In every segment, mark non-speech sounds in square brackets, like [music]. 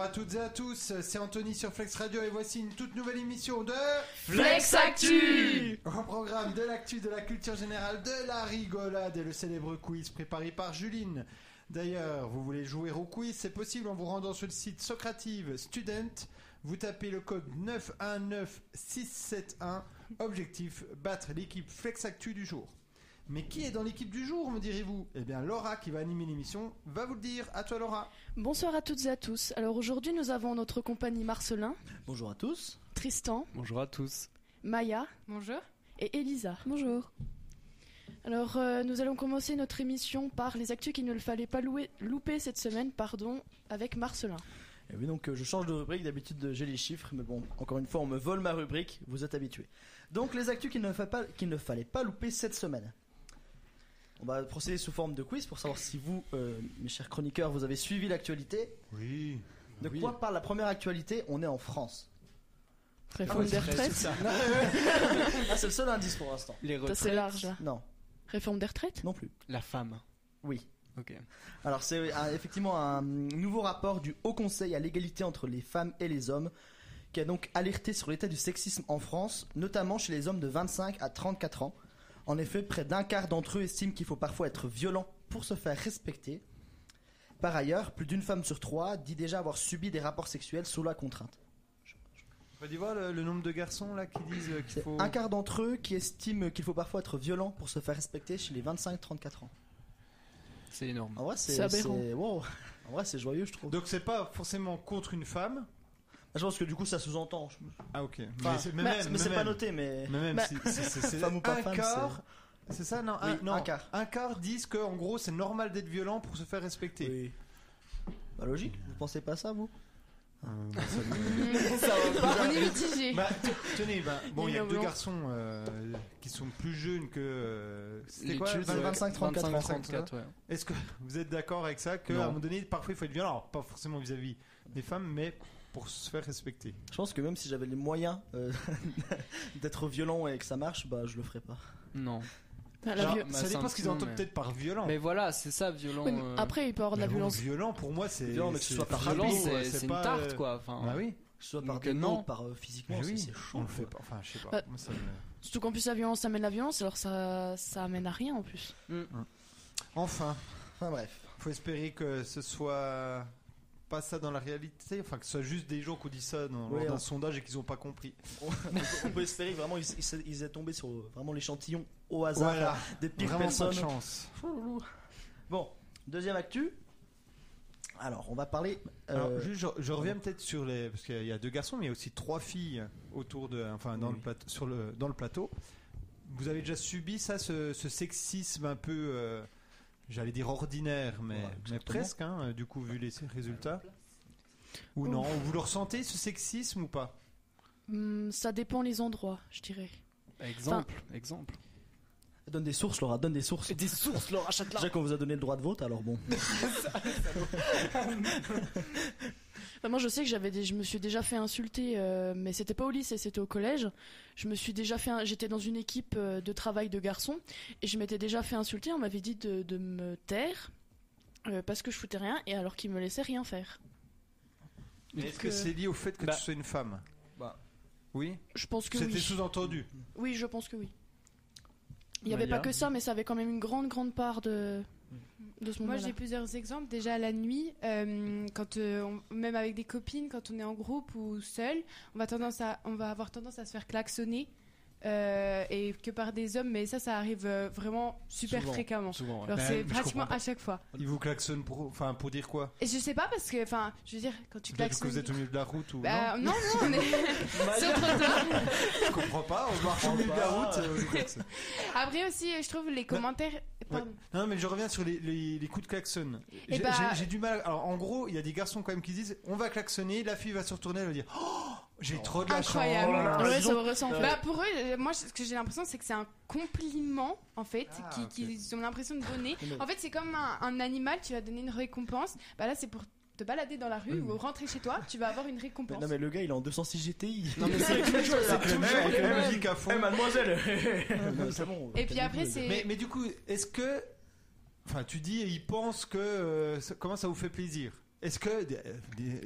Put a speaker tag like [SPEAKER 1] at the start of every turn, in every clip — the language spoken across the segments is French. [SPEAKER 1] à toutes et à tous, c'est Anthony sur Flex Radio et voici une toute nouvelle émission de
[SPEAKER 2] Flex Actu
[SPEAKER 1] Au programme de l'actu, de la culture générale, de la rigolade et le célèbre quiz préparé par Juline. D'ailleurs, vous voulez jouer au quiz, c'est possible en vous rendant sur le site Socrative Student. Vous tapez le code 919671. Objectif battre l'équipe Flex Actu du jour. Mais qui est dans l'équipe du jour, me direz-vous Eh bien, Laura, qui va animer l'émission, va vous le dire. À toi, Laura.
[SPEAKER 3] Bonsoir à toutes et à tous. Alors aujourd'hui, nous avons en notre compagnie Marcelin,
[SPEAKER 4] Bonjour à tous.
[SPEAKER 3] Tristan,
[SPEAKER 5] Bonjour à tous.
[SPEAKER 3] Maya
[SPEAKER 2] Bonjour.
[SPEAKER 3] et Elisa.
[SPEAKER 6] Bonjour.
[SPEAKER 3] Alors euh, nous allons commencer notre émission par les actus qu'il ne fallait pas louer- louper cette semaine, pardon, avec Marcelin.
[SPEAKER 4] Et oui, donc euh, je change de rubrique. D'habitude, euh, j'ai les chiffres, mais bon, encore une fois, on me vole ma rubrique. Vous êtes habitués. Donc, les actus qu'il ne, fa- pas- qu'il ne fallait pas louper cette semaine. On va procéder sous forme de quiz pour savoir si vous, euh, mes chers chroniqueurs, vous avez suivi l'actualité.
[SPEAKER 1] Oui.
[SPEAKER 4] De
[SPEAKER 1] Oui.
[SPEAKER 4] quoi parle la première actualité On est en France.
[SPEAKER 3] Réforme des retraites.
[SPEAKER 4] Ah, c'est le seul indice pour l'instant.
[SPEAKER 5] Les
[SPEAKER 3] Ça, C'est
[SPEAKER 5] retraites.
[SPEAKER 3] large là.
[SPEAKER 4] Non,
[SPEAKER 3] Réforme des retraites [laughs]
[SPEAKER 4] non plus.
[SPEAKER 5] La femme.
[SPEAKER 4] Oui.
[SPEAKER 5] Ok.
[SPEAKER 4] Alors c'est euh, effectivement un nouveau rapport du Haut Conseil à l'égalité entre les femmes et les hommes qui a donc alerté sur l'état du sexisme en France, notamment chez les hommes de 25 à 34 ans. En effet, près d'un quart d'entre eux estiment qu'il faut parfois être violent pour se faire respecter. Par ailleurs, plus d'une femme sur trois dit déjà avoir subi des rapports sexuels sous la contrainte.
[SPEAKER 1] Bah, dis voir le, le nombre de garçons là qui disent euh, qu'il
[SPEAKER 4] C'est
[SPEAKER 1] faut.
[SPEAKER 4] un quart d'entre eux qui estiment qu'il faut parfois être violent pour se faire respecter chez les 25-34 ans. [laughs]
[SPEAKER 5] C'est énorme.
[SPEAKER 4] En vrai, c'est
[SPEAKER 3] C'est aberrant.
[SPEAKER 4] c'est- wow. En vrai, c'est joyeux, je trouve.
[SPEAKER 1] Donc c'est pas forcément contre une femme.
[SPEAKER 4] Je pense que du coup, ça sous-entend. je-
[SPEAKER 1] Ah ok. Mais
[SPEAKER 4] Enfin,
[SPEAKER 1] c'est- mais
[SPEAKER 4] bah,
[SPEAKER 1] même,
[SPEAKER 4] mais c'est
[SPEAKER 1] mais
[SPEAKER 4] pas
[SPEAKER 1] même.
[SPEAKER 4] noté, mais.
[SPEAKER 1] Mais même
[SPEAKER 3] Bah.
[SPEAKER 1] si- c'est- c'est- c'est
[SPEAKER 4] Femme ou pas
[SPEAKER 1] un
[SPEAKER 4] femme,
[SPEAKER 1] quart. C'est ça non, un,
[SPEAKER 4] Oui,
[SPEAKER 1] non,
[SPEAKER 4] un quart.
[SPEAKER 1] Un quart disent que en gros c'est normal d'être violent pour se faire respecter.
[SPEAKER 4] Oui. Bah, logique, vous pensez pas ça, vous Euh, Mmh.
[SPEAKER 3] On est mitigé.
[SPEAKER 1] Bah, t- tenez, bah, bon,
[SPEAKER 3] Il
[SPEAKER 1] il y
[SPEAKER 3] y
[SPEAKER 1] a
[SPEAKER 3] a
[SPEAKER 1] deux
[SPEAKER 3] blanc.
[SPEAKER 1] garçons euh, qui sont plus jeunes que. euh, C'était
[SPEAKER 5] Les
[SPEAKER 1] quoi
[SPEAKER 5] Tues,
[SPEAKER 1] 20,
[SPEAKER 5] ouais.
[SPEAKER 1] 25
[SPEAKER 4] 35,
[SPEAKER 5] 35, ouais.
[SPEAKER 1] Est-ce que vous êtes d'accord avec ça qu'à
[SPEAKER 4] Non.
[SPEAKER 1] un moment donné, parfois il faut être violent, alors pas forcément vis-à-vis des femmes, mais pour se faire respecter.
[SPEAKER 4] Je pense que même si j'avais les moyens euh, [laughs] d'être violent et que ça marche, bah je le ferais pas.
[SPEAKER 5] Non.
[SPEAKER 3] Ah, la
[SPEAKER 1] Genre,
[SPEAKER 3] viol-
[SPEAKER 5] bah,
[SPEAKER 1] ça
[SPEAKER 5] c'est
[SPEAKER 1] dépend
[SPEAKER 5] un
[SPEAKER 1] ce qu'ils
[SPEAKER 5] petit
[SPEAKER 1] entendent
[SPEAKER 5] nom, mais-
[SPEAKER 1] peut-être par violent.
[SPEAKER 5] Mais voilà, c'est ça, violent.
[SPEAKER 3] Oui, mais
[SPEAKER 5] euh,
[SPEAKER 3] Après, il peut y avoir de la
[SPEAKER 1] Mais bon,
[SPEAKER 3] violence.
[SPEAKER 1] Violent pour moi c'est.
[SPEAKER 4] Violent, mais que ce
[SPEAKER 1] c'est
[SPEAKER 4] soit par
[SPEAKER 1] frappant,
[SPEAKER 5] violent,
[SPEAKER 4] Pardon,
[SPEAKER 5] c'est
[SPEAKER 1] Ah ouais,
[SPEAKER 5] c'est une
[SPEAKER 1] pas,
[SPEAKER 5] tarte,
[SPEAKER 1] euh,
[SPEAKER 5] quoi. Enfin,
[SPEAKER 1] Bah oui,
[SPEAKER 4] Que ce soit
[SPEAKER 5] Donc,
[SPEAKER 4] par
[SPEAKER 5] euh,
[SPEAKER 4] des
[SPEAKER 5] non.
[SPEAKER 4] mots, par euh, physiquement,
[SPEAKER 1] mais
[SPEAKER 4] c'est-
[SPEAKER 1] oui,
[SPEAKER 4] c'est
[SPEAKER 1] on
[SPEAKER 4] chaud.
[SPEAKER 1] le fait
[SPEAKER 4] quoi.
[SPEAKER 1] pas. Enfin, je sais pas.
[SPEAKER 3] Bah,
[SPEAKER 1] Moi, ça me-
[SPEAKER 3] Surtout qu'en plus la violence amène la violence, alors ça, ça amène à rien en plus.
[SPEAKER 1] Enfin,
[SPEAKER 4] Enfin bref.
[SPEAKER 1] faut espérer que ce soit pas ça dans la réalité, enfin que ce soit juste des gens qui ont dit ça dans,
[SPEAKER 4] Ouais,
[SPEAKER 1] lors d'un
[SPEAKER 4] on-
[SPEAKER 1] sondage et qu'ils ont pas compris.
[SPEAKER 4] on peut espérer que vraiment ils, ils, ils aient tombé sur euh, vraiment l'échantillon au hasard
[SPEAKER 1] Voilà.
[SPEAKER 4] euh, des pires
[SPEAKER 1] Vraiment pas de
[SPEAKER 4] personnes.
[SPEAKER 1] chance.
[SPEAKER 4] Bon, deuxième actu. Alors, on va parler. euh,
[SPEAKER 1] Alors, juste, je, je reviens peut-être sur les. Parce qu'il y a deux garçons, mais il y a aussi trois filles autour de. Enfin, dans,
[SPEAKER 4] Oui.
[SPEAKER 1] le, plateau, sur le, dans le plateau. Vous avez déjà subi ça, ce, ce sexisme un peu. euh, J'allais dire ordinaire, mais,
[SPEAKER 4] Ouais,
[SPEAKER 1] mais
[SPEAKER 4] exactement.
[SPEAKER 1] presque, hein, du coup, vu les résultats. Ou non Vous le ressentez, ce sexisme ou pas
[SPEAKER 3] Hum, ça dépend les endroits, je dirais.
[SPEAKER 5] Exemple, exemple.
[SPEAKER 4] Donne des sources, Laura, donne des sources.
[SPEAKER 5] Des sources, Laura Châtelain.
[SPEAKER 4] Déjà qu'on vous a donné le droit de vote, alors [laughs] bon.
[SPEAKER 3] Enfin, moi, je sais que j'avais, des- je me suis déjà fait insulter, euh, mais c'était pas au lycée, c'était au collège. Je me suis déjà fait, un- j'étais dans une équipe euh, de travail de garçons et je m'étais déjà fait insulter. On m'avait dit de, de me taire euh, parce que je foutais rien et alors qu'ils me laissaient rien faire.
[SPEAKER 1] Mais Est-ce que c'est lié au fait que
[SPEAKER 5] Bah.
[SPEAKER 1] tu sois une femme
[SPEAKER 5] Bah.
[SPEAKER 1] Oui
[SPEAKER 3] Je pense que
[SPEAKER 1] C'était
[SPEAKER 3] oui.
[SPEAKER 1] sous-entendu.
[SPEAKER 3] Oui, je pense que oui. Il n'y avait
[SPEAKER 5] Maya
[SPEAKER 3] pas que ça, mais ça avait quand même une grande, grande part de de ce
[SPEAKER 2] Moi,
[SPEAKER 3] moment-là.
[SPEAKER 2] j'ai plusieurs exemples. Déjà, la nuit, euh, quand euh, on- même avec des copines, quand on est en groupe ou seul, on va, tendance à, on va avoir tendance à se faire klaxonner euh, et que par des hommes, mais ça, ça arrive euh, vraiment super
[SPEAKER 5] Souvent.
[SPEAKER 2] fréquemment.
[SPEAKER 5] Souvent, ouais.
[SPEAKER 2] Alors,
[SPEAKER 1] Ben,
[SPEAKER 2] c'est
[SPEAKER 1] je
[SPEAKER 2] pratiquement
[SPEAKER 1] comprends pas.
[SPEAKER 2] à chaque fois.
[SPEAKER 1] Ils vous klaxonnent pour, enfin, pour dire quoi
[SPEAKER 2] Et je sais pas parce que, enfin, je veux dire, quand tu
[SPEAKER 1] Parce que
[SPEAKER 2] klaxonnes.
[SPEAKER 1] vous êtes au milieu de la route ou non
[SPEAKER 2] Bah, non, non, on est
[SPEAKER 4] Bah,
[SPEAKER 1] [laughs]
[SPEAKER 2] [laughs] sur le trottoir.
[SPEAKER 1] Je comprends pas, on marche au milieu de la route. euh, [laughs] je klaxonne.
[SPEAKER 2] Après aussi, je trouve les commentaires. Pardon.
[SPEAKER 1] Non, mais je reviens sur les, les- les coups de klaxon.
[SPEAKER 2] Eh
[SPEAKER 1] J'ai
[SPEAKER 2] bah-
[SPEAKER 1] j'ai- j'ai du mal. Alors, en gros, il y a des garçons quand même qui disent on va klaxonner, la fille va se retourner, elle va dire oh, j'ai trop de la
[SPEAKER 2] Incroyable.
[SPEAKER 1] chance.
[SPEAKER 3] Ouais,
[SPEAKER 4] Ah,
[SPEAKER 3] ça
[SPEAKER 4] disons-
[SPEAKER 3] me ressemble.
[SPEAKER 4] euh,
[SPEAKER 2] Bah pour eux, euh, moi ce que j'ai l'impression c'est que c'est un compliment en fait
[SPEAKER 1] Ah,
[SPEAKER 2] qui-
[SPEAKER 1] ok.
[SPEAKER 2] qu'ils ont l'impression de
[SPEAKER 4] [laughs]
[SPEAKER 2] donner. En fait c'est comme un, un animal, tu vas donner une récompense. Bah là c'est pour te balader dans la rue ou rentrer chez toi, tu vas avoir une récompense.
[SPEAKER 4] non, mais le gars, il est en 206 GTI. [laughs]
[SPEAKER 5] Non, mais c'est
[SPEAKER 1] Avec le même- avec la même
[SPEAKER 5] mêmes.
[SPEAKER 1] musique à fond.
[SPEAKER 4] mademoiselle Et
[SPEAKER 2] Et puis après c'est
[SPEAKER 1] Mais, mais du coup, est-ce que. Enfin, tu dis et ils pensent que. euh, ça- comment ça vous fait plaisir Est-ce que,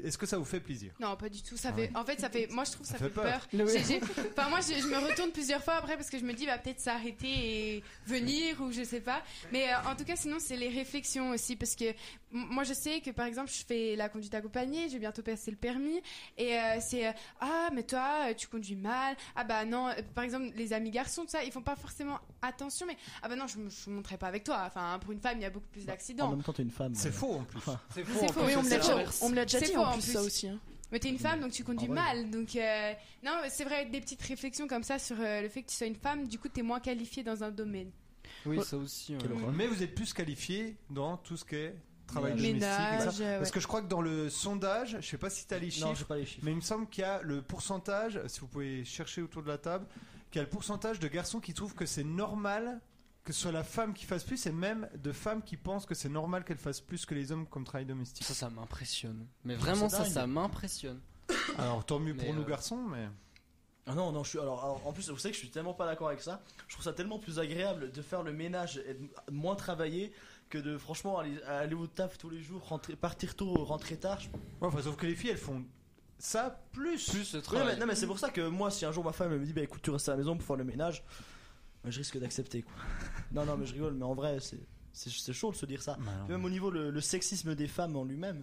[SPEAKER 1] est-ce que ça vous fait plaisir
[SPEAKER 2] Non, pas du tout. Ça fait, en fait, ça fait. Moi, je trouve ça,
[SPEAKER 1] Ça fait
[SPEAKER 2] fait, peur.
[SPEAKER 1] peur.
[SPEAKER 2] J'ai- j'ai- Enfin, moi, je, je me retourne plusieurs fois après parce que je me dis, va peut-être s'arrêter et venir ou je sais pas. Mais euh, en tout cas, sinon, c'est les réflexions aussi parce que m- moi, je sais que par exemple, je fais la conduite accompagnée, je vais bientôt passer le permis et euh, c'est euh, ah mais toi, euh, tu conduis mal. Ah bah non. Euh, Par exemple, les amis garçons, tout ça, ils font pas forcément attention. Mais ah bah non, je, me- je monterai pas avec toi. Enfin, pour une femme, il y a beaucoup plus
[SPEAKER 4] En
[SPEAKER 2] d'accidents.
[SPEAKER 4] même temps, t'es une femme.
[SPEAKER 1] C'est
[SPEAKER 4] euh,
[SPEAKER 1] faux en plus. C'est
[SPEAKER 2] C'est
[SPEAKER 1] en
[SPEAKER 2] faux,
[SPEAKER 1] plus,
[SPEAKER 3] Oui, on me l'a
[SPEAKER 1] c'est
[SPEAKER 3] déjà,
[SPEAKER 1] l'inverse.
[SPEAKER 3] on me l'a déjà
[SPEAKER 2] C'est
[SPEAKER 3] dit
[SPEAKER 2] faux,
[SPEAKER 3] en
[SPEAKER 2] en
[SPEAKER 3] plus, ça
[SPEAKER 2] plus.
[SPEAKER 3] aussi. hein.
[SPEAKER 2] Mais t'es une femme, donc tu
[SPEAKER 1] Ah
[SPEAKER 2] conduis
[SPEAKER 4] En vrai,
[SPEAKER 2] mal. Donc, euh, non, c'est vrai, des petites réflexions comme ça sur euh, le fait que tu sois une femme, du coup, t'es moins qualifiée dans un domaine.
[SPEAKER 5] Oui, ça aussi. ouais.
[SPEAKER 4] Quelle horreur.
[SPEAKER 1] Mais vous êtes plus qualifié dans tout ce qui est travail
[SPEAKER 4] Ménage.
[SPEAKER 1] domestique. et ça.
[SPEAKER 2] Ménage, euh,
[SPEAKER 1] Parce
[SPEAKER 2] ouais.
[SPEAKER 1] que je crois que dans le sondage, je sais pas si tu as les chiffres,
[SPEAKER 4] Non, j'ai pas les chiffres.
[SPEAKER 1] mais il me semble qu'il y a le pourcentage, si vous pouvez chercher autour de la table, qu'il y a le pourcentage de garçons qui trouvent que c'est normal que ce soit la femme qui fasse plus et même de femmes qui pensent que c'est normal qu'elle fasse plus que les hommes comme travail domestique.
[SPEAKER 5] [laughs] Ça, ça m'impressionne. Mais vraiment,
[SPEAKER 4] C'est
[SPEAKER 5] ça,
[SPEAKER 4] dingue.
[SPEAKER 5] ça m'impressionne.
[SPEAKER 1] Alors tant mieux
[SPEAKER 5] Mais,
[SPEAKER 1] pour nous
[SPEAKER 5] euh,
[SPEAKER 1] garçons, mais
[SPEAKER 4] Ah non, non, je suis. Alors, alors, en plus, vous savez que je suis tellement pas d'accord avec ça. Je trouve ça tellement plus agréable de faire le ménage et de moins travailler que de franchement aller, aller au taf tous les jours, rentrer, partir tôt, rentrer tard. Je-
[SPEAKER 1] Ouais, enfin, sauf que les filles elles font ça plus.
[SPEAKER 5] Plus le
[SPEAKER 4] Ouais,
[SPEAKER 5] travail.
[SPEAKER 4] mais- non, mais c'est pour ça que moi, si un jour ma femme elle me dit, bah écoute, tu restes à la maison pour faire le ménage, bah, je risque d'accepter quoi. [laughs] non, non, mais je rigole, mais en vrai, c'est- c'est c'est chaud de se dire ça.
[SPEAKER 1] Bah, non.
[SPEAKER 4] Même au niveau le, le sexisme des femmes en lui-même,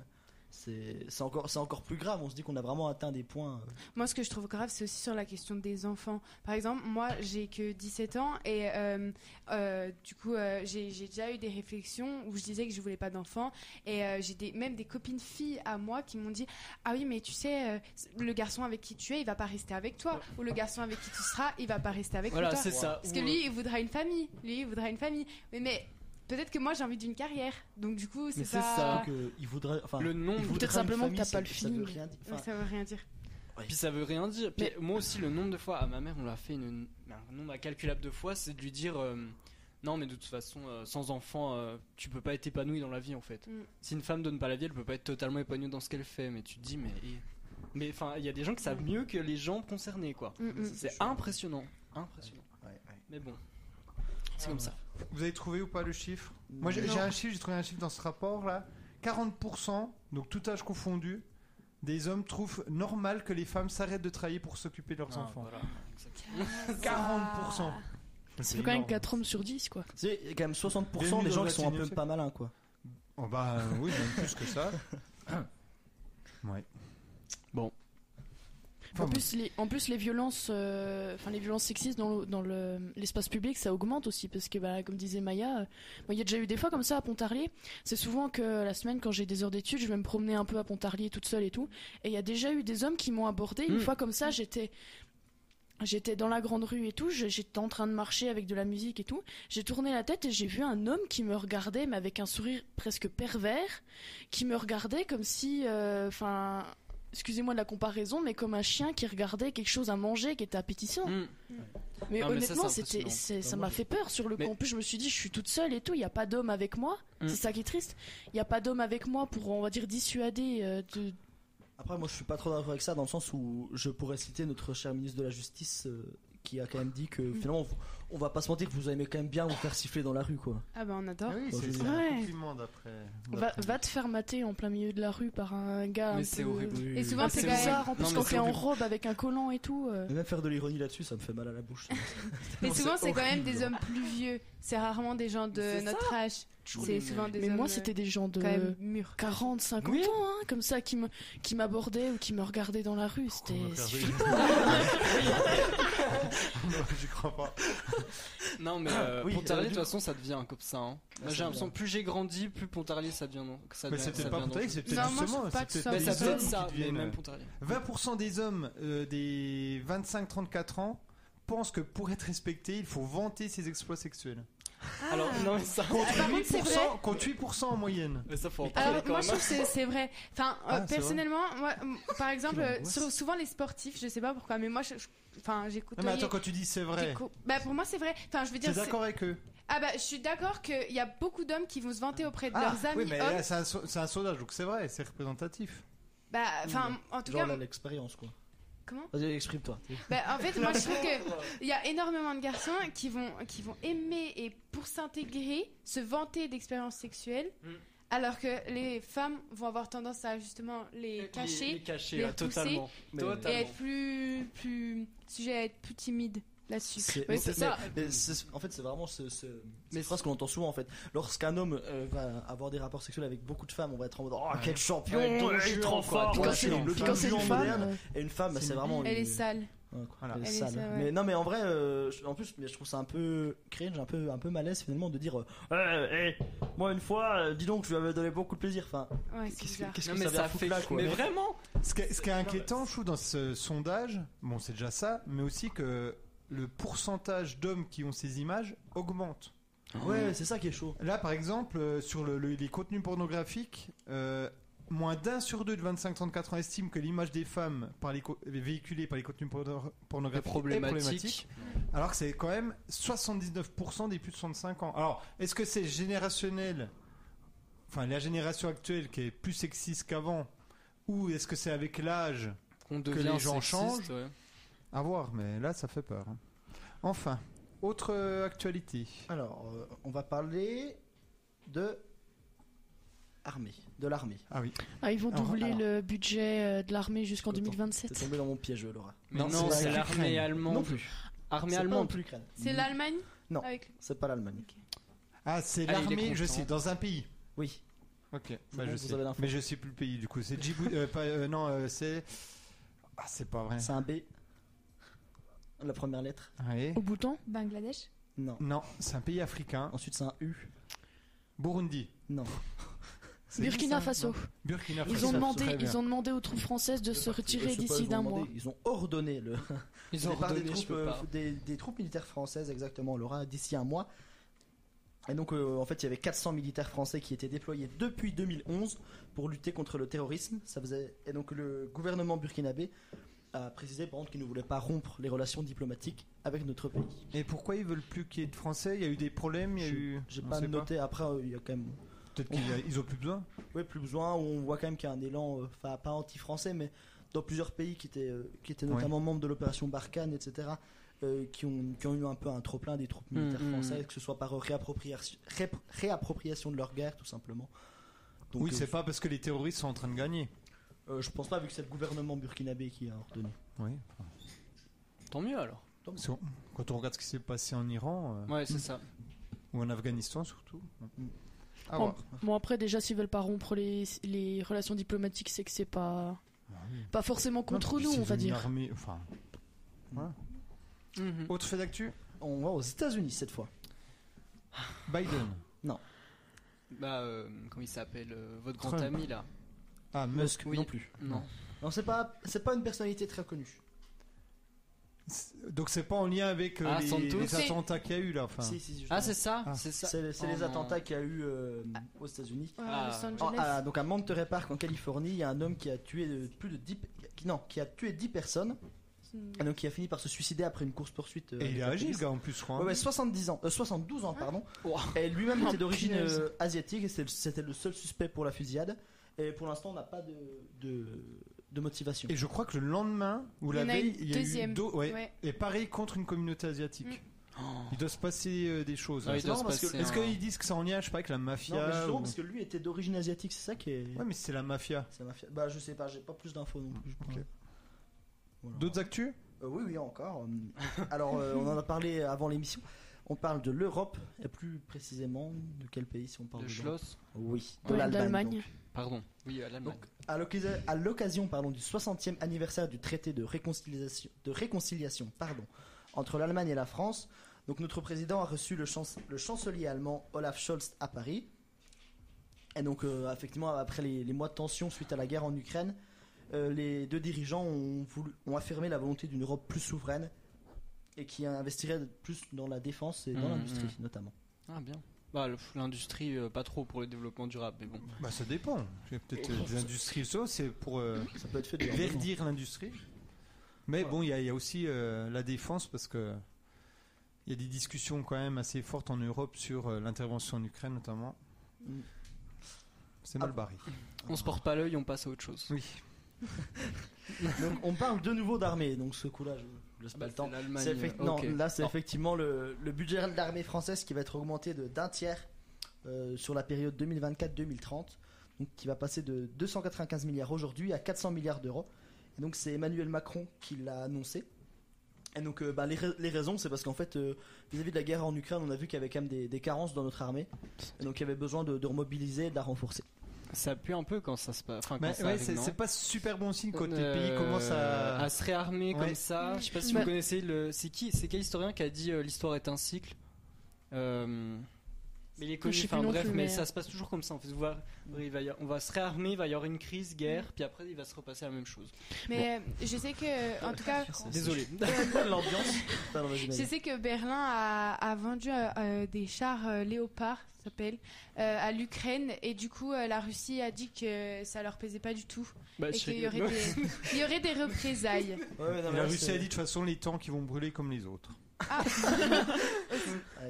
[SPEAKER 4] c'est c'est encore, c'est encore plus grave. On se dit qu'on a vraiment atteint des points. euh,
[SPEAKER 2] Moi, ce que je trouve grave, c'est aussi sur la question des enfants. Par exemple, moi, j'ai que 17 ans et euh, euh, du coup, euh, j'ai j'ai déjà eu des réflexions où je disais que je voulais pas d'enfants. Et euh, j'ai des, même des copines filles à moi qui m'ont dit Ah oui, mais tu sais, euh, le garçon avec qui tu es, il va pas rester avec toi. Ou le garçon avec qui tu seras, il va pas rester avec
[SPEAKER 5] Voilà,
[SPEAKER 2] toi.
[SPEAKER 5] c'est ça.
[SPEAKER 2] Parce que
[SPEAKER 5] Ou, euh,
[SPEAKER 2] lui, il voudra une famille. Lui, il voudra une famille. Mais, mais peut-être que moi, j'ai envie d'une carrière. Donc, du coup, c'est
[SPEAKER 5] Mais c'est
[SPEAKER 2] pas.
[SPEAKER 4] que il voudrait. Enfin,
[SPEAKER 5] euh, le
[SPEAKER 4] il
[SPEAKER 5] nombre.
[SPEAKER 4] voudrait
[SPEAKER 3] Ah. Peut-être
[SPEAKER 4] une
[SPEAKER 3] simplement que
[SPEAKER 4] famille,
[SPEAKER 3] t'as
[SPEAKER 4] ça-
[SPEAKER 3] pas le
[SPEAKER 4] ça veut
[SPEAKER 3] feeling.
[SPEAKER 4] rien dire.
[SPEAKER 2] Ouais,
[SPEAKER 4] Enfin,
[SPEAKER 2] Ça veut rien dire.
[SPEAKER 5] Puis ça veut rien dire. Puis
[SPEAKER 3] Mais-
[SPEAKER 5] moi aussi, le nombre de fois à ma mère, on l'a fait une, un nombre incalculable de fois, c'est de lui dire euh, non, mais de toute façon, euh, sans enfant, euh, tu peux pas être épanoui dans la vie en fait.
[SPEAKER 2] Mm.
[SPEAKER 5] Si une femme donne pas la vie, elle peut pas être totalement épanouie dans ce qu'elle fait. Mais tu te dis, mais eh. mais enfin, il y a des gens qui
[SPEAKER 3] Mm.
[SPEAKER 5] savent mieux que les gens concernés quoi.
[SPEAKER 2] Mm, mm.
[SPEAKER 5] C'est impressionnant, impressionnant.
[SPEAKER 4] ouais, ouais.
[SPEAKER 5] Mais bon,
[SPEAKER 3] Ah
[SPEAKER 5] c'est comme ça.
[SPEAKER 1] Vous avez trouvé ou pas le chiffre Moi j'ai
[SPEAKER 4] Non.
[SPEAKER 1] j'ai un chiffre, j'ai trouvé un chiffre dans ce rapport là. 40%, donc tout âge confondu, des hommes trouvent normal que les femmes s'arrêtent de travailler pour s'occuper de leurs
[SPEAKER 5] Ah,
[SPEAKER 1] enfants.
[SPEAKER 5] voilà.
[SPEAKER 1] 40%.
[SPEAKER 3] Ça fait quand même 4 hommes sur 10, quoi.
[SPEAKER 4] C'est quand même 60%
[SPEAKER 1] Bienvenue
[SPEAKER 4] des
[SPEAKER 1] dans
[SPEAKER 4] gens
[SPEAKER 1] le
[SPEAKER 4] qui sont un peu
[SPEAKER 1] Latino.
[SPEAKER 4] pas malins quoi.
[SPEAKER 1] Oh bah euh, oui, même plus que
[SPEAKER 2] [coughs]
[SPEAKER 1] ça. Ouais.
[SPEAKER 5] Bon.
[SPEAKER 1] Enfin,
[SPEAKER 3] en,
[SPEAKER 1] bon.
[SPEAKER 3] plus, les, en plus, les violences, euh, enfin les violences sexistes dans le- dans le- l'espace public, ça augmente aussi parce que, bah, comme disait Maya, euh, moi, il y a déjà eu des fois comme ça à Pontarlier. C'est souvent que la semaine, quand j'ai des heures d'études, je vais me promener un peu à Pontarlier toute seule et tout. Et il y a déjà eu des hommes qui m'ont abordé. Une
[SPEAKER 5] Mm.
[SPEAKER 3] fois comme ça, j'étais, j'étais dans la grande rue et tout. je- J'étais en train de marcher avec de la musique et tout. J'ai tourné la tête et j'ai vu un homme qui me regardait, mais avec un sourire presque pervers, qui me regardait comme si, euh, enfin excusez-moi de la comparaison, mais comme un chien qui regardait quelque chose à manger qui était appétissant.
[SPEAKER 5] Mm.
[SPEAKER 3] Mais
[SPEAKER 5] Ah, mais ça,
[SPEAKER 3] honnêtement,
[SPEAKER 5] c'est
[SPEAKER 3] c'était,
[SPEAKER 5] impressionnant.
[SPEAKER 3] c'est- ça
[SPEAKER 4] Bah, moi,
[SPEAKER 3] m'a
[SPEAKER 4] je-
[SPEAKER 3] fait peur sur le
[SPEAKER 5] Mais-
[SPEAKER 3] coup. En plus, je me suis dit, je suis toute seule et tout, il n'y a pas d'homme avec moi.
[SPEAKER 5] Mm.
[SPEAKER 3] C'est ça qui est triste. Il n'y a pas d'homme avec moi pour, on va dire, dissuader euh, de.
[SPEAKER 4] Après moi je suis pas trop d'accord avec ça dans le sens où je pourrais citer notre cher ministre de la Justice euh, qui a quand même dit
[SPEAKER 2] Mm.
[SPEAKER 4] que finalement vous- on va pas se mentir que vous aimez quand même bien vous faire siffler dans la rue quoi.
[SPEAKER 2] Ah bah, on adore.
[SPEAKER 1] Ah oui,
[SPEAKER 4] Bon,
[SPEAKER 1] c'est
[SPEAKER 4] je-
[SPEAKER 1] c'est un
[SPEAKER 3] Ouais.
[SPEAKER 1] compliment d'après.
[SPEAKER 3] Va,
[SPEAKER 1] d'après-
[SPEAKER 3] va te faire mater en plein milieu de la rue par un gars. un
[SPEAKER 5] Bah, Mais c'est
[SPEAKER 3] peu-
[SPEAKER 5] horrible.
[SPEAKER 2] Et souvent,
[SPEAKER 3] Ah,
[SPEAKER 2] c'est
[SPEAKER 3] euh, c'est
[SPEAKER 2] quand même-
[SPEAKER 3] bizarre, en
[SPEAKER 5] Non,
[SPEAKER 3] plus,
[SPEAKER 5] mais
[SPEAKER 3] quand
[SPEAKER 5] c'est
[SPEAKER 3] t'es en
[SPEAKER 5] horrible.
[SPEAKER 3] robe avec un collant et tout. euh.
[SPEAKER 4] Et même faire de l'ironie là-dessus ça me fait mal à la
[SPEAKER 2] [laughs]
[SPEAKER 4] bouche.
[SPEAKER 2] Mais
[SPEAKER 4] Non,
[SPEAKER 2] souvent, c'est quand même
[SPEAKER 4] horrible.
[SPEAKER 2] des hommes plus vieux. C'est rarement des gens de
[SPEAKER 5] C'est
[SPEAKER 2] notre âge. C'est souvent des
[SPEAKER 3] Mais
[SPEAKER 2] hommes
[SPEAKER 3] moi,
[SPEAKER 2] euh,
[SPEAKER 3] c'était des gens de
[SPEAKER 2] quand même mûrs.
[SPEAKER 3] 40, 50 ans, hein, comme ça, qui me- qui m'abordaient ou qui me regardaient dans la rue. C'était.
[SPEAKER 1] Pourquoi on a
[SPEAKER 2] [laughs]
[SPEAKER 1] perdu [laughs] Non, je crois pas.
[SPEAKER 5] Non, mais euh,
[SPEAKER 4] Oui,
[SPEAKER 5] Pontarlier,
[SPEAKER 4] euh,
[SPEAKER 5] de
[SPEAKER 4] du
[SPEAKER 5] toute façon, ça devient comme ça. hein. Moi,
[SPEAKER 4] ça
[SPEAKER 5] j'ai l'impression
[SPEAKER 4] devient.
[SPEAKER 5] plus j'ai grandi, plus Pontarlier, ça devient non. Ça
[SPEAKER 1] Mais
[SPEAKER 5] devient-
[SPEAKER 1] c'était
[SPEAKER 5] ça
[SPEAKER 1] pas
[SPEAKER 5] devient
[SPEAKER 1] Pontarlier,
[SPEAKER 5] dangereux.
[SPEAKER 1] c'est
[SPEAKER 2] Non,
[SPEAKER 1] peut-être
[SPEAKER 2] moi, je
[SPEAKER 1] justement.
[SPEAKER 2] trouve pas que
[SPEAKER 1] c'est
[SPEAKER 2] ça-
[SPEAKER 5] Mais
[SPEAKER 1] peut-être
[SPEAKER 5] ça
[SPEAKER 1] les
[SPEAKER 5] peut
[SPEAKER 1] hommes
[SPEAKER 5] être
[SPEAKER 1] qui
[SPEAKER 5] ça, mais
[SPEAKER 1] deviennent,
[SPEAKER 5] même
[SPEAKER 1] euh,
[SPEAKER 5] Pontarlier.
[SPEAKER 1] 20% des hommes euh, des 25-34 ans pensent que pour être respecté, il faut vanter ses exploits sexuels.
[SPEAKER 5] Alors, non, mais ça.
[SPEAKER 1] Contre
[SPEAKER 2] Ah, par contre, c'est
[SPEAKER 1] 8%, contre 8% en moyenne.
[SPEAKER 5] Mais ça, faut en parler
[SPEAKER 2] Alors,
[SPEAKER 5] quand
[SPEAKER 2] moi, je
[SPEAKER 5] même.
[SPEAKER 2] trouve que c'est- c'est vrai. Enfin, euh,
[SPEAKER 1] Ah, c'est
[SPEAKER 2] personnellement, moi, m- par exemple,
[SPEAKER 4] Quelle
[SPEAKER 2] euh,
[SPEAKER 4] angoisse.
[SPEAKER 2] sur- souvent les sportifs, je sais pas pourquoi, mais moi, je- je- enfin, j'ai
[SPEAKER 1] Non,
[SPEAKER 2] côtoyé.
[SPEAKER 1] Ah, mais attends, quand tu dis c'est
[SPEAKER 2] des
[SPEAKER 1] vrai,
[SPEAKER 2] co- Bah, pour moi, c'est vrai. Enfin, je veux
[SPEAKER 1] t'es
[SPEAKER 2] dire. c'est-
[SPEAKER 1] d'accord avec eux
[SPEAKER 2] Ah bah, je suis d'accord qu'il y a beaucoup d'hommes qui vont se vanter auprès de leurs amis
[SPEAKER 1] Ah, oui, mais
[SPEAKER 2] hommes.
[SPEAKER 1] là, c'est un, so- c'est un sondage, donc c'est vrai, c'est représentatif.
[SPEAKER 2] Bah, enfin, en tout
[SPEAKER 4] Genre
[SPEAKER 2] cas,
[SPEAKER 4] là, l'expérience quoi.
[SPEAKER 2] comment
[SPEAKER 4] Vas-y exprime-toi.
[SPEAKER 2] Bah, en fait, moi, je trouve qu'il y a énormément de garçons qui vont, qui vont aimer et pour s'intégrer, se vanter d'expériences sexuelles.
[SPEAKER 5] Mm.
[SPEAKER 2] alors que les femmes vont avoir tendance à justement les cacher,
[SPEAKER 5] Les cacher,
[SPEAKER 2] les
[SPEAKER 5] ouais,
[SPEAKER 2] repousser,
[SPEAKER 5] totalement.
[SPEAKER 4] Mais-
[SPEAKER 2] et
[SPEAKER 5] totalement.
[SPEAKER 2] être plus, plus sujet à être plus timide là-dessus.
[SPEAKER 4] C'est-
[SPEAKER 5] Oui,
[SPEAKER 4] en
[SPEAKER 5] c'est
[SPEAKER 4] fait,
[SPEAKER 5] ça.
[SPEAKER 4] mais- mais c'est- en fait, c'est vraiment ce, ce,
[SPEAKER 5] Mais
[SPEAKER 4] cette phrase qu'on entend souvent en fait. Lorsqu'un homme euh, va avoir des rapports sexuels avec beaucoup de femmes, on va être en mode oh quel champion,
[SPEAKER 5] Ouais, don
[SPEAKER 4] euh, il est
[SPEAKER 5] Juan,
[SPEAKER 4] trop
[SPEAKER 5] quoi.
[SPEAKER 4] fort.
[SPEAKER 5] Puis
[SPEAKER 4] Voilà,
[SPEAKER 5] quand
[SPEAKER 4] c'est
[SPEAKER 5] c'est une
[SPEAKER 4] le
[SPEAKER 5] femme,
[SPEAKER 4] don
[SPEAKER 3] Quand c'est une
[SPEAKER 4] Juan
[SPEAKER 3] femme,
[SPEAKER 4] moderne.
[SPEAKER 3] euh,
[SPEAKER 4] Et une femme, bah,
[SPEAKER 1] c'est
[SPEAKER 4] c'est
[SPEAKER 1] une
[SPEAKER 4] vraiment.
[SPEAKER 2] Elle
[SPEAKER 4] une-
[SPEAKER 2] est sale.
[SPEAKER 4] Ouais, quoi.
[SPEAKER 1] Voilà.
[SPEAKER 5] Euh,
[SPEAKER 4] Elle est
[SPEAKER 2] Elle est
[SPEAKER 4] sale.
[SPEAKER 2] sale, ouais.
[SPEAKER 4] Mais non, mais en vrai, euh, je- en plus, mais je trouve ça un peu cringe, un peu, un peu malaise finalement de dire, euh, Eh, eh, moi une fois, euh, dis donc, je lui avais donné beaucoup de plaisir. Enfin,
[SPEAKER 2] Ouais, c'est
[SPEAKER 4] qu'est-ce que,
[SPEAKER 2] bizarre.
[SPEAKER 4] qu'est-ce
[SPEAKER 5] Non,
[SPEAKER 4] que
[SPEAKER 5] mais
[SPEAKER 4] ça vient
[SPEAKER 5] ça
[SPEAKER 4] foutre
[SPEAKER 5] fait.
[SPEAKER 4] là, quoi
[SPEAKER 5] Mais vraiment
[SPEAKER 1] Ce qui est, ce qui est inquiétant, je trouve, dans ce sondage, bon, c'est déjà ça, mais aussi que le pourcentage d'hommes qui ont ces images augmente.
[SPEAKER 4] Ouais, c'est ça qui est chaud.
[SPEAKER 1] Là, par exemple, euh, sur le- le- les contenus pornographiques, euh, moins d'un sur deux de 25-34 ans estiment que l'image des femmes par les co- véhiculée par les contenus porno-
[SPEAKER 5] Les
[SPEAKER 1] pornographiques est problématique.
[SPEAKER 5] problématiques.
[SPEAKER 1] Alors que c'est quand même 79% des plus de 65 ans. Alors, est-ce que c'est générationnel Enfin, la génération actuelle qui est plus sexiste qu'avant Ou est-ce que c'est avec l'âge
[SPEAKER 5] Qu'on
[SPEAKER 1] les
[SPEAKER 5] devient
[SPEAKER 1] gens
[SPEAKER 5] sexiste,
[SPEAKER 1] changent.
[SPEAKER 5] ouais.
[SPEAKER 1] À voir, mais là, ça fait peur. hein. Enfin, autre euh, actualité.
[SPEAKER 4] Alors, euh, on va parler de armée, de l'armée.
[SPEAKER 1] Ah oui.
[SPEAKER 3] Ah, ils vont
[SPEAKER 1] Alors,
[SPEAKER 3] doubler
[SPEAKER 4] alors.
[SPEAKER 3] le budget euh, de l'armée jusqu'en
[SPEAKER 4] Autant. T'es
[SPEAKER 3] 2027.
[SPEAKER 4] tombé dans mon piège, Laura.
[SPEAKER 5] Mais
[SPEAKER 1] Non,
[SPEAKER 5] non,
[SPEAKER 1] c'est
[SPEAKER 5] c'est
[SPEAKER 1] la Ukraine.
[SPEAKER 5] l'armée
[SPEAKER 4] Non
[SPEAKER 5] allemande.
[SPEAKER 4] plus.
[SPEAKER 5] Armée
[SPEAKER 4] C'est pas non
[SPEAKER 5] allemande.
[SPEAKER 4] plus l'Ukraine.
[SPEAKER 2] C'est l'Allemagne
[SPEAKER 4] Non.
[SPEAKER 2] Avec...
[SPEAKER 4] C'est pas l'Allemagne.
[SPEAKER 1] Ah, c'est
[SPEAKER 5] Ah, il est
[SPEAKER 1] l'armée, je
[SPEAKER 5] content.
[SPEAKER 1] sais, dans un pays.
[SPEAKER 4] Oui.
[SPEAKER 1] Ok,
[SPEAKER 4] C'est
[SPEAKER 1] bah,
[SPEAKER 4] bon,
[SPEAKER 1] je
[SPEAKER 4] vous
[SPEAKER 1] sais.
[SPEAKER 4] avez l'info.
[SPEAKER 1] Mais je sais plus le pays du coup. C'est Djibouti. euh, pas- euh, non, euh, c'est. Ah, c'est pas vrai.
[SPEAKER 4] C'est un B. La première lettre.
[SPEAKER 1] Ouais.
[SPEAKER 3] Au bouton
[SPEAKER 6] Bangladesh
[SPEAKER 4] Non.
[SPEAKER 1] Non, c'est un pays africain.
[SPEAKER 4] Ensuite, c'est un E, U.
[SPEAKER 1] Burundi.
[SPEAKER 4] Non.
[SPEAKER 1] C'est
[SPEAKER 3] Burkina
[SPEAKER 1] ça,
[SPEAKER 3] Faso.
[SPEAKER 1] non Burkina Faso.
[SPEAKER 3] Ils ont,
[SPEAKER 1] très
[SPEAKER 3] demandé,
[SPEAKER 1] bien.
[SPEAKER 3] ils ont demandé aux troupes françaises de se
[SPEAKER 4] Je
[SPEAKER 3] retirer
[SPEAKER 4] sais pas, ils
[SPEAKER 3] d'ici
[SPEAKER 4] ont
[SPEAKER 3] d'un
[SPEAKER 4] demandé-
[SPEAKER 3] mois.
[SPEAKER 4] Ils ont ordonné le
[SPEAKER 5] Ils ont
[SPEAKER 4] départ des
[SPEAKER 5] ordonné, je
[SPEAKER 4] troupes,
[SPEAKER 5] peux
[SPEAKER 4] euh,
[SPEAKER 5] pas.
[SPEAKER 4] des, des troupes militaires françaises, exactement, Laura, d'ici un mois. Et donc, euh, en fait, il y avait 400 militaires français qui étaient déployés depuis 2011 pour lutter contre le terrorisme. Ça faisait... Et donc, le gouvernement burkinabé a précisé, par contre, qu'il ne voulait pas rompre les relations diplomatiques avec notre pays.
[SPEAKER 1] Et pourquoi ils veulent plus qu'il y ait de Français Il y a eu des problèmes, il y a
[SPEAKER 4] Je-
[SPEAKER 1] eu.
[SPEAKER 4] J'ai
[SPEAKER 1] on
[SPEAKER 4] pas
[SPEAKER 1] sait
[SPEAKER 4] noté, après, euh, il y a quand même
[SPEAKER 1] Peut-être qu'ils ils ont plus besoin.
[SPEAKER 4] ouais, plus besoin, où on voit quand même qu'il y a un élan, euh, enfin pas anti-français, mais dans plusieurs pays qui étaient, euh, qui étaient
[SPEAKER 1] Ouais.
[SPEAKER 4] notamment membres de l'opération Barkhane, etc., euh, qui, ont, qui ont eu un peu un trop-plein des troupes militaires
[SPEAKER 5] Mm, mm.
[SPEAKER 4] françaises, que ce soit par réappropriation, ré- réappropriation de leur guerre, tout simplement. Donc,
[SPEAKER 1] oui,
[SPEAKER 4] euh,
[SPEAKER 1] c'est pas parce que les terroristes sont en train de gagner.
[SPEAKER 4] euh, je pense pas, vu que c'est le gouvernement burkinabé qui a ordonné.
[SPEAKER 1] Oui.
[SPEAKER 5] Tant mieux alors.
[SPEAKER 1] Parce qu'on- Quand on regarde ce qui s'est passé en Iran euh,
[SPEAKER 5] Ouais, c'est ça.
[SPEAKER 1] ou en Afghanistan surtout.
[SPEAKER 4] Mm.
[SPEAKER 1] Ah
[SPEAKER 3] Bon.
[SPEAKER 1] ouais.
[SPEAKER 3] Bon, après, déjà, s'ils veulent pas rompre les, les relations diplomatiques, c'est que c'est pas.
[SPEAKER 1] Ah
[SPEAKER 3] Pas forcément contre
[SPEAKER 1] Non, puis
[SPEAKER 3] nous,
[SPEAKER 1] c'est
[SPEAKER 3] on va
[SPEAKER 1] une
[SPEAKER 3] dire.
[SPEAKER 1] armée, enfin.
[SPEAKER 5] Mhm.
[SPEAKER 1] Autre fait d'actu
[SPEAKER 4] On va aux États-Unis cette fois.
[SPEAKER 1] Biden.
[SPEAKER 5] Bah, euh, comment il s'appelle euh, Votre grand
[SPEAKER 1] Trump.
[SPEAKER 5] ami là
[SPEAKER 1] Ah, Musk.
[SPEAKER 5] Oui.
[SPEAKER 4] non plus.
[SPEAKER 5] Non.
[SPEAKER 4] Non, c'est pas, c'est pas une personnalité très connue.
[SPEAKER 1] C'est- Donc c'est pas en lien avec euh,
[SPEAKER 5] Ah,
[SPEAKER 1] les,
[SPEAKER 5] Santos.
[SPEAKER 1] les
[SPEAKER 5] C'est-
[SPEAKER 1] attentats qu'il y a eu là. Enfin.
[SPEAKER 4] Si, si, justement.
[SPEAKER 5] Ah, c'est ça
[SPEAKER 1] Ah.
[SPEAKER 5] C'est ça.
[SPEAKER 4] C'est- c'est
[SPEAKER 5] Oh
[SPEAKER 4] les
[SPEAKER 5] non.
[SPEAKER 4] attentats qu'il y a eu euh, aux États-Unis.
[SPEAKER 2] Ouais,
[SPEAKER 5] Ah,
[SPEAKER 2] Los
[SPEAKER 5] ouais.
[SPEAKER 4] En-
[SPEAKER 2] Angeles.
[SPEAKER 4] à- donc à Monterey Park en Californie, il y a un homme qui a tué euh, plus de 10 qui- non, qui a tué 10 personnes
[SPEAKER 2] C'est une-
[SPEAKER 4] et donc qui a fini par se suicider après une euh, course poursuite.
[SPEAKER 1] Et il est agi le gars hein. en plus, je crois.
[SPEAKER 4] Ouais, ouais, 70 ans, euh, 72 ans pardon.
[SPEAKER 5] Ouah.
[SPEAKER 4] Et lui-même était
[SPEAKER 3] Oh,
[SPEAKER 4] d'origine
[SPEAKER 3] punaise.
[SPEAKER 4] euh, asiatique et c'était le- c'était le seul suspect pour la fusillade. Et pour l'instant, on n'a pas de, de, de motivation.
[SPEAKER 1] Et je crois que le lendemain ou
[SPEAKER 2] Il y
[SPEAKER 1] la
[SPEAKER 2] en a eu
[SPEAKER 1] veille, il y a eu
[SPEAKER 2] deuxième.
[SPEAKER 1] d'au- ouais.
[SPEAKER 2] Ouais.
[SPEAKER 1] Et pareil contre une communauté asiatique.
[SPEAKER 5] Oh.
[SPEAKER 1] Il doit se passer euh, des choses.
[SPEAKER 5] Ah,
[SPEAKER 1] hein.
[SPEAKER 5] il
[SPEAKER 1] C'est
[SPEAKER 5] doit
[SPEAKER 1] marrant
[SPEAKER 5] se
[SPEAKER 1] parce que-
[SPEAKER 5] passer
[SPEAKER 1] Est-ce
[SPEAKER 5] un-
[SPEAKER 1] qu'ils disent que c'est en lien, je sais pas, avec la
[SPEAKER 4] Non, mais
[SPEAKER 1] mafia
[SPEAKER 4] justement,
[SPEAKER 1] ou-
[SPEAKER 4] parce que lui était d'origine asiatique, c'est ça qui est.
[SPEAKER 1] Ouais, mais c'est la mafia.
[SPEAKER 4] C'est la mafia. Bah, je sais pas, j'ai pas plus d'infos non plus. je pense.
[SPEAKER 1] Ok.
[SPEAKER 4] Voilà.
[SPEAKER 1] D'autres actus
[SPEAKER 4] Euh, oui, oui, encore. Hum, Alors, euh, on en a parlé avant l'émission. On parle de l'Europe, et plus précisément de quel pays si on parle
[SPEAKER 5] De
[SPEAKER 4] de
[SPEAKER 5] Schloss
[SPEAKER 4] Oui, de
[SPEAKER 3] De
[SPEAKER 4] l'Allemagne.
[SPEAKER 3] l'Allemagne.
[SPEAKER 4] donc.
[SPEAKER 5] Pardon. Oui, à l'Allemagne.
[SPEAKER 4] À l'occasion- À l'occasion pardon, du 60e anniversaire du traité de réconciliation, de réconciliation pardon, entre l'Allemagne et la France, donc notre président a reçu le, chance- le chancelier allemand Olaf Scholz à Paris. Et donc, euh, effectivement, après les, les mois de tension suite à la guerre en Ukraine, euh, les deux dirigeants ont, voulu- ont affirmé la volonté d'une Europe plus souveraine et qui investirait plus dans la défense et dans
[SPEAKER 5] Mhm,
[SPEAKER 4] l'industrie, notamment.
[SPEAKER 5] Ah, bien. Bah, le- l'industrie, euh, pas trop pour le développement durable, mais bon.
[SPEAKER 1] Bah ça dépend. Il y a peut-être euh, des industries, ça c'est pour [coughs] euh,
[SPEAKER 4] Ça peut être fait de
[SPEAKER 1] verdir l'industrie. Mais bon, il y, a- il y a aussi euh, la défense parce que il y a des discussions quand même assez fortes en Europe sur euh, l'intervention en Ukraine notamment.
[SPEAKER 4] Mm.
[SPEAKER 1] C'est
[SPEAKER 4] Ah.
[SPEAKER 1] mal barré.
[SPEAKER 5] On se porte pas l'œil, on passe à autre chose.
[SPEAKER 1] Oui.
[SPEAKER 4] Donc, on parle de nouveau d'armée, donc ce coup-là, je je laisse
[SPEAKER 5] Ah,
[SPEAKER 4] pas
[SPEAKER 5] bah,
[SPEAKER 4] le temps.
[SPEAKER 5] c'est l'Allemagne,
[SPEAKER 4] C'est effect-
[SPEAKER 5] euh,
[SPEAKER 4] non,
[SPEAKER 5] ok.
[SPEAKER 4] là c'est
[SPEAKER 5] Non.
[SPEAKER 4] effectivement le, le budget de l'armée française qui va être augmenté de d'un tiers euh, sur la période 2024-2030, donc qui va passer de 295 milliards aujourd'hui à 400 milliards d'euros. Et donc c'est Emmanuel Macron qui l'a annoncé. Et donc euh, bah, les, ra- les raisons, c'est parce qu'en fait, euh, vis-à-vis de la guerre en Ukraine, on a vu qu'il y avait quand même des, des carences dans notre armée. Et donc il y avait besoin de, de remobiliser et de la renforcer.
[SPEAKER 5] Ça pue un peu quand ça se passe. Enfin, quand
[SPEAKER 1] Mais
[SPEAKER 5] ça
[SPEAKER 1] ouais,
[SPEAKER 5] arrive,
[SPEAKER 1] c'est
[SPEAKER 5] non
[SPEAKER 1] c'est pas super bon signe quand
[SPEAKER 5] Euh, ah,
[SPEAKER 1] les pays commencent à.
[SPEAKER 5] à se réarmer
[SPEAKER 1] Ouais.
[SPEAKER 5] comme ça. Je sais pas si
[SPEAKER 3] Bah-
[SPEAKER 5] vous connaissez le. C'est qui C'est quel historien qui a dit euh, l'histoire est un cycle Euh, Mais il est connu.
[SPEAKER 3] Je sais plus
[SPEAKER 5] Enfin
[SPEAKER 3] non
[SPEAKER 5] bref,
[SPEAKER 3] plus,
[SPEAKER 5] mais
[SPEAKER 3] mais-
[SPEAKER 5] ça se passe toujours comme ça. En fait, Vous voir- il va y a- on va se réarmer, il va y avoir une crise, guerre, puis après il va se repasser la même chose.
[SPEAKER 2] Mais euh, je sais que, en tout cas,
[SPEAKER 3] Ah,
[SPEAKER 5] Désolé.
[SPEAKER 4] L'ambiance. Enfin, non, vas-y,
[SPEAKER 2] Je
[SPEAKER 4] vas-y.
[SPEAKER 2] sais que Berlin a, a vendu euh, euh, des chars euh, Léopard, ça s'appelle, euh, à l'Ukraine et du coup euh, la Russie a dit que ça leur pesait pas du tout
[SPEAKER 5] [laughs] Bah,
[SPEAKER 2] et
[SPEAKER 5] je [laughs]
[SPEAKER 2] qu'il y, aurait
[SPEAKER 5] rigole.
[SPEAKER 2] des- il y aurait des représailles.
[SPEAKER 4] Ouais, ouais, non, mais
[SPEAKER 1] la
[SPEAKER 4] là,
[SPEAKER 1] Russie
[SPEAKER 4] c'est-
[SPEAKER 1] a dit de toute façon les tanks ils vont brûler comme les autres.
[SPEAKER 4] Ah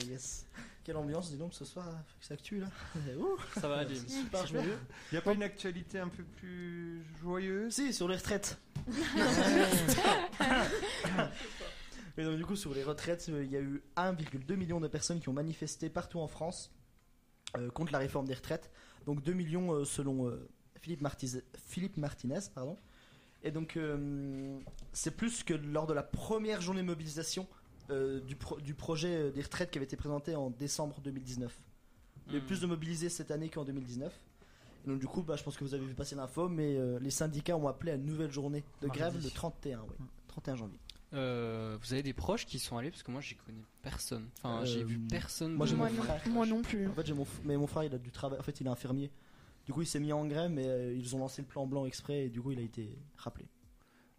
[SPEAKER 4] yes. Quelle ambiance, dis donc, ce soir, faut que ça actue là. [laughs] Ouh,
[SPEAKER 5] Ça va aller.
[SPEAKER 4] super, je me-
[SPEAKER 1] Y a pas une actualité un peu plus joyeuse
[SPEAKER 4] Si, sur les retraites. [laughs] Mais donc, du coup, sur les retraites, euh, il y a eu 1,2 million de personnes qui ont manifesté partout en France euh, contre la réforme des retraites. Donc 2 millions euh, selon euh, Philippe, Martiz- Philippe Martinez. Pardon. Et donc, euh, c'est plus que lors de la première journée de mobilisation euh, du, pro- du projet euh, des retraites qui avait été présenté en décembre 2019. Il y a eu
[SPEAKER 5] Hmm.
[SPEAKER 4] plus de mobilisés cette année qu'en 2019. Et donc du coup, bah, je pense que vous avez vu passer l'info, mais euh, les syndicats ont appelé à une nouvelle journée de
[SPEAKER 1] Mardi.
[SPEAKER 4] grève le 31, ouais.
[SPEAKER 1] Mm.
[SPEAKER 4] 31 janvier.
[SPEAKER 5] Euh, vous avez des proches qui sont allés parce que moi j'y connais personne. Enfin,
[SPEAKER 4] Euh,
[SPEAKER 5] j'ai vu personne.
[SPEAKER 4] Moi,
[SPEAKER 5] de-
[SPEAKER 4] j'ai mon
[SPEAKER 3] Moi non,
[SPEAKER 4] frère.
[SPEAKER 3] moi non plus.
[SPEAKER 4] En fait, j'ai mon, f- mais mon frère, il a du travail. En fait, il est infirmier. Du coup, il s'est mis en grève, mais euh, ils ont lancé le plan blanc exprès, et du coup, il a été rappelé.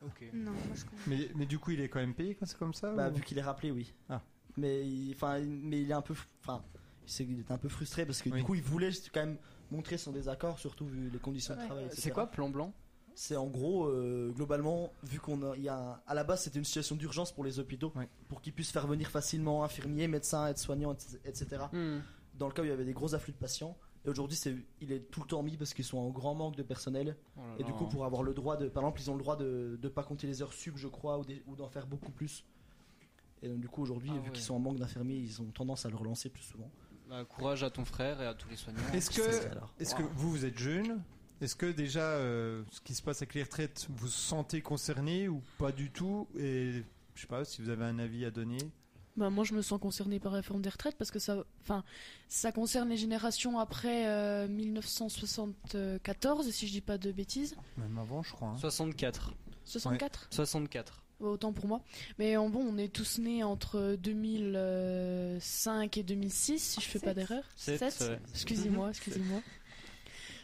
[SPEAKER 5] Ok.
[SPEAKER 2] non, moi je comprends.
[SPEAKER 1] mais, mais du coup il est quand même payé quand c'est comme ça
[SPEAKER 4] Bah,
[SPEAKER 1] ou-
[SPEAKER 4] vu qu'il est rappelé, oui.
[SPEAKER 1] Ah.
[SPEAKER 4] Mais, il- enfin, il- mais il est un peu, fr- enfin, il s'est- il était un peu frustré parce que
[SPEAKER 1] Oui.
[SPEAKER 4] du coup, il voulait quand même montrer son désaccord, surtout vu les conditions de
[SPEAKER 2] Ouais.
[SPEAKER 4] travail.
[SPEAKER 5] C'est
[SPEAKER 4] etc.
[SPEAKER 5] quoi plan blanc
[SPEAKER 4] C'est en gros, euh, globalement, vu qu'on a, il y a un- à la base c'était une situation d'urgence pour les hôpitaux,
[SPEAKER 1] Ouais.
[SPEAKER 4] pour qu'ils puissent faire venir facilement infirmiers, médecins, aides-soignants, et- etc.
[SPEAKER 5] Hmm.
[SPEAKER 4] Dans le cas où il y avait des gros afflux de patients. Et aujourd'hui, c'est, il est tout le temps mis parce qu'ils sont en grand manque de personnel.
[SPEAKER 5] Oh là
[SPEAKER 4] Et du
[SPEAKER 5] là.
[SPEAKER 4] coup, pour avoir le droit de, par exemple, ils ont le droit de ne pas compter les heures sub, je crois, ou, des- ou d'en faire beaucoup plus. Et donc, du coup, aujourd'hui,
[SPEAKER 5] Ah
[SPEAKER 4] vu
[SPEAKER 5] ouais.
[SPEAKER 4] qu'ils sont en manque d'infirmiers, ils ont tendance à le relancer plus souvent.
[SPEAKER 5] Bah, courage à ton frère et à tous les soignants.
[SPEAKER 1] Est-ce
[SPEAKER 4] Ça,
[SPEAKER 1] que
[SPEAKER 4] c'est alors.
[SPEAKER 1] Est-ce que vous, vous êtes jeune Est-ce que déjà euh, ce qui se passe avec les retraites, vous vous sentez concerné ou pas du tout Et je sais pas si vous avez un avis à donner.
[SPEAKER 3] Bah, moi, je me sens concernée par la réforme des retraites parce que ça, enfin, ça concerne les générations après euh, 1974, si je dis pas de bêtises.
[SPEAKER 1] Même avant, je crois. hein.
[SPEAKER 5] 64.
[SPEAKER 3] 64
[SPEAKER 5] 64.
[SPEAKER 3] Ouais, Autant pour moi. Mais en bon, on est tous nés entre 2005 et 2006, si je fais pas
[SPEAKER 2] Sept.
[SPEAKER 3] d'erreur.
[SPEAKER 5] Sept,
[SPEAKER 3] Sept.
[SPEAKER 5] ouais.
[SPEAKER 3] Excusez-moi, excusez-moi.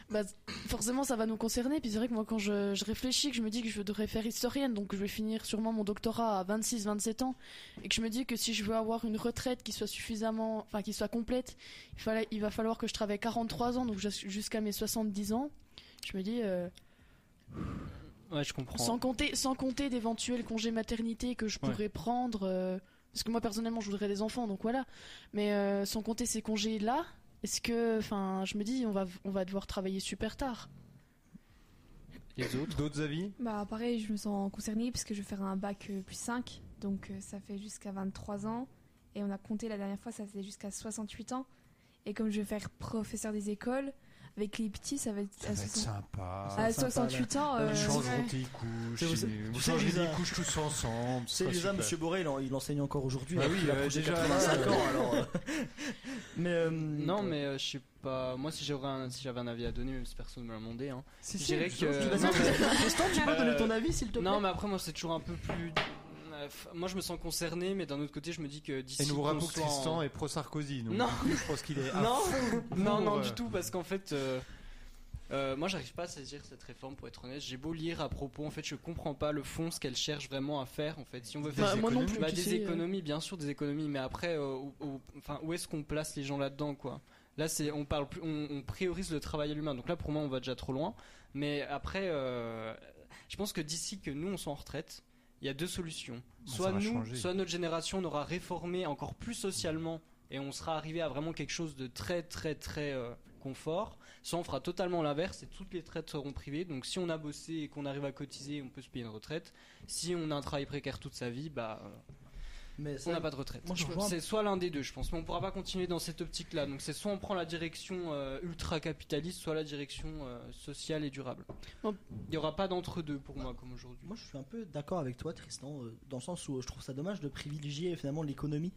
[SPEAKER 3] Bah, forcément, ça va nous concerner. Puis c'est vrai que moi, quand je, je réfléchis, que je me dis que je devrais faire historienne, donc je vais finir sûrement mon doctorat à 26-27 ans, et que je me dis que si je veux avoir une retraite qui soit suffisamment, enfin qui soit complète, il, fallait, il va falloir que je travaille 43 ans, donc jus- jusqu'à mes 70 ans. Je me dis, euh,
[SPEAKER 5] Ouais, je comprends.
[SPEAKER 3] sans compter, sans compter d'éventuels congés maternité que je
[SPEAKER 5] Ouais.
[SPEAKER 3] pourrais prendre, euh, parce que moi personnellement je voudrais des enfants, donc voilà. Mais euh, sans compter ces congés là, est-ce que, enfin, je me dis, on va, on va devoir travailler
[SPEAKER 1] [laughs]
[SPEAKER 3] super tard.
[SPEAKER 5] Les autres
[SPEAKER 1] D'autres avis
[SPEAKER 6] Bah pareil, je me sens concernée parce que je vais faire un bac euh, plus 5, donc euh, ça fait jusqu'à 23 ans. Et on a compté la dernière fois, ça faisait jusqu'à 68 ans. Et comme je vais faire professeur des écoles, avec les petits, ça va être à, soixante-
[SPEAKER 1] sympa.
[SPEAKER 6] à
[SPEAKER 4] sympa, là.
[SPEAKER 6] 68 ans. euh,
[SPEAKER 1] Ils changeront
[SPEAKER 2] ouais.
[SPEAKER 1] tes couches.
[SPEAKER 4] Tu sais, vous-
[SPEAKER 1] ils- Vous
[SPEAKER 4] tu sais,
[SPEAKER 1] changerez
[SPEAKER 4] Lisa-
[SPEAKER 1] les couches tous ensemble.
[SPEAKER 4] C'est
[SPEAKER 1] ce sera
[SPEAKER 4] Lisa,
[SPEAKER 1] super.
[SPEAKER 4] Monsieur Boré, il, en- il enseigne encore aujourd'hui.
[SPEAKER 1] Bah
[SPEAKER 4] alors
[SPEAKER 1] oui,
[SPEAKER 4] qu'il a
[SPEAKER 1] euh,
[SPEAKER 4] approché
[SPEAKER 1] déjà,
[SPEAKER 4] 85
[SPEAKER 1] là,
[SPEAKER 4] ans, alors. euh. [laughs] mais euh,
[SPEAKER 5] Non, mais euh, je sais pas. Moi, si j'aurais un... si j'avais un avis à donner, même si personne ne me l'a demandé. hein.
[SPEAKER 1] Si,
[SPEAKER 5] je
[SPEAKER 1] si,
[SPEAKER 5] dirais
[SPEAKER 1] justement,
[SPEAKER 5] que-
[SPEAKER 1] je te
[SPEAKER 5] euh,
[SPEAKER 1] dis-
[SPEAKER 5] non, mais-
[SPEAKER 4] Tristan, tu peux
[SPEAKER 5] Euh,
[SPEAKER 4] donner ton avis, s'il te plaît
[SPEAKER 5] Non, mais après, moi, c'est toujours un peu plus. Euh, f- Moi, je me sens concerné, mais d'un autre côté, je me dis que d'ici.
[SPEAKER 1] Et nous vous
[SPEAKER 5] qu'on
[SPEAKER 1] rappelons que
[SPEAKER 5] soit en-
[SPEAKER 1] Tristan est pro-Sarkozy. donc
[SPEAKER 5] Non.
[SPEAKER 1] du coup, Je pense qu'il est. à
[SPEAKER 5] Non,
[SPEAKER 1] fond
[SPEAKER 5] non,
[SPEAKER 1] pour,
[SPEAKER 5] [laughs] non,
[SPEAKER 1] euh,
[SPEAKER 5] du tout, parce qu'en fait. euh, euh, moi, j'arrive pas à saisir cette réforme, pour être honnête. J'ai beau lire à propos, en fait, je comprends pas le fond, ce qu'elle cherche vraiment à faire, en fait. Si on veut faire
[SPEAKER 1] Bah,
[SPEAKER 3] Enfin, moi non
[SPEAKER 1] économies.
[SPEAKER 3] plus.
[SPEAKER 5] Bah,
[SPEAKER 3] tu
[SPEAKER 5] des
[SPEAKER 3] sais, euh.
[SPEAKER 5] économies, bien sûr, des économies, mais après, euh, au- au- enfin, où est-ce qu'on place les gens là-dedans, quoi Là, c'est, on parle plus, on, on priorise le travail à l'humain. Donc là, pour moi, on va déjà trop loin. Mais après, euh, je pense que d'ici que nous, on soit en retraite, il y a deux solutions.
[SPEAKER 1] Bon,
[SPEAKER 5] Soit
[SPEAKER 1] ça va
[SPEAKER 5] nous,
[SPEAKER 1] changer.
[SPEAKER 5] soit notre génération, on aura réformé encore plus socialement et on sera arrivé à vraiment quelque chose de très, très, très euh, confort. Soit on fera totalement l'inverse et toutes les traites seront privées. Donc si on a bossé et qu'on arrive à cotiser, on peut se payer une retraite. Si on a un travail précaire toute sa vie, bah. euh,
[SPEAKER 4] Mais ça,
[SPEAKER 5] on n'a pas de retraite.
[SPEAKER 7] Moi, je rejoins-
[SPEAKER 5] c'est soit l'un des deux, je pense. Mais on pourra pas continuer dans cette optique-là. Donc c'est soit on prend la direction euh, ultra-capitaliste, soit la direction euh, sociale et durable.
[SPEAKER 3] Bon.
[SPEAKER 5] Il n'y aura pas d'entre-deux pour moi, comme aujourd'hui.
[SPEAKER 4] Moi, je suis un peu d'accord avec toi, Tristan, euh, dans le sens où euh, je trouve ça dommage de privilégier finalement l'économie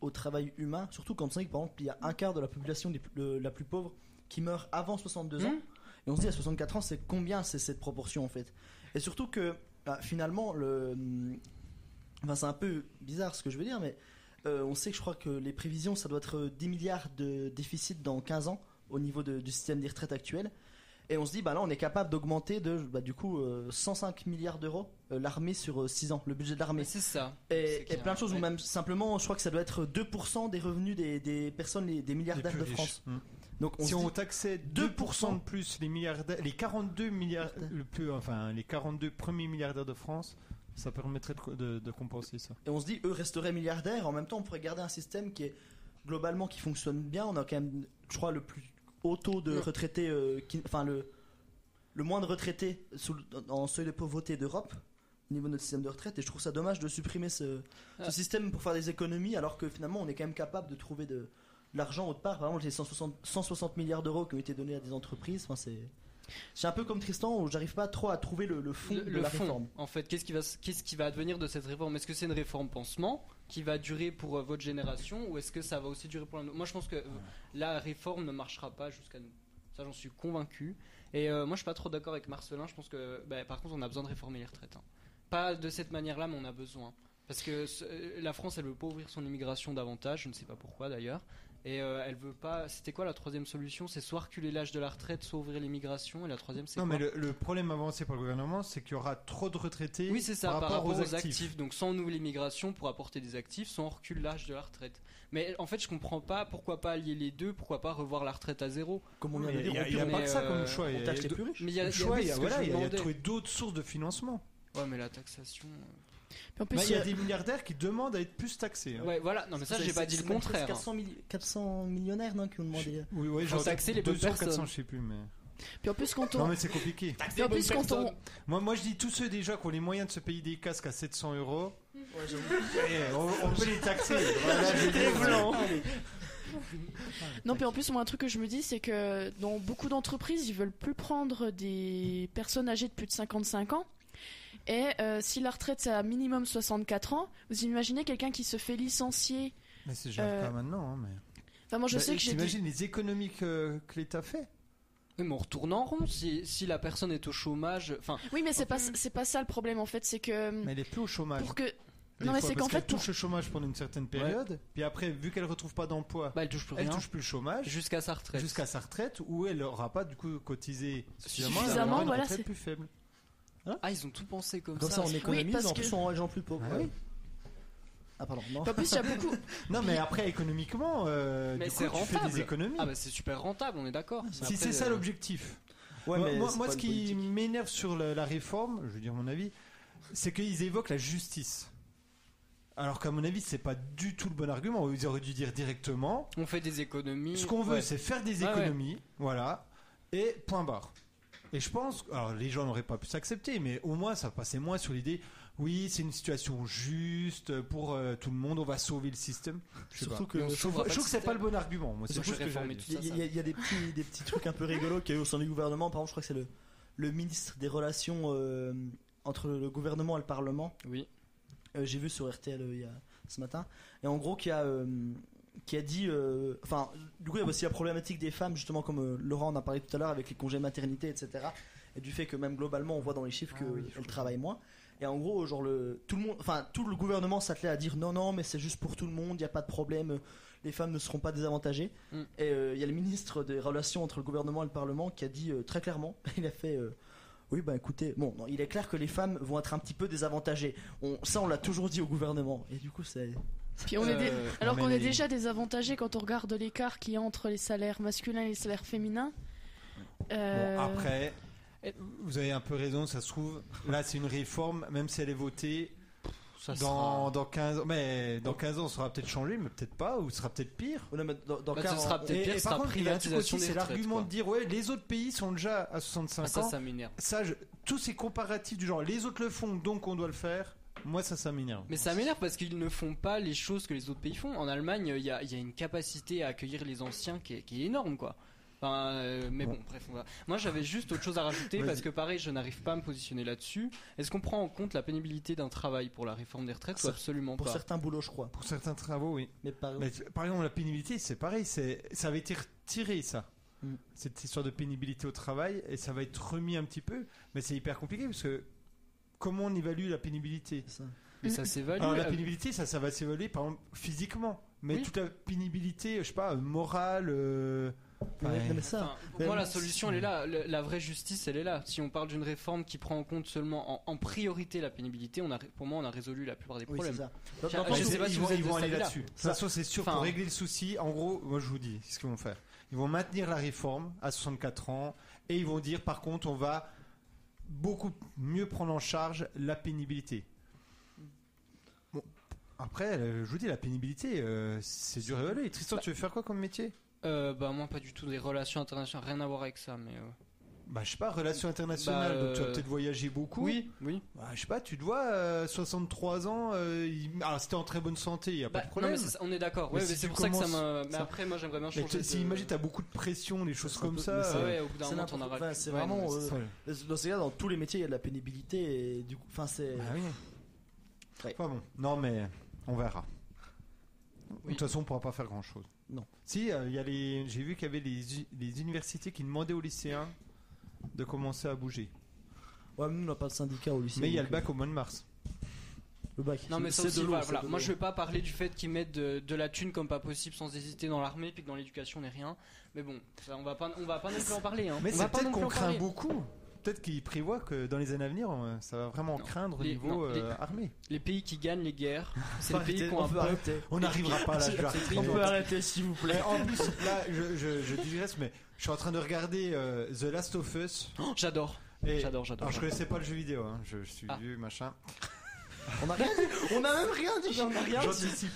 [SPEAKER 4] au travail humain, surtout quand on sait que par exemple, il y a un quart de la population des plus- le- la plus pauvre qui meurt avant 62 ans.
[SPEAKER 5] Mhm.
[SPEAKER 4] Et on se dit à 64 ans, c'est combien c'est cette proportion en fait Et surtout que bah, finalement, le... hmm, enfin, c'est un peu bizarre ce que je veux dire, mais euh, on sait que je crois que les prévisions, ça doit être euh, 10 milliards de déficit dans 15 ans au niveau de- du système des retraites actuel. Et on se dit, bah là, on est capable d'augmenter de, bah, du coup, euh, 105 milliards d'euros euh, l'armée sur 6 ans, le budget de l'armée.
[SPEAKER 5] Mais c'est ça. C'est
[SPEAKER 4] Et, et
[SPEAKER 5] clair,
[SPEAKER 4] plein de choses,
[SPEAKER 5] ouais.
[SPEAKER 4] ou même simplement, je crois que ça doit être 2% des revenus des, des personnes, les- des
[SPEAKER 1] Les
[SPEAKER 4] milliardaires
[SPEAKER 1] plus
[SPEAKER 4] de
[SPEAKER 1] riches.
[SPEAKER 4] France.
[SPEAKER 1] Mm.
[SPEAKER 4] Donc on
[SPEAKER 1] si
[SPEAKER 4] se
[SPEAKER 1] on
[SPEAKER 4] dit,
[SPEAKER 1] taxait 2%
[SPEAKER 4] 2%
[SPEAKER 1] de plus les milliardaires, les 42 milliards, le plus, enfin les 42 premiers milliardaires de France, ça permettrait de, co- de- de compenser ça.
[SPEAKER 4] et on se dit, eux resteraient milliardaires. En même temps, on pourrait garder un système qui est globalement qui fonctionne bien. On a quand même, je crois, le plus haut taux de
[SPEAKER 5] Non.
[SPEAKER 4] retraités, euh, qui- enfin le le moins de retraités sous le- en seuil de pauvreté d'Europe au niveau de notre système de retraite. Et je trouve ça dommage de supprimer ce, ce
[SPEAKER 5] Ah.
[SPEAKER 4] système pour faire des économies, alors que finalement, on est quand même capable de trouver de, de l'argent autre part. Par exemple, les 160, 160 milliards d'euros qui ont été donnés à des entreprises. Enfin, c'est c'est un peu comme Tristan où j'arrive pas trop à trouver le, le fond
[SPEAKER 5] Le,
[SPEAKER 4] de
[SPEAKER 5] le
[SPEAKER 4] la
[SPEAKER 5] fond,
[SPEAKER 4] réforme.
[SPEAKER 5] en fait, qu'est-ce qui va, s- qu'est-ce qui va advenir de cette réforme Est-ce que c'est une réforme pansement qui va durer pour euh, votre génération, ou est-ce que ça va aussi durer pour la nôtre Moi, je pense que euh, la réforme ne marchera pas jusqu'à nous. Ça, j'en suis convaincu. Et euh, moi, je suis pas trop d'accord avec Marcelin. Je pense que, bah, par contre, on a besoin de réformer les retraites. hein. Pas de cette manière-là, mais on a besoin. Parce que ce- euh, la France, elle veut pas ouvrir son immigration davantage. Je ne sais pas pourquoi d'ailleurs. Et euh, elle veut pas. C'était quoi la troisième solution C'est soit reculer l'âge de la retraite, soit ouvrir l'immigration. Et la troisième, c'est
[SPEAKER 1] Non,
[SPEAKER 5] quoi
[SPEAKER 1] mais le, le problème avancé par le gouvernement, c'est qu'il y aura trop de retraités
[SPEAKER 5] oui, c'est ça,
[SPEAKER 1] par, rapport aux, actifs.
[SPEAKER 5] Donc, sans nouvelle immigration pour apporter des actifs, sans recul l'âge de la retraite. Mais en fait, je comprends pas pourquoi pas allier les deux, pourquoi pas revoir la retraite à zéro.
[SPEAKER 4] Comme on vient
[SPEAKER 1] Mais
[SPEAKER 4] de
[SPEAKER 1] Il
[SPEAKER 4] dire,
[SPEAKER 1] n'y a,
[SPEAKER 4] on
[SPEAKER 1] il y a
[SPEAKER 5] mais,
[SPEAKER 1] pas que ça
[SPEAKER 5] euh,
[SPEAKER 1] comme choix. Il y a,
[SPEAKER 4] taxe les
[SPEAKER 1] de-
[SPEAKER 4] plus riches.
[SPEAKER 5] Mais il y a,
[SPEAKER 1] le
[SPEAKER 5] il y a-
[SPEAKER 1] choix,
[SPEAKER 5] oui,
[SPEAKER 1] il y a,
[SPEAKER 5] ce que
[SPEAKER 1] voilà,
[SPEAKER 5] je
[SPEAKER 1] il y a
[SPEAKER 5] demandais.
[SPEAKER 1] trouvé d'autres sources de financement.
[SPEAKER 5] Ouais, mais la taxation.
[SPEAKER 3] Puis en plus,
[SPEAKER 1] Bah, il y a
[SPEAKER 3] euh,
[SPEAKER 1] des milliardaires qui demandent à être plus taxés. hein.
[SPEAKER 5] Ouais, voilà, euh. non, mais ça,
[SPEAKER 4] C'est-
[SPEAKER 5] j'ai pas
[SPEAKER 4] c'est-
[SPEAKER 5] dit le
[SPEAKER 4] c'est même plus
[SPEAKER 5] contraire. hein.
[SPEAKER 4] 400, milli- 400 millionnaires non, qui ont demandé. euh.
[SPEAKER 1] Oui, oui,
[SPEAKER 5] Faut
[SPEAKER 1] genre
[SPEAKER 5] taxer les
[SPEAKER 1] 200,
[SPEAKER 5] bonnes personnes.
[SPEAKER 1] 400, je sais plus, mais.
[SPEAKER 3] euh, puis en plus, quand
[SPEAKER 1] Non,
[SPEAKER 3] on.
[SPEAKER 1] mais c'est compliqué.
[SPEAKER 3] puis en plus, quand on.
[SPEAKER 1] Moi, moi, je dis tous ceux déjà qui ont les moyens de se payer des casques à 700 euros, eh, on, on peut les
[SPEAKER 5] [laughs]
[SPEAKER 1] taxer.
[SPEAKER 4] Ah,
[SPEAKER 1] Voilà, j'ai dit,
[SPEAKER 3] Non, puis en plus, moi, un truc que je me dis, c'est que dans beaucoup d'entreprises, ils veulent plus prendre des personnes âgées de plus de 55 ans. Et euh, si la retraite, c'est à minimum 64 ans, vous imaginez quelqu'un qui se fait licencier.
[SPEAKER 1] Mais c'est déjà le
[SPEAKER 3] Euh,
[SPEAKER 1] cas maintenant. hein, mais...
[SPEAKER 3] Enfin, moi, je
[SPEAKER 1] Bah,
[SPEAKER 3] sais que j'ai Mm. dit-
[SPEAKER 1] T'imagines les économies que, que l'État fait
[SPEAKER 5] Oui, mais on retourne en rond si, si la personne est au chômage. Enfin,
[SPEAKER 3] Oui, mais c'est pas, c'est pas ça le problème, en fait. C'est que. euh,
[SPEAKER 1] Mais elle est plus au chômage.
[SPEAKER 3] Pour que.
[SPEAKER 1] des
[SPEAKER 3] non, mais
[SPEAKER 1] fois, parce
[SPEAKER 3] c'est qu'en fait,
[SPEAKER 1] qu'elle touche le chômage pendant une certaine période, puis après, vu qu'elle retrouve pas d'emploi,
[SPEAKER 5] bah, elle touche plus
[SPEAKER 1] elle
[SPEAKER 5] rien.
[SPEAKER 1] touche plus le chômage
[SPEAKER 5] Jusqu'à sa retraite.
[SPEAKER 1] jusqu'à sa retraite où elle aura pas du coup cotisé suffisamment, elle aura
[SPEAKER 3] Suffisamment,
[SPEAKER 1] une
[SPEAKER 3] voilà,
[SPEAKER 1] retraite
[SPEAKER 3] c'est-
[SPEAKER 1] plus faible.
[SPEAKER 5] Ah, ils ont tout pensé comme,
[SPEAKER 4] Comme ça, on économise,
[SPEAKER 3] parce
[SPEAKER 4] en
[SPEAKER 3] que-
[SPEAKER 4] plus, on rend les gens plus pauvres.
[SPEAKER 1] Ah oui.
[SPEAKER 4] Ah, pardon, non.
[SPEAKER 3] Bah, En plus, il y a beaucoup.
[SPEAKER 1] [laughs] Non, mais après, économiquement, euh,
[SPEAKER 5] Mais
[SPEAKER 1] du
[SPEAKER 5] c'est
[SPEAKER 1] coup, tu fais des
[SPEAKER 5] rentable.
[SPEAKER 1] économies.
[SPEAKER 5] Ah, bah, c'est super rentable, on est d'accord. Mais
[SPEAKER 1] si
[SPEAKER 5] après,
[SPEAKER 1] c'est ça
[SPEAKER 5] euh,
[SPEAKER 1] l'objectif.
[SPEAKER 4] Ouais,
[SPEAKER 1] moi,
[SPEAKER 4] mais
[SPEAKER 1] moi-
[SPEAKER 4] c'est
[SPEAKER 1] moi,
[SPEAKER 4] pas
[SPEAKER 1] ce
[SPEAKER 4] une
[SPEAKER 1] qui
[SPEAKER 4] politique.
[SPEAKER 1] m'énerve sur la, la réforme, je veux dire mon avis, c'est qu'ils évoquent la justice. Alors qu'à mon avis, c'est pas du tout le bon argument. Ils auraient dû dire directement
[SPEAKER 5] On fait des économies.
[SPEAKER 1] Ce qu'on veut,
[SPEAKER 5] Mm. Ouais.
[SPEAKER 1] c'est faire des
[SPEAKER 5] Ouais, ouais.
[SPEAKER 1] économies, voilà, et point barre. Et je pense, alors les gens n'auraient pas pu s'accepter, mais au moins ça passait moins sur l'idée, oui, c'est une situation juste pour euh, tout le monde, on va sauver le système. Je sais
[SPEAKER 4] Surtout
[SPEAKER 1] pas.
[SPEAKER 4] que-
[SPEAKER 1] je trouve,
[SPEAKER 5] sauvera
[SPEAKER 1] je
[SPEAKER 5] pas
[SPEAKER 1] trouve
[SPEAKER 5] le
[SPEAKER 1] que c'est pas
[SPEAKER 5] système.
[SPEAKER 1] le bon argument. Moi, c'est
[SPEAKER 5] Moi,
[SPEAKER 1] tout
[SPEAKER 5] je
[SPEAKER 1] ce que j'ai à
[SPEAKER 5] réformais
[SPEAKER 1] dire.
[SPEAKER 5] tout
[SPEAKER 4] Il y,
[SPEAKER 5] ça.
[SPEAKER 4] a-
[SPEAKER 5] ça
[SPEAKER 4] il y a- il y a des petits, des petits trucs un peu rigolos qu'il y a eu au sein du gouvernement. Par exemple, je crois que c'est le, le ministre des Relations euh, entre le gouvernement et le Parlement.
[SPEAKER 5] Oui.
[SPEAKER 4] Euh, J'ai vu sur RTL euh, il y a- ce matin. Et en gros, qui a, euh, qui a dit. euh, Enfin, du coup, il y a aussi la problématique des femmes, justement, comme euh, Laurent en a parlé tout à l'heure, avec les congés maternité, etc. Et du fait que même globalement, on voit dans les chiffres
[SPEAKER 1] Ah oui,
[SPEAKER 4] qu'elles
[SPEAKER 1] je vois.
[SPEAKER 4] travaillent moins. Et en gros, genre le tout le monde, enfin tout le gouvernement s'attelait à dire non, non, mais c'est juste pour tout le monde, il n'y a pas de problème, les femmes ne seront pas désavantagées.
[SPEAKER 5] Mm.
[SPEAKER 4] Et euh, il y a le ministre des relations entre le gouvernement et le parlement qui a dit euh, très clairement, [laughs] il a fait. euh, oui, bah écoutez, bon, non, il est clair que les femmes vont être un petit peu désavantagées. On, ça, on l'a toujours dit au gouvernement. Et du coup, c'est.
[SPEAKER 3] Puis on est dé-
[SPEAKER 5] Euh,
[SPEAKER 3] Alors
[SPEAKER 1] mais
[SPEAKER 3] qu'on est
[SPEAKER 1] les-
[SPEAKER 3] déjà désavantagé quand on regarde l'écart qu'il y a entre les salaires masculins et les salaires féminins. Euh,
[SPEAKER 1] Bon, après, vous avez un peu raison, ça se trouve. Là, c'est une réforme, même si elle est votée.
[SPEAKER 5] ça
[SPEAKER 1] dans, dans 15 ans, mais dans 15 ans, ça sera peut-être changé, mais peut-être pas, ou ce sera peut-être pire.
[SPEAKER 4] Oh, non, mais dans, dans
[SPEAKER 5] Bah, ce
[SPEAKER 4] 40
[SPEAKER 5] sera peut-être
[SPEAKER 1] Et,
[SPEAKER 5] pire,
[SPEAKER 1] et
[SPEAKER 5] ce
[SPEAKER 1] par
[SPEAKER 5] sera
[SPEAKER 1] contre, il y a un truc
[SPEAKER 5] privatisation
[SPEAKER 1] aussi,
[SPEAKER 5] des
[SPEAKER 1] c'est
[SPEAKER 5] retraites,
[SPEAKER 1] l'argument
[SPEAKER 5] quoi.
[SPEAKER 1] de dire ouais, les autres pays sont déjà à 65
[SPEAKER 5] Ah, ça,
[SPEAKER 1] ans.
[SPEAKER 5] ça m'énerve.
[SPEAKER 1] Ça, je- tous ces comparatifs du genre, les autres le font, donc on doit le faire. Moi, ça, ça m'énerve.
[SPEAKER 5] Mais ça m'énerve parce qu'ils ne font pas les choses que les autres pays font. En Allemagne, il y a, il y a une capacité à accueillir les anciens qui est, qui est énorme, quoi. Enfin, euh, mais bon, bref, on va- Moi, j'avais juste autre chose à rajouter parce que, pareil, je n'arrive pas à me positionner là-dessus. Est-ce qu'on prend en compte la pénibilité d'un travail pour la réforme des retraites ou
[SPEAKER 4] Ça-
[SPEAKER 5] absolument
[SPEAKER 4] Pour
[SPEAKER 5] pas
[SPEAKER 4] certains boulots, je crois.
[SPEAKER 1] Pour certains travaux, oui.
[SPEAKER 4] Mais par
[SPEAKER 1] Mais, tu- par exemple, la pénibilité, c'est pareil. C'est, ça avait été retiré, ça.
[SPEAKER 4] Mm.
[SPEAKER 1] Cette histoire de pénibilité au travail, et ça va être remis un petit peu. Mais c'est hyper compliqué parce que comment on évalue la pénibilité
[SPEAKER 4] Ça.
[SPEAKER 5] Mais ça s'évalue.
[SPEAKER 4] Ah,
[SPEAKER 1] Alors, la
[SPEAKER 5] euh,
[SPEAKER 1] pénibilité, ça, ça va s'évaluer par exemple physiquement. Mais
[SPEAKER 5] Oui.
[SPEAKER 1] toute la pénibilité, je sais pas, euh, morale. euh, ouais.
[SPEAKER 4] Mais- mais ça.
[SPEAKER 5] Enfin, pour
[SPEAKER 4] Ben,
[SPEAKER 5] moi, la
[SPEAKER 4] c'est-
[SPEAKER 5] solution, elle est là. Le- la vraie justice, elle est là. Si on parle d'une réforme qui prend en compte seulement en, en priorité la pénibilité, on a, ré- pour moi, on a résolu la plupart des
[SPEAKER 4] Oui,
[SPEAKER 5] problèmes.
[SPEAKER 4] c'est ça.
[SPEAKER 5] Tiens,
[SPEAKER 4] Dans- dans-
[SPEAKER 5] je
[SPEAKER 1] Ils-
[SPEAKER 5] sais pas
[SPEAKER 1] ils
[SPEAKER 5] si
[SPEAKER 1] vont,
[SPEAKER 5] vous êtes
[SPEAKER 1] ils
[SPEAKER 5] de
[SPEAKER 1] vont
[SPEAKER 5] cet
[SPEAKER 1] aller
[SPEAKER 5] avis-là.
[SPEAKER 1] là-dessus. De toute façon, c'est sûr
[SPEAKER 5] Enfin-
[SPEAKER 1] pour régler le souci. En gros, moi je vous dis ce qu'ils vont faire. Ils vont maintenir la réforme à 64 ans et ils vont dire par contre, on va beaucoup mieux prendre en charge la pénibilité. Bon, après, euh, je vous dis, la pénibilité, euh, c'est dur à évaluer. Tristan, tu veux faire quoi comme métier
[SPEAKER 5] Euh, bah, moi, pas du tout. Des relations internationales, rien à voir avec ça. Mais, euh,
[SPEAKER 1] bah, je sais pas, relations internationales,
[SPEAKER 5] Bah,
[SPEAKER 1] donc tu vas
[SPEAKER 5] euh,
[SPEAKER 1] peut-être voyager beaucoup.
[SPEAKER 5] Oui, oui.
[SPEAKER 1] Bah, je sais pas, tu te vois, euh, 63 ans, euh, il- alors c'était en très bonne santé, il n'y a pas
[SPEAKER 5] Bah,
[SPEAKER 1] de
[SPEAKER 5] non,
[SPEAKER 1] problème.
[SPEAKER 5] mais c'est ça, on est d'accord.
[SPEAKER 1] Mais
[SPEAKER 5] Ouais,
[SPEAKER 1] si
[SPEAKER 5] mais c'est
[SPEAKER 1] tu
[SPEAKER 5] pour ça que ça me.
[SPEAKER 1] commences-
[SPEAKER 5] Mais
[SPEAKER 1] ça-
[SPEAKER 5] après, moi, j'aimerais bien
[SPEAKER 1] Mais
[SPEAKER 5] changer.
[SPEAKER 1] tu-
[SPEAKER 5] de-
[SPEAKER 1] si, imagine, t'as beaucoup de pression, des choses
[SPEAKER 4] C'est un
[SPEAKER 1] comme
[SPEAKER 4] peu-
[SPEAKER 1] ça.
[SPEAKER 4] mais c'est-
[SPEAKER 5] Ah
[SPEAKER 1] euh,
[SPEAKER 5] ouais, au bout d'un
[SPEAKER 4] C'est
[SPEAKER 5] moment, t'en
[SPEAKER 4] n'importe-
[SPEAKER 5] auras-
[SPEAKER 4] enfin, c'est
[SPEAKER 5] Ouais,
[SPEAKER 4] vraiment.
[SPEAKER 5] non,
[SPEAKER 4] euh,
[SPEAKER 5] mais
[SPEAKER 1] Enfin,
[SPEAKER 4] Dans ces cas, dans tous les métiers, il y a de la pénibilité et du coup, enfin, c'est.
[SPEAKER 1] bah oui.
[SPEAKER 4] Ouais.
[SPEAKER 1] Pas bon. Non, mais on verra. De
[SPEAKER 5] Oui.
[SPEAKER 1] toute façon, on pourra pas faire grand chose.
[SPEAKER 4] Non.
[SPEAKER 1] Si, euh, il y a les... j'ai vu qu'il y avait les, u- les universités qui demandaient aux lycéens de commencer à bouger.
[SPEAKER 4] Ouais, mais nous, on n'a pas de syndicat au lycée.
[SPEAKER 1] mais il y a le
[SPEAKER 4] donc,
[SPEAKER 1] bac au mois de mars.
[SPEAKER 4] euh, Le bac.
[SPEAKER 5] Non mais
[SPEAKER 4] c'est
[SPEAKER 5] ça
[SPEAKER 4] de
[SPEAKER 5] aussi,
[SPEAKER 4] l'eau,
[SPEAKER 5] voilà,
[SPEAKER 4] c'est
[SPEAKER 5] voilà.
[SPEAKER 4] de
[SPEAKER 5] Moi
[SPEAKER 4] l'eau.
[SPEAKER 5] je veux pas parler du fait qu'ils mettent de, de la thune comme pas possible sans hésiter dans l'armée puis que dans l'éducation on n'est rien. Mais bon, ça, on va pas on va pas non plus en parler hein.
[SPEAKER 1] Mais
[SPEAKER 5] on va
[SPEAKER 1] c'est
[SPEAKER 5] pas
[SPEAKER 1] peut-être
[SPEAKER 5] non plus
[SPEAKER 1] qu'on
[SPEAKER 5] en
[SPEAKER 1] craint
[SPEAKER 5] parler.
[SPEAKER 1] beaucoup. Peut-être qu'ils prévoient que dans les années à venir, on- ça va vraiment
[SPEAKER 5] Non.
[SPEAKER 1] craindre au
[SPEAKER 5] Les-
[SPEAKER 1] niveau
[SPEAKER 5] non, les-
[SPEAKER 1] euh, armée.
[SPEAKER 5] Les pays qui gagnent les guerres, c'est
[SPEAKER 4] Faut
[SPEAKER 5] les pays
[SPEAKER 4] arrêter,
[SPEAKER 5] qui ont
[SPEAKER 4] on
[SPEAKER 5] un
[SPEAKER 4] peut
[SPEAKER 5] peu [laughs]
[SPEAKER 4] arrêter.
[SPEAKER 1] On n'arrivera [laughs] pas là, je vais
[SPEAKER 4] On
[SPEAKER 1] arrêter.
[SPEAKER 4] peut arrêter, s'il vous
[SPEAKER 1] Mais
[SPEAKER 4] plaît.
[SPEAKER 1] en plus, là, je, je, je digresse, mais je suis en train de regarder euh, The Last of Us.
[SPEAKER 5] Oh, J'adore.
[SPEAKER 1] Et-
[SPEAKER 5] J'adore, j'adore.
[SPEAKER 1] Alors, je connaissais pas le jeu vidéo, hein. je, je suis
[SPEAKER 5] Ah.
[SPEAKER 1] vieux, machin.
[SPEAKER 4] On a rien dit. On a même rien dit. On a rien dit.
[SPEAKER 1] J'anticipe.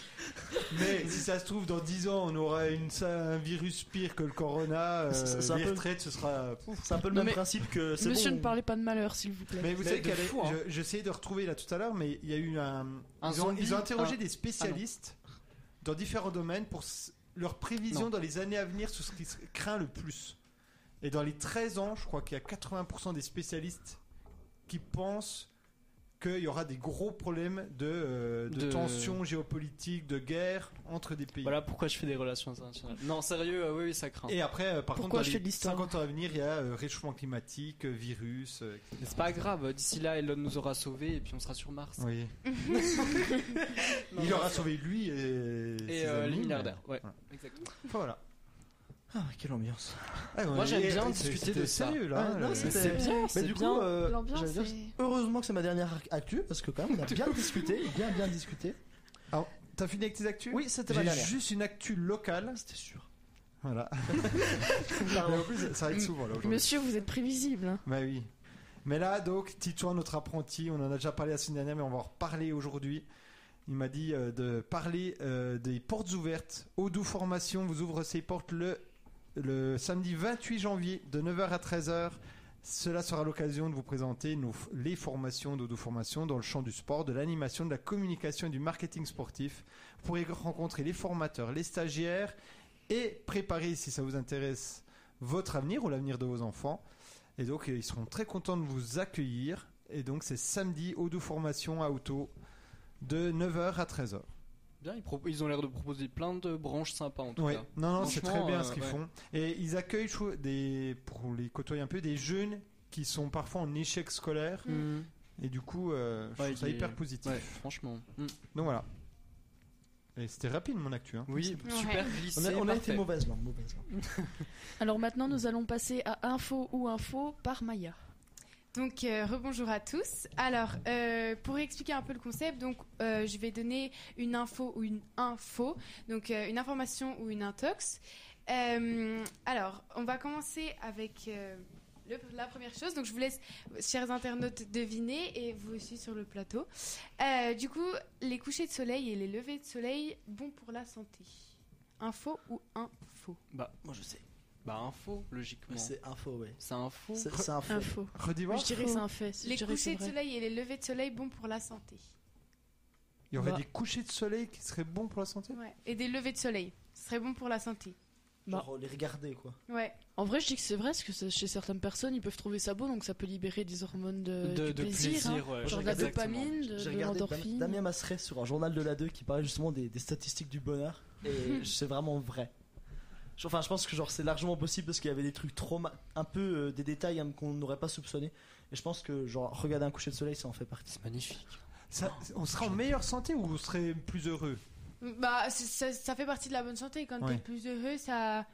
[SPEAKER 1] Mais si ça se trouve, dans 10 ans, on aura une, ça- un virus pire que le corona. euh,
[SPEAKER 4] Ça- ça- ça
[SPEAKER 1] les
[SPEAKER 4] peut-
[SPEAKER 1] retraites, ce sera. Pouf.
[SPEAKER 4] C'est un peu le
[SPEAKER 3] Non,
[SPEAKER 4] même
[SPEAKER 3] mais-
[SPEAKER 4] principe que. c'est
[SPEAKER 3] Monsieur,
[SPEAKER 4] bon,
[SPEAKER 3] ne parlez pas de malheur, s'il vous plaît.
[SPEAKER 1] Mais vous
[SPEAKER 5] Mais
[SPEAKER 1] savez
[SPEAKER 5] de
[SPEAKER 1] qu'il y avait-
[SPEAKER 5] fou, hein.
[SPEAKER 1] je- j'essayais de retrouver là tout à l'heure, mais il y a eu un. ils,
[SPEAKER 5] Un
[SPEAKER 1] ont,
[SPEAKER 5] zombie, Ah.
[SPEAKER 1] ils ont interrogé
[SPEAKER 5] un-
[SPEAKER 1] des spécialistes dans différents domaines pour s- leurs prévisions
[SPEAKER 5] Non.
[SPEAKER 1] dans les années à venir sur ce qui se craint le plus. Et dans les 13 ans, je crois qu'il y a 80% des spécialistes qui pensent qu'il y aura des gros problèmes de, euh, de
[SPEAKER 5] De-
[SPEAKER 1] tensions géopolitiques, de guerre entre des pays.
[SPEAKER 5] Voilà pourquoi je fais des relations internationales. Non, sérieux, euh, oui, oui, ça craint.
[SPEAKER 1] Et après, euh, par
[SPEAKER 3] Pourquoi
[SPEAKER 1] contre,
[SPEAKER 3] je
[SPEAKER 1] dans
[SPEAKER 3] fais de
[SPEAKER 1] les
[SPEAKER 3] l'histoire
[SPEAKER 1] 50 ans à venir, il y a euh, réchauffement climatique, euh, virus, euh, etc.
[SPEAKER 5] Mais C'est pas grave, d'ici là Elon nous aura sauvés et puis on sera sur Mars.
[SPEAKER 1] Oui.
[SPEAKER 5] Non,
[SPEAKER 1] il
[SPEAKER 5] non.
[SPEAKER 1] aura sauvé lui et,
[SPEAKER 5] Et
[SPEAKER 1] ses
[SPEAKER 5] euh,
[SPEAKER 1] amis,
[SPEAKER 5] les
[SPEAKER 1] mais-
[SPEAKER 5] milliardaires, ouais.
[SPEAKER 1] Ouais.
[SPEAKER 5] Exactement.
[SPEAKER 1] Enfin, voilà.
[SPEAKER 4] Ah, quelle ambiance.
[SPEAKER 1] Ah,
[SPEAKER 5] Moi,
[SPEAKER 1] ouais,
[SPEAKER 5] j'aime
[SPEAKER 1] et-
[SPEAKER 5] bien
[SPEAKER 1] et
[SPEAKER 5] discuter
[SPEAKER 1] c'était
[SPEAKER 5] de ça.
[SPEAKER 1] sérieux, là.
[SPEAKER 4] Ouais, non,
[SPEAKER 1] euh,
[SPEAKER 4] c'était-
[SPEAKER 5] Ah, C'est bien,
[SPEAKER 4] Mais
[SPEAKER 5] c'est
[SPEAKER 4] du
[SPEAKER 5] bien.
[SPEAKER 4] coup, euh,
[SPEAKER 6] L'ambiance,
[SPEAKER 4] j'allais dire,
[SPEAKER 6] c'est-
[SPEAKER 4] heureusement que c'est ma dernière actu parce que quand même on a [laughs] bien discuté, bien bien discuté.
[SPEAKER 1] T'as fini avec tes actus
[SPEAKER 4] Oui, c'était ma
[SPEAKER 1] J'ai
[SPEAKER 4] dernière.
[SPEAKER 1] juste une actu
[SPEAKER 5] [laughs]
[SPEAKER 1] locale.
[SPEAKER 4] C'était sûr.
[SPEAKER 1] [laughs] Voilà.
[SPEAKER 4] Pardon.
[SPEAKER 1] Mais en plus, ça va
[SPEAKER 5] Mm.
[SPEAKER 1] être souvent là aujourd'hui.
[SPEAKER 3] Monsieur, vous êtes prévisible. hein.
[SPEAKER 1] Bah oui. Mais là, donc, Titouan, notre apprenti, on en a déjà parlé la semaine dernière, mais on va en reparler aujourd'hui. Il m'a dit euh, de parler euh, des portes ouvertes. Odoo Formation vous ouvre ses portes le, le samedi 28 janvier de 9h à 13h. Cela sera l'occasion de vous présenter nos- les formations d'Odoo Formation dans le champ du sport, de l'animation, de la communication et du marketing sportif. Vous pourrez rencontrer les formateurs, les stagiaires et préparer, si ça vous intéresse, votre avenir ou l'avenir de vos enfants. Et donc, euh, ils seront très contents de vous accueillir. Et donc, c'est samedi, Odoo Formation à Auto, de 9h à 13h.
[SPEAKER 5] Bien, ils, propo- ils ont l'air de proposer plein de branches sympas en tout
[SPEAKER 1] Ouais.
[SPEAKER 5] cas.
[SPEAKER 1] Non, non, c'est très
[SPEAKER 5] Franchement,
[SPEAKER 1] bien
[SPEAKER 5] euh,
[SPEAKER 1] ce qu'ils
[SPEAKER 5] ouais.
[SPEAKER 1] font. Et ils accueillent, je trouve, des, pour les côtoyer un peu, des jeunes qui sont parfois en échec scolaire.
[SPEAKER 5] Mm.
[SPEAKER 1] Et du coup, euh, je
[SPEAKER 5] Ouais,
[SPEAKER 1] trouve ça
[SPEAKER 5] il est-
[SPEAKER 1] hyper positif.
[SPEAKER 5] Ouais, franchement. Mm.
[SPEAKER 1] Donc voilà. Et c'était rapide mon actu. hein.
[SPEAKER 5] Oui,
[SPEAKER 2] Ouais.
[SPEAKER 5] super
[SPEAKER 4] On
[SPEAKER 5] glissé.
[SPEAKER 4] a, on a été
[SPEAKER 5] parfait.
[SPEAKER 4] mauvaise langue, mauvaise langue.
[SPEAKER 3] Alors maintenant, nous allons passer à info ou info par Maya.
[SPEAKER 2] Donc, euh, rebonjour à tous. Alors, euh, pour expliquer un peu le concept, donc, euh, je vais donner une info ou une info, donc euh, une information ou une intox. Euh, alors, on va commencer avec euh, le- la première chose. Donc, je vous laisse, chers internautes, deviner et vous aussi sur le plateau. Euh, du coup, les couchers de soleil et les levées de soleil, bon pour la santé. Info ou info
[SPEAKER 4] Moi je sais.
[SPEAKER 5] Bah info, logiquement.
[SPEAKER 4] Mais c'est info, ouais.
[SPEAKER 5] C'est info.
[SPEAKER 4] C'est c'est info.
[SPEAKER 3] Info.
[SPEAKER 1] Redis-moi.
[SPEAKER 3] Je dirais que c'est un fait. je
[SPEAKER 2] Les
[SPEAKER 3] dirais que c'est
[SPEAKER 2] couchers de
[SPEAKER 3] vrai.
[SPEAKER 2] soleil et les levées de soleil, bon pour la santé.
[SPEAKER 1] Il y aurait
[SPEAKER 3] Bah.
[SPEAKER 1] des couchers de soleil qui seraient bons pour la santé
[SPEAKER 2] Ouais. Et des levées de soleil. Ce serait bon pour la santé.
[SPEAKER 4] Genre, les regarder quoi.
[SPEAKER 2] Ouais.
[SPEAKER 3] En vrai, je dis que c'est vrai, parce que ça- chez certaines personnes, ils peuvent trouver ça beau, donc ça peut libérer des hormones de, du plaisir, hein.
[SPEAKER 5] ouais,
[SPEAKER 3] genre de la
[SPEAKER 5] exactement.
[SPEAKER 3] dopamine, de,
[SPEAKER 4] J'ai
[SPEAKER 3] de
[SPEAKER 4] regardé Dam-
[SPEAKER 3] l'endorphine.
[SPEAKER 4] Damien Masseret sur un journal de la 2 qui parlait justement des, des statistiques du bonheur. Et c'est vraiment vrai. Je- Enfin, je pense que genre c'est largement possible parce qu'il y avait des trucs trop ma- un peu euh, des détails hein, qu'on n'aurait pas soupçonné. Et je pense que genre regarder un coucher de soleil, ça en fait partie.
[SPEAKER 5] C'est magnifique.
[SPEAKER 1] Ça-
[SPEAKER 5] Oh,
[SPEAKER 1] On serait en meilleure santé ou on serait plus heureux
[SPEAKER 2] Bah, c'est- ça, ça fait partie de la bonne santé. Quand
[SPEAKER 1] Ouais.
[SPEAKER 2] t'es plus heureux, ça.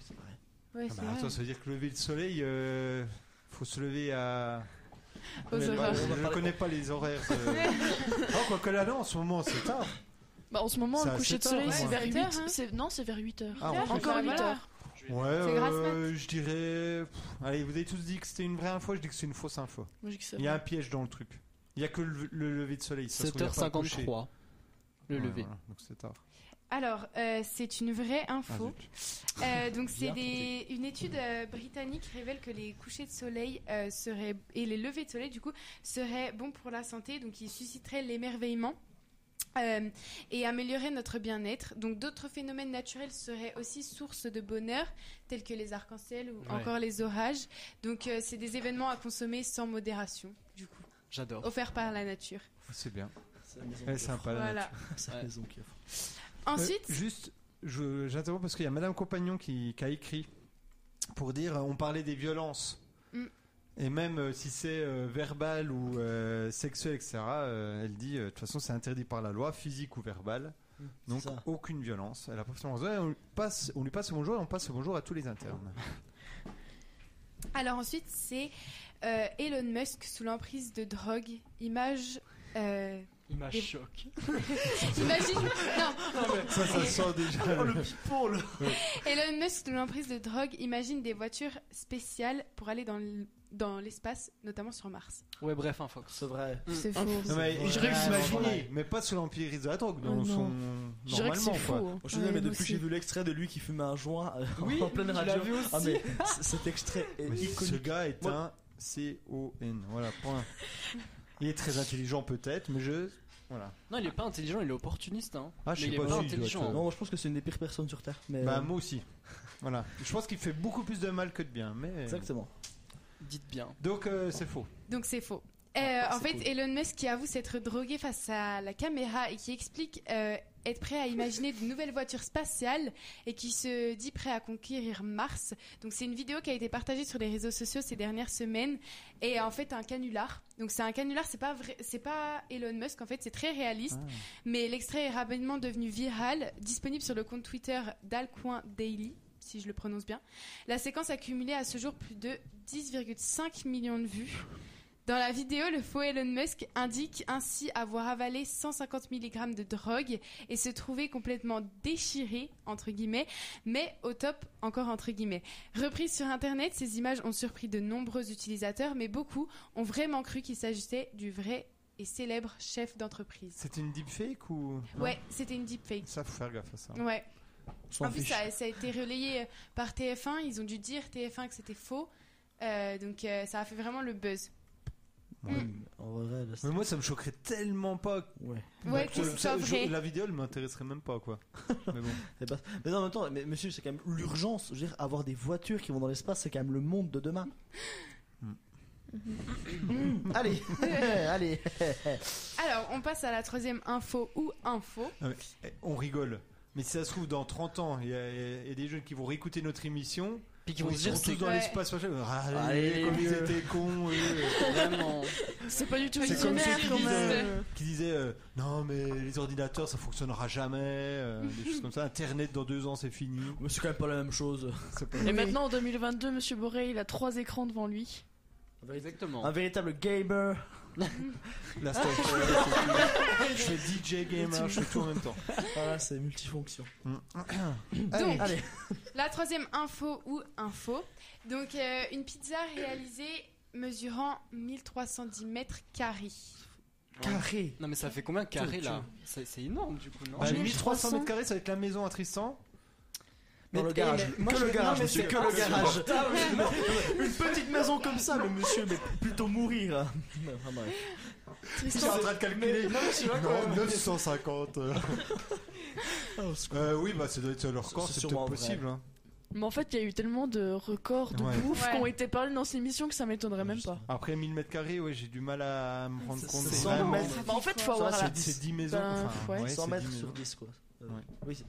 [SPEAKER 4] C'est vrai.
[SPEAKER 2] Ouais,
[SPEAKER 1] Ah
[SPEAKER 2] c'est
[SPEAKER 1] bah,
[SPEAKER 2] vrai.
[SPEAKER 1] Attends, ça veut dire que lever le soleil, euh, faut se lever à.
[SPEAKER 2] Aux
[SPEAKER 1] Je
[SPEAKER 2] horaires.
[SPEAKER 1] ne connais pas les horaires.
[SPEAKER 2] [laughs]
[SPEAKER 1] de- Ah, quoi que là, non, en ce moment, c'est tard.
[SPEAKER 3] Bah, en ce moment,
[SPEAKER 1] C'est
[SPEAKER 3] le
[SPEAKER 1] à
[SPEAKER 3] coucher de
[SPEAKER 1] 7 heures,
[SPEAKER 3] soleil,
[SPEAKER 1] ouais.
[SPEAKER 3] c'est vers
[SPEAKER 2] 8
[SPEAKER 3] 8
[SPEAKER 2] heures, hein.
[SPEAKER 3] c'est- Non, c'est vers 8 heures.
[SPEAKER 4] Ah, ouais.
[SPEAKER 3] Encore
[SPEAKER 2] Bah,
[SPEAKER 3] 8
[SPEAKER 2] voilà.
[SPEAKER 3] heures.
[SPEAKER 1] Ouais,
[SPEAKER 2] C'est grâce
[SPEAKER 1] euh, je dirais. pff, Allez, vous avez tous dit que c'était une vraie info, je dis que c'est une fausse info.
[SPEAKER 3] Moi, je dis que c'est
[SPEAKER 1] Il y a
[SPEAKER 3] vrai.
[SPEAKER 1] un piège dans le truc. Il n'y a que le, le lever de soleil. Ça se regarde pas coucher.
[SPEAKER 5] 7h53. Le
[SPEAKER 1] Ouais,
[SPEAKER 5] lever.
[SPEAKER 1] voilà, donc c'est tard.
[SPEAKER 2] Alors, euh, c'est une vraie
[SPEAKER 1] Ah,
[SPEAKER 2] info.
[SPEAKER 1] zut.
[SPEAKER 2] Euh, donc, c'est
[SPEAKER 4] Bien
[SPEAKER 2] des... une étude euh, britannique révèle que les couchers de soleil euh, seraient et les levées de soleil du coup seraient bons pour la santé, donc ils susciteraient l'émerveillement. euh, et amélioreraient notre bien-être. Donc d'autres phénomènes naturels seraient aussi source de bonheur, tels que les arcs-en-ciel ou
[SPEAKER 5] Ouais.
[SPEAKER 2] encore les orages. Donc euh, c'est des événements à consommer sans modération, du coup,
[SPEAKER 5] J'adore.
[SPEAKER 2] offerts par la nature.
[SPEAKER 1] C'est bien.
[SPEAKER 4] C'est la maison
[SPEAKER 1] Elle est
[SPEAKER 4] qui offre.
[SPEAKER 1] sympa, la
[SPEAKER 2] voilà.
[SPEAKER 1] nature.
[SPEAKER 4] C'est la
[SPEAKER 5] Ouais.
[SPEAKER 4] maison qui offre.
[SPEAKER 2] [laughs] Ensuite,
[SPEAKER 1] Euh, juste, je- j'interromps parce qu'il y a Madame Compagnon qui, qui a écrit pour dire euh, on parlait des violences.
[SPEAKER 2] Mm.
[SPEAKER 1] Et même euh, si c'est euh, verbal ou euh, sexuel, etc., euh, elle dit euh, de toute façon c'est interdit par la loi, physique ou verbale.
[SPEAKER 4] Mm. C'est
[SPEAKER 1] Donc
[SPEAKER 4] ça.
[SPEAKER 1] aucune violence. Elle a pas forcément raison. Et on, lui passe, on lui passe le bonjour et on passe le bonjour à tous les
[SPEAKER 4] [laughs]
[SPEAKER 1] internes.
[SPEAKER 2] Alors ensuite, c'est euh, Elon Musk sous l'emprise de drogue. Image. euh,
[SPEAKER 5] Il m'a
[SPEAKER 2] Et-
[SPEAKER 5] choqué.
[SPEAKER 2] Imagine. [laughs] non,
[SPEAKER 1] ça, ça sent
[SPEAKER 4] [laughs] Oh,
[SPEAKER 1] déjà. le-
[SPEAKER 2] Elon Musk sous l'emprise de drogue. Imagine des voitures spéciales pour aller dans l- dans l'espace, notamment sur Mars.
[SPEAKER 5] Ouais, bref, Mm. un Fox.
[SPEAKER 4] C'est vrai.
[SPEAKER 3] C'est faux.
[SPEAKER 1] Non, mais euh,
[SPEAKER 4] Ouais.
[SPEAKER 1] je réussis à
[SPEAKER 4] Ouais.
[SPEAKER 1] imaginer, mais pas sous l'empire de la drogue, dans
[SPEAKER 3] Ouais,
[SPEAKER 1] son.
[SPEAKER 3] Ah Je dirais que c'est
[SPEAKER 1] Normalement, quoi.
[SPEAKER 3] faux. hein.
[SPEAKER 4] Je sais,
[SPEAKER 3] Ouais,
[SPEAKER 4] mais
[SPEAKER 3] moi
[SPEAKER 4] depuis que
[SPEAKER 3] aussi.
[SPEAKER 4] j'ai vu l'extrait de lui qui fume un joint euh,
[SPEAKER 5] Oui,
[SPEAKER 4] en pleine
[SPEAKER 5] je
[SPEAKER 4] radio.
[SPEAKER 5] l'avais aussi.
[SPEAKER 4] Ah, mais c- cet extrait est
[SPEAKER 1] Mais
[SPEAKER 4] iconique.
[SPEAKER 1] ce gars est
[SPEAKER 4] Moi-
[SPEAKER 1] un C-O-N. Voilà, point. Il est très intelligent peut-être, mais je... Voilà.
[SPEAKER 5] Non, il est pas intelligent, il est opportuniste. Hein.
[SPEAKER 1] Ah, je
[SPEAKER 5] Mais
[SPEAKER 1] sais
[SPEAKER 5] il est
[SPEAKER 1] pas
[SPEAKER 5] pas
[SPEAKER 1] si il doit
[SPEAKER 5] intelligent. hein.
[SPEAKER 1] être-
[SPEAKER 4] Non, moi, je pense que c'est une des pires personnes sur Terre. Mais euh,
[SPEAKER 1] Bah moi aussi. Voilà. Je pense qu'il fait beaucoup plus de mal que de bien, mais...
[SPEAKER 4] exactement.
[SPEAKER 5] Dites bien.
[SPEAKER 1] Donc euh, c'est faux.
[SPEAKER 2] Donc c'est faux.
[SPEAKER 4] Ah,
[SPEAKER 2] Euh,
[SPEAKER 4] c'est
[SPEAKER 2] en fait,
[SPEAKER 4] cool.
[SPEAKER 2] Elon Musk qui avoue s'être drogué face à la caméra et qui explique euh, être prêt à imaginer de nouvelles voitures spatiales et qui se dit prêt à conquérir Mars. Donc c'est une vidéo qui a été partagée sur les réseaux sociaux ces dernières semaines et en fait un canular. Donc c'est un canular, c'est pas vrai, c'est pas Elon Musk en fait, c'est très réaliste.
[SPEAKER 1] Ah.
[SPEAKER 2] Mais l'extrait est rapidement devenu viral, disponible sur le compte Twitter d'Alcoin Daily si je le prononce bien. La séquence a cumulé à ce jour plus de 10,5 millions de vues. Dans la vidéo, le faux Elon Musk indique ainsi avoir avalé 150 mg de drogue et se trouver complètement déchiré, entre guillemets, mais au top, encore entre guillemets. Reprises sur Internet, ces images ont surpris de nombreux utilisateurs, mais beaucoup ont vraiment cru qu'il s'agissait du vrai et célèbre chef d'entreprise.
[SPEAKER 1] C'était une deepfake ou... non
[SPEAKER 2] Ouais, c'était une deepfake.
[SPEAKER 1] Ça, faut faire gaffe à ça.
[SPEAKER 2] Ouais.
[SPEAKER 4] On s'en
[SPEAKER 2] En plus,
[SPEAKER 4] fiche.
[SPEAKER 2] ça, ça a été relayé euh, par TF1. Ils ont dû dire TF1 que c'était faux. Euh, donc euh, ça a fait vraiment le buzz.
[SPEAKER 4] Ouais, mais En vrai, là, c'est-
[SPEAKER 1] Mais moi, ça me choquerait tellement pas.
[SPEAKER 4] ouais.
[SPEAKER 2] Ouais,
[SPEAKER 1] que
[SPEAKER 2] que ce soit
[SPEAKER 1] Bah, je-
[SPEAKER 2] vrai.
[SPEAKER 1] La vidéo, elle m'intéresserait même pas, quoi. mais bon.
[SPEAKER 4] C'est pas- Mais non, en même temps, mais monsieur, c'est quand même l'urgence. Je veux dire, avoir des voitures qui vont dans l'espace, c'est quand même le monde de demain. Mm. allez, allez.
[SPEAKER 2] Alors, on passe à la troisième info ou info.
[SPEAKER 1] Eh, On rigole. Mais si ça se trouve, dans 30 ans, il y, a il y a des jeunes qui vont réécouter notre émission.
[SPEAKER 5] Puis qui vont se dire,
[SPEAKER 1] tous
[SPEAKER 5] c'est
[SPEAKER 1] dans
[SPEAKER 2] Ouais.
[SPEAKER 1] l'espace. spatial. Ah,
[SPEAKER 5] Allez,
[SPEAKER 1] allez,
[SPEAKER 5] les
[SPEAKER 1] comme ils
[SPEAKER 5] vieux.
[SPEAKER 1] étaient cons. eux.
[SPEAKER 5] [laughs] vraiment.
[SPEAKER 3] C'est pas du tout
[SPEAKER 1] C'est comme ceux
[SPEAKER 3] visionnaire
[SPEAKER 1] qui
[SPEAKER 3] quand
[SPEAKER 1] disent,
[SPEAKER 3] même.
[SPEAKER 1] euh, qui disaient euh, non mais les ordinateurs ça fonctionnera jamais, euh, des choses comme ça. Internet dans deux ans c'est fini.
[SPEAKER 4] Mais c'est quand même pas la même chose.
[SPEAKER 1] C'est pas-
[SPEAKER 3] Et maintenant, en 2022, Monsieur Boré, il a trois écrans devant lui.
[SPEAKER 5] Bah, Exactement.
[SPEAKER 4] Un véritable gamer.
[SPEAKER 1] La station, je fais DJ gamer, je fais tout en même temps. Mm.
[SPEAKER 4] Voilà, c'est multifonction.
[SPEAKER 2] Donc,
[SPEAKER 4] Allez.
[SPEAKER 2] la troisième info ou info. Donc, euh, une pizza réalisée mesurant 1310 mètres carrés.
[SPEAKER 4] Carré.
[SPEAKER 5] Non, mais ça fait combien de carrés
[SPEAKER 4] Tout,
[SPEAKER 5] là C'est c'est énorme du coup, non
[SPEAKER 1] Bah,
[SPEAKER 3] 1300.
[SPEAKER 1] 1300 mètres carrés ça va être la maison à Tristan.
[SPEAKER 4] Dans le garage.
[SPEAKER 5] moi,
[SPEAKER 4] que
[SPEAKER 5] je-
[SPEAKER 4] le
[SPEAKER 5] non,
[SPEAKER 4] garage,
[SPEAKER 5] mais
[SPEAKER 4] monsieur,
[SPEAKER 5] c'est
[SPEAKER 4] que le garage. [laughs]
[SPEAKER 5] insupportable.
[SPEAKER 4] Une petite maison comme ça, mais monsieur, mais plutôt mourir. [laughs] Non, ah, bref. Je suis en train de calculer.
[SPEAKER 5] Non, mais tu vois, quand
[SPEAKER 1] Non,
[SPEAKER 5] même.
[SPEAKER 1] 950. euh. Euh, oui, bah ça doit être leur record,
[SPEAKER 4] C'est
[SPEAKER 1] c'est
[SPEAKER 4] sûrement
[SPEAKER 1] peut-être
[SPEAKER 4] vrai.
[SPEAKER 1] possible. hein.
[SPEAKER 3] Mais en fait, il y a eu tellement de records de
[SPEAKER 1] Ouais.
[SPEAKER 3] bouffe
[SPEAKER 2] Ouais.
[SPEAKER 3] qui ont été parlés dans cette émission que ça m'étonnerait même pas.
[SPEAKER 1] Après 1000 mètres carrés, ouais, j'ai du mal à me rendre
[SPEAKER 4] C'est-
[SPEAKER 1] compte.
[SPEAKER 4] c'est
[SPEAKER 1] des
[SPEAKER 4] cent
[SPEAKER 1] vrais
[SPEAKER 4] mètres.
[SPEAKER 1] mètres.
[SPEAKER 3] Bah, en fait, faut
[SPEAKER 4] Ça va,
[SPEAKER 3] avoir
[SPEAKER 4] c'est
[SPEAKER 3] la...
[SPEAKER 4] dix-
[SPEAKER 1] C'est 10 maisons.
[SPEAKER 3] Ben,
[SPEAKER 1] enfin,
[SPEAKER 3] ouais.
[SPEAKER 1] ouais,
[SPEAKER 4] 100
[SPEAKER 1] c'est
[SPEAKER 4] mètres
[SPEAKER 1] 10
[SPEAKER 4] sur
[SPEAKER 1] maisons.
[SPEAKER 4] 10, quoi. Euh,
[SPEAKER 1] Ouais.
[SPEAKER 4] Oui, c'est-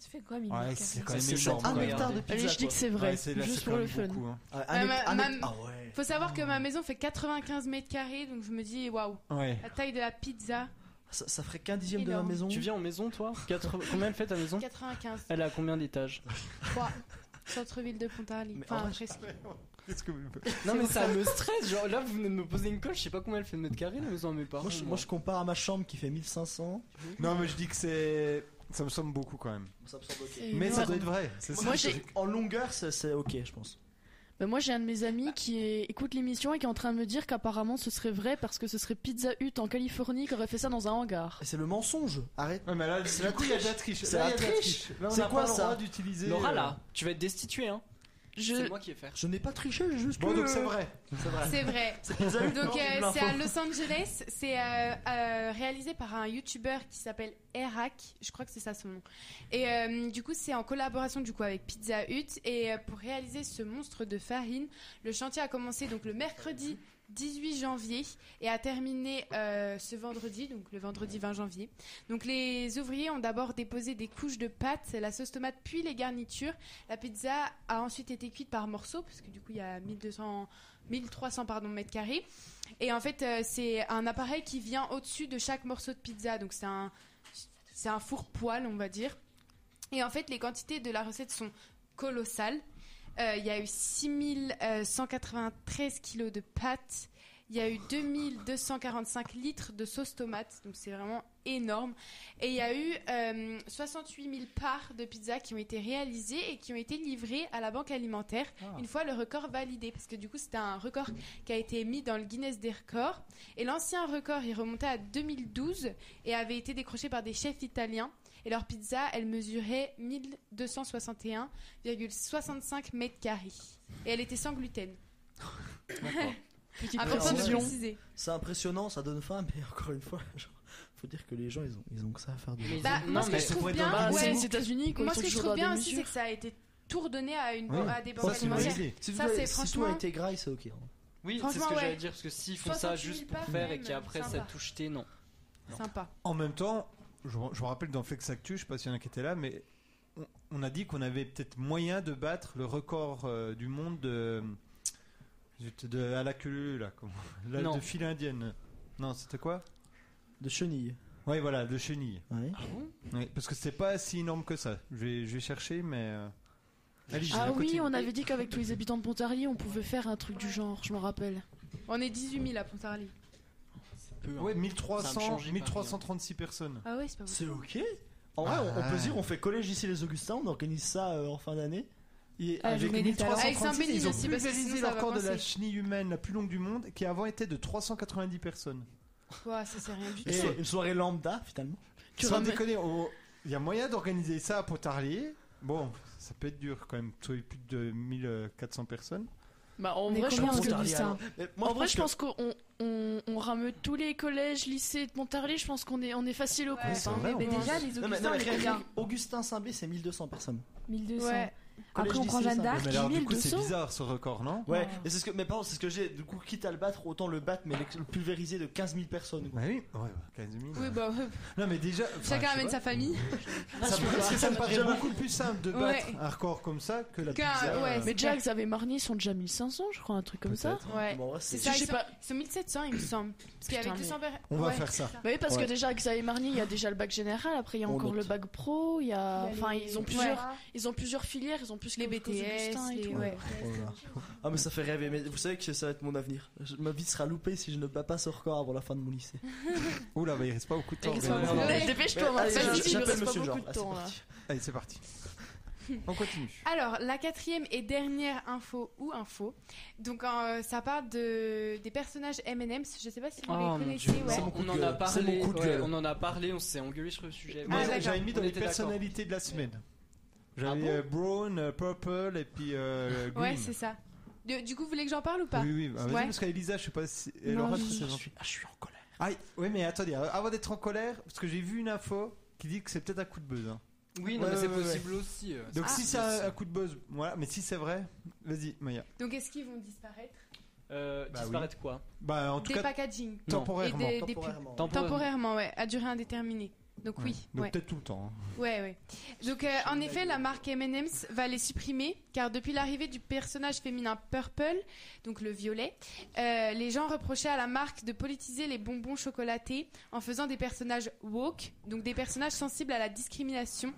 [SPEAKER 6] Tu fais quoi, Mimi
[SPEAKER 1] Ouais,
[SPEAKER 6] Carré
[SPEAKER 1] c'est quand même
[SPEAKER 4] c'est Ah,
[SPEAKER 1] énorme.
[SPEAKER 4] un
[SPEAKER 1] quoi.
[SPEAKER 4] hectare de pizza.
[SPEAKER 3] Allez, je dis que c'est vrai,
[SPEAKER 1] Ouais, c'est- là,
[SPEAKER 3] juste
[SPEAKER 1] c'est
[SPEAKER 3] pour
[SPEAKER 1] quand
[SPEAKER 3] le
[SPEAKER 1] même
[SPEAKER 3] fun.
[SPEAKER 1] beaucoup, hein.
[SPEAKER 4] quoi. Un
[SPEAKER 2] Ouais,
[SPEAKER 4] hect-
[SPEAKER 2] ma-
[SPEAKER 4] un hect-
[SPEAKER 2] ma-
[SPEAKER 4] Ah ouais.
[SPEAKER 2] Faut savoir que ma maison fait 95 mètres carrés, donc je me dis waouh,
[SPEAKER 1] Ouais.
[SPEAKER 2] la taille de la pizza,
[SPEAKER 4] Ça, ça ferait qu'un dixième de
[SPEAKER 2] Énorme.
[SPEAKER 4] ma maison.
[SPEAKER 5] Tu viens en maison, toi Quatre- Combien elle fait ta maison
[SPEAKER 2] 95,
[SPEAKER 5] Elle a combien d'étages
[SPEAKER 2] 3, centre-ville de Pontarlier.
[SPEAKER 4] Mais en
[SPEAKER 2] Enfin,
[SPEAKER 4] vrai,
[SPEAKER 2] presque.
[SPEAKER 1] [laughs] Qu'est-ce que vous-
[SPEAKER 5] [laughs] Non, mais ça me stresse. Genre là, vous venez de me poser une colle, je sais pas combien elle fait de mètres carrés la maison à mes parents.
[SPEAKER 4] Moi je, moi, je compare à ma chambre qui fait 1500.
[SPEAKER 1] Non, mais je dis que c'est. Ça me semble beaucoup quand même.
[SPEAKER 4] Ça me semble ok.
[SPEAKER 3] Et
[SPEAKER 1] Mais
[SPEAKER 3] non.
[SPEAKER 1] ça doit être vrai. c'est ça.
[SPEAKER 3] Moi, j'ai-
[SPEAKER 4] En longueur, c'est- c'est ok, je pense.
[SPEAKER 3] Bah, moi, j'ai un de mes amis qui est- écoute l'émission et qui est en train de me dire qu'apparemment ce serait vrai parce que ce serait Pizza Hut en Californie qui aurait fait ça dans un hangar.
[SPEAKER 4] Et C'est le mensonge. Arrête.
[SPEAKER 1] Ouais, mais là, du
[SPEAKER 4] la
[SPEAKER 1] coup, il y a de la triche.
[SPEAKER 4] C'est
[SPEAKER 1] Là,
[SPEAKER 4] la
[SPEAKER 1] il y a de
[SPEAKER 4] triche.
[SPEAKER 1] Là, on
[SPEAKER 4] C'est
[SPEAKER 1] n'a
[SPEAKER 4] quoi,
[SPEAKER 1] pas le droit
[SPEAKER 4] ça
[SPEAKER 1] d'utiliser.
[SPEAKER 5] Laura,
[SPEAKER 1] euh,
[SPEAKER 5] là, tu vas être destituée, hein.
[SPEAKER 3] Je...
[SPEAKER 5] C'est moi qui vais faire.
[SPEAKER 4] Je n'ai pas triché, j'ai juste.
[SPEAKER 1] Bon,
[SPEAKER 4] lu
[SPEAKER 1] donc
[SPEAKER 4] le-
[SPEAKER 1] c'est vrai.
[SPEAKER 4] Ah.
[SPEAKER 2] C'est vrai.
[SPEAKER 4] C'est Pizza Hut, non,
[SPEAKER 2] Donc euh,
[SPEAKER 4] j'ai de l'info.
[SPEAKER 2] c'est à Los Angeles, c'est euh, euh, réalisé par un youtubeur qui s'appelle Erac, je crois que c'est ça son nom. Et euh, du coup c'est en collaboration du coup avec Pizza Hut et euh, pour réaliser ce monstre de farine, le chantier a commencé donc le mercredi 18 janvier et a terminé euh, ce vendredi, donc le vendredi 20 janvier. Donc les ouvriers ont d'abord déposé des couches de pâtes, la sauce tomate puis les garnitures. La pizza a ensuite été cuite par morceaux parce que du coup il y a 1200 1300 pardon mètres carrés. Et en fait, euh, c'est un appareil qui vient au-dessus de chaque morceau de pizza. Donc c'est un, c'est un four poêle, on va dire. Et en fait, les quantités de la recette sont colossales. Euh, Il y a eu 6193 kilos de pâtes. Il y a eu 2245 litres de sauce tomate, donc c'est vraiment énorme. Et il y a eu euh, 68 000 parts de pizza qui ont été réalisées et qui ont été livrées à la banque alimentaire une fois le record validé. Parce que du coup, c'était un record qui a été mis dans le Guinness des records. Et l'ancien record, il remontait à 2012 et avait été décroché par des chefs italiens. Et leur pizza, elle mesurait 1261,65 mètres carrés. Et elle était sans gluten.
[SPEAKER 3] Petite
[SPEAKER 2] Important de
[SPEAKER 3] précision.
[SPEAKER 2] préciser.
[SPEAKER 4] C'est impressionnant, ça donne faim, mais [laughs] encore une fois, genre, faut dire que les gens ils ont, ils ont que ça à faire. De...
[SPEAKER 2] Bah,
[SPEAKER 5] Non,
[SPEAKER 2] moi, ce que
[SPEAKER 5] mais
[SPEAKER 2] je
[SPEAKER 5] ça
[SPEAKER 2] trouve
[SPEAKER 4] pourrait être
[SPEAKER 2] bien,
[SPEAKER 3] Bah,
[SPEAKER 4] dans le Ah,
[SPEAKER 3] c'est
[SPEAKER 2] ouais.
[SPEAKER 3] les États-Unis quoi.
[SPEAKER 2] moi,
[SPEAKER 3] ils
[SPEAKER 2] ce
[SPEAKER 3] sont
[SPEAKER 2] que je
[SPEAKER 3] toujours
[SPEAKER 2] trouve
[SPEAKER 3] dans
[SPEAKER 2] bien
[SPEAKER 3] des
[SPEAKER 2] aussi, c'est
[SPEAKER 3] mesures.
[SPEAKER 2] que ça a été tout redonné à, une,
[SPEAKER 1] Ouais.
[SPEAKER 2] à des banques
[SPEAKER 1] Ça, c'est une bonne
[SPEAKER 2] alimentaires.
[SPEAKER 1] idée.
[SPEAKER 4] Si,
[SPEAKER 2] Ça,
[SPEAKER 4] tout,
[SPEAKER 2] c'est
[SPEAKER 4] si tout
[SPEAKER 2] franchement-
[SPEAKER 4] a été gras, c'est ok. hein.
[SPEAKER 5] Oui, c'est ce
[SPEAKER 2] Franchement,
[SPEAKER 5] que
[SPEAKER 2] ouais.
[SPEAKER 5] j'allais dire, parce que s'ils font ça
[SPEAKER 2] 68
[SPEAKER 5] juste
[SPEAKER 2] 000
[SPEAKER 5] pour
[SPEAKER 2] par
[SPEAKER 5] faire et
[SPEAKER 2] même,
[SPEAKER 5] qu'après ça
[SPEAKER 2] sympa.
[SPEAKER 5] touche tes, non.
[SPEAKER 2] Sympa.
[SPEAKER 1] En même temps, je, je me rappelle dans Flex Actu, je sais pas s'il y en a qui étaient là, mais on, on a dit qu'on avait peut-être moyen de battre le record euh, du monde de, de, de- à la queue, là, comment- là,
[SPEAKER 5] Non.
[SPEAKER 1] de file indienne. Non, c'était quoi
[SPEAKER 4] De chenilles.
[SPEAKER 1] Oui, voilà, de chenille.
[SPEAKER 4] Ouais.
[SPEAKER 5] Ah bon
[SPEAKER 1] Ouais, parce que c'est pas si énorme que ça. Je vais, je vais chercher, mais. euh, allez, j'ai
[SPEAKER 3] Ah
[SPEAKER 1] la
[SPEAKER 3] oui,
[SPEAKER 1] cotine.
[SPEAKER 3] on avait dit qu'avec tous
[SPEAKER 4] [laughs]
[SPEAKER 3] les habitants de Pontarlier, on pouvait faire un truc du genre, je me rappelle.
[SPEAKER 2] On est 18 000 à Pontarlier.
[SPEAKER 5] Peu, hein.
[SPEAKER 1] Ouais,
[SPEAKER 5] Ça me
[SPEAKER 1] 1300,
[SPEAKER 5] changeait pas,
[SPEAKER 1] 1336 personnes.
[SPEAKER 2] Ah ouais, c'est pas
[SPEAKER 4] C'est ok. En vrai, on, on peut se dire, on fait collège ici les Augustins, on organise ça euh, en fin d'année.
[SPEAKER 1] Et
[SPEAKER 3] Ah,
[SPEAKER 1] avec
[SPEAKER 3] journée des talents.
[SPEAKER 1] 1336,
[SPEAKER 2] Avec Saint-Bénigne
[SPEAKER 1] ils ont
[SPEAKER 2] aussi, parce que
[SPEAKER 1] pulvérisé
[SPEAKER 2] sinon,
[SPEAKER 1] le
[SPEAKER 2] ça va
[SPEAKER 1] record de la
[SPEAKER 2] coincer.
[SPEAKER 1] chenille humaine la plus longue du monde, qui avant était de 390 personnes.
[SPEAKER 2] quoi, ça c'est rien du tout.
[SPEAKER 4] Une so- une soirée lambda finalement.
[SPEAKER 3] Tu
[SPEAKER 1] Sans
[SPEAKER 3] ramènes-
[SPEAKER 1] déconner, on- il y a moyen d'organiser ça à Pontarlier. Bon, ça peut être dur quand même, trouver plus de 1400 personnes.
[SPEAKER 3] Bah, en
[SPEAKER 6] Mais
[SPEAKER 3] vrai, je
[SPEAKER 6] combien
[SPEAKER 3] pense
[SPEAKER 6] on
[SPEAKER 3] que
[SPEAKER 6] se dit
[SPEAKER 4] Pontarlier,
[SPEAKER 6] ça
[SPEAKER 4] alors Mais moi,
[SPEAKER 3] en vrai, je
[SPEAKER 4] que-
[SPEAKER 3] pense qu'on on, on rameut tous les collèges, lycées de Pontarlier. Je pense qu'on est, on est facile au
[SPEAKER 2] Ouais,
[SPEAKER 3] compte.
[SPEAKER 1] c'est
[SPEAKER 3] hein.
[SPEAKER 1] vrai,
[SPEAKER 2] mais
[SPEAKER 1] on
[SPEAKER 2] déjà,
[SPEAKER 1] pense.
[SPEAKER 4] Non,
[SPEAKER 2] les
[SPEAKER 4] mais,
[SPEAKER 2] Augustins,
[SPEAKER 4] non, mais
[SPEAKER 2] on est
[SPEAKER 4] rien que-
[SPEAKER 2] bien.
[SPEAKER 4] Augustin Saint-Blé, c'est 1200 personnes.
[SPEAKER 6] 1200.
[SPEAKER 2] Ouais.
[SPEAKER 6] Après, on prend Jeanne
[SPEAKER 4] d'Arc.
[SPEAKER 6] d'Arc.
[SPEAKER 1] mais alors, du coup,
[SPEAKER 3] 1200.
[SPEAKER 1] c'est bizarre ce record, non
[SPEAKER 4] Ouais,
[SPEAKER 6] Ouais.
[SPEAKER 4] et c'est ce que, mais par contre, c'est ce que j'ai. Du coup, quitte à le battre, autant le battre, mais le pulvériser de 15 000 personnes.
[SPEAKER 1] Bah oui, ouais, ouais, 15 000.
[SPEAKER 2] Oui, bah, ouais.
[SPEAKER 1] Non, mais déjà. enfin,
[SPEAKER 2] chacun
[SPEAKER 1] je sais
[SPEAKER 2] amène
[SPEAKER 1] pas.
[SPEAKER 2] sa famille.
[SPEAKER 1] Ça
[SPEAKER 4] [laughs]
[SPEAKER 1] me- [laughs] Parce que ça me paraît
[SPEAKER 4] J'avoue.
[SPEAKER 1] beaucoup plus simple de battre un record comme ça que la
[SPEAKER 2] Qu'un-
[SPEAKER 1] pizza.
[SPEAKER 2] ouais,
[SPEAKER 1] euh,
[SPEAKER 3] Mais déjà, Xav et Marny sont déjà 1500, je crois, un truc comme ça.
[SPEAKER 1] peut-être.
[SPEAKER 2] Ouais.
[SPEAKER 4] Bon, en vrai,
[SPEAKER 2] C'est
[SPEAKER 4] c'est
[SPEAKER 2] ça,
[SPEAKER 3] Je
[SPEAKER 2] ils
[SPEAKER 3] sais
[SPEAKER 2] sont,
[SPEAKER 3] pas.
[SPEAKER 2] ils sont 1700, il me semble. Parce qu'il y avait
[SPEAKER 3] Putain,
[SPEAKER 2] 200 per-
[SPEAKER 1] On va
[SPEAKER 2] Ouais,
[SPEAKER 1] faire
[SPEAKER 2] c'est
[SPEAKER 1] ça.
[SPEAKER 3] Bah oui, parce
[SPEAKER 1] Ouais.
[SPEAKER 3] que déjà, avec Xav et Marny, il y a déjà le bac général. Après, il y a
[SPEAKER 4] On
[SPEAKER 3] encore
[SPEAKER 4] note.
[SPEAKER 3] le bac pro. Il y a,
[SPEAKER 6] Il y a
[SPEAKER 3] enfin,
[SPEAKER 6] les-
[SPEAKER 3] ils ont
[SPEAKER 6] Ouais.
[SPEAKER 3] plusieurs, ils ont plusieurs filières. Ils ont plus
[SPEAKER 2] Les
[SPEAKER 3] les BTS
[SPEAKER 2] BTS,
[SPEAKER 3] et
[SPEAKER 2] les-
[SPEAKER 3] tout.
[SPEAKER 2] ouais.
[SPEAKER 4] Oh là là. Ah mais ça fait rêver, mais vous savez que ça va être mon avenir. Je- ma vie sera loupée si je ne bats pas ce record avant la fin de mon lycée.
[SPEAKER 1] Oula, bah, il reste pas beaucoup de temps.
[SPEAKER 3] Exactement.
[SPEAKER 1] organisé.
[SPEAKER 2] Ouais.
[SPEAKER 3] Mais [laughs] Dépêche-toi, Marny.
[SPEAKER 2] Vas-y,
[SPEAKER 3] il
[SPEAKER 2] vas-y,
[SPEAKER 3] nous
[SPEAKER 4] j'appelle
[SPEAKER 3] reste pas
[SPEAKER 4] monsieur
[SPEAKER 3] beaucoup
[SPEAKER 4] Georges.
[SPEAKER 3] de
[SPEAKER 4] Ah, c'est
[SPEAKER 3] temps, là.
[SPEAKER 4] parti.
[SPEAKER 1] Allez, c'est parti. On continue.
[SPEAKER 2] Alors, la quatrième et dernière info ou info. Donc, euh, ça parle de, des personnages M&M's. Je sais pas si vous
[SPEAKER 5] Oh, mon
[SPEAKER 2] les
[SPEAKER 5] Dieu.
[SPEAKER 2] connaissez. Ouais.
[SPEAKER 4] C'est mon coup
[SPEAKER 5] On
[SPEAKER 4] de
[SPEAKER 5] en a
[SPEAKER 4] gueule. C'est
[SPEAKER 5] parlé,
[SPEAKER 4] mon coup de
[SPEAKER 5] ouais,
[SPEAKER 4] gueule.
[SPEAKER 5] on en a parlé, on s'est engueulé sur le sujet.
[SPEAKER 2] Ah,
[SPEAKER 1] Moi,
[SPEAKER 5] Ouais,
[SPEAKER 2] d'accord. Ah
[SPEAKER 1] j'avais mis dans
[SPEAKER 5] On
[SPEAKER 1] les
[SPEAKER 5] était d'accord.
[SPEAKER 1] personnalités de la semaine. J'avais euh, brown, euh, purple et puis euh, green.
[SPEAKER 2] Ouais, c'est ça. De- du coup, vous voulez que j'en parle ou pas
[SPEAKER 1] Oui, oui, ah, vas-y,
[SPEAKER 2] Ouais.
[SPEAKER 1] parce qu'Elisa, je sais pas si. Elle
[SPEAKER 2] Non,
[SPEAKER 1] aura
[SPEAKER 2] je-
[SPEAKER 1] trop ses enfants. Ah, oui, mais attendez, euh, avant d'être en colère, parce que j'ai vu une info qui dit que c'est peut-être un coup de buzz. hein.
[SPEAKER 5] Oui, non,
[SPEAKER 1] Ouais,
[SPEAKER 5] mais c'est
[SPEAKER 1] ouais, ouais,
[SPEAKER 5] possible aussi. euh,
[SPEAKER 2] Ah.
[SPEAKER 1] Donc
[SPEAKER 5] c'est
[SPEAKER 1] si c'est
[SPEAKER 5] possible
[SPEAKER 1] un, un
[SPEAKER 5] aussi.
[SPEAKER 1] coup de buzz, voilà, mais si c'est vrai, vas-y, Maya.
[SPEAKER 2] Donc, est-ce qu'ils vont disparaître
[SPEAKER 5] Euh,
[SPEAKER 1] Bah oui.
[SPEAKER 5] disparaître quoi
[SPEAKER 1] Bah, en tout
[SPEAKER 2] Des
[SPEAKER 1] cas,
[SPEAKER 2] packaging.
[SPEAKER 5] Non.
[SPEAKER 1] temporairement.
[SPEAKER 2] Et des- pubs.
[SPEAKER 4] Temporairement.
[SPEAKER 2] Temporairement, ouais, à durée indéterminée. Donc,
[SPEAKER 1] Ouais.
[SPEAKER 2] oui.
[SPEAKER 1] Donc
[SPEAKER 2] ouais.
[SPEAKER 1] peut-être tout le temps. hein.
[SPEAKER 2] Ouais, ouais. Donc, euh, en effet, la marque M&M's va les supprimer, car depuis l'arrivée du personnage féminin Purple, donc le violet, euh, les gens reprochaient à la marque de politiser les bonbons chocolatés en faisant des personnages woke, donc des personnages sensibles à la discrimination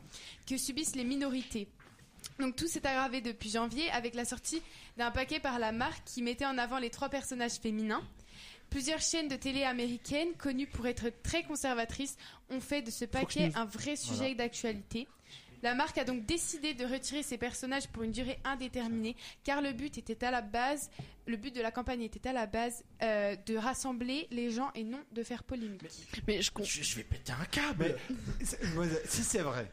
[SPEAKER 2] que subissent les minorités. Donc tout s'est aggravé depuis janvier avec la sortie d'un paquet par la marque qui mettait en avant les trois personnages féminins. Plusieurs chaînes de télé américaines, connues pour être très conservatrices, ont fait de ce paquet un vrai sujet d'actualité. La marque a donc décidé de retirer ces personnages pour une durée indéterminée, car le but était à la base, le but de la campagne était à la base euh, de rassembler les gens et non de faire polémique.
[SPEAKER 3] Mais je, con-
[SPEAKER 4] Je, je vais péter un câble.
[SPEAKER 1] Mais c'est- moi, si c'est vrai,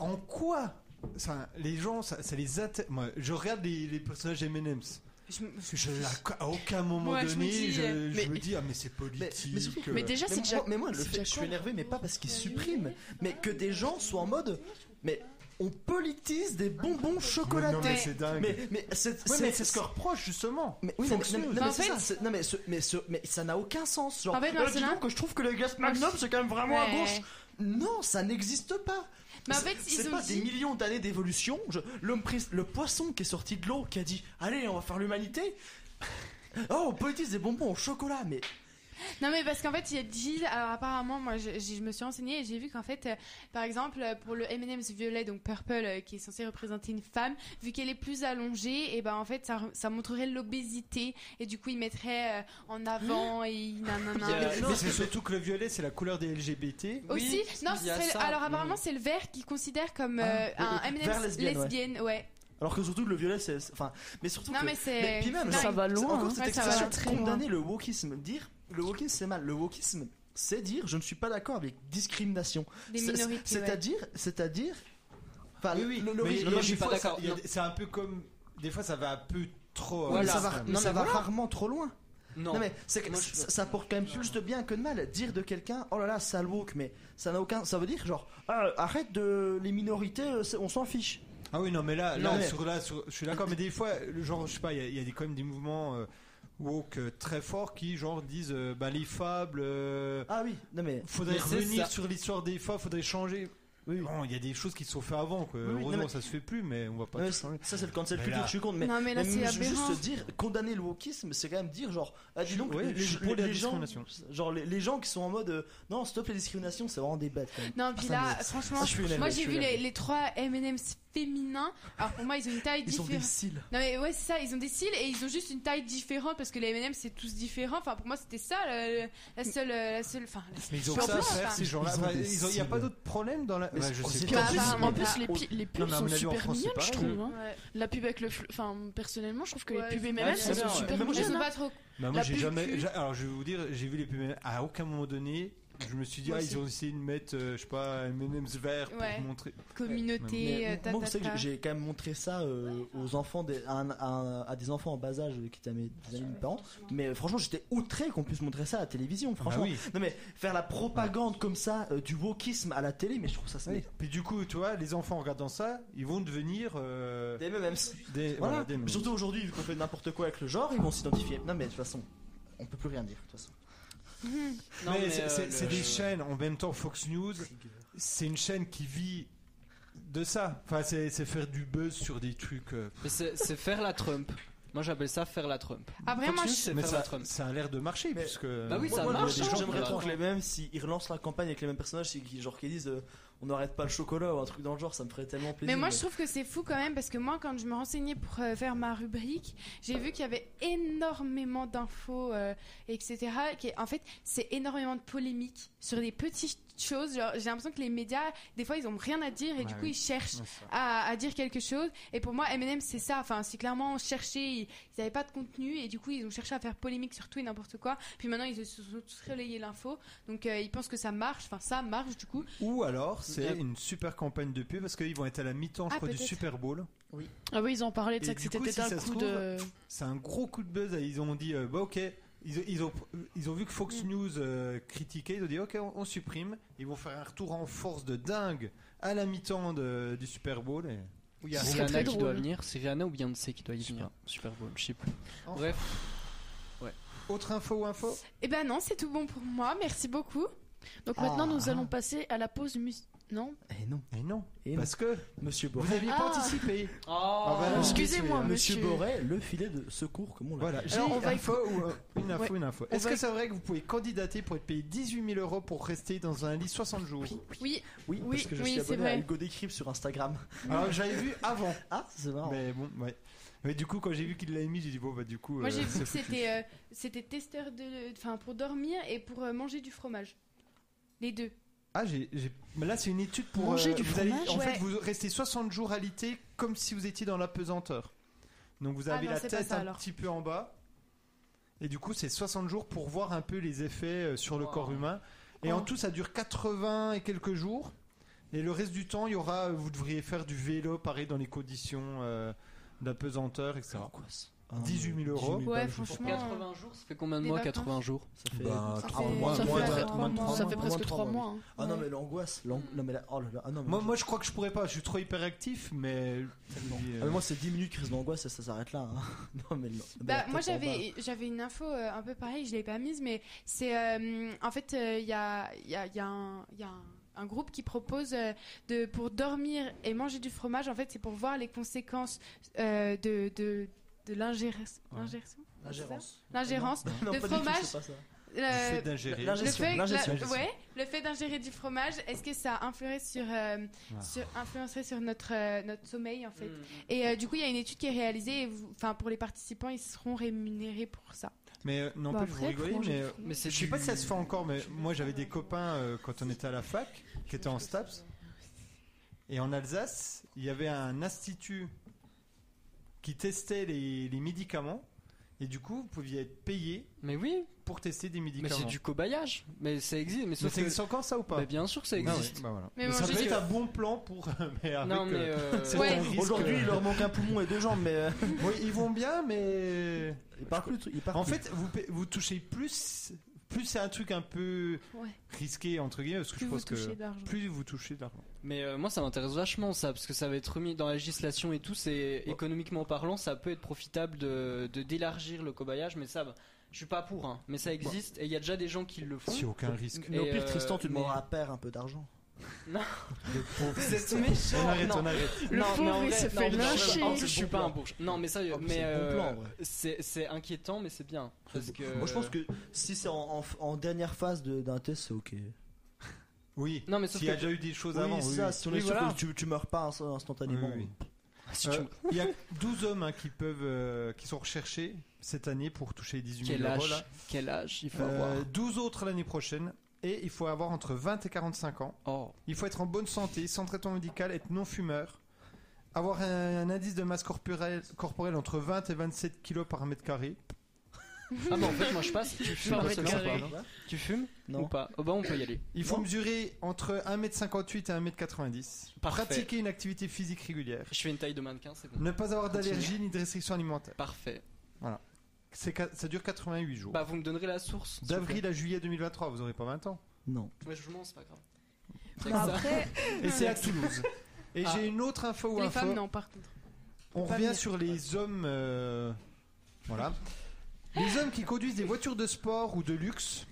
[SPEAKER 1] en quoi ça, les gens, ça, ça les intéresse. Moi, je regarde les, les personnages M&M's.
[SPEAKER 2] Je m-
[SPEAKER 1] Parce que je- à, à aucun moment
[SPEAKER 2] Ouais, je me
[SPEAKER 1] donné, je,
[SPEAKER 2] dis, euh,
[SPEAKER 1] je
[SPEAKER 3] mais-
[SPEAKER 1] me dis ah mais c'est
[SPEAKER 4] Mais,
[SPEAKER 1] politique.
[SPEAKER 4] mais surtout-
[SPEAKER 1] euh,
[SPEAKER 3] mais déjà,
[SPEAKER 4] Mais
[SPEAKER 3] c'est déjà.
[SPEAKER 4] moi, mais moi, le
[SPEAKER 3] c'est
[SPEAKER 4] fait
[SPEAKER 3] déjà
[SPEAKER 4] que je suis
[SPEAKER 3] con.
[SPEAKER 4] énervé, mais pas parce qu'ils suppriment, mais que des gens soient en mode. Mais on politise des bonbons
[SPEAKER 1] mais
[SPEAKER 4] chocolatés.
[SPEAKER 1] non mais c'est dingue.
[SPEAKER 4] Mais, mais c'est
[SPEAKER 1] Ouais, mais c'est
[SPEAKER 4] c'est-
[SPEAKER 1] ce qu'on reproche justement.
[SPEAKER 4] Mais oui, non, mais- non, mais- non, mais
[SPEAKER 2] En
[SPEAKER 4] c'est
[SPEAKER 2] fait-
[SPEAKER 4] ça, c'est- non, mais ce- mais ce- mais ça n'a aucun sens. Genre,
[SPEAKER 2] En fait,
[SPEAKER 4] voilà,
[SPEAKER 2] Marcelin-
[SPEAKER 4] dis donc que je trouve que le gaz magnum c'est quand même vraiment à
[SPEAKER 2] Ouais.
[SPEAKER 4] gauche. Non, ça n'existe pas.
[SPEAKER 2] Mais en
[SPEAKER 4] C'est-
[SPEAKER 2] fait, ils
[SPEAKER 4] c'est
[SPEAKER 2] ont
[SPEAKER 4] pas
[SPEAKER 2] dit-
[SPEAKER 4] des millions d'années d'évolution. Je- L'homme pris- le poisson qui est sorti de l'eau qui a dit allez, on va faire l'humanité. [laughs] Oh, on politise des bonbons au chocolat, mais
[SPEAKER 2] Non mais parce qu'en fait il y a Jill, alors apparemment moi je, je- je me suis renseignée et j'ai vu qu'en fait euh, par exemple euh, pour le M&M's violet donc purple euh, qui est censé représenter une femme vu qu'elle est plus allongée et ben en fait ça, re- ça montrerait l'obésité et du coup ils mettraient euh, en
[SPEAKER 4] [gasps]
[SPEAKER 2] avant et nanana.
[SPEAKER 5] Il y a-
[SPEAKER 1] Mais
[SPEAKER 5] non,
[SPEAKER 1] Euh, c'est surtout que le violet c'est la couleur des LGBT.
[SPEAKER 2] Aussi,
[SPEAKER 5] Oui,
[SPEAKER 2] non,
[SPEAKER 5] il
[SPEAKER 2] ce
[SPEAKER 5] y a
[SPEAKER 2] serait-
[SPEAKER 5] ça.
[SPEAKER 2] alors apparemment
[SPEAKER 5] Mm.
[SPEAKER 2] c'est le vert qu'ils considèrent comme euh,
[SPEAKER 4] Ah,
[SPEAKER 2] un
[SPEAKER 4] le-
[SPEAKER 2] M&M's
[SPEAKER 4] vert lesbienne,
[SPEAKER 2] lesbienne,
[SPEAKER 4] ouais.
[SPEAKER 2] ouais.
[SPEAKER 4] alors que surtout le violet, c'est enfin, mais surtout
[SPEAKER 2] Non
[SPEAKER 4] que-
[SPEAKER 2] mais c'est
[SPEAKER 4] Mais puis même,
[SPEAKER 2] dingue.
[SPEAKER 3] ça va loin.
[SPEAKER 4] Encore
[SPEAKER 3] hein.
[SPEAKER 4] cette
[SPEAKER 2] Ouais, ça va
[SPEAKER 4] expression
[SPEAKER 2] très loin.
[SPEAKER 4] condamner le wokisme. Dire le wokisme c'est mal. Le wokisme c'est dire je ne suis pas d'accord avec discrimination.
[SPEAKER 2] des
[SPEAKER 4] C'est-
[SPEAKER 2] minorités. ouais.
[SPEAKER 4] C'est-à-dire, c'est-à-dire. Enfin, le- le-
[SPEAKER 1] Mais
[SPEAKER 4] le-
[SPEAKER 5] non,
[SPEAKER 1] il y a
[SPEAKER 5] je suis
[SPEAKER 1] des
[SPEAKER 5] pas
[SPEAKER 1] fois, ça-
[SPEAKER 5] d'accord.
[SPEAKER 1] il y a
[SPEAKER 5] Non.
[SPEAKER 1] des- C'est un peu comme des fois ça va un peu trop. euh,
[SPEAKER 4] Ouais, mais
[SPEAKER 5] Voilà.
[SPEAKER 4] ça va,
[SPEAKER 1] extrême.
[SPEAKER 4] mais ça va rarement trop loin.
[SPEAKER 5] Non.
[SPEAKER 4] Non, mais c'est que
[SPEAKER 5] Moi,
[SPEAKER 4] ça,
[SPEAKER 5] je-
[SPEAKER 4] ça porte quand même plus de bien que de mal. Dire de quelqu'un, oh là là, sale woke, mais ça n'a aucun. Ça veut dire genre, Ah, arrête de les minorités, euh, c'est- on s'en fiche.
[SPEAKER 1] Ah oui, non, mais là,
[SPEAKER 4] Non,
[SPEAKER 1] là,
[SPEAKER 4] mais-
[SPEAKER 1] sur, là sur- je suis d'accord, mais des fois, le genre, je sais pas, il y a, il y a des, quand même des mouvements euh, woke euh, très forts qui, genre, disent euh, bah, les fables, euh,
[SPEAKER 4] Ah oui, non mais.
[SPEAKER 1] faudrait
[SPEAKER 5] Mais c'est
[SPEAKER 1] revenir
[SPEAKER 5] ça.
[SPEAKER 1] sur l'histoire des fables, faudrait changer.
[SPEAKER 4] Oui, oui.
[SPEAKER 1] Bon, il y a des choses qui se sont faites avant, quoi.
[SPEAKER 4] Oui, oui, non,
[SPEAKER 1] Heureusement,
[SPEAKER 4] mais- Euh,
[SPEAKER 1] ça se fait plus, mais on va pas
[SPEAKER 4] Non, mais
[SPEAKER 1] tout
[SPEAKER 4] ça,
[SPEAKER 1] changer.
[SPEAKER 4] c'est le cancel
[SPEAKER 1] Mais
[SPEAKER 4] culture,
[SPEAKER 1] là-
[SPEAKER 4] je suis contre, mais.
[SPEAKER 2] non mais là
[SPEAKER 4] mais
[SPEAKER 2] c'est
[SPEAKER 4] je veux juste
[SPEAKER 2] aberrant.
[SPEAKER 4] se dire, condamner le wokisme, c'est quand même dire genre, ah, dis donc,
[SPEAKER 1] Ouais,
[SPEAKER 4] les,
[SPEAKER 1] je suis
[SPEAKER 4] les-
[SPEAKER 1] pour la
[SPEAKER 4] les gens,
[SPEAKER 1] discrimination.
[SPEAKER 4] genre les, les gens qui sont en mode, euh, non, stop les discriminations, c'est vraiment des bêtes. quand même.
[SPEAKER 2] Non, puis
[SPEAKER 4] ça
[SPEAKER 2] là,
[SPEAKER 4] me-
[SPEAKER 2] franchement,
[SPEAKER 4] Ah, je suis énervé,
[SPEAKER 2] moi
[SPEAKER 4] je
[SPEAKER 2] j'ai
[SPEAKER 4] suis
[SPEAKER 2] vu
[SPEAKER 4] énervé.
[SPEAKER 2] les, les trois M&M's féminins. Alors pour moi, ils ont une taille
[SPEAKER 4] Ils sont
[SPEAKER 2] différente.
[SPEAKER 4] déciles.
[SPEAKER 2] Non mais ouais, c'est ça, ils ont des cils et ils ont juste une taille différente parce que les M&M's c'est tous différents. Enfin, pour moi, c'était ça le- la seule, euh, la seule, enfin. la seule-
[SPEAKER 1] Mais ils ont
[SPEAKER 2] Je
[SPEAKER 1] que
[SPEAKER 2] suis
[SPEAKER 1] ça à
[SPEAKER 2] en plan,
[SPEAKER 1] faire,
[SPEAKER 2] enfin.
[SPEAKER 1] ces gens-là.
[SPEAKER 4] Ils ont
[SPEAKER 1] Enfin,
[SPEAKER 4] des
[SPEAKER 1] ils ont- Il n'y a pas
[SPEAKER 4] cibles.
[SPEAKER 1] d'autre problème dans la.
[SPEAKER 4] Mais
[SPEAKER 1] Bah,
[SPEAKER 4] c'est-
[SPEAKER 1] je
[SPEAKER 4] on
[SPEAKER 1] sais
[SPEAKER 4] sait
[SPEAKER 1] pas.
[SPEAKER 3] En plus,
[SPEAKER 2] apparemment
[SPEAKER 3] en plus,
[SPEAKER 2] pas.
[SPEAKER 3] les, pi- les pubs
[SPEAKER 1] mais à
[SPEAKER 3] sont
[SPEAKER 1] mon avis, en
[SPEAKER 3] super
[SPEAKER 1] France, c'est
[SPEAKER 3] mignonnes, je
[SPEAKER 1] pareil.
[SPEAKER 3] trouve. hein.
[SPEAKER 2] Ouais.
[SPEAKER 3] La pub avec le flou. Enfin, personnellement, je trouve que
[SPEAKER 2] Ouais,
[SPEAKER 3] les pubs
[SPEAKER 2] c'est
[SPEAKER 3] MMS,
[SPEAKER 5] bien,
[SPEAKER 3] elles sont super
[SPEAKER 5] ouais.
[SPEAKER 4] Mais moi,
[SPEAKER 2] Ils
[SPEAKER 3] mignonnes.
[SPEAKER 2] sont
[SPEAKER 3] hein.
[SPEAKER 2] pas trop.
[SPEAKER 1] Bah, moi,
[SPEAKER 3] La
[SPEAKER 1] j'ai
[SPEAKER 3] pub
[SPEAKER 1] jamais.
[SPEAKER 3] cul.
[SPEAKER 1] j'ai- Alors, je vais vous dire, j'ai vu les pubs. À aucun moment donné, je me suis dit,
[SPEAKER 3] Moi
[SPEAKER 1] ah,
[SPEAKER 3] aussi.
[SPEAKER 1] ils ont essayé de mettre, euh, je sais pas, M&M's vert pour
[SPEAKER 2] Ouais.
[SPEAKER 1] montrer.
[SPEAKER 2] Communauté,
[SPEAKER 4] Mais
[SPEAKER 2] euh, ta,
[SPEAKER 4] moi, vous
[SPEAKER 2] ta,
[SPEAKER 4] savez que
[SPEAKER 2] ta.
[SPEAKER 4] j'ai j'ai quand même montré ça euh, aux enfants, des, à, un- à un- à des enfants en bas âge euh, qui étaient à mes, des amis de mes parents. Mais euh, franchement, j'étais outré qu'on puisse montrer ça à la télévision. Franchement,
[SPEAKER 1] Bah oui.
[SPEAKER 4] non mais faire la propagande comme ça euh, du wokisme à la télé, mais je trouve ça c'est
[SPEAKER 1] Oui. Puis du coup, tu vois, les enfants en regardant ça, ils vont devenir euh,
[SPEAKER 4] des MMs.
[SPEAKER 1] des,
[SPEAKER 4] Voilà.
[SPEAKER 1] voilà, des
[SPEAKER 4] Mais Surtout aujourd'hui, vu qu'on fait n'importe quoi avec le genre, ils vont s'identifier. Non mais de toute façon, on peut plus rien dire. De toute façon.
[SPEAKER 2] Mhm.
[SPEAKER 5] Non,
[SPEAKER 1] mais
[SPEAKER 5] mais,
[SPEAKER 1] c'est-
[SPEAKER 5] euh,
[SPEAKER 1] c'est
[SPEAKER 5] le-
[SPEAKER 1] c'est des chaînes. En même temps, Fox News, c'est une chaîne qui vit de ça. Enfin, c'est c'est faire du buzz sur des trucs. euh,
[SPEAKER 5] Mais c'est c'est faire la Trump. Moi j'appelle ça faire la Trump.
[SPEAKER 2] Après,
[SPEAKER 5] Fox
[SPEAKER 2] moi,
[SPEAKER 5] News,
[SPEAKER 2] je-
[SPEAKER 5] c'est
[SPEAKER 1] mais
[SPEAKER 5] faire
[SPEAKER 1] ça,
[SPEAKER 5] la Trump.
[SPEAKER 1] ça a l'air de marcher
[SPEAKER 4] Mais-
[SPEAKER 1] puisque.
[SPEAKER 5] Bah oui, ça
[SPEAKER 4] Moi,
[SPEAKER 5] marche,
[SPEAKER 4] moi,
[SPEAKER 5] hein.
[SPEAKER 4] J'aimerais
[SPEAKER 5] Voilà.
[SPEAKER 4] trop que les mêmes, s'ils relancent la campagne avec les mêmes personnages, c'est qu'ils- genre qu'ils disent euh, on n'arrête pas le chocolat ou un truc dans le genre, ça me ferait tellement plaisir.
[SPEAKER 2] Mais moi, je trouve que c'est fou quand même parce que moi, quand je me renseignais pour euh, faire ma rubrique, j'ai vu qu'il y avait énormément d'infos, euh, etc. Qui, en fait, c'est énormément de polémiques sur des petites choses. Genre, J'ai l'impression que les médias, des fois, ils ont rien à dire et du
[SPEAKER 1] Ouais,
[SPEAKER 2] coup,
[SPEAKER 1] oui.
[SPEAKER 2] ils cherchent.
[SPEAKER 1] Ouais, ça.
[SPEAKER 2] À, à dire quelque chose et pour moi M&M c'est ça enfin c'est clairement chercher ils n'avaient pas de contenu et du coup ils ont cherché à faire polémique sur tout et n'importe quoi
[SPEAKER 1] Mm.
[SPEAKER 2] puis maintenant ils se sont tous relayés l'info donc euh, ils pensent que ça marche enfin ça marche du coup
[SPEAKER 1] Ou alors, c'est
[SPEAKER 5] Ouais.
[SPEAKER 1] une super campagne de pub parce qu'ils vont être à la mi-temps, je
[SPEAKER 2] Ah,
[SPEAKER 1] crois, du
[SPEAKER 2] peut-être.
[SPEAKER 1] Super Bowl.
[SPEAKER 3] Ah oui, ils en parlaient de
[SPEAKER 1] Et
[SPEAKER 3] ça, que
[SPEAKER 1] du
[SPEAKER 3] c'était
[SPEAKER 1] coup,
[SPEAKER 3] peut-être
[SPEAKER 1] si
[SPEAKER 3] un
[SPEAKER 1] ça se
[SPEAKER 3] coup de.
[SPEAKER 1] C'est un gros coup de buzz. et Ils ont dit, euh, bah ok. Ils, ils ont, ils ont vu que Fox
[SPEAKER 3] Mm.
[SPEAKER 1] News euh, critiquait, ils ont dit ok, on, on supprime. Ils vont faire un retour en force de dingue à la mi-temps de- du Super Bowl. et-
[SPEAKER 5] Où il
[SPEAKER 3] [laughs]
[SPEAKER 5] y a
[SPEAKER 3] Ce serait très
[SPEAKER 5] Rihanna qui doit
[SPEAKER 3] drôle.
[SPEAKER 5] venir. C'est Rihanna ou Beyoncé qui doit y
[SPEAKER 1] Je sais
[SPEAKER 5] venir
[SPEAKER 1] pas.
[SPEAKER 5] Super Bowl, je sais plus.
[SPEAKER 1] Enfin.
[SPEAKER 5] Bref,
[SPEAKER 1] Autre info ou info
[SPEAKER 2] Eh ben non, c'est tout bon pour moi. Merci beaucoup.
[SPEAKER 3] Donc
[SPEAKER 4] Ah,
[SPEAKER 3] maintenant, nous
[SPEAKER 4] ah.
[SPEAKER 3] allons passer à la pause musique. Non
[SPEAKER 4] Eh non,
[SPEAKER 1] Et non.
[SPEAKER 4] eh non.
[SPEAKER 1] Parce que
[SPEAKER 4] Monsieur Boré.
[SPEAKER 1] vous aviez pas
[SPEAKER 3] Ah.
[SPEAKER 1] anticipé.
[SPEAKER 5] Ah
[SPEAKER 1] bah non.
[SPEAKER 3] Excusez-moi,
[SPEAKER 4] Monsieur
[SPEAKER 3] monsieur.
[SPEAKER 4] Boré, le filet de secours, comme on l'a
[SPEAKER 1] Voilà, j'ai
[SPEAKER 3] Alors, on
[SPEAKER 1] une
[SPEAKER 3] va
[SPEAKER 1] info, ou, euh, une info, une info.
[SPEAKER 3] On
[SPEAKER 1] Est-ce
[SPEAKER 3] va
[SPEAKER 1] que c'est vrai que vous pouvez candidater pour être payé 18 000 euros pour rester dans un lit 60 jours
[SPEAKER 2] Oui,
[SPEAKER 4] Oui,
[SPEAKER 2] Oui,
[SPEAKER 4] parce que je
[SPEAKER 2] oui,
[SPEAKER 4] suis
[SPEAKER 2] c'est
[SPEAKER 4] abonné à
[SPEAKER 2] vrai.
[SPEAKER 4] Hugo Décrypte sur Instagram.
[SPEAKER 1] Alors j'avais vu avant,
[SPEAKER 4] Ah, c'est marrant.
[SPEAKER 1] mais bon, ouais. Mais du coup, quand j'ai vu qu'il l'avait mis, j'ai dit bon bah du coup.
[SPEAKER 2] moi
[SPEAKER 1] euh,
[SPEAKER 4] [laughs]
[SPEAKER 2] j'ai vu
[SPEAKER 1] c'est
[SPEAKER 2] que
[SPEAKER 1] foutu.
[SPEAKER 2] c'était euh, c'était testeur de, enfin pour dormir et pour euh, manger du fromage, les deux.
[SPEAKER 1] Ah, j'ai, j'ai- mais là c'est une étude pour. euh,
[SPEAKER 3] Manger du
[SPEAKER 1] vous allez-
[SPEAKER 3] fromage
[SPEAKER 1] En fait,
[SPEAKER 2] Ouais.
[SPEAKER 1] vous restez 60 jours alité comme si vous étiez dans la pesanteur. Donc vous
[SPEAKER 2] Ah
[SPEAKER 1] avez
[SPEAKER 2] non,
[SPEAKER 1] la
[SPEAKER 2] c'est pas
[SPEAKER 1] tête
[SPEAKER 2] ça,
[SPEAKER 1] un
[SPEAKER 2] alors.
[SPEAKER 1] petit peu en bas. Et du coup, c'est 60 jours pour voir un peu les effets euh, sur le
[SPEAKER 5] Wow.
[SPEAKER 1] corps humain. Et en
[SPEAKER 3] Oh.
[SPEAKER 1] tout, ça dure 80 et quelques jours. Et le reste du temps, il y aura, euh, vous devriez faire du vélo, pareil, dans les conditions euh, de la pesanteur, etc.
[SPEAKER 5] Angoisse.
[SPEAKER 4] Ah,
[SPEAKER 1] 18 000 euros.
[SPEAKER 2] Ouais,
[SPEAKER 4] balles, je
[SPEAKER 5] Pour
[SPEAKER 1] oh.
[SPEAKER 2] franchement. euh,
[SPEAKER 5] 80 jours, ça fait combien de
[SPEAKER 2] Des
[SPEAKER 5] mois
[SPEAKER 2] vacances.
[SPEAKER 5] 80 jours
[SPEAKER 4] pense. Ça fait.
[SPEAKER 1] Bah,
[SPEAKER 4] Ah,
[SPEAKER 1] trois
[SPEAKER 4] moins-
[SPEAKER 1] mois,
[SPEAKER 4] moins
[SPEAKER 3] moins
[SPEAKER 4] de-
[SPEAKER 3] de-
[SPEAKER 4] moins de
[SPEAKER 2] trois mois.
[SPEAKER 4] trois
[SPEAKER 2] Ça
[SPEAKER 3] Ça
[SPEAKER 4] mois,
[SPEAKER 3] fait
[SPEAKER 4] moins de
[SPEAKER 3] presque
[SPEAKER 4] trois
[SPEAKER 3] 3 mois. hein.
[SPEAKER 4] Ah non, mais l'angoisse. l'ang-
[SPEAKER 2] Mm.
[SPEAKER 4] Non, mais là, oh là là. Ah, non, mais
[SPEAKER 1] Moi,
[SPEAKER 4] je-
[SPEAKER 1] moi, je crois que je pourrais pas, je suis trop hyperactif, mais. euh,
[SPEAKER 4] Ah, mais moi, c'est 10 minutes crise d'angoisse et ça s'arrête là. hein. [laughs] Non, mais non.
[SPEAKER 2] Bah, moi
[SPEAKER 4] peut-être en
[SPEAKER 2] j'avais j'avais une info euh, un peu pareille, je l'ai pas mise, mais c'est euh, en fait euh, il y a il y a- il y a un il y a un- un groupe qui propose euh, de pour dormir et manger du fromage. En fait, c'est pour voir les conséquences euh, de de, de l'ingérence.
[SPEAKER 1] Ouais.
[SPEAKER 2] l'ingérence-
[SPEAKER 4] bas. L'ingérence.
[SPEAKER 2] L'ingérence.
[SPEAKER 4] Non,
[SPEAKER 2] Ah, Le
[SPEAKER 4] pas du tout,
[SPEAKER 2] fromage.
[SPEAKER 4] c'est pas ça.
[SPEAKER 2] euh,
[SPEAKER 1] fait d'ingérer.
[SPEAKER 4] la- la
[SPEAKER 2] le
[SPEAKER 4] gestion,
[SPEAKER 2] fait,
[SPEAKER 4] la
[SPEAKER 2] la-
[SPEAKER 1] gestion.
[SPEAKER 2] ouais, le fait d'ingérer du fromage, est-ce que ça a influé sur, euh,
[SPEAKER 1] Ah.
[SPEAKER 2] sur influencé sur notre euh, notre sommeil en
[SPEAKER 5] Mm.
[SPEAKER 2] fait
[SPEAKER 5] Hmm.
[SPEAKER 2] Et euh, du coup, il y a une étude qui est réalisée. et vous- Enfin, pour les participants, ils seront rémunérés pour ça.
[SPEAKER 1] Mais euh, non,
[SPEAKER 2] Bah,
[SPEAKER 1] plus, vous
[SPEAKER 2] après,
[SPEAKER 1] rigolez,
[SPEAKER 2] faut manger
[SPEAKER 1] mais.
[SPEAKER 2] du
[SPEAKER 1] euh,
[SPEAKER 2] fromage.
[SPEAKER 5] Mais c'est
[SPEAKER 1] Je sais
[SPEAKER 5] du-
[SPEAKER 1] pas si ça se fait encore, mais moi j'avais des copains euh, quand on était à la fac, qui étaient en STAPS. Et en Alsace, il y avait un institut qui testait les, les médicaments. Et du coup, vous pouviez être payé
[SPEAKER 5] Mais oui,
[SPEAKER 1] pour tester des
[SPEAKER 5] mais
[SPEAKER 1] médicaments.
[SPEAKER 5] c'est du cobayage. Mais ça existe. Mais
[SPEAKER 1] Mais
[SPEAKER 5] sauf
[SPEAKER 1] ça
[SPEAKER 5] que.
[SPEAKER 1] existe encore ça ou pas
[SPEAKER 5] Mais bien sûr que ça
[SPEAKER 1] Ah ouais,
[SPEAKER 5] existe.
[SPEAKER 1] bah voilà.
[SPEAKER 2] Mais
[SPEAKER 1] Mais
[SPEAKER 2] moi,
[SPEAKER 1] ça
[SPEAKER 2] je
[SPEAKER 1] peut
[SPEAKER 2] dis
[SPEAKER 1] être un bon plan pour. mais avec,
[SPEAKER 5] Non, mais.
[SPEAKER 1] euh,
[SPEAKER 5] euh,
[SPEAKER 1] certains
[SPEAKER 2] Ouais.
[SPEAKER 1] risques,
[SPEAKER 4] Aujourd'hui,
[SPEAKER 1] euh,
[SPEAKER 4] il leur manque un poumon et deux jambes, mais. euh,
[SPEAKER 1] Oui, ils vont bien, mais.
[SPEAKER 4] Ils partent plus. ils partent
[SPEAKER 1] En
[SPEAKER 4] plus.
[SPEAKER 1] fait, vous, pa- vous touchez plus. Plus c'est un truc un peu
[SPEAKER 2] Ouais.
[SPEAKER 1] risqué, entre guillemets, parce que
[SPEAKER 2] plus
[SPEAKER 1] je
[SPEAKER 2] vous
[SPEAKER 1] pense
[SPEAKER 2] touchez
[SPEAKER 1] que.
[SPEAKER 2] de l'argent.
[SPEAKER 1] Plus vous touchez de l'argent.
[SPEAKER 5] Mais euh, moi ça m'intéresse vachement ça parce que ça va être remis dans la législation et tout c'est économiquement parlant ça peut être profitable de de- d'élargir le cobayage mais ça bah, je suis pas pour hein, mais ça existe et il y a déjà des gens qui le font.
[SPEAKER 1] Si aucun risque.
[SPEAKER 4] Mais au
[SPEAKER 5] Et,
[SPEAKER 4] pire,
[SPEAKER 5] euh,
[SPEAKER 4] Tristan, tu
[SPEAKER 5] mais- [laughs]
[SPEAKER 4] demanderas à père un peu d'argent.
[SPEAKER 1] [laughs]
[SPEAKER 5] Vous êtes méchant.
[SPEAKER 1] On arrête,
[SPEAKER 5] Non.
[SPEAKER 1] on arrête.
[SPEAKER 3] Le
[SPEAKER 5] non, mais
[SPEAKER 3] pauvre,
[SPEAKER 5] en
[SPEAKER 3] il
[SPEAKER 5] vrai-
[SPEAKER 3] se
[SPEAKER 5] non,
[SPEAKER 3] fait
[SPEAKER 5] mais en vrai-
[SPEAKER 3] lyncher.
[SPEAKER 5] en plus, je
[SPEAKER 4] C'est
[SPEAKER 5] suis
[SPEAKER 4] bon
[SPEAKER 5] pas
[SPEAKER 4] plan.
[SPEAKER 5] un bourge. Non, mais ça,
[SPEAKER 4] Oh, mais
[SPEAKER 5] mais
[SPEAKER 4] c'est le bon
[SPEAKER 5] euh,
[SPEAKER 4] plan, en vrai.
[SPEAKER 5] c'est c'est inquiétant, mais c'est bien parce que.
[SPEAKER 4] Moi, je pense que si c'est en, en- en dernière phase de- d'un test, c'est ok.
[SPEAKER 1] Oui.
[SPEAKER 5] Non, mais sauf
[SPEAKER 1] S'il y a
[SPEAKER 5] que-
[SPEAKER 1] déjà eu des choses
[SPEAKER 4] oui,
[SPEAKER 1] avant.
[SPEAKER 4] c'est
[SPEAKER 1] oui,
[SPEAKER 4] ça,
[SPEAKER 1] oui.
[SPEAKER 4] si on
[SPEAKER 5] Oui,
[SPEAKER 4] est sûr
[SPEAKER 5] voilà.
[SPEAKER 4] que tu, tu meurs pas inst- instantanément.
[SPEAKER 1] Oui, oui,
[SPEAKER 5] Si tu
[SPEAKER 1] Euh, Il y a 12 hommes hein, qui peuvent, euh, qui sont recherchés cette année pour toucher 18
[SPEAKER 5] Quel
[SPEAKER 1] 000 euros.
[SPEAKER 5] âge
[SPEAKER 1] Là.
[SPEAKER 5] Quel âge il faut
[SPEAKER 1] Euh, 12 autres l'année prochaine. Et il faut avoir entre 20 et 45 ans.
[SPEAKER 5] avoir Oh,
[SPEAKER 1] Il faut être en bonne santé, sans traitement médical, être non fumeur. Avoir un, un indice de masse corporelle, corporelle entre 20 et 27 kg par mètre carré.
[SPEAKER 5] ah bah en fait moi je passe. Tu fumes
[SPEAKER 3] Par
[SPEAKER 5] Marcelo,
[SPEAKER 3] mètre
[SPEAKER 5] ou
[SPEAKER 3] carré.
[SPEAKER 5] pas Tu fumes
[SPEAKER 4] Non.
[SPEAKER 5] ou pas Oh bah on peut y aller.
[SPEAKER 1] hein. Il faut mesurer entre 1m58 et 1m90.
[SPEAKER 5] Parfait.
[SPEAKER 1] Pratiquer une activité physique régulière.
[SPEAKER 5] Je fais une taille de mannequin, c'est bon.
[SPEAKER 1] Ne pas avoir
[SPEAKER 5] Continue.
[SPEAKER 1] d'allergie ni de restriction alimentaire.
[SPEAKER 5] Parfait.
[SPEAKER 1] C'est qua- ça dure 88 jours.
[SPEAKER 5] Bah vous me donnerez la source. s'il vous plaît.
[SPEAKER 1] D'avril à juillet 2023, vous aurez pas 20
[SPEAKER 5] [laughs]
[SPEAKER 1] ans.
[SPEAKER 4] Non.
[SPEAKER 5] Ouais, je mens, c'est pas grave.
[SPEAKER 2] Bah,
[SPEAKER 6] Après,
[SPEAKER 1] Et c'est à Toulouse. Et
[SPEAKER 5] Ah.
[SPEAKER 1] j'ai une autre info ou
[SPEAKER 2] Les
[SPEAKER 1] info.
[SPEAKER 2] femmes, non, par contre.
[SPEAKER 1] On
[SPEAKER 2] pas
[SPEAKER 1] revient
[SPEAKER 2] venir.
[SPEAKER 1] sur les hommes. euh, Voilà. Les hommes qui conduisent des voitures de sport ou de luxe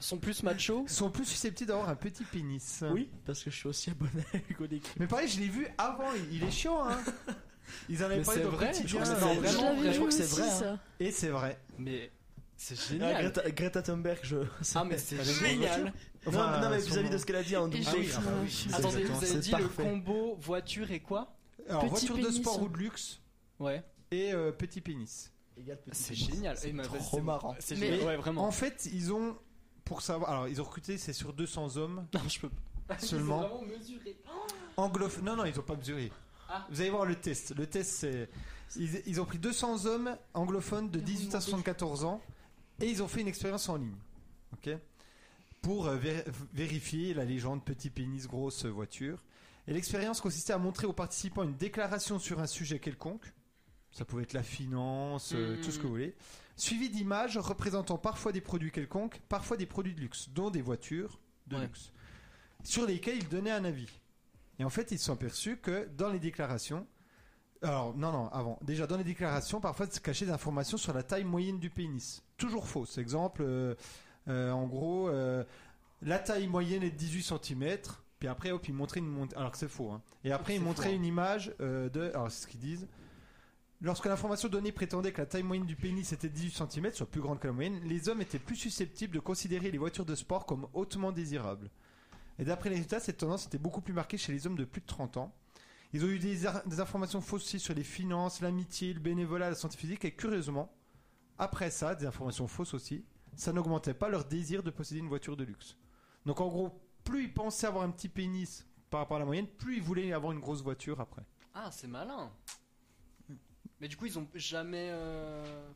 [SPEAKER 5] Ils sont plus machos.
[SPEAKER 1] sont plus susceptibles d'avoir un petit pénis.
[SPEAKER 4] Oui, parce que je suis aussi abonné à Hugo Décrypte.
[SPEAKER 1] Mais pareil, je l'ai vu avant, il il est chiant, hein. Ils en avaient
[SPEAKER 5] Mais
[SPEAKER 1] parlé
[SPEAKER 5] c'est
[SPEAKER 1] dans le
[SPEAKER 5] vrai,
[SPEAKER 1] quotidien.
[SPEAKER 5] je crois que
[SPEAKER 1] euh,
[SPEAKER 5] c'est
[SPEAKER 1] vraiment.
[SPEAKER 5] vrai.
[SPEAKER 3] Je l'avais
[SPEAKER 4] je
[SPEAKER 3] vu
[SPEAKER 4] crois que c'est
[SPEAKER 3] aussi,
[SPEAKER 4] vrai, hein.
[SPEAKER 3] ça.
[SPEAKER 1] Et c'est vrai.
[SPEAKER 5] Mais c'est
[SPEAKER 4] Ah,
[SPEAKER 5] génial.
[SPEAKER 4] Greta, Greta Thunberg, je.
[SPEAKER 5] Ah mais c'est
[SPEAKER 4] Elle est
[SPEAKER 5] génial.
[SPEAKER 4] Non, mais- non, mais vis-à-vis de ce qu'elle a dit hein, en
[SPEAKER 3] Et
[SPEAKER 4] double
[SPEAKER 1] Ah oui,
[SPEAKER 3] j'ai-
[SPEAKER 1] ah bah oui,
[SPEAKER 4] date.
[SPEAKER 1] Attends,
[SPEAKER 5] Attendez, vous
[SPEAKER 1] exactement,
[SPEAKER 5] avez
[SPEAKER 1] c'est
[SPEAKER 5] dit
[SPEAKER 1] parfait.
[SPEAKER 5] le combo voiture et quoi
[SPEAKER 1] Alors,
[SPEAKER 3] Petit
[SPEAKER 1] voiture de
[SPEAKER 3] pénis.
[SPEAKER 1] sport ou de luxe
[SPEAKER 5] Ouais.
[SPEAKER 1] et euh, petit pénis.
[SPEAKER 5] C'est génial. Eh,
[SPEAKER 4] C'est
[SPEAKER 5] mais bah,
[SPEAKER 4] trop
[SPEAKER 5] c'est-
[SPEAKER 4] marrant.
[SPEAKER 5] C'est
[SPEAKER 3] Mais-
[SPEAKER 5] génial. Ouais vraiment.
[SPEAKER 1] En fait, ils ont pour savoir. Alors, ils ont recruté, c'est sur 200 hommes
[SPEAKER 5] Non, je peux pas. [laughs]
[SPEAKER 1] Seulement.
[SPEAKER 5] Ils ont vraiment mesuré.
[SPEAKER 1] anglophones. Non, non, ils ont pas mesuré.
[SPEAKER 5] Ah.
[SPEAKER 1] Vous allez voir le test. Le test, c'est. Ils, ils ont pris 200 hommes anglophones de 18 à 74 ans et ils ont fait une expérience en ligne. Ok pour euh, vé- vérifier la légende petit pénis grosse voiture. Et l'expérience consistait à montrer aux participants une déclaration sur un sujet quelconque. Ça pouvait être la finance, euh,
[SPEAKER 5] Mhm.
[SPEAKER 1] tout ce que vous voulez. Suivi d'images représentant parfois des produits quelconques, parfois des produits de luxe, dont des voitures de
[SPEAKER 5] Ouais.
[SPEAKER 1] luxe, sur lesquelles ils donnaient un avis. Et en fait, ils se sont aperçus que dans les déclarations, alors, non, non, avant. Déjà, dans les déclarations, parfois, se cacher des informations sur la taille moyenne du pénis. Toujours fausse. Exemple, euh, euh, en gros, euh, la taille moyenne est de 18 cm. Puis après, hop, ils montraient une montagne. Alors que c'est faux. hein. Et après, ils
[SPEAKER 5] C'est
[SPEAKER 1] montraient
[SPEAKER 5] faux, hein.
[SPEAKER 1] une image euh, de. Alors, c'est ce qu'ils disent. Lorsque l'information donnée prétendait que la taille moyenne du pénis était de 18 cm, soit plus grande que la moyenne, les hommes étaient plus susceptibles de considérer les voitures de sport comme hautement désirables. Et d'après les résultats, cette tendance était beaucoup plus marquée chez les hommes de plus de 30 ans. Ils ont eu des, ar- des informations fausses aussi sur les finances, l'amitié, le bénévolat, la santé physique, et curieusement, après ça, des informations fausses aussi, ça n'augmentait pas leur désir de posséder une voiture de luxe. Donc en gros, plus ils pensaient avoir un petit pénis par rapport à la moyenne, plus ils voulaient avoir une grosse voiture après.
[SPEAKER 5] Ah, c'est malin. Mais du coup, ils ont jamais euh,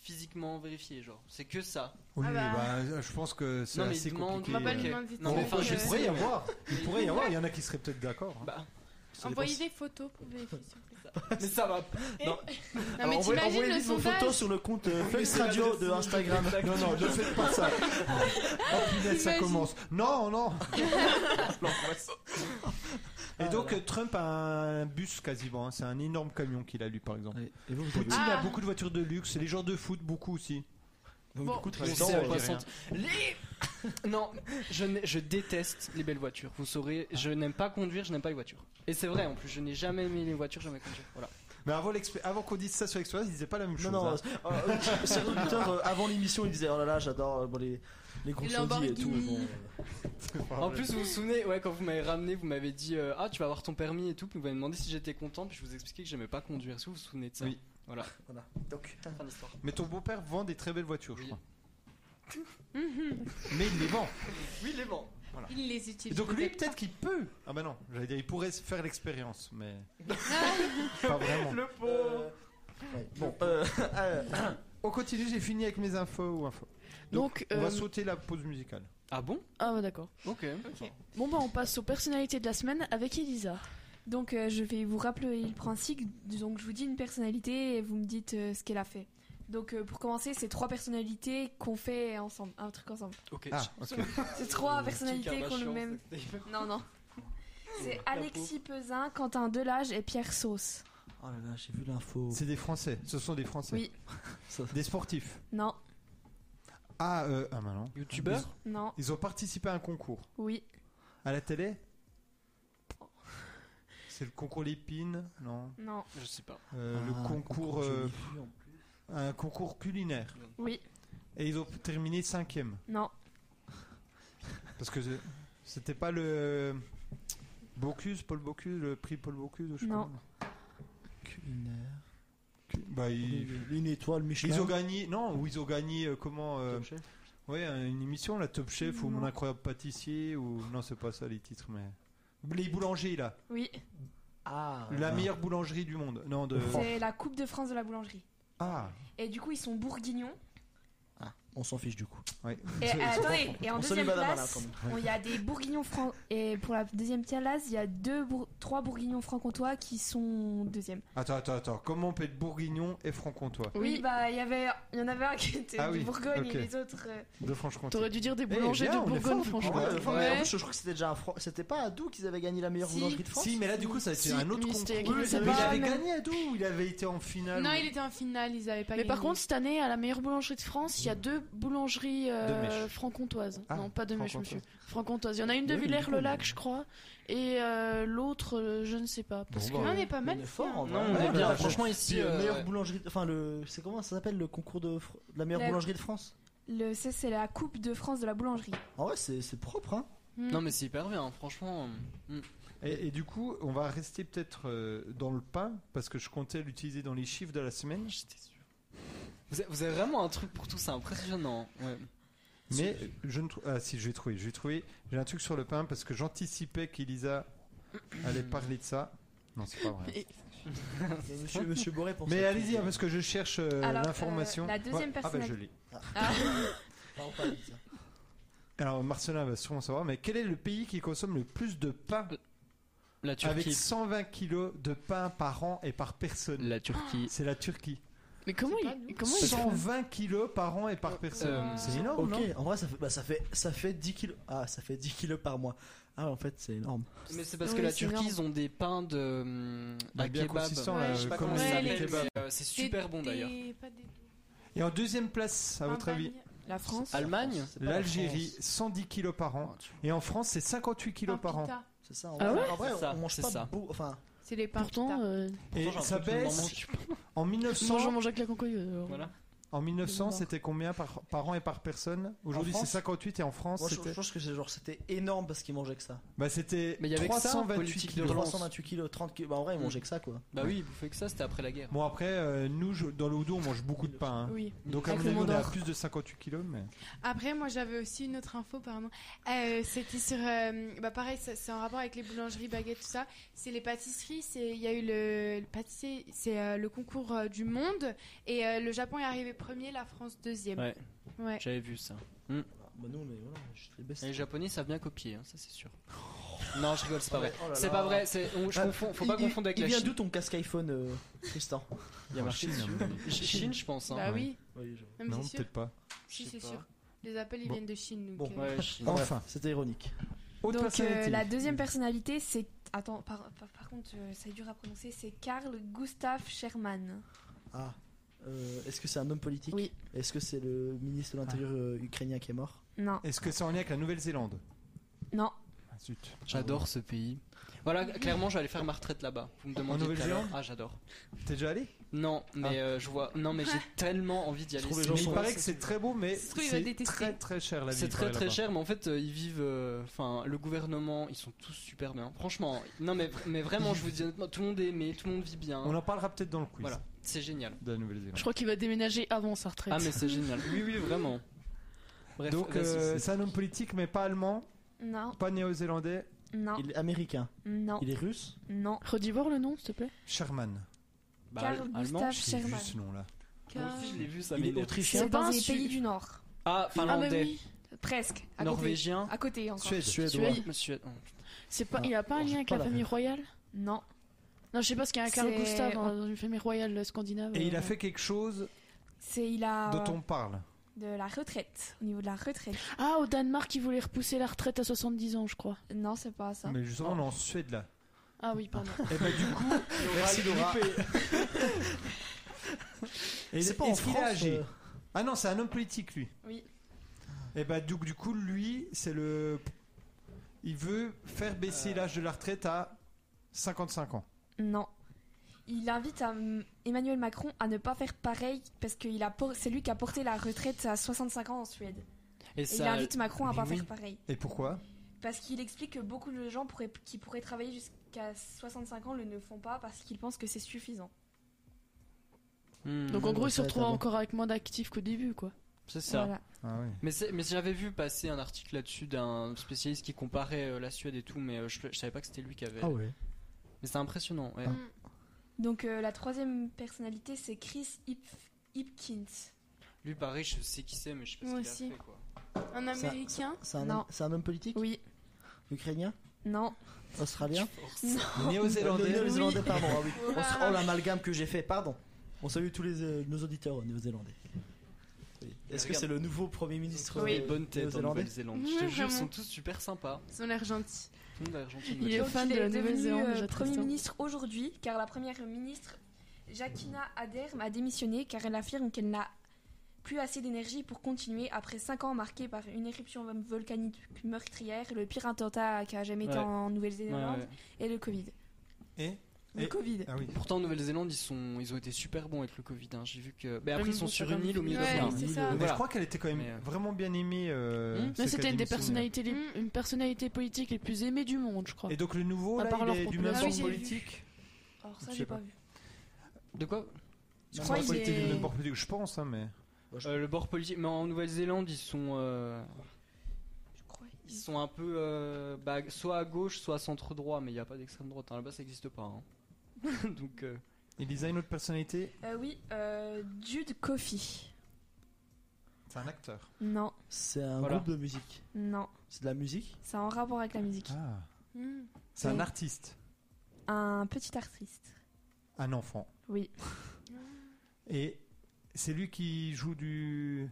[SPEAKER 5] physiquement vérifié, genre. C'est que ça.
[SPEAKER 1] Oui, euh,
[SPEAKER 2] Ah bah.
[SPEAKER 1] je pense que
[SPEAKER 5] Non, mais ils demandent.
[SPEAKER 2] On va pas
[SPEAKER 5] Ok.
[SPEAKER 1] euh.
[SPEAKER 2] lui demander de
[SPEAKER 5] Non, mais
[SPEAKER 2] faire
[SPEAKER 5] enfin,
[SPEAKER 2] des
[SPEAKER 5] je
[SPEAKER 1] il
[SPEAKER 2] tests.
[SPEAKER 5] sais.
[SPEAKER 1] pourrait y avoir. Il
[SPEAKER 5] Mais-
[SPEAKER 1] pourrait y avoir. Il y en a qui seraient peut-être d'accord. hein.
[SPEAKER 5] Bah,
[SPEAKER 1] Ça dépend
[SPEAKER 2] Envoyez
[SPEAKER 1] si-
[SPEAKER 2] des photos pour
[SPEAKER 1] [laughs]
[SPEAKER 2] vérifier, s'il vous plaît.
[SPEAKER 5] mais ça va.
[SPEAKER 2] Non, mais t'imagines le sondage
[SPEAKER 4] photos sur le compte euh, Flux Radio de Instagram.
[SPEAKER 1] Non, non, ne faites pas ça. Oh punaise, ça
[SPEAKER 2] Imagine.
[SPEAKER 1] commence. Non,
[SPEAKER 5] [laughs]
[SPEAKER 1] non. Et donc euh, Trump a un bus quasiment. hein. C'est un énorme camion qu'il a lu par exemple.
[SPEAKER 4] Et vous, vous
[SPEAKER 1] Poutine
[SPEAKER 2] Ah.
[SPEAKER 1] a beaucoup de voitures de luxe. Les joueurs de foot beaucoup aussi.
[SPEAKER 4] Donc, du coup,
[SPEAKER 5] Je
[SPEAKER 4] Tristan,
[SPEAKER 5] sais
[SPEAKER 4] euh,
[SPEAKER 5] à quoi
[SPEAKER 4] dirait rien.
[SPEAKER 5] sont- Les- [laughs] Non, je, n'ai- je déteste les belles voitures. Vous saurez, je n'aime pas conduire, je n'aime pas les voitures. Et c'est vrai en plus, je n'ai jamais aimé les voitures, jamais conduire. Voilà.
[SPEAKER 1] Mais avant, l'expé- avant qu'on dise ça sur l'expérience, ils disaient pas la même
[SPEAKER 4] Non,
[SPEAKER 1] chose.
[SPEAKER 4] non,
[SPEAKER 1] hein.
[SPEAKER 4] euh, euh, [laughs] certains auditeurs, euh, avant l'émission, ils disaient Oh là là, j'adore euh, bon, les, les gros
[SPEAKER 2] Les
[SPEAKER 4] Audi et tout.
[SPEAKER 2] Lamborghini.
[SPEAKER 4] bon, euh. Ah
[SPEAKER 5] En plus, vous vous souvenez, ouais, quand vous m'avez ramené, vous m'avez dit euh, Ah, tu vas avoir ton permis et tout. Puis vous m'avez demandé si j'étais content. Puis je vous expliquais que j'aimais pas conduire. Est-ce que vous vous souvenez de ça
[SPEAKER 1] Oui.
[SPEAKER 5] Voilà,
[SPEAKER 4] Voilà. Donc,
[SPEAKER 5] fin d'histoire.
[SPEAKER 1] Mais ton beau-père vend des très belles voitures, je
[SPEAKER 5] Oui.
[SPEAKER 2] [laughs]
[SPEAKER 1] crois. Mais il les vend.
[SPEAKER 5] Oui, les vents.
[SPEAKER 2] Il les utilise.
[SPEAKER 1] Et donc lui,
[SPEAKER 2] peut-être.
[SPEAKER 1] peut-être qu'il peut. Ah bah non, j'allais dire, il pourrait se faire l'expérience,
[SPEAKER 2] [laughs]
[SPEAKER 1] mais pas vraiment.
[SPEAKER 5] Le
[SPEAKER 4] euh, ouais. bon, euh, euh,
[SPEAKER 1] On continue. J'ai fini avec mes infos ou infos.
[SPEAKER 3] Donc,
[SPEAKER 1] On va
[SPEAKER 3] euh,
[SPEAKER 1] sauter la pause musicale.
[SPEAKER 5] Ah bon
[SPEAKER 3] ah ouais, d'accord.
[SPEAKER 5] Ok.
[SPEAKER 3] Bon bah on passe aux personnalités de la semaine avec Elisa.
[SPEAKER 6] Donc euh, je vais vous rappeler le principe. Donc je vous dis une personnalité et vous me dites euh, ce qu'elle a fait. Donc euh, pour commencer, c'est trois personnalités qu'on fait ensemble, un truc ensemble.
[SPEAKER 5] Ok.
[SPEAKER 1] Ah, ok.
[SPEAKER 6] C'est
[SPEAKER 4] Euh,
[SPEAKER 6] trois personnalités qu'on le même.
[SPEAKER 4] [laughs]
[SPEAKER 6] Non non. C'est Alexis Pesin, Quentin Delage et Pierre Sauce.
[SPEAKER 4] Oh là là, j'ai vu l'info.
[SPEAKER 1] C'est des Français. Ce sont des Français.
[SPEAKER 6] Oui.
[SPEAKER 4] Ça-
[SPEAKER 1] Des sportifs.
[SPEAKER 6] Non,
[SPEAKER 1] Ah, euh, ah bah non.
[SPEAKER 5] Youtubeur
[SPEAKER 6] non,
[SPEAKER 1] Ils ont participé à un concours.
[SPEAKER 6] oui,
[SPEAKER 1] À la télé C'est le concours Lépine Non.
[SPEAKER 6] non,
[SPEAKER 5] Je sais pas.
[SPEAKER 1] Euh, le
[SPEAKER 4] Ah,
[SPEAKER 1] concours.
[SPEAKER 4] j'ai
[SPEAKER 1] euh,
[SPEAKER 4] vu, en plus.
[SPEAKER 1] un concours culinaire.
[SPEAKER 6] oui,
[SPEAKER 1] Et ils ont terminé cinquième.
[SPEAKER 6] non,
[SPEAKER 1] Parce que c'est- c'était pas le. Bocuse, Paul Bocuse, le prix Paul Bocuse, ou je sais
[SPEAKER 6] Non.
[SPEAKER 1] pas.
[SPEAKER 4] Culinaire.
[SPEAKER 1] Bah, ils,
[SPEAKER 4] Une étoile, Michelin.
[SPEAKER 1] ils ont gagné. Non, ou ils ont gagné, euh, comment. euh,
[SPEAKER 4] Top Chef.
[SPEAKER 1] ouais, une émission, la Top Chef ou
[SPEAKER 6] Non.
[SPEAKER 1] Mon incroyable pâtissier, ou. Non, c'est pas ça les titres, mais. Les boulangers, là.
[SPEAKER 6] oui.
[SPEAKER 4] Ah,
[SPEAKER 1] La meilleure boulangerie du monde. Non, de.
[SPEAKER 6] C'est la Coupe de France de la boulangerie.
[SPEAKER 1] Ah,
[SPEAKER 6] Et du coup, ils sont
[SPEAKER 4] [laughs]
[SPEAKER 6] bourguignons.
[SPEAKER 4] Ah, On s'en fiche du coup.
[SPEAKER 1] ouais.
[SPEAKER 6] Et,
[SPEAKER 1] C'est-
[SPEAKER 6] euh, attendez, et en
[SPEAKER 4] On salue
[SPEAKER 6] deuxième
[SPEAKER 4] Madame
[SPEAKER 6] place,
[SPEAKER 4] Alain,
[SPEAKER 6] on- il y a des bourguignons francs. Et pour la deuxième place, il y a deux, bour- trois bourguignons franc-comtois qui sont deuxième.
[SPEAKER 1] Attends, attends, attends. Comment on peut être bourguignon et franc-comtois
[SPEAKER 6] Oui, bah il y avait, il y en avait un qui était
[SPEAKER 1] Ah
[SPEAKER 6] de
[SPEAKER 1] oui,
[SPEAKER 6] Bourgogne
[SPEAKER 1] ok.
[SPEAKER 6] et les autres. euh,
[SPEAKER 1] De Franche-Comté.
[SPEAKER 3] T'aurais dû dire des
[SPEAKER 1] Eh,
[SPEAKER 3] boulangers
[SPEAKER 1] bien,
[SPEAKER 3] de
[SPEAKER 1] on est fort,
[SPEAKER 3] Bourgogne,
[SPEAKER 4] Ah
[SPEAKER 3] franchement.
[SPEAKER 4] ouais,
[SPEAKER 1] Ouais.
[SPEAKER 4] enfin, mais en
[SPEAKER 2] Ouais.
[SPEAKER 4] plus, je, je crois que c'était déjà un Fran- C'était pas à Doux qu'ils avaient gagné la meilleure
[SPEAKER 2] Si.
[SPEAKER 4] boulangerie de France
[SPEAKER 1] Si, mais là, du coup, ça a été
[SPEAKER 3] Si,
[SPEAKER 1] un autre
[SPEAKER 3] mais
[SPEAKER 1] concours.
[SPEAKER 3] c'était
[SPEAKER 1] Oui,
[SPEAKER 3] gagné,
[SPEAKER 1] mais
[SPEAKER 3] c'est
[SPEAKER 1] il
[SPEAKER 3] pas-
[SPEAKER 1] avait
[SPEAKER 3] mais-
[SPEAKER 1] gagné à deux ou il avait été en finale
[SPEAKER 2] Non,
[SPEAKER 1] ou-
[SPEAKER 2] il était en finale, ils avaient pas
[SPEAKER 3] Mais par
[SPEAKER 2] gagné.
[SPEAKER 3] contre cette année à la meilleure boulangerie de France, il y a deux boulangeries
[SPEAKER 1] De
[SPEAKER 3] euh,
[SPEAKER 1] Mèche.
[SPEAKER 3] franc-comtoises.
[SPEAKER 1] Ah,
[SPEAKER 3] non, pas de Mèche,
[SPEAKER 1] franc-comtoise.
[SPEAKER 3] monsieur. Franc-comtoise. Il y en a une de
[SPEAKER 1] Oui, mais du
[SPEAKER 3] Villers-le-Lac,
[SPEAKER 1] coup,
[SPEAKER 3] je crois, et euh, l'autre, euh, je ne sais pas. Parce
[SPEAKER 1] bah,
[SPEAKER 2] Non,
[SPEAKER 3] que...
[SPEAKER 2] on est pas mal.
[SPEAKER 4] On est fort en
[SPEAKER 5] Non,
[SPEAKER 4] vrai.
[SPEAKER 5] on
[SPEAKER 4] Ouais,
[SPEAKER 5] est bien.
[SPEAKER 4] bah,
[SPEAKER 5] Franchement,
[SPEAKER 4] Puis,
[SPEAKER 5] ici.
[SPEAKER 4] euh,
[SPEAKER 5] euh,
[SPEAKER 4] meilleure
[SPEAKER 5] ouais.
[SPEAKER 4] boulangerie, de- enfin le, c'est comment ça s'appelle le concours de fr- de la meilleure
[SPEAKER 6] La-
[SPEAKER 4] boulangerie de France
[SPEAKER 6] Le, ça c'est la Coupe de France de la boulangerie.
[SPEAKER 4] Ah ouais, c'est c'est propre hein.
[SPEAKER 2] Hmm.
[SPEAKER 5] Non, mais c'est hyper bien, hein. franchement. Mm.
[SPEAKER 1] Et, et du coup, on va rester peut-être euh, dans le pain parce que je comptais l'utiliser dans les chiffres de la semaine.
[SPEAKER 5] Vous avez, vous avez vraiment un truc pour tout, c'est impressionnant. Ouais.
[SPEAKER 1] Mais je ne trouve. Ah si, je vais trouver. Je vais trouver. J'ai un truc sur le pain parce que j'anticipais qu'Elisa allait parler de ça. Non, c'est pas vrai.
[SPEAKER 4] Mais Monsieur Monsieur Boré pour
[SPEAKER 1] Mais
[SPEAKER 4] ça,
[SPEAKER 1] allez-y,
[SPEAKER 4] tout-
[SPEAKER 1] hein, parce que je cherche euh,
[SPEAKER 6] Alors,
[SPEAKER 1] l'information.
[SPEAKER 6] euh, la deuxième
[SPEAKER 1] Ah ben je
[SPEAKER 6] personnalité-
[SPEAKER 1] l'ai.
[SPEAKER 4] Ah, on parle pas de ça.
[SPEAKER 1] Alors Marcelin va sûrement savoir, mais quel est le pays qui consomme le plus de pain
[SPEAKER 5] La
[SPEAKER 1] Avec
[SPEAKER 5] Euh, Turquie.
[SPEAKER 1] 120 kilos de pain par an et par personne.
[SPEAKER 5] La Turquie.
[SPEAKER 1] C'est la Turquie.
[SPEAKER 3] Mais comment
[SPEAKER 2] C'est pas
[SPEAKER 3] il,
[SPEAKER 2] nous.
[SPEAKER 3] comment il fait
[SPEAKER 1] 120 kilos par an et par personne.
[SPEAKER 5] euh,
[SPEAKER 1] c'est énorme,
[SPEAKER 4] Ok,
[SPEAKER 1] non
[SPEAKER 4] en vrai, ça fait, bah, ça, fait, ça fait 10 kilos. Ah, ça fait 10 kilos par mois. Ah, en fait, c'est énorme.
[SPEAKER 5] Mais c'est parce
[SPEAKER 3] Oui,
[SPEAKER 5] que la
[SPEAKER 3] c'est
[SPEAKER 5] Turquie,
[SPEAKER 3] énorme.
[SPEAKER 5] ils ont des pains de hum, à
[SPEAKER 1] Bah, bien
[SPEAKER 5] kebab.
[SPEAKER 1] consistant,
[SPEAKER 2] Ouais,
[SPEAKER 1] là,
[SPEAKER 2] je sais
[SPEAKER 5] Je sais pas
[SPEAKER 1] comme
[SPEAKER 5] comment
[SPEAKER 1] on
[SPEAKER 5] ça
[SPEAKER 2] Ouais,
[SPEAKER 1] dit,
[SPEAKER 2] les-
[SPEAKER 5] s'appelle,
[SPEAKER 1] kebab.
[SPEAKER 5] mais, euh, c'est super bon d'ailleurs.
[SPEAKER 1] Et en deuxième place, à votre avis
[SPEAKER 6] La France
[SPEAKER 5] Allemagne
[SPEAKER 4] C'est pas la
[SPEAKER 1] L'Algérie,
[SPEAKER 4] France.
[SPEAKER 1] 110 kilos par an. Et en France, c'est 58 kilos par an.
[SPEAKER 4] C'est ça, en
[SPEAKER 3] Ah
[SPEAKER 4] vrai, en vrai,
[SPEAKER 5] C'est ça,
[SPEAKER 4] on mange
[SPEAKER 5] c'est
[SPEAKER 4] pas
[SPEAKER 5] ça.
[SPEAKER 4] beau. Enfin,
[SPEAKER 2] C'est les pains
[SPEAKER 3] Pourtant,
[SPEAKER 2] pita.
[SPEAKER 3] euh,
[SPEAKER 1] Et
[SPEAKER 5] Pourtant, j'ai
[SPEAKER 1] ça
[SPEAKER 5] l'impression que
[SPEAKER 1] baisse en
[SPEAKER 3] mangeons
[SPEAKER 1] 1900.
[SPEAKER 3] mon Jacques Lacancoy. euh,
[SPEAKER 5] Voilà.
[SPEAKER 1] En 1900,
[SPEAKER 3] Bizarre.
[SPEAKER 1] c'était combien par, par an et par personne Aujourd'hui,
[SPEAKER 4] En
[SPEAKER 1] c'est
[SPEAKER 4] France
[SPEAKER 1] 58 et en France,
[SPEAKER 4] moi, je,
[SPEAKER 1] c'était
[SPEAKER 4] je pense que c'est genre, c'était énorme parce qu'ils mangeaient que ça.
[SPEAKER 1] bah, c'était
[SPEAKER 5] Mais il y avait que ça,
[SPEAKER 1] 328
[SPEAKER 5] politique de
[SPEAKER 1] kilos.
[SPEAKER 5] relance.
[SPEAKER 4] 328 kilos, 30 kilos. Bah, en vrai, ils mangeaient que ça, quoi.
[SPEAKER 5] Bah oui, ils bouffaient que ça, c'était après la guerre.
[SPEAKER 1] Bon après, euh, nous je- dans le Houdou, on mange beaucoup de pain. hein.
[SPEAKER 3] Oui.
[SPEAKER 1] Donc à
[SPEAKER 3] Avec
[SPEAKER 1] mon avis,
[SPEAKER 3] le
[SPEAKER 1] on est à
[SPEAKER 3] Mondor.
[SPEAKER 1] plus de 58 kilos, mais
[SPEAKER 2] Après, moi, j'avais aussi une autre info, pardon. Euh, C'était sur, euh, bah, pareil, ça- c'est en rapport avec les boulangeries, baguettes, tout ça. C'est les pâtisseries. C'est, il y a eu le, le pâtissier, c'est euh, le concours euh, du monde, et euh, le Japon est arrivé premier, la France deuxième.
[SPEAKER 5] Ouais,
[SPEAKER 2] Ouais.
[SPEAKER 5] j'avais vu ça.
[SPEAKER 4] Voilà. Bah, nous, on est, voilà, juste les best.
[SPEAKER 5] Et les Japonais savent bien copier, hein, ça c'est sûr. Non, je rigole, c'est pas
[SPEAKER 4] Oh
[SPEAKER 5] vrai.
[SPEAKER 4] là là.
[SPEAKER 5] C'est pas vrai, c'est- on- je
[SPEAKER 4] Ah,
[SPEAKER 5] confonds- faut pas
[SPEAKER 4] Il- il-
[SPEAKER 5] confondre avec
[SPEAKER 4] il
[SPEAKER 5] la
[SPEAKER 4] vient
[SPEAKER 5] Chine.
[SPEAKER 4] d'où ton casque iPhone, euh, Tristan
[SPEAKER 5] Il y a
[SPEAKER 1] En
[SPEAKER 5] marqué
[SPEAKER 1] Chine,
[SPEAKER 5] dessus.
[SPEAKER 1] à mon avis.
[SPEAKER 5] Ch- Chine, je pense. hein.
[SPEAKER 2] Bah oui,
[SPEAKER 4] Oui, je-
[SPEAKER 2] non, mais
[SPEAKER 1] non
[SPEAKER 2] c'est sûr.
[SPEAKER 1] peut-être pas.
[SPEAKER 2] Si,
[SPEAKER 5] Je sais
[SPEAKER 2] c'est
[SPEAKER 5] pas.
[SPEAKER 2] sûr. Les appels, ils
[SPEAKER 4] Bon.
[SPEAKER 2] viennent de Chine. Donc,
[SPEAKER 4] Bon.
[SPEAKER 2] euh,
[SPEAKER 5] Ouais, Chine.
[SPEAKER 4] En bref,
[SPEAKER 1] Enfin.
[SPEAKER 4] c'était ironique.
[SPEAKER 1] Autre
[SPEAKER 6] Donc euh,
[SPEAKER 1] personnalité.
[SPEAKER 6] la deuxième personnalité, c'est... Attends, par, par- par contre, euh, c'est dur à prononcer, c'est Karl Gustav Sherman.
[SPEAKER 4] Ah. Euh, Est-ce que c'est un homme politique
[SPEAKER 3] Oui.
[SPEAKER 4] Est-ce que c'est le ministre de l'Intérieur euh, ukrainien qui est mort
[SPEAKER 6] Non,
[SPEAKER 1] Est-ce que c'est en lien avec la Nouvelle-Zélande
[SPEAKER 6] non,
[SPEAKER 1] Ah, zut.
[SPEAKER 5] J'adore ce pays. Voilà, clairement, je vais aller faire ma retraite là-bas. Vous me demandez. tout à l'heure.
[SPEAKER 1] Nouvelle-Zélande
[SPEAKER 5] Ah, j'adore.
[SPEAKER 1] T'es déjà allé
[SPEAKER 5] Non, mais euh, je vois. Non, mais j'ai tellement envie d'y aller.
[SPEAKER 4] trouve les
[SPEAKER 5] C'est-
[SPEAKER 4] gens
[SPEAKER 1] Mais
[SPEAKER 5] mais
[SPEAKER 1] il
[SPEAKER 4] sont-
[SPEAKER 1] paraît que c'est très beau, mais
[SPEAKER 2] Ça se trouve, il va
[SPEAKER 1] c'est
[SPEAKER 2] détester.
[SPEAKER 1] très très cher la vie.
[SPEAKER 5] C'est
[SPEAKER 1] il
[SPEAKER 5] très
[SPEAKER 1] paraît,
[SPEAKER 5] très
[SPEAKER 1] là-bas.
[SPEAKER 5] cher, mais en fait euh, ils vivent. euh, Enfin, le gouvernement, ils sont tous super bien. Franchement, non mais mais vraiment, je vous dis honnêtement, tout le monde est aimé, tout le monde vit bien.
[SPEAKER 1] On en parlera peut-être dans le quiz
[SPEAKER 5] Voilà, c'est génial.
[SPEAKER 1] de la Nouvelle-Zélande.
[SPEAKER 3] Je crois qu'il va déménager avant sa retraite.
[SPEAKER 5] Ah mais c'est génial. Oui oui vraiment. Bref,
[SPEAKER 1] Donc
[SPEAKER 5] vas-y,
[SPEAKER 1] euh,
[SPEAKER 5] c'est-
[SPEAKER 1] c'est un homme politique, mais pas allemand,
[SPEAKER 6] non,
[SPEAKER 1] pas néo-zélandais.
[SPEAKER 6] non,
[SPEAKER 4] Il est américain.
[SPEAKER 6] non,
[SPEAKER 4] Il est russe
[SPEAKER 6] non.
[SPEAKER 3] Redis voir le nom, s'il te plaît.
[SPEAKER 1] Sherman.
[SPEAKER 5] bah,
[SPEAKER 6] Karl
[SPEAKER 5] allemand,
[SPEAKER 3] Ah,
[SPEAKER 6] Gustav
[SPEAKER 1] J'ai vu
[SPEAKER 6] Sherman.
[SPEAKER 1] ce nom-là.
[SPEAKER 5] Moi aussi, je l'ai vu ça.
[SPEAKER 4] Il
[SPEAKER 5] mais
[SPEAKER 4] est autrichien
[SPEAKER 6] C'est
[SPEAKER 3] pas
[SPEAKER 6] dans
[SPEAKER 3] un
[SPEAKER 6] les
[SPEAKER 3] Suisse.
[SPEAKER 6] pays du Nord.
[SPEAKER 5] Ah
[SPEAKER 3] bah
[SPEAKER 5] finlandais,
[SPEAKER 6] Presque. À
[SPEAKER 5] norvégien,
[SPEAKER 6] Côté. Ah À côté encore.
[SPEAKER 1] Suède.
[SPEAKER 4] Suédois.
[SPEAKER 5] Suède- Suède- oh,
[SPEAKER 3] C'est pas,
[SPEAKER 4] Ah,
[SPEAKER 3] il a pas un
[SPEAKER 4] bon, j'ai
[SPEAKER 3] lien avec
[SPEAKER 4] pas
[SPEAKER 3] la
[SPEAKER 4] la
[SPEAKER 3] famille royale
[SPEAKER 6] Non,
[SPEAKER 3] Non, je sais pas ce qu'il y a un Carl
[SPEAKER 6] C'est-
[SPEAKER 3] Gustave hein, dans une famille royale scandinave.
[SPEAKER 1] Et il
[SPEAKER 3] euh,
[SPEAKER 1] a fait quelque chose
[SPEAKER 6] c'est il a euh,
[SPEAKER 1] dont on parle.
[SPEAKER 6] de la retraite. Au niveau de la retraite.
[SPEAKER 3] Ah, au Danemark, il voulait repousser la retraite à 70 ans, je crois.
[SPEAKER 6] Non, c'est pas ça.
[SPEAKER 1] Mais justement, on est en Suède là.
[SPEAKER 3] Oh. Ah oui, pardon.
[SPEAKER 1] Et bah du coup,
[SPEAKER 4] Merci, Laura. [laughs]
[SPEAKER 1] Et
[SPEAKER 4] C'est pas en
[SPEAKER 1] est-ce qu'il a
[SPEAKER 4] France,
[SPEAKER 1] agi
[SPEAKER 4] euh,
[SPEAKER 1] Ah non, c'est un homme politique, lui.
[SPEAKER 3] Oui.
[SPEAKER 1] Et bah, du, du coup, lui, c'est le. Il veut faire baisser l'âge de la retraite à 55 ans.
[SPEAKER 6] Non. Il invite à mm, Emmanuel Macron à ne pas faire pareil parce que il a por- c'est lui qui a porté la retraite à 65 ans en Suède.
[SPEAKER 5] Et
[SPEAKER 6] Et il
[SPEAKER 5] ça.
[SPEAKER 6] invite Macron à
[SPEAKER 5] mais
[SPEAKER 6] pas
[SPEAKER 5] oui.
[SPEAKER 6] faire pareil.
[SPEAKER 1] Et pourquoi
[SPEAKER 6] Parce qu'il explique que beaucoup de gens pourraient- qui pourraient travailler jusqu'à 65 ans le ne font pas parce qu'ils pensent que c'est suffisant.
[SPEAKER 5] Hmm,
[SPEAKER 1] Mmh.
[SPEAKER 3] Donc en gros, il se
[SPEAKER 4] ça,
[SPEAKER 3] retrouve
[SPEAKER 4] t'as bon.
[SPEAKER 3] encore avec moins d'actifs qu'au début, quoi.
[SPEAKER 5] c'est ça.
[SPEAKER 6] Voilà.
[SPEAKER 1] Ah oui.
[SPEAKER 5] Mais, c'est- mais j'avais vu passer un article là-dessus d'un spécialiste qui comparait euh, la Suède et tout, mais euh, je, je savais pas que c'était lui qui avait.
[SPEAKER 4] Ah ouais.
[SPEAKER 5] Mais c'était impressionnant. ouais.
[SPEAKER 2] Mm.
[SPEAKER 6] Donc euh, la troisième personnalité, c'est Chris Hip- Hipkins.
[SPEAKER 5] Lui, pareil, je sais qui c'est, mais je sais pas
[SPEAKER 2] Moi
[SPEAKER 5] ce
[SPEAKER 2] aussi.
[SPEAKER 5] qu'il a fait. Quoi.
[SPEAKER 2] Un américain.
[SPEAKER 4] C'est un,
[SPEAKER 6] Non.
[SPEAKER 4] homme- c'est un homme politique
[SPEAKER 6] Oui.
[SPEAKER 4] Ukrainien
[SPEAKER 6] Non.
[SPEAKER 5] [laughs]
[SPEAKER 4] Australien
[SPEAKER 1] Néo-zélandais.
[SPEAKER 4] Euh, Néo-zélandais, pardon. ah oui.
[SPEAKER 2] Ouah.
[SPEAKER 4] Austra- Oh, l'amalgame que j'ai fait, pardon. On salue tous les, euh, nos auditeurs euh, néo-zélandais. Oui. Est-ce que
[SPEAKER 5] Regarde.
[SPEAKER 4] c'est le nouveau Premier ministre
[SPEAKER 5] Oui,
[SPEAKER 4] euh,
[SPEAKER 5] bonne tête en
[SPEAKER 4] néo-zélandais
[SPEAKER 5] hein, Nouvelle-Zélande.
[SPEAKER 2] Oui,
[SPEAKER 5] Je te jure, ils
[SPEAKER 2] vraiment.
[SPEAKER 5] sont tous super sympas.
[SPEAKER 2] Ils ont l'air gentils.
[SPEAKER 5] Tout le monde est argentin.
[SPEAKER 3] Il est
[SPEAKER 6] Donc,
[SPEAKER 3] fan
[SPEAKER 6] il
[SPEAKER 3] de la
[SPEAKER 6] est devenu,
[SPEAKER 3] Nouvelle-Zélande,
[SPEAKER 6] euh,
[SPEAKER 3] déjà,
[SPEAKER 6] Premier
[SPEAKER 3] Tristan.
[SPEAKER 6] ministre aujourd'hui, car la première ministre Jacquina Aderm a démissionné car elle affirme qu'elle n'a plus assez d'énergie pour continuer après 5 ans marqués par une éruption volcanique meurtrière, le pire attentat qui a jamais été
[SPEAKER 5] Ouais.
[SPEAKER 6] en Nouvelle-Zélande
[SPEAKER 5] Ouais, ouais.
[SPEAKER 6] et le Covid.
[SPEAKER 1] Et
[SPEAKER 6] Le
[SPEAKER 1] Et-
[SPEAKER 6] Covid.
[SPEAKER 1] Ah oui.
[SPEAKER 5] Pourtant, en Nouvelle-Zélande, ils, sont... ils ont été super bons avec le Covid. hein. J'ai vu que. Mais après,
[SPEAKER 3] ils
[SPEAKER 5] ils sont
[SPEAKER 3] ont
[SPEAKER 5] sur
[SPEAKER 3] fait
[SPEAKER 5] une
[SPEAKER 3] comme
[SPEAKER 5] île au milieu
[SPEAKER 2] Ouais,
[SPEAKER 5] de rien.
[SPEAKER 2] c'est ça.
[SPEAKER 1] Mais
[SPEAKER 5] Voilà.
[SPEAKER 1] je crois qu'elle était quand même
[SPEAKER 5] Mais, euh,
[SPEAKER 1] vraiment bien aimée. euh,
[SPEAKER 5] Hmm.
[SPEAKER 1] celle
[SPEAKER 3] Euh, Mais
[SPEAKER 1] qui a
[SPEAKER 3] c'était une des
[SPEAKER 1] démissionné.
[SPEAKER 3] personnalités, les-
[SPEAKER 2] Mm.
[SPEAKER 3] une personnalité politique les plus aimées du monde, je crois.
[SPEAKER 1] Et donc le nouveau,
[SPEAKER 3] À
[SPEAKER 1] là,
[SPEAKER 3] part
[SPEAKER 1] il
[SPEAKER 3] leur
[SPEAKER 1] est du
[SPEAKER 3] population.
[SPEAKER 1] même
[SPEAKER 2] Ah oui,
[SPEAKER 1] bord
[SPEAKER 2] j'ai
[SPEAKER 1] politique.
[SPEAKER 6] Alors ça,
[SPEAKER 1] Je sais
[SPEAKER 6] j'ai
[SPEAKER 1] pas.
[SPEAKER 6] pas vu.
[SPEAKER 5] De quoi
[SPEAKER 1] Je
[SPEAKER 2] crois qu'il
[SPEAKER 1] était
[SPEAKER 2] est-
[SPEAKER 1] du même bord politique, je pense, hein, mais.
[SPEAKER 5] Euh, Le bord politique. Mais en Nouvelle-Zélande, ils sont. euh,
[SPEAKER 6] Je crois.
[SPEAKER 5] Ils sont un peu. euh, bah, soit à gauche, soit à centre-droit. Mais il n'y a pas d'extrême droite. hein. Là-bas, ça n'existe pas. hein. [laughs] Donc. euh,
[SPEAKER 1] Il a une autre personnalité.
[SPEAKER 6] Euh, oui, euh, Jude Coffey.
[SPEAKER 1] C'est un acteur.
[SPEAKER 6] Non,
[SPEAKER 4] C'est un
[SPEAKER 5] Voilà.
[SPEAKER 4] groupe de musique.
[SPEAKER 6] non.
[SPEAKER 4] C'est de la musique
[SPEAKER 6] C'est en rapport avec la musique.
[SPEAKER 3] Mmh.
[SPEAKER 2] Hmm.
[SPEAKER 1] Ah, C'est un
[SPEAKER 6] Oui.
[SPEAKER 1] artiste.
[SPEAKER 6] Un petit artiste.
[SPEAKER 1] Un enfant.
[SPEAKER 6] Oui.
[SPEAKER 1] [laughs] Et c'est lui qui joue du.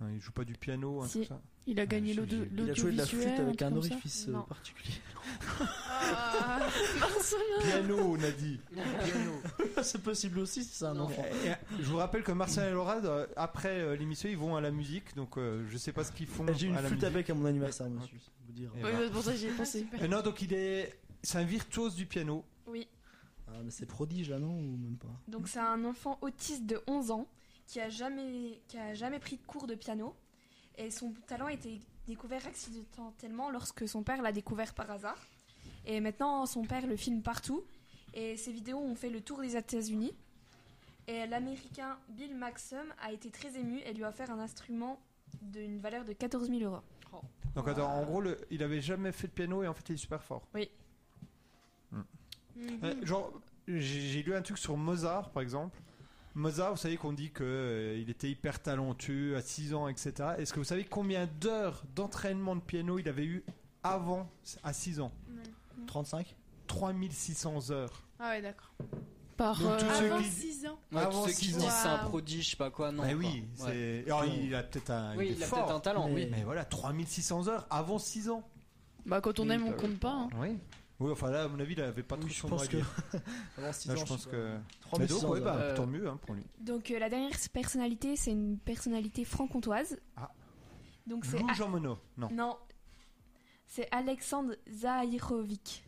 [SPEAKER 1] Non, il joue pas du piano, hein,
[SPEAKER 6] Si.
[SPEAKER 1] tout ça.
[SPEAKER 3] Il a gagné
[SPEAKER 1] je-
[SPEAKER 3] l'audio-
[SPEAKER 1] j'ai- il a
[SPEAKER 4] Il a joué de la
[SPEAKER 3] l'audiovisuel,
[SPEAKER 4] flûte avec
[SPEAKER 3] truc
[SPEAKER 4] un
[SPEAKER 3] comme ça.
[SPEAKER 4] orifice euh,
[SPEAKER 6] Non.
[SPEAKER 4] particulier. [laughs]
[SPEAKER 3] [laughs]
[SPEAKER 2] Ah.
[SPEAKER 1] Piano, on a dit. Piano.
[SPEAKER 4] c'est possible aussi si c'est un
[SPEAKER 5] Non.
[SPEAKER 4] enfant.
[SPEAKER 1] Et, euh, je vous rappelle que Marcel et Laura, euh, après euh, l'émission, ils vont à la musique, donc euh, je sais pas ce qu'ils font.
[SPEAKER 4] J'ai une
[SPEAKER 1] à la
[SPEAKER 4] flûte
[SPEAKER 1] musique.
[SPEAKER 4] avec à mon anniversaire, monsieur. c'est Vous dire.
[SPEAKER 1] Et
[SPEAKER 3] Oui,
[SPEAKER 1] ben,
[SPEAKER 3] c'est pour ça que j'y ai
[SPEAKER 2] Ah,
[SPEAKER 3] pensé.
[SPEAKER 2] super.
[SPEAKER 1] euh, non, donc il est. C'est un virtuose du piano.
[SPEAKER 6] Oui.
[SPEAKER 4] Ah, mais c'est prodige là, non Ou même pas
[SPEAKER 6] Donc c'est un enfant autiste de 11 ans qui a jamais, qui a jamais pris de cours de piano. Et son talent a été découvert accidentellement lorsque son père l'a découvert par hasard. Et maintenant, son père le filme partout. Et ses vidéos ont fait le tour des États-Unis. Et l'américain Bill Maxum a été très ému et lui a offert un instrument d'une valeur de 14 000 euros.
[SPEAKER 1] Donc attends, en gros, le- il avait jamais fait de piano et en fait, il est super fort.
[SPEAKER 2] Mhm.
[SPEAKER 1] Euh, genre, j'ai j'ai lu un truc sur Mozart, par exemple. Mozart, vous savez qu'on dit que euh, il était hyper talentueux à 6 ans, etc. Est-ce que vous savez combien d'heures d'entraînement de piano il avait eu avant, à 6 ans
[SPEAKER 4] 35
[SPEAKER 1] 3600 heures.
[SPEAKER 2] Ah ouais, d'accord.
[SPEAKER 3] Par
[SPEAKER 1] Donc, tout
[SPEAKER 3] euh,
[SPEAKER 1] ce- Ceux
[SPEAKER 2] Avant
[SPEAKER 1] qui-
[SPEAKER 2] 6 ans.
[SPEAKER 5] Ouais,
[SPEAKER 1] Avant
[SPEAKER 5] tous ceux qui
[SPEAKER 1] six
[SPEAKER 5] disent
[SPEAKER 2] ans.
[SPEAKER 5] c'est un
[SPEAKER 2] Waouh.
[SPEAKER 5] prodige, je sais pas quoi, non.
[SPEAKER 1] Bah
[SPEAKER 5] quoi.
[SPEAKER 1] oui,
[SPEAKER 5] Ouais.
[SPEAKER 1] c'est. Alors, il a peut-être un.
[SPEAKER 5] Oui,
[SPEAKER 1] il est
[SPEAKER 5] il a
[SPEAKER 1] fort.
[SPEAKER 5] peut-être un talent, oui.
[SPEAKER 1] Mais voilà, 3600 heures avant 6 ans.
[SPEAKER 3] bah, quand on aime, on compte pas. hein.
[SPEAKER 1] Oui. Oui, enfin là, à mon avis, il avait pas trop
[SPEAKER 4] je
[SPEAKER 1] son mot
[SPEAKER 4] pense
[SPEAKER 1] à
[SPEAKER 4] que.
[SPEAKER 1] dire.
[SPEAKER 4] [laughs] Avant 6
[SPEAKER 1] Là,
[SPEAKER 4] ans,
[SPEAKER 1] je pense que. Mais
[SPEAKER 4] 3
[SPEAKER 1] donc, ouais, bah,
[SPEAKER 5] Euh,
[SPEAKER 1] tant mieux hein, pour lui.
[SPEAKER 6] Donc euh, la dernière personnalité, c'est une personnalité franc-comtoise.
[SPEAKER 1] Ah.
[SPEAKER 6] Donc c'est
[SPEAKER 1] Lou Jean Monod, non.
[SPEAKER 6] Non. C'est Alexandre Zahirovic.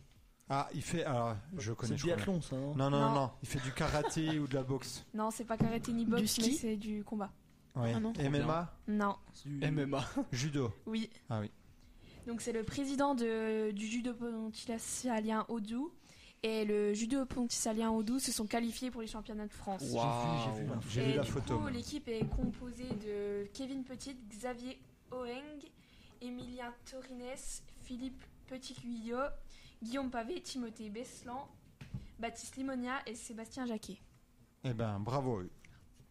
[SPEAKER 1] Ah, il fait. Alors, je
[SPEAKER 4] C'est
[SPEAKER 1] connais.
[SPEAKER 4] du
[SPEAKER 1] je crois.
[SPEAKER 4] biathlon, ça, hein. non
[SPEAKER 1] Non, non, non,
[SPEAKER 6] Non.
[SPEAKER 1] non, il fait du karaté ou de la boxe.
[SPEAKER 6] Non, c'est pas karaté ni
[SPEAKER 3] Du
[SPEAKER 6] boxe,
[SPEAKER 3] ski
[SPEAKER 6] mais c'est du combat.
[SPEAKER 1] Ouais.
[SPEAKER 3] Ah non.
[SPEAKER 1] MMA,
[SPEAKER 6] Non,
[SPEAKER 4] C'est du-
[SPEAKER 5] MMA.
[SPEAKER 1] judo.
[SPEAKER 6] oui.
[SPEAKER 1] Ah oui.
[SPEAKER 6] Donc c'est le président de, du judo pontisalien Odou. Et le judo pontisalien Odou se sont qualifiés pour les championnats de France.
[SPEAKER 4] J'ai vu, j'ai vu. là.
[SPEAKER 1] J'ai
[SPEAKER 6] Et
[SPEAKER 1] vu la
[SPEAKER 6] du
[SPEAKER 1] photo.
[SPEAKER 6] coup,
[SPEAKER 1] même.
[SPEAKER 6] l'équipe est composée de Kevin Petit, Xavier Oeng, Emilien Torines, Philippe Petit-Guyot, Guillaume Pavé, Timothée Beslan, Baptiste Limonia et Sébastien Jacquet.
[SPEAKER 1] Eh ben, bravo. à eux.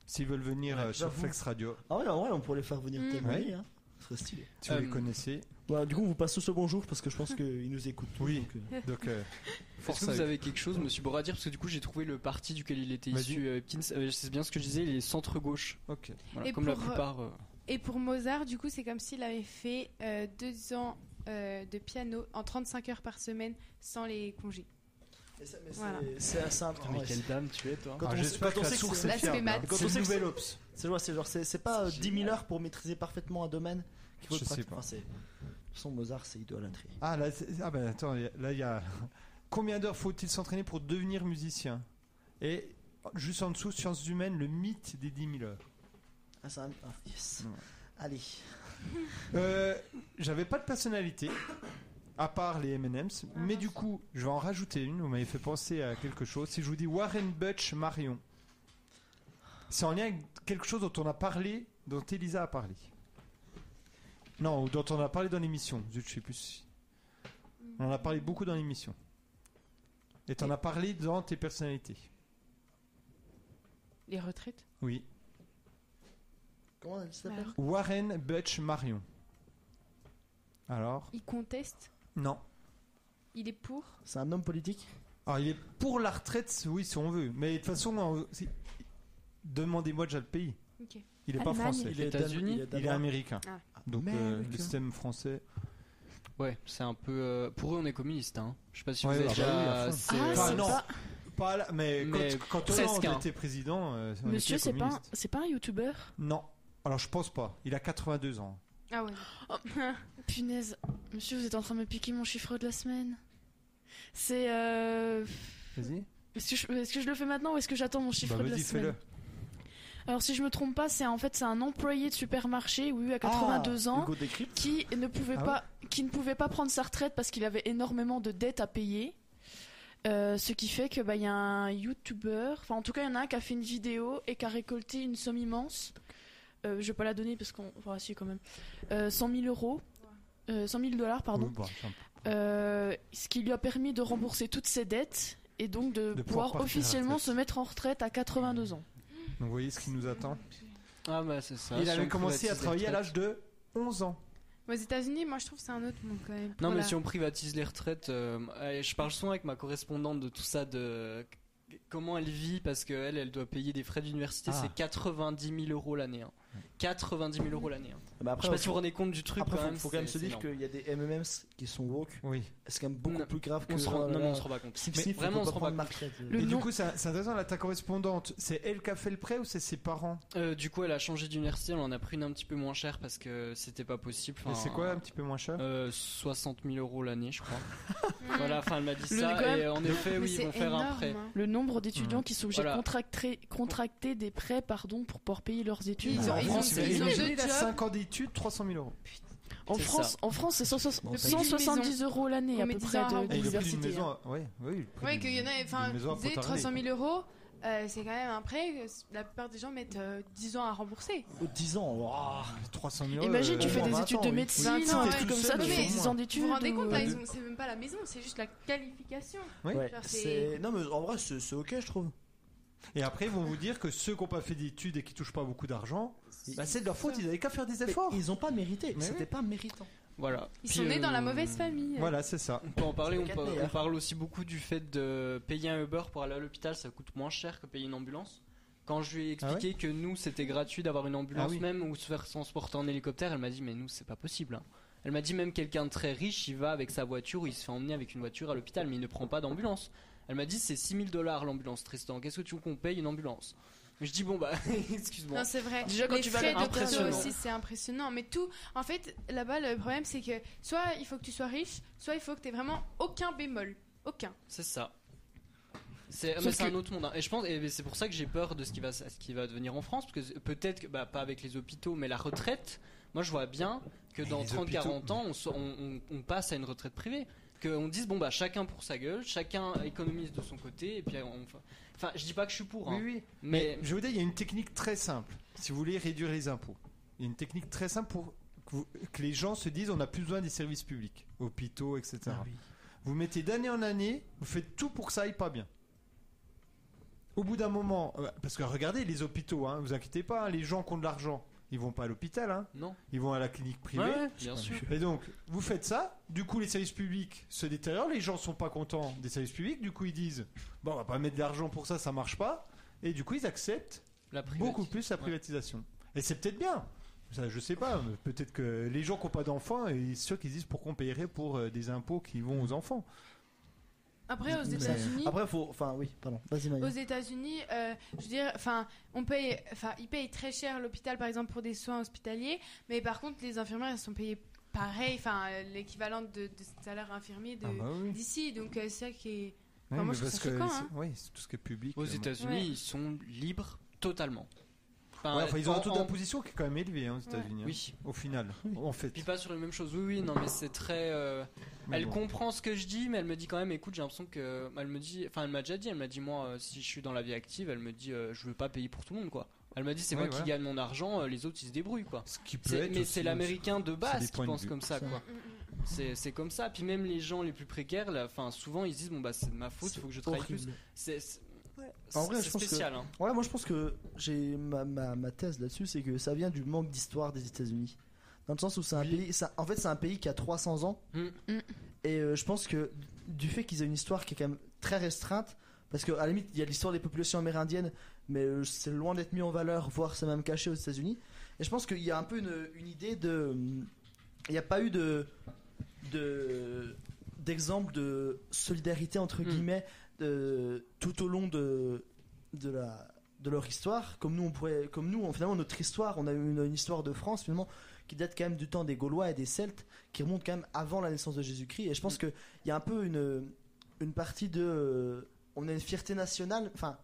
[SPEAKER 1] S'ils veulent venir
[SPEAKER 4] Ouais,
[SPEAKER 1] euh, sur
[SPEAKER 4] j'avoue.
[SPEAKER 1] Flex Radio,
[SPEAKER 4] Ah ouais, en vrai, on pourrait les faire venir
[SPEAKER 2] Mm.
[SPEAKER 4] témoigner.
[SPEAKER 1] Ouais.
[SPEAKER 4] Hein. Ce serait stylé.
[SPEAKER 1] si vous les
[SPEAKER 5] Euh,
[SPEAKER 1] connaissez.
[SPEAKER 4] Bah, du coup, on vous passe tous le bonjour parce que je [laughs] pense qu'ils nous écoutent. tous,
[SPEAKER 1] Oui.
[SPEAKER 4] donc, euh,
[SPEAKER 2] [laughs]
[SPEAKER 1] Donc, euh,
[SPEAKER 5] Est-ce
[SPEAKER 1] force
[SPEAKER 5] que
[SPEAKER 1] à
[SPEAKER 5] vous
[SPEAKER 1] eux.
[SPEAKER 5] avez quelque chose, monsieur Borra, à dire Parce que du coup, j'ai trouvé le parti duquel il était
[SPEAKER 1] Vas-y.
[SPEAKER 5] issu, euh, Hopkins. Euh, c'est bien ce que je disais, il est centre-gauche.
[SPEAKER 1] Ok.
[SPEAKER 5] Voilà,
[SPEAKER 2] Et
[SPEAKER 5] comme la
[SPEAKER 2] pour, euh,
[SPEAKER 5] plupart. euh,
[SPEAKER 2] Et pour Mozart, du coup, c'est comme s'il avait fait euh, deux ans euh, de piano en 35 heures par semaine sans les congés.
[SPEAKER 4] mais c'est- mais c'est-
[SPEAKER 2] Voilà.
[SPEAKER 4] C'est assez
[SPEAKER 5] Putain, mais
[SPEAKER 4] important. ouais.
[SPEAKER 5] quelle dame tu es, toi
[SPEAKER 4] Quand
[SPEAKER 1] Ah,
[SPEAKER 4] on-
[SPEAKER 1] J'espère que
[SPEAKER 4] quand on
[SPEAKER 1] la
[SPEAKER 4] sait que
[SPEAKER 1] source
[SPEAKER 4] c'est-
[SPEAKER 1] est
[SPEAKER 2] l'aspect
[SPEAKER 1] fiable.
[SPEAKER 2] maths.
[SPEAKER 1] hein.
[SPEAKER 2] Quand
[SPEAKER 4] on
[SPEAKER 1] C'est
[SPEAKER 4] sait
[SPEAKER 1] le
[SPEAKER 4] que
[SPEAKER 1] nouvel Ops.
[SPEAKER 4] C'est ouais, c'est genre, c'est c'est pas euh, 10 000 heures pour maîtriser parfaitement un domaine qu'il faut
[SPEAKER 1] Je sais
[SPEAKER 4] pratiquer.
[SPEAKER 1] pas.
[SPEAKER 4] Enfin, c'est- de toute façon, Mozart, c'est idolâtré.
[SPEAKER 1] Ah, là, c'est- ah ben attends, y a- là il y a. [laughs] Combien d'heures faut-il s'entraîner pour devenir musicien Et juste en dessous, sciences humaines, le mythe des 10 000 heures.
[SPEAKER 4] Ah, c'est un. ah, yes.
[SPEAKER 1] Ouais.
[SPEAKER 4] Allez.
[SPEAKER 1] Euh, J'avais pas de personnalité, à part les MM's, mais du coup, je vais en rajouter une. Vous m'avez fait penser à quelque chose. Si je vous dis Warren Butch Marion, c'est en lien avec quelque chose dont on a parlé, dont Elisa a parlé. Non, ou dont on a parlé dans l'émission. Zut, je sais plus. si- On en a parlé beaucoup dans l'émission. Et t'en as parlé dans tes personnalités.
[SPEAKER 2] Les retraites
[SPEAKER 1] Oui.
[SPEAKER 4] Comment elle s'appelle
[SPEAKER 2] Alors,
[SPEAKER 1] Warren Butch Marion. Alors
[SPEAKER 2] Il conteste,
[SPEAKER 1] Non.
[SPEAKER 2] il est pour.
[SPEAKER 4] C'est un homme politique
[SPEAKER 1] Alors il est pour la retraite, oui, si on veut. Mais de toute façon, on- si- demandez-moi déjà le pays.
[SPEAKER 2] Ok.
[SPEAKER 1] Il est pas
[SPEAKER 6] Allemagne.
[SPEAKER 1] français.
[SPEAKER 5] Il est États-Unis
[SPEAKER 4] Dan-
[SPEAKER 1] Il est
[SPEAKER 4] danois.
[SPEAKER 1] américain.
[SPEAKER 2] Ah.
[SPEAKER 1] Donc euh,
[SPEAKER 4] Américain.
[SPEAKER 1] le système français.
[SPEAKER 5] Ouais, c'est un peu. euh, Pour eux, on est communiste, hein. Je sais pas si
[SPEAKER 1] Ouais,
[SPEAKER 5] vous avez
[SPEAKER 1] bah
[SPEAKER 5] déjà. euh,
[SPEAKER 1] oui, à fond.
[SPEAKER 5] c'est-
[SPEAKER 3] Ah,
[SPEAKER 1] Enfin,
[SPEAKER 3] c'est
[SPEAKER 1] non.
[SPEAKER 3] pas.
[SPEAKER 1] Pas là, mais,
[SPEAKER 5] Mais
[SPEAKER 1] quand, quand
[SPEAKER 5] presque,
[SPEAKER 1] Hollande
[SPEAKER 5] hein.
[SPEAKER 1] était président, euh, on
[SPEAKER 3] Monsieur,
[SPEAKER 1] était
[SPEAKER 3] c'est pas, un-
[SPEAKER 1] communiste.
[SPEAKER 3] c'est pas un youtubeur
[SPEAKER 1] Non. Alors je pense pas. Il a 82 ans.
[SPEAKER 2] Ah ouais.
[SPEAKER 3] Punaise, monsieur, vous êtes en train de me piquer mon chiffre de la semaine. C'est. euh,
[SPEAKER 1] Vas-y.
[SPEAKER 3] Est-ce que, je... est-ce que je le fais maintenant ou est-ce que j'attends mon chiffre
[SPEAKER 1] Bah,
[SPEAKER 3] de la
[SPEAKER 1] vas-y,
[SPEAKER 3] semaine
[SPEAKER 1] fais-le.
[SPEAKER 3] Alors, si je me trompe pas, c'est en fait c'est un employé de supermarché, oui, à 82
[SPEAKER 4] Ah,
[SPEAKER 3] ans,
[SPEAKER 4] Hugo Décrypte.
[SPEAKER 3] qui ne pouvait
[SPEAKER 1] Ah
[SPEAKER 3] pas, qui ne pouvait pas prendre sa retraite parce qu'il avait énormément de dettes à payer. Euh, ce qui fait que bah il y a un youtubeur, enfin en tout cas il y en a un qui a fait une vidéo et qui a récolté une somme immense. Euh, je vais pas la donner parce qu'on, enfin si quand même, Euh, 100 000 euros, Euh, 100 000 dollars pardon.
[SPEAKER 1] Oui, bah, c'est un peu-
[SPEAKER 3] Euh, ce qui lui a permis de rembourser toutes ses dettes et donc de,
[SPEAKER 1] De pouvoir
[SPEAKER 3] pouvoir,
[SPEAKER 1] partir à la
[SPEAKER 3] officiellement
[SPEAKER 1] retraite.
[SPEAKER 3] se mettre en retraite à 82 ans.
[SPEAKER 1] Donc, vous voyez ce qui nous attend
[SPEAKER 5] Ah bah c'est ça.
[SPEAKER 1] Il
[SPEAKER 5] si
[SPEAKER 1] avait
[SPEAKER 5] on
[SPEAKER 1] commencé à
[SPEAKER 5] privatise les
[SPEAKER 1] travailler à
[SPEAKER 5] retraites.
[SPEAKER 1] l'âge de 11 ans.
[SPEAKER 2] Mais Aux États-Unis, moi je trouve que c'est un autre monde quand même.
[SPEAKER 5] Non,
[SPEAKER 2] Pour
[SPEAKER 5] mais
[SPEAKER 2] la-
[SPEAKER 5] si on privatise les retraites, euh, allez, je parle souvent avec ma correspondante de tout ça, de comment elle vit, parce qu'elle, elle doit payer des frais d'université,
[SPEAKER 1] Ah.
[SPEAKER 5] c'est 90 000 euros l'année. hein. 90 000 euros l'année. hein.
[SPEAKER 4] Bah
[SPEAKER 5] Je sais pas si vous vous rendez compte du truc.
[SPEAKER 4] après,
[SPEAKER 5] quand
[SPEAKER 4] faut,
[SPEAKER 5] même,
[SPEAKER 4] faut quand même
[SPEAKER 5] c'est-
[SPEAKER 4] se
[SPEAKER 5] c'est
[SPEAKER 4] dire
[SPEAKER 5] énorme.
[SPEAKER 4] qu'il y a des MMMs qui sont woke.
[SPEAKER 1] Oui.
[SPEAKER 4] C'est quand même beaucoup
[SPEAKER 5] Non.
[SPEAKER 4] plus grave que.
[SPEAKER 5] On se rend,
[SPEAKER 4] oh là
[SPEAKER 5] non, mais
[SPEAKER 4] là.
[SPEAKER 5] on se rend pas compte.
[SPEAKER 4] Sip, sip,
[SPEAKER 5] Mais
[SPEAKER 4] faut
[SPEAKER 5] vraiment, on
[SPEAKER 4] pas
[SPEAKER 5] se rend pas
[SPEAKER 4] prendre
[SPEAKER 5] compte.
[SPEAKER 4] ma retraite.
[SPEAKER 1] Mais
[SPEAKER 2] nom-
[SPEAKER 1] du coup, c'est c'est intéressant, là, ta correspondante, c'est elle qui a fait le prêt ou c'est ses parents
[SPEAKER 5] Euh, du coup, elle a changé d'université, elle en a pris une un petit peu moins chère parce que c'était pas possible.
[SPEAKER 1] Et
[SPEAKER 5] Enfin,
[SPEAKER 1] c'est quoi un petit peu moins cher
[SPEAKER 5] euh, 60 000 euros l'année, je crois.
[SPEAKER 2] Mm.
[SPEAKER 5] voilà, enfin, elle m'a dit
[SPEAKER 3] Le-
[SPEAKER 5] ça,
[SPEAKER 3] quand
[SPEAKER 5] et
[SPEAKER 3] même-
[SPEAKER 5] euh, en effet,
[SPEAKER 2] Mais
[SPEAKER 5] oui,
[SPEAKER 2] c'est
[SPEAKER 5] ils vont faire un
[SPEAKER 2] énorme,
[SPEAKER 5] prêt.
[SPEAKER 2] hein.
[SPEAKER 3] Le nombre d'étudiants qui sont obligés
[SPEAKER 5] Voilà.
[SPEAKER 3] de contracter, contracter des prêts pardon, pour pouvoir payer leurs études.
[SPEAKER 2] Ils ont-
[SPEAKER 1] En
[SPEAKER 2] ils ont-
[SPEAKER 1] France,
[SPEAKER 2] ils ont
[SPEAKER 1] imaginez,
[SPEAKER 2] deux
[SPEAKER 1] il a
[SPEAKER 2] jobs.
[SPEAKER 1] 5 ans d'études, 300 000 euros.
[SPEAKER 3] En
[SPEAKER 5] C'est
[SPEAKER 3] France, en France, c'est 160
[SPEAKER 4] Bon, ça
[SPEAKER 3] 170 euros l'année
[SPEAKER 2] On
[SPEAKER 3] à
[SPEAKER 2] met
[SPEAKER 3] peu
[SPEAKER 2] 10
[SPEAKER 3] près
[SPEAKER 2] ans à
[SPEAKER 3] de
[SPEAKER 2] remplir.
[SPEAKER 1] Et le prix
[SPEAKER 3] d'université.
[SPEAKER 1] d'une maison, ouais, oui. le prix
[SPEAKER 2] Oui,
[SPEAKER 1] d'une-
[SPEAKER 2] hein. qu'il y en a,
[SPEAKER 1] d'une
[SPEAKER 2] enfin,
[SPEAKER 1] maison à
[SPEAKER 2] dès
[SPEAKER 1] Pontarlier.
[SPEAKER 2] 300 000 euros, euh, c'est quand même un prêt. euh, La plupart des gens mettent euh, 10 ans à rembourser.
[SPEAKER 4] Oh, 10 ans, waouh.
[SPEAKER 1] 300 000 euros.
[SPEAKER 3] Imagine, tu
[SPEAKER 1] euh,
[SPEAKER 3] fais
[SPEAKER 1] bon,
[SPEAKER 3] des
[SPEAKER 1] vingt
[SPEAKER 3] études
[SPEAKER 1] ans,
[SPEAKER 3] de
[SPEAKER 1] oui.
[SPEAKER 3] médecine,
[SPEAKER 2] Oui,
[SPEAKER 3] un
[SPEAKER 2] non,
[SPEAKER 3] truc
[SPEAKER 2] mais-
[SPEAKER 3] comme ça, tu
[SPEAKER 2] mais-
[SPEAKER 3] fais 10 ans
[SPEAKER 2] Vous
[SPEAKER 3] d'études. euh,
[SPEAKER 2] vous rendez compte,
[SPEAKER 3] ou-
[SPEAKER 2] là, ils ont- c'est même pas la maison, c'est juste la qualification.
[SPEAKER 1] Oui.
[SPEAKER 4] Ouais,
[SPEAKER 2] Genre, c'est-
[SPEAKER 4] c'est- Non, mais en vrai, c'est c'est ok, je trouve.
[SPEAKER 1] Et après, ils vont vous dire que ceux qui n'ont pas fait d'études et qui touchent pas beaucoup d'argent, bah, c'est de leur faute, ils n'avaient qu'à faire des efforts.
[SPEAKER 4] Ils ont pas mérité.
[SPEAKER 1] Mais
[SPEAKER 4] C'était
[SPEAKER 1] oui.
[SPEAKER 4] pas méritant.
[SPEAKER 5] Voilà.
[SPEAKER 2] Ils
[SPEAKER 5] Puis,
[SPEAKER 2] sont nés dans la
[SPEAKER 5] euh,
[SPEAKER 2] mauvaise famille.
[SPEAKER 1] Voilà, c'est ça.
[SPEAKER 5] On peut en parler,
[SPEAKER 4] C'est
[SPEAKER 5] on,
[SPEAKER 4] quatre
[SPEAKER 5] peut- on
[SPEAKER 4] meilleurs.
[SPEAKER 5] parle aussi beaucoup du fait de payer un Uber pour aller à l'hôpital, ça coûte moins cher que payer une ambulance. Quand je lui ai
[SPEAKER 1] Ah ouais
[SPEAKER 5] expliqué que nous c'était gratuit d'avoir une ambulance
[SPEAKER 1] Ah oui.
[SPEAKER 5] même ou se faire transporter en hélicoptère, elle m'a dit mais nous c'est pas possible. hein. Elle m'a dit même quelqu'un de très riche, il va avec sa voiture, ou il se fait emmener avec une voiture à l'hôpital mais il ne prend pas d'ambulance. Elle m'a dit c'est 6000 dollars l'ambulance Tristan, qu'est-ce que tu veux qu'on paye une ambulance Je dis bon bah [laughs] excuse-moi.
[SPEAKER 2] Non, c'est vrai.
[SPEAKER 3] Déjà, quand
[SPEAKER 2] les
[SPEAKER 3] tu vas
[SPEAKER 2] frais
[SPEAKER 3] là-
[SPEAKER 2] de
[SPEAKER 5] Impressionnant.
[SPEAKER 2] docteur aussi, c'est impressionnant. Mais tout, en fait, là-bas, le problème, c'est que soit il faut que tu sois riche, soit il faut que tu aies vraiment aucun bémol. Aucun.
[SPEAKER 5] C'est ça. C'est
[SPEAKER 3] Sauf
[SPEAKER 5] mais c'est
[SPEAKER 3] que-
[SPEAKER 5] un autre monde. hein. Et je pense, et c'est pour ça que j'ai peur de ce qui va, ce qui va devenir en France, parce que c'est- peut-être, que- bah, pas avec les hôpitaux, mais la retraite. Moi, je vois bien que
[SPEAKER 1] Mais
[SPEAKER 5] dans
[SPEAKER 1] les hôpitaux-
[SPEAKER 5] 30-40 ans, on, soit- on- on- on passe à une retraite privée. Qu'on dise, bon, bah, chacun pour sa gueule, chacun économise de son côté, et puis on. Enfin, je dis pas que je suis pour, hein,
[SPEAKER 1] oui.
[SPEAKER 5] mais.
[SPEAKER 1] Je vous dis, il y a une technique très simple. Si vous voulez réduire les impôts, il y a une technique très simple pour que, vous- que les gens se disent on n'a plus besoin des services publics, hôpitaux, etc. Vous mettez d'année en année, vous faites tout pour que ça aille pas bien. Au bout d'un moment, euh, parce que regardez les hôpitaux, hein, vous inquiétez pas, hein, les gens qui ont de l'argent, ils vont pas à l'hôpital, hein,
[SPEAKER 5] Non,
[SPEAKER 1] ils vont à la clinique privée.
[SPEAKER 5] Ouais, ouais, bien sûr.
[SPEAKER 1] Et donc, vous faites ça, du coup les services publics se détériorent, les gens sont pas contents des services publics, du coup ils disent bon on va pas mettre de l'argent pour ça, ça marche pas, et du coup ils acceptent
[SPEAKER 5] La
[SPEAKER 1] beaucoup
[SPEAKER 5] privati-
[SPEAKER 1] plus la
[SPEAKER 5] Ouais.
[SPEAKER 1] privatisation. Et c'est peut-être bien. Ça, je sais pas. mais Peut-être que les gens qui n'ont pas d'enfants, et ceux qui disent pourquoi on paierait pour euh, des impôts qui vont aux enfants.
[SPEAKER 2] Après, aux
[SPEAKER 4] Mais-
[SPEAKER 2] États-Unis.
[SPEAKER 4] Après, faut. Enfin, oui, pardon. Vas-y,
[SPEAKER 2] Aux
[SPEAKER 4] Maya.
[SPEAKER 2] États-Unis, euh, je veux dire, enfin, on paye, enfin, ils payent très cher l'hôpital, par exemple, pour des soins hospitaliers, mais par contre, les infirmières, elles sont payées pareil, enfin, euh, l'équivalent de, de salaire infirmier
[SPEAKER 5] Ah
[SPEAKER 4] Ah
[SPEAKER 2] de-
[SPEAKER 4] bah.
[SPEAKER 5] bah
[SPEAKER 1] oui.
[SPEAKER 2] d'ici, donc euh, c'est ça qui est. Enfin, moi, je trouve ça choquant, hein.
[SPEAKER 1] oui, c'est tout ce qui est public.
[SPEAKER 5] Aux
[SPEAKER 1] euh,
[SPEAKER 5] États-Unis,
[SPEAKER 2] Ouais.
[SPEAKER 5] ils sont libres totalement.
[SPEAKER 1] ouais, enfin, ils ont
[SPEAKER 5] en-
[SPEAKER 1] un taux
[SPEAKER 5] en-
[SPEAKER 1] d'imposition qui est quand même élevé hein, aux États-Unis. hein,
[SPEAKER 5] Oui.
[SPEAKER 1] Au final, en fait.
[SPEAKER 5] Puis pas sur les mêmes choses. Oui, oui, non, mais c'est très. euh,
[SPEAKER 1] Mais
[SPEAKER 5] Elle
[SPEAKER 1] bon.
[SPEAKER 5] comprend ce que je dis, mais elle me dit quand même, écoute, j'ai l'impression que, bah, elle me dit, enfin, elle m'a déjà dit, elle m'a dit, moi, euh, si je suis dans la vie active, elle me dit, euh, je veux pas payer pour tout le monde, quoi. Elle m'a dit, c'est
[SPEAKER 1] Oui,
[SPEAKER 5] moi qui
[SPEAKER 1] voilà.
[SPEAKER 5] gagne mon argent, euh, les autres ils se débrouillent, quoi.
[SPEAKER 1] Ce qui peut
[SPEAKER 5] C'est-
[SPEAKER 1] être
[SPEAKER 5] mais
[SPEAKER 1] aussi- hein,
[SPEAKER 5] c'est l'américain de
[SPEAKER 1] des
[SPEAKER 5] base qui
[SPEAKER 1] points de
[SPEAKER 5] pense
[SPEAKER 1] vue.
[SPEAKER 5] comme ça, quoi.
[SPEAKER 2] Mm, mm, mm.
[SPEAKER 5] C'est c'est comme ça. Puis même les gens les plus précaires, là, enfin, souvent ils se disent, bon bah c'est de ma faute, faut que je travaille plus.
[SPEAKER 4] Horrible.
[SPEAKER 5] C'est c'est-
[SPEAKER 4] En vrai,
[SPEAKER 5] c'est
[SPEAKER 4] je pense que-
[SPEAKER 5] spécial. hein.
[SPEAKER 4] Ouais, moi je pense que j'ai ma, ma, ma thèse là-dessus, c'est que ça vient du manque d'histoire des États-Unis. Dans le sens où c'est un pays, ça- en fait c'est un pays qui a 300 ans.
[SPEAKER 5] Mm.
[SPEAKER 3] Mm.
[SPEAKER 4] Et euh, je pense que du fait qu'ils aient une histoire qui est quand même très restreinte, parce qu'à la limite il y a l'histoire des populations amérindiennes, mais euh, c'est loin d'être mis en valeur, voire c'est même caché aux États-Unis. Et je pense qu'il y a un peu une, une idée de, il n'y a pas eu de, de d'exemple de solidarité entre
[SPEAKER 5] Mm.
[SPEAKER 4] guillemets de- tout au long de de la de leur histoire comme nous on pourrait comme nous on- finalement notre histoire on a une, une histoire de France finalement qui date quand même du temps des Gaulois et des Celtes qui remonte quand même avant la naissance de Jésus-Christ et je pense que il y a un peu une une partie de euh, on a une fierté nationale enfin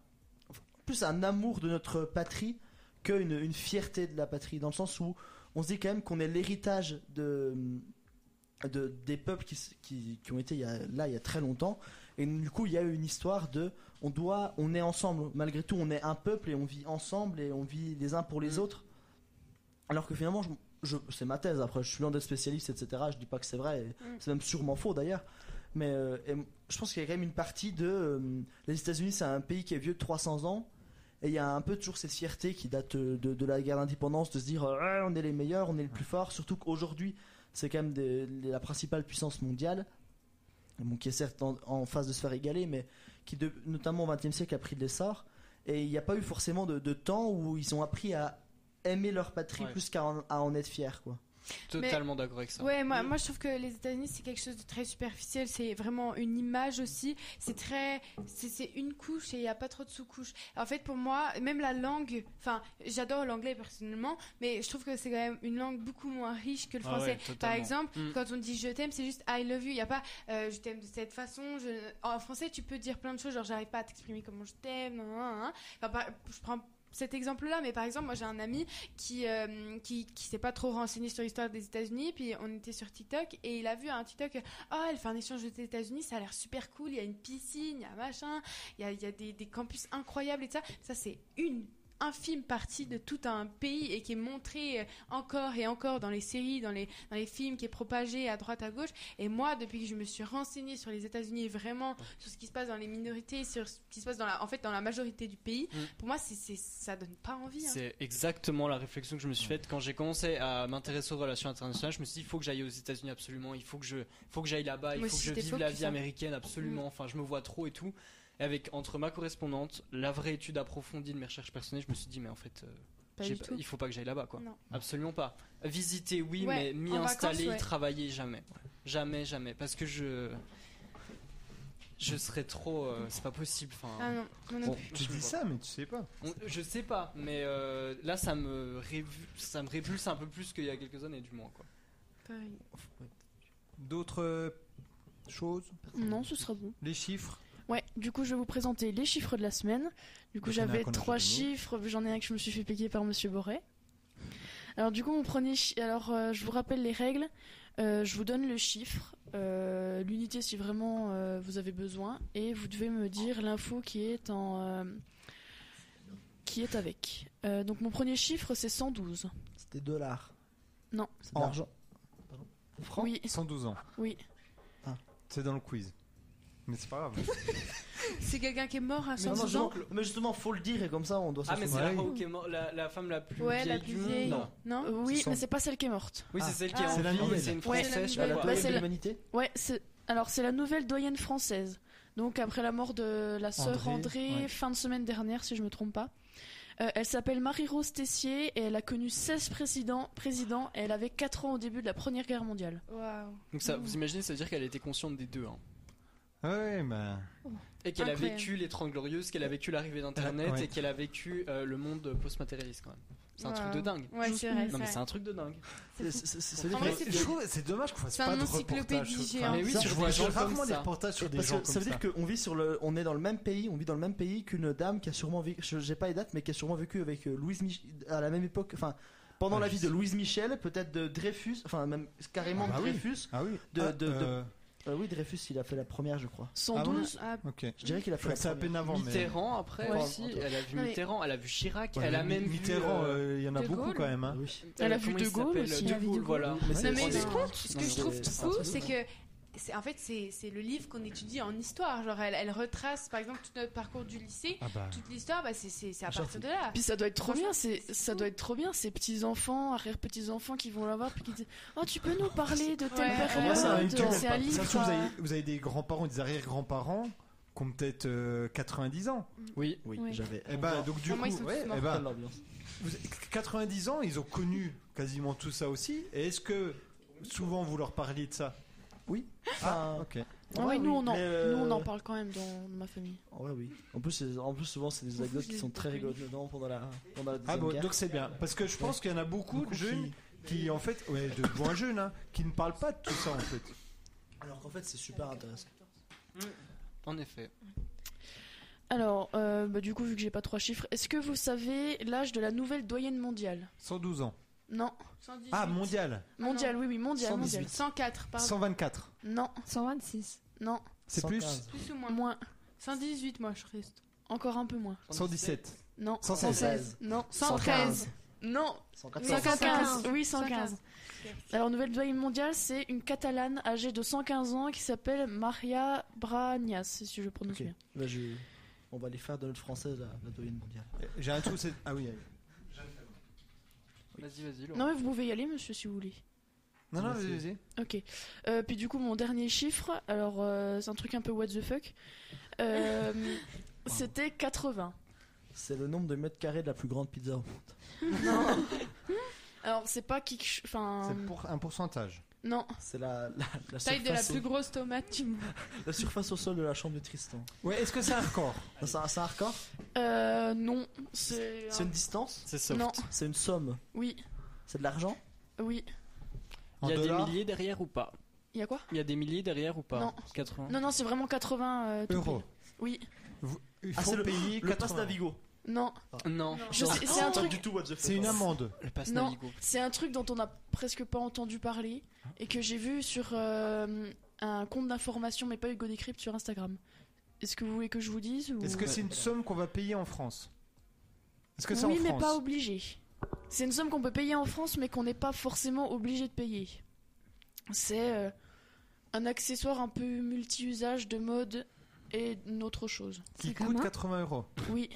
[SPEAKER 4] plus un amour de notre patrie qu'une une fierté de la patrie dans le sens où on se dit quand même qu'on est l'héritage de, de des peuples qui, s- qui, qui ont été il y a- là il y a très longtemps et du coup il y a eu une histoire de on doit on est ensemble malgré tout on est un peuple et on vit ensemble et on vit les uns pour les
[SPEAKER 5] Mm.
[SPEAKER 4] autres alors que finalement je, je- c'est ma thèse après je suis loin d'être spécialiste etc je dis pas que c'est vrai et c'est même sûrement faux d'ailleurs mais euh, et m- je pense qu'il y a quand même une partie de euh, les États-Unis c'est un pays qui est vieux de 300 ans Et il y a un peu toujours cette fierté qui date euh, de, de la guerre d'indépendance, de se dire euh, Ah, on est les meilleurs, on est le plus fort, surtout qu'aujourd'hui c'est quand même des- la principale puissance mondiale, bon, qui est certes en, en phase de se faire égaler, mais qui de- notamment au XXe siècle a pris de l'essor. Et il n'y a pas eu forcément de, de temps où ils ont appris à aimer leur patrie
[SPEAKER 5] Ouais.
[SPEAKER 4] plus qu'à en, à en être fiers. Quoi.
[SPEAKER 5] Totalement d'accord avec ça. Mm.
[SPEAKER 2] Ouais, moi, moi je trouve que les États-Unis c'est quelque chose de très superficiel, c'est vraiment une image aussi, c'est très, c'est c'est une couche et il n'y a pas trop de sous-couches. En fait, pour moi, même la langue, enfin, j'adore l'anglais personnellement, mais je trouve que c'est quand même une langue beaucoup moins riche que le
[SPEAKER 5] Ah
[SPEAKER 2] français.
[SPEAKER 5] ouais, totalement.
[SPEAKER 2] Par exemple,
[SPEAKER 5] Mm.
[SPEAKER 2] quand on dit je t'aime, c'est juste I love you. Il n'y a pas euh, je t'aime de cette façon. je- En français, tu peux dire plein de choses, genre j'arrive pas à t'exprimer comment je t'aime. nan, nan, nan. Enfin, par- Je prends cet exemple-là, mais par exemple, moi j'ai un ami qui euh, qui, qui s'est pas trop renseigné sur l'histoire des États-Unis, puis on était sur TikTok et il a vu un TikTok. Ah, elle fait un échange aux États-Unis, ça a l'air super cool. Il y a une piscine, il y a machin, il y a, il y a des, des campus incroyables et tout ça. Ça, c'est une infime partie de tout un pays et qui est montrée euh, encore et encore dans les séries, dans les, dans les films, qui est propagée à droite, à gauche. Et moi, depuis que je me suis renseignée sur les États-Unis et vraiment sur ce qui se passe dans les minorités, sur ce qui se passe dans la, en fait, dans la majorité du pays,
[SPEAKER 5] Mm.
[SPEAKER 2] pour moi, c'est, c'est, ça donne pas envie. hein.
[SPEAKER 5] C'est exactement la réflexion que je me suis faite quand j'ai commencé à m'intéresser aux relations internationales. Je me suis dit, il faut que j'aille aux États-Unis absolument, il faut que je, faut que j'aille là-bas, il
[SPEAKER 2] Moi
[SPEAKER 5] faut que
[SPEAKER 2] aussi,
[SPEAKER 5] je
[SPEAKER 2] j'étais
[SPEAKER 5] vive
[SPEAKER 2] faux,
[SPEAKER 5] la
[SPEAKER 2] puis
[SPEAKER 5] vie
[SPEAKER 2] ça.
[SPEAKER 5] américaine
[SPEAKER 2] Mm.
[SPEAKER 5] absolument. Enfin, je me vois trop et tout. Et avec entre ma correspondante, la vraie étude approfondie de mes recherches personnelles, je me suis dit, mais en fait, euh,
[SPEAKER 2] Pas
[SPEAKER 5] j'ai
[SPEAKER 2] du
[SPEAKER 5] pas-
[SPEAKER 2] tout.
[SPEAKER 5] il faut pas que j'aille là-bas, quoi.
[SPEAKER 2] Non.
[SPEAKER 5] Absolument pas. Visiter, oui, mais
[SPEAKER 2] Ouais,
[SPEAKER 5] m'y
[SPEAKER 2] en vacances,
[SPEAKER 5] installer,
[SPEAKER 2] ouais.
[SPEAKER 5] y travailler, jamais, jamais, jamais, parce que je, je serais trop, euh, c'est pas possible. Enfin,
[SPEAKER 2] Ah non, moi non
[SPEAKER 5] Bon,
[SPEAKER 2] plus.
[SPEAKER 1] Tu
[SPEAKER 5] je
[SPEAKER 1] dis
[SPEAKER 5] vois.
[SPEAKER 1] ça, mais tu sais pas.
[SPEAKER 5] On- je sais pas, mais euh, là ça me, révu- ça me répulse un peu plus qu'il y a quelques années, du moins. Quoi.
[SPEAKER 2] Pareil.
[SPEAKER 1] D'autres euh, choses
[SPEAKER 3] Non, ce sera bon.
[SPEAKER 1] Les chiffres
[SPEAKER 3] Ouais, du coup, je vais vous présenter les chiffres de la semaine. Du coup,
[SPEAKER 1] Donc, il y en a
[SPEAKER 3] j'avais
[SPEAKER 1] qu'on a
[SPEAKER 3] trois
[SPEAKER 1] chez nous.
[SPEAKER 3] chiffres. J'en ai un que je me suis fait piquer par Monsieur Boré. Alors, du coup, on prenait. chi- Alors, euh, je vous rappelle les règles. Euh, je vous donne le chiffre, euh, l'unité si vraiment euh, vous avez besoin, et vous devez me dire l'info qui est en. euh, qui est avec. Euh, donc, mon premier chiffre, c'est 112.
[SPEAKER 4] C'était dollars.
[SPEAKER 3] Non.
[SPEAKER 4] C'est de l'argent. Francs
[SPEAKER 3] Oui,
[SPEAKER 1] 112 ans. Ah,
[SPEAKER 3] oui.
[SPEAKER 1] C'est dans le quiz. Mais c'est pas grave.
[SPEAKER 2] C'est quelqu'un qui est mort à
[SPEAKER 4] Mais, non,
[SPEAKER 2] 112
[SPEAKER 4] justement,
[SPEAKER 2] ans
[SPEAKER 4] mais justement, faut le dire et comme ça, on doit s'en
[SPEAKER 5] Ah, mais c'est
[SPEAKER 4] souvenir.
[SPEAKER 5] la,
[SPEAKER 1] Ouais.
[SPEAKER 5] femme qui est mort- la, la femme la plus
[SPEAKER 2] Ouais,
[SPEAKER 5] vieille
[SPEAKER 2] la
[SPEAKER 5] du
[SPEAKER 2] plus vieille.
[SPEAKER 5] monde.
[SPEAKER 2] Non
[SPEAKER 3] Euh, oui,
[SPEAKER 4] C'est
[SPEAKER 3] mais
[SPEAKER 4] 100.
[SPEAKER 3] c'est pas celle qui est morte.
[SPEAKER 5] Oui,
[SPEAKER 4] Ah.
[SPEAKER 5] c'est celle qui est
[SPEAKER 2] Ah.
[SPEAKER 5] en
[SPEAKER 1] C'est la
[SPEAKER 5] vie,
[SPEAKER 1] nouvelle.
[SPEAKER 5] c'est une
[SPEAKER 2] Ouais, c'est la
[SPEAKER 5] française. je
[SPEAKER 4] Ah, la
[SPEAKER 5] crois.
[SPEAKER 3] Bah,
[SPEAKER 4] doyenne
[SPEAKER 3] c'est
[SPEAKER 4] de
[SPEAKER 1] [laughs]
[SPEAKER 3] la-
[SPEAKER 4] l'humanité
[SPEAKER 3] Ouais, c'est alors c'est la nouvelle doyenne française. Donc après la mort de la sœur
[SPEAKER 1] André,
[SPEAKER 3] André,
[SPEAKER 1] ouais.
[SPEAKER 3] fin de semaine dernière si je me trompe pas. Euh, elle s'appelle Marie-Rose Tessier et elle a connu 16 présidents, présidents et elle avait 4 ans au début de la Première Guerre mondiale.
[SPEAKER 2] Ah
[SPEAKER 5] Euh,
[SPEAKER 2] Waouh.
[SPEAKER 5] Donc ça, vous imaginez, ça veut dire qu'elle était consciente des deux. hein.
[SPEAKER 1] ouais, bah.
[SPEAKER 5] Et qu'elle a
[SPEAKER 2] Incroyable.
[SPEAKER 5] vécu les 30 glorieuses, qu'elle a vécu l'arrivée d'internet
[SPEAKER 1] Ouais.
[SPEAKER 5] et qu'elle a vécu euh, le monde post-matérialiste quand même. C'est un truc
[SPEAKER 2] Waouh.
[SPEAKER 5] de dingue.
[SPEAKER 2] Ouais, c'est vrai.
[SPEAKER 5] Non, mais
[SPEAKER 2] c'est
[SPEAKER 5] c'est un truc de dingue.
[SPEAKER 4] C'est- c'est- c'est-
[SPEAKER 2] En vrai, c'est
[SPEAKER 1] Je trouve- c'est dommage qu'on fasse
[SPEAKER 2] C'est
[SPEAKER 1] pas
[SPEAKER 2] un
[SPEAKER 1] de reportages.
[SPEAKER 2] encyclopédie
[SPEAKER 1] sur-
[SPEAKER 2] géant.
[SPEAKER 5] Mais oui,
[SPEAKER 1] ça,
[SPEAKER 5] sur
[SPEAKER 1] je
[SPEAKER 5] des
[SPEAKER 1] vois
[SPEAKER 5] gens
[SPEAKER 1] rarement
[SPEAKER 5] comme
[SPEAKER 1] des
[SPEAKER 5] ça.
[SPEAKER 1] reportages sur des
[SPEAKER 4] Parce
[SPEAKER 1] gens
[SPEAKER 4] que
[SPEAKER 1] comme
[SPEAKER 4] ça veut dire qu'on vit sur le, on est dans le même pays, on vit dans le même pays qu'une dame qui a sûrement vécu, je- j'ai pas les dates, mais qui a sûrement vécu avec euh, Louise Mich à la même époque, enfin pendant
[SPEAKER 1] Ah,
[SPEAKER 4] la
[SPEAKER 1] je
[SPEAKER 4] vie de
[SPEAKER 1] sais.
[SPEAKER 4] Louise Michel, peut-être de Dreyfus, enfin même carrément
[SPEAKER 1] Ah bah
[SPEAKER 4] de
[SPEAKER 1] oui.
[SPEAKER 4] Dreyfus.
[SPEAKER 1] Ah oui.
[SPEAKER 4] De-
[SPEAKER 1] Ah,
[SPEAKER 4] de- de-
[SPEAKER 1] euh,
[SPEAKER 4] Euh, oui, Dreyfus, il a fait la première, je crois.
[SPEAKER 3] 112
[SPEAKER 2] Ah,
[SPEAKER 1] Ok.
[SPEAKER 4] Je dirais qu'il a fait la
[SPEAKER 1] C'est à
[SPEAKER 4] première.
[SPEAKER 1] peine avant. mais-
[SPEAKER 5] Mitterrand après
[SPEAKER 4] Ouais.
[SPEAKER 5] aussi, elle a vu
[SPEAKER 2] Non, mais-
[SPEAKER 5] Mitterrand, elle a vu Chirac,
[SPEAKER 1] Ouais,
[SPEAKER 5] elle a
[SPEAKER 1] mais
[SPEAKER 5] même
[SPEAKER 1] Mitterrand,
[SPEAKER 5] vu. euh,
[SPEAKER 1] euh, il y en a
[SPEAKER 2] De
[SPEAKER 1] beaucoup
[SPEAKER 2] Gaulle.
[SPEAKER 1] quand même. hein.
[SPEAKER 4] Oui.
[SPEAKER 3] Elle a
[SPEAKER 5] euh,
[SPEAKER 3] vu
[SPEAKER 5] comment
[SPEAKER 3] De
[SPEAKER 5] il
[SPEAKER 3] Gaulle
[SPEAKER 5] s'appelle
[SPEAKER 3] aussi.
[SPEAKER 5] De
[SPEAKER 3] Elle a vu
[SPEAKER 5] Gaulle,
[SPEAKER 3] De
[SPEAKER 5] voilà.
[SPEAKER 4] Ah, Mais c'est-
[SPEAKER 2] Non, mais
[SPEAKER 5] c'est-
[SPEAKER 2] ce
[SPEAKER 5] c'est-
[SPEAKER 2] ce que
[SPEAKER 5] Non,
[SPEAKER 2] je trouve
[SPEAKER 4] c'est-
[SPEAKER 2] fou,
[SPEAKER 4] c'est-
[SPEAKER 2] c'est que c'est en fait c'est c'est le livre qu'on étudie en histoire. Genre elle, elle retrace par exemple tout notre parcours du lycée,
[SPEAKER 1] Ah bah.
[SPEAKER 2] toute l'histoire, bah c'est c'est c'est à
[SPEAKER 4] Genre,
[SPEAKER 2] partir de là.
[SPEAKER 3] Ah, Puis ça doit être trop
[SPEAKER 2] Franchement,
[SPEAKER 3] bien, c'est
[SPEAKER 2] c'est
[SPEAKER 3] ça
[SPEAKER 2] fou.
[SPEAKER 3] doit être trop bien ces petits enfants, arrière petits enfants qui vont la voir puis qui disent "Oh, tu peux nous parler de
[SPEAKER 2] Ouais.
[SPEAKER 3] telle
[SPEAKER 2] Pour
[SPEAKER 3] période
[SPEAKER 2] moi,
[SPEAKER 1] ça,
[SPEAKER 2] un
[SPEAKER 1] une
[SPEAKER 2] YouTube,
[SPEAKER 1] tue,
[SPEAKER 3] C'est
[SPEAKER 1] même pas.
[SPEAKER 3] un
[SPEAKER 1] Ça
[SPEAKER 3] livre.
[SPEAKER 1] se trouve, vous,
[SPEAKER 3] quoi.
[SPEAKER 1] avez, vous avez des grands-parents, des arrière-grands-parents qui ont peut-être euh, 90 ans.
[SPEAKER 5] Oui.
[SPEAKER 4] Oui,
[SPEAKER 3] Ouais.
[SPEAKER 4] j'avais.
[SPEAKER 1] Et bah, donc du
[SPEAKER 2] Au moins, ils
[SPEAKER 1] coup,
[SPEAKER 2] sont tous
[SPEAKER 1] ouais,
[SPEAKER 2] morts.
[SPEAKER 1] eh
[SPEAKER 4] Pas
[SPEAKER 1] bah,
[SPEAKER 4] de l'ambiance.
[SPEAKER 1] vous- 90 ans, ils ont connu quasiment tout ça aussi. Et est-ce que souvent vous leur parliez de ça
[SPEAKER 4] Enfin,
[SPEAKER 1] Ok.
[SPEAKER 3] Ah ouais,
[SPEAKER 4] Ouais,
[SPEAKER 3] nous
[SPEAKER 4] oui,
[SPEAKER 3] on en
[SPEAKER 4] mais, euh,
[SPEAKER 3] nous on en parle quand même dans ma famille.
[SPEAKER 4] ouais, oui. En plus, c'est- en plus souvent, c'est des anecdotes qui sont très rigolotes dedans pendant la, pendant la
[SPEAKER 1] Ah
[SPEAKER 4] deuxième
[SPEAKER 1] bon,
[SPEAKER 4] guerre.
[SPEAKER 1] donc c'est bien. Parce que je pense qu'il y en a beaucoup,
[SPEAKER 4] Beaucoup
[SPEAKER 1] de jeunes
[SPEAKER 4] qui-
[SPEAKER 1] qui... en fait, ouais, de moins jeunes, hein, qui ne parlent pas de tout ça en fait.
[SPEAKER 4] Alors qu'en fait, c'est super intéressant.
[SPEAKER 5] En effet.
[SPEAKER 3] Alors, euh, bah, du coup, vu que j'ai pas trois chiffres, est-ce que vous savez l'âge de la nouvelle doyenne mondiale
[SPEAKER 1] 112 ans.
[SPEAKER 3] Non.
[SPEAKER 2] 118.
[SPEAKER 1] Ah, mondial.
[SPEAKER 2] Ah
[SPEAKER 3] mondiale, oui, oui, mondiale, mondiale.
[SPEAKER 2] 104, pardon.
[SPEAKER 1] 124.
[SPEAKER 3] Non,
[SPEAKER 6] 126.
[SPEAKER 3] non,
[SPEAKER 1] C'est plus
[SPEAKER 4] 115.
[SPEAKER 2] Plus ou moins.
[SPEAKER 3] moins,
[SPEAKER 2] 118, moi je reste.
[SPEAKER 3] encore un peu moins.
[SPEAKER 1] 117.
[SPEAKER 3] Non,
[SPEAKER 1] 116.
[SPEAKER 4] 116.
[SPEAKER 3] non,
[SPEAKER 2] 113.
[SPEAKER 3] non,
[SPEAKER 4] 114.
[SPEAKER 3] 115,
[SPEAKER 2] 115.
[SPEAKER 3] oui, 115. Alors, nouvelle doyenne mondiale, c'est une catalane âgée de 115 ans qui s'appelle Maria Brañas, si je prononce
[SPEAKER 4] Ok.
[SPEAKER 3] bien.
[SPEAKER 4] Bah, je- On va les faire de notre française, la, la doyenne mondiale.
[SPEAKER 1] J'ai un trou, c'est. Ah oui, allez.
[SPEAKER 5] Vas-y, vas-y. Laurent.
[SPEAKER 3] Non, mais vous pouvez y aller, monsieur, si vous voulez.
[SPEAKER 1] Non, non,
[SPEAKER 4] Merci.
[SPEAKER 1] vas-y, vas-y.
[SPEAKER 3] Ok. Euh, puis du coup, mon dernier chiffre, alors euh, c'est un truc un peu what the fuck. Euh,
[SPEAKER 1] [laughs]
[SPEAKER 3] C'était 80.
[SPEAKER 4] C'est le nombre de mètres carrés de la plus grande pizza au monde.
[SPEAKER 3] Alors c'est pas qui, enfin
[SPEAKER 1] C'est pour un pourcentage.
[SPEAKER 3] non.
[SPEAKER 4] C'est la, la, la
[SPEAKER 2] Taille de la
[SPEAKER 4] surface
[SPEAKER 2] plus
[SPEAKER 4] au,
[SPEAKER 2] grosse tomate du monde.
[SPEAKER 4] la surface au sol de la chambre de Tristan.
[SPEAKER 1] Ouais, est-ce que c'est un record
[SPEAKER 4] Non, C'est un, c'est un record
[SPEAKER 3] Euh, non, c'est
[SPEAKER 4] C'est une distance
[SPEAKER 5] [laughs] C'est soft.
[SPEAKER 3] non.
[SPEAKER 4] C'est une somme
[SPEAKER 3] Oui,
[SPEAKER 4] C'est de l'argent
[SPEAKER 3] oui.
[SPEAKER 1] En
[SPEAKER 5] Il y a
[SPEAKER 1] dollars
[SPEAKER 5] des milliers derrière ou pas
[SPEAKER 3] Il y a quoi
[SPEAKER 5] Il y a des milliers derrière ou pas
[SPEAKER 3] Non.
[SPEAKER 5] 80.
[SPEAKER 3] Non, non, c'est vraiment 80 euh, tout
[SPEAKER 1] Euros.
[SPEAKER 3] pris. Oui,
[SPEAKER 1] Vous- Il
[SPEAKER 4] Ah,
[SPEAKER 1] faut
[SPEAKER 4] c'est le-
[SPEAKER 1] payer
[SPEAKER 4] Le passe
[SPEAKER 1] 80.
[SPEAKER 4] Navigo.
[SPEAKER 3] non.
[SPEAKER 5] Non.
[SPEAKER 3] Je
[SPEAKER 1] Ah.
[SPEAKER 3] sais- c'est un
[SPEAKER 1] Oh.
[SPEAKER 4] Pas
[SPEAKER 3] truc,
[SPEAKER 4] du tout what the fuck.
[SPEAKER 1] C'est une amende.
[SPEAKER 5] Le passe
[SPEAKER 3] Non.
[SPEAKER 5] Navigo.
[SPEAKER 3] c'est un truc dont on n'a presque pas entendu parler et que j'ai vu sur euh, un compte d'information, mais pas Hugo Décrypte sur Instagram. Est-ce que vous voulez que je vous dise ou...
[SPEAKER 1] Est-ce que c'est une somme qu'on va payer en France Est-ce que c'est
[SPEAKER 3] oui,
[SPEAKER 1] en
[SPEAKER 3] mais
[SPEAKER 1] France
[SPEAKER 3] pas obligé. C'est une somme qu'on peut payer en France, mais qu'on n'est pas forcément obligé de payer. C'est euh, un accessoire un peu multi-usage de mode et une autre chose.
[SPEAKER 1] Qui
[SPEAKER 6] C'est
[SPEAKER 1] coûte
[SPEAKER 6] commun
[SPEAKER 1] 80
[SPEAKER 4] [laughs]
[SPEAKER 1] euros. [laughs]
[SPEAKER 3] Oui.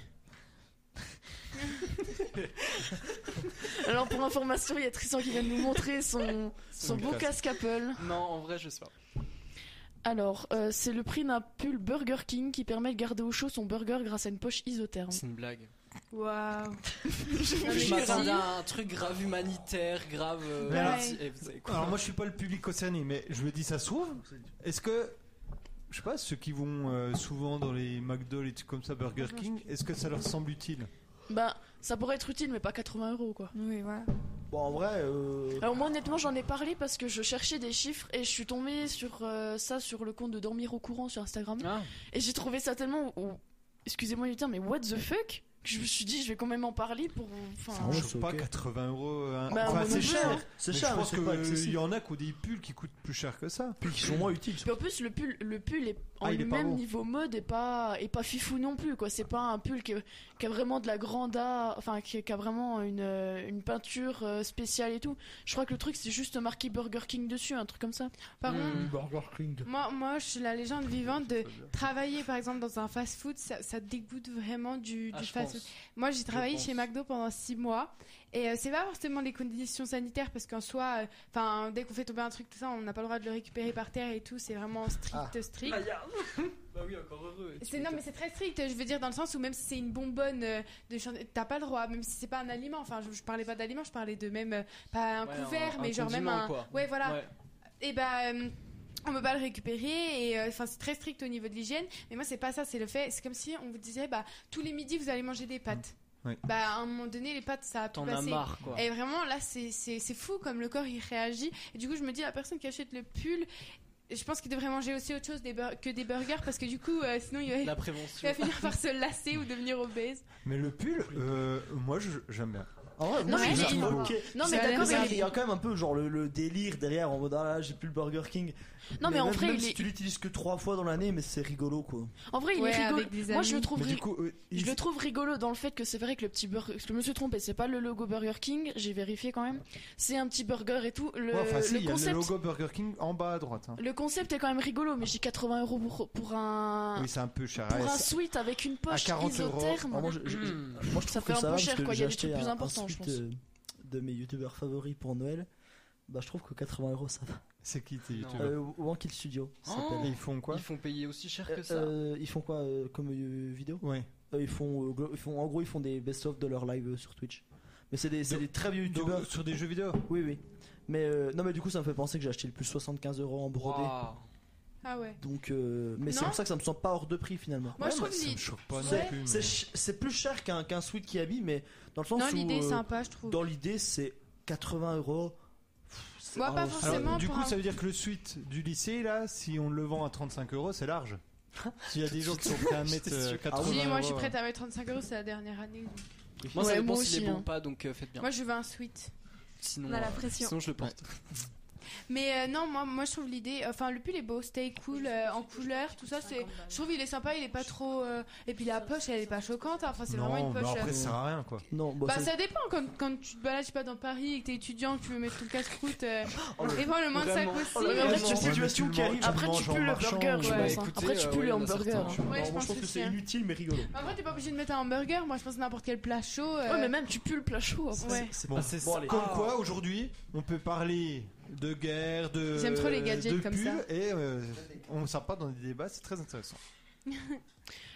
[SPEAKER 3] Alors pour information, il y a Tristan qui vient de nous montrer son, son beau casque Apple.
[SPEAKER 5] Non, en vrai, je sais pas.
[SPEAKER 3] Alors, euh, c'est le prix d'un pull Burger King qui permet de garder au chaud son burger grâce à une poche isotherme.
[SPEAKER 5] C'est une blague.
[SPEAKER 2] Waouh. [laughs]
[SPEAKER 5] Je m'attendais
[SPEAKER 2] merci.
[SPEAKER 5] à un truc grave humanitaire, grave. euh,
[SPEAKER 1] Mais alors-
[SPEAKER 5] anti- eh, vous savez quoi
[SPEAKER 1] Alors moi je suis pas le public concerné, mais je me dis ça se trouve. Est-ce que je sais pas ceux qui vont euh, souvent dans les McDo et trucs comme ça, Burger King, est-ce que ça leur semble utile
[SPEAKER 3] Bah, ça pourrait être utile, mais pas 80 euros quoi.
[SPEAKER 6] Oui, voilà.
[SPEAKER 4] Bon, en vrai, euh,
[SPEAKER 3] Alors moi Bah, honnêtement j'en ai parlé parce que je cherchais des chiffres et je suis tombée sur euh, ça sur le compte de Dormir au courant sur Instagram
[SPEAKER 5] Ah,
[SPEAKER 3] et j'ai trouvé ça tellement ou- excusez-moi du terme mais what the fuck que je me suis dit je vais quand même en parler pour enfin
[SPEAKER 4] Ah ouais,
[SPEAKER 1] Je
[SPEAKER 4] c'est
[SPEAKER 1] sais pas,
[SPEAKER 4] ok.
[SPEAKER 1] 80 euros. hein.
[SPEAKER 3] Bah,
[SPEAKER 1] enfin
[SPEAKER 3] moi
[SPEAKER 1] c'est
[SPEAKER 3] non plus,
[SPEAKER 1] cher.
[SPEAKER 3] hein.
[SPEAKER 4] c'est
[SPEAKER 1] mais
[SPEAKER 4] cher,
[SPEAKER 1] je
[SPEAKER 4] mais
[SPEAKER 1] pense
[SPEAKER 4] c'est pas
[SPEAKER 1] qu'il
[SPEAKER 4] accessible.
[SPEAKER 1] y en a qui ont des pulls qui coûtent plus cher que ça.
[SPEAKER 4] Puis qui sont moins utiles.
[SPEAKER 3] puis en plus le pull le pull est en
[SPEAKER 1] Ah, il est pas
[SPEAKER 3] lui-même
[SPEAKER 1] beau.
[SPEAKER 3] niveau mode et pas et pas fifou non plus quoi c'est pas un pull qui, qui a vraiment de la granda enfin qui, qui a vraiment une, euh, une peinture euh, spéciale et tout je crois que le truc c'est juste marqué Burger King dessus un truc comme ça
[SPEAKER 2] Par
[SPEAKER 5] Hmm.
[SPEAKER 2] contre,
[SPEAKER 4] Burger King.
[SPEAKER 2] moi, moi, je suis la légende vivante de travailler, par exemple, dans un fast-food. Ça, ça dégoûte vraiment du,
[SPEAKER 5] ah,
[SPEAKER 2] du
[SPEAKER 5] je
[SPEAKER 2] fast-food.
[SPEAKER 5] pense.
[SPEAKER 2] Moi, j'ai travaillé
[SPEAKER 5] pense.
[SPEAKER 2] chez McDo pendant six mois. Et euh, c'est pas forcément les conditions sanitaires, parce qu'en soi, euh, enfin, dès qu'on fait tomber un truc, tout ça, on n'a pas le droit de le récupérer par terre et tout. C'est vraiment strict, strict.
[SPEAKER 5] Ah, y'a- bah oui, encore heureux.
[SPEAKER 2] C'est non mais c'est très strict, je veux dire dans le sens où même si c'est une bonbonne euh, de chan- t'as pas le droit, même si c'est pas un aliment. Enfin, je, je parlais pas d'aliment, je parlais de même euh, pas un
[SPEAKER 5] Ouais,
[SPEAKER 2] couvert,
[SPEAKER 5] un-
[SPEAKER 2] mais
[SPEAKER 5] un
[SPEAKER 2] genre même
[SPEAKER 5] condiment,
[SPEAKER 2] un.
[SPEAKER 5] quoi.
[SPEAKER 2] Ouais, voilà.
[SPEAKER 5] Ouais.
[SPEAKER 2] Et bah, euh, on peut pas le récupérer. Et euh, enfin, c'est très strict au niveau de l'hygiène. Mais moi, c'est pas ça. C'est le fait. C'est comme si on vous disait, bah, tous les midis, vous allez manger des pâtes.
[SPEAKER 1] Oui.
[SPEAKER 2] Bah, à un moment donné, les pâtes, ça a tout
[SPEAKER 5] T'en as
[SPEAKER 2] passé.
[SPEAKER 5] marre, quoi.
[SPEAKER 2] Et vraiment, là, c'est c'est- c'est fou comme le corps il réagit. Et du coup, je me dis, la personne qui achète le pull, je pense qu'il devrait manger aussi autre chose des bur- que des burgers parce que du coup, euh, sinon, il va,
[SPEAKER 5] La
[SPEAKER 2] il
[SPEAKER 5] prévention.
[SPEAKER 2] va [laughs] finir par se lasser ou devenir obèse.
[SPEAKER 1] Mais le pull, euh, moi je- j'aime bien.
[SPEAKER 4] En vrai,
[SPEAKER 3] Non,
[SPEAKER 4] moi,
[SPEAKER 3] mais
[SPEAKER 4] j'ai-
[SPEAKER 3] il-
[SPEAKER 4] ok.
[SPEAKER 3] non
[SPEAKER 2] C'est
[SPEAKER 3] mais
[SPEAKER 2] la
[SPEAKER 3] d'accord
[SPEAKER 2] même
[SPEAKER 3] mais
[SPEAKER 4] Il y a quand même un peu genre le, le délire derrière en mode ah là j'ai plus le Burger King.
[SPEAKER 3] Non, mais en
[SPEAKER 4] même-
[SPEAKER 3] vrai,
[SPEAKER 4] même
[SPEAKER 3] il
[SPEAKER 4] si
[SPEAKER 3] est-
[SPEAKER 4] tu l'utilises que trois fois dans l'année mais c'est rigolo quoi.
[SPEAKER 3] en vrai il
[SPEAKER 2] Ouais,
[SPEAKER 3] est rigolo
[SPEAKER 2] avec des
[SPEAKER 3] moi je le
[SPEAKER 2] amis.
[SPEAKER 3] trouve
[SPEAKER 1] Mais du
[SPEAKER 3] ri-
[SPEAKER 1] coup, euh,
[SPEAKER 3] Je
[SPEAKER 1] il-
[SPEAKER 3] le trouve rigolo dans le fait que c'est vrai que le petit burger. Je me suis trompé, c'est pas le logo Burger King, j'ai vérifié quand même. C'est un petit burger et tout.
[SPEAKER 1] ouais,
[SPEAKER 3] Le,
[SPEAKER 1] enfin, si,
[SPEAKER 3] le
[SPEAKER 1] il y a
[SPEAKER 3] concept,
[SPEAKER 1] le logo Burger King en bas à droite. hein.
[SPEAKER 3] le concept est quand même rigolo, mais j'ai 80 euros pour, pour un.
[SPEAKER 1] Oui, c'est un peu cher.
[SPEAKER 3] Pour
[SPEAKER 1] Ouais,
[SPEAKER 3] un
[SPEAKER 1] ça-
[SPEAKER 3] sweat avec une poche
[SPEAKER 1] 40 euros.
[SPEAKER 3] isotherme.
[SPEAKER 4] Ah, moi, je- je-
[SPEAKER 5] [clears throat]
[SPEAKER 2] eh,
[SPEAKER 5] Hmm.
[SPEAKER 4] Moi, je
[SPEAKER 3] Ça
[SPEAKER 4] trouve
[SPEAKER 3] fait
[SPEAKER 4] que
[SPEAKER 3] un
[SPEAKER 4] ça
[SPEAKER 3] peu
[SPEAKER 4] va
[SPEAKER 3] cher,
[SPEAKER 4] parce que
[SPEAKER 3] quoi. Il y
[SPEAKER 4] j'ai
[SPEAKER 3] a des
[SPEAKER 4] acheté
[SPEAKER 3] trucs plus
[SPEAKER 4] un- un
[SPEAKER 3] importants, je
[SPEAKER 4] sweat,
[SPEAKER 3] pense.
[SPEAKER 4] euh, de mes youtubeurs favoris pour Noël. Bah, je trouve que 80 euros ça va.
[SPEAKER 1] C'est qui tes
[SPEAKER 5] Non.
[SPEAKER 1] youtubeurs
[SPEAKER 4] Euh, Wankill Studio, ça
[SPEAKER 5] Oh,
[SPEAKER 4] s'appelle.
[SPEAKER 1] Et Ils font quoi
[SPEAKER 5] Ils font payer aussi cher que ça.
[SPEAKER 4] Euh, ils font quoi euh, comme euh, vidéo
[SPEAKER 1] Ouais.
[SPEAKER 4] Euh, ils, font, euh, glo- ils font, en gros, ils font des best-of de leurs lives euh, sur Twitch. Mais c'est des, c'est
[SPEAKER 1] Donc-
[SPEAKER 4] des très vieux
[SPEAKER 1] Donc, euh,
[SPEAKER 4] youtubeurs.
[SPEAKER 1] sur des jeux vidéo
[SPEAKER 4] Oui, oui. Mais euh, non, mais du coup, ça me fait penser que j'ai acheté le plus 75 euros en brodé.
[SPEAKER 5] Waouh.
[SPEAKER 2] Ah ouais.
[SPEAKER 4] Donc, euh, mais c'est
[SPEAKER 2] Non.
[SPEAKER 4] pour ça que ça me semble pas hors de prix finalement.
[SPEAKER 2] Moi, je
[SPEAKER 1] Ouais,
[SPEAKER 2] trouve
[SPEAKER 1] mais ça
[SPEAKER 2] l'idée-
[SPEAKER 1] me choque pas
[SPEAKER 4] C'est-
[SPEAKER 1] non plus.
[SPEAKER 4] C'est
[SPEAKER 1] mais-
[SPEAKER 4] ch- c'est plus cher qu'un qu'un sweat qui habille, mais dans le sens
[SPEAKER 2] Non,
[SPEAKER 4] où
[SPEAKER 2] l'idée est
[SPEAKER 4] euh,
[SPEAKER 2] sympa, je trouve.
[SPEAKER 4] dans l'idée c'est 80 euros. Pff, c'est-
[SPEAKER 2] Moi, pas
[SPEAKER 4] je-
[SPEAKER 1] Alors,
[SPEAKER 2] forcément
[SPEAKER 1] du
[SPEAKER 2] pour
[SPEAKER 1] coup,
[SPEAKER 2] un-
[SPEAKER 1] ça veut dire que le suite du lycée, là, si on le vend à 35 euros, c'est large. S'il y a des gens qui sont prêts à mettre euh, 80
[SPEAKER 4] Ah
[SPEAKER 2] Si,
[SPEAKER 4] ouais,
[SPEAKER 2] moi, je suis
[SPEAKER 1] euros,
[SPEAKER 2] prête à mettre 35 euros, c'est la dernière année.
[SPEAKER 5] Moi,
[SPEAKER 3] Ouais,
[SPEAKER 5] ça
[SPEAKER 3] moi
[SPEAKER 5] dépend s'il
[SPEAKER 3] aussi,
[SPEAKER 5] est bon
[SPEAKER 3] hein.
[SPEAKER 5] ou pas, donc euh, faites bien.
[SPEAKER 2] Moi, je veux un sweet.
[SPEAKER 5] sinon,
[SPEAKER 6] On a la
[SPEAKER 5] euh,
[SPEAKER 6] pression.
[SPEAKER 5] sinon, je le porte.
[SPEAKER 2] Mais euh, non, moi, moi je trouve l'idée, enfin le pull est beau, stay cool, euh, en couleur, tout ça, c'est, je trouve il est sympa, il est pas trop, euh, et puis la poche elle est pas choquante, hein. enfin c'est
[SPEAKER 1] non,
[SPEAKER 2] vraiment une
[SPEAKER 1] mais
[SPEAKER 2] poche.
[SPEAKER 1] après,
[SPEAKER 2] euh,
[SPEAKER 1] ça sert à rien, quoi.
[SPEAKER 4] Non, bon,
[SPEAKER 2] bah
[SPEAKER 4] ça-
[SPEAKER 2] ça dépend quand, quand tu te balades je sais pas dans Paris et que t'es étudiant que tu veux mettre ton casse-croûte euh,
[SPEAKER 4] Oh,
[SPEAKER 2] et prendre le moins de sac
[SPEAKER 5] vraiment.
[SPEAKER 2] aussi.
[SPEAKER 3] Oh, vraiment,
[SPEAKER 2] euh,
[SPEAKER 3] tu sais,
[SPEAKER 1] Ouais,
[SPEAKER 3] tu
[SPEAKER 1] mais
[SPEAKER 3] vois tout
[SPEAKER 1] le manges-
[SPEAKER 3] qui arrive.
[SPEAKER 1] tu
[SPEAKER 3] Après, tu
[SPEAKER 1] manges en
[SPEAKER 3] pulls le
[SPEAKER 1] marchant,
[SPEAKER 3] burger, je pense,
[SPEAKER 5] ouais.
[SPEAKER 3] hein.
[SPEAKER 5] Écoutez,
[SPEAKER 3] Après, tu
[SPEAKER 5] euh,
[SPEAKER 3] pulls
[SPEAKER 5] ouais,
[SPEAKER 3] le
[SPEAKER 5] il y en a
[SPEAKER 3] hamburger.
[SPEAKER 5] certains,
[SPEAKER 3] hein.
[SPEAKER 5] tu
[SPEAKER 2] Ouais, je
[SPEAKER 7] moi,
[SPEAKER 2] pense
[SPEAKER 7] je trouve que
[SPEAKER 2] aussi,
[SPEAKER 7] c'est
[SPEAKER 2] hein.
[SPEAKER 7] inutile, mais rigolo.
[SPEAKER 2] Bah, Après t'es pas obligé de mettre un hamburger, moi je pense n'importe quel plat chaud. euh,
[SPEAKER 3] Ouais, mais même tu pulls le plat chaud. après.
[SPEAKER 2] ouais.
[SPEAKER 1] Bon.
[SPEAKER 5] Ah, c'est
[SPEAKER 7] Bon,
[SPEAKER 5] ça.
[SPEAKER 7] allez.
[SPEAKER 1] Comme quoi, aujourd'hui, on peut parler de guerre, de.
[SPEAKER 2] J'aime trop les gadgets
[SPEAKER 1] de
[SPEAKER 2] comme
[SPEAKER 1] pub,
[SPEAKER 2] ça.
[SPEAKER 1] Et euh, on s'empare dans des débats, c'est très intéressant.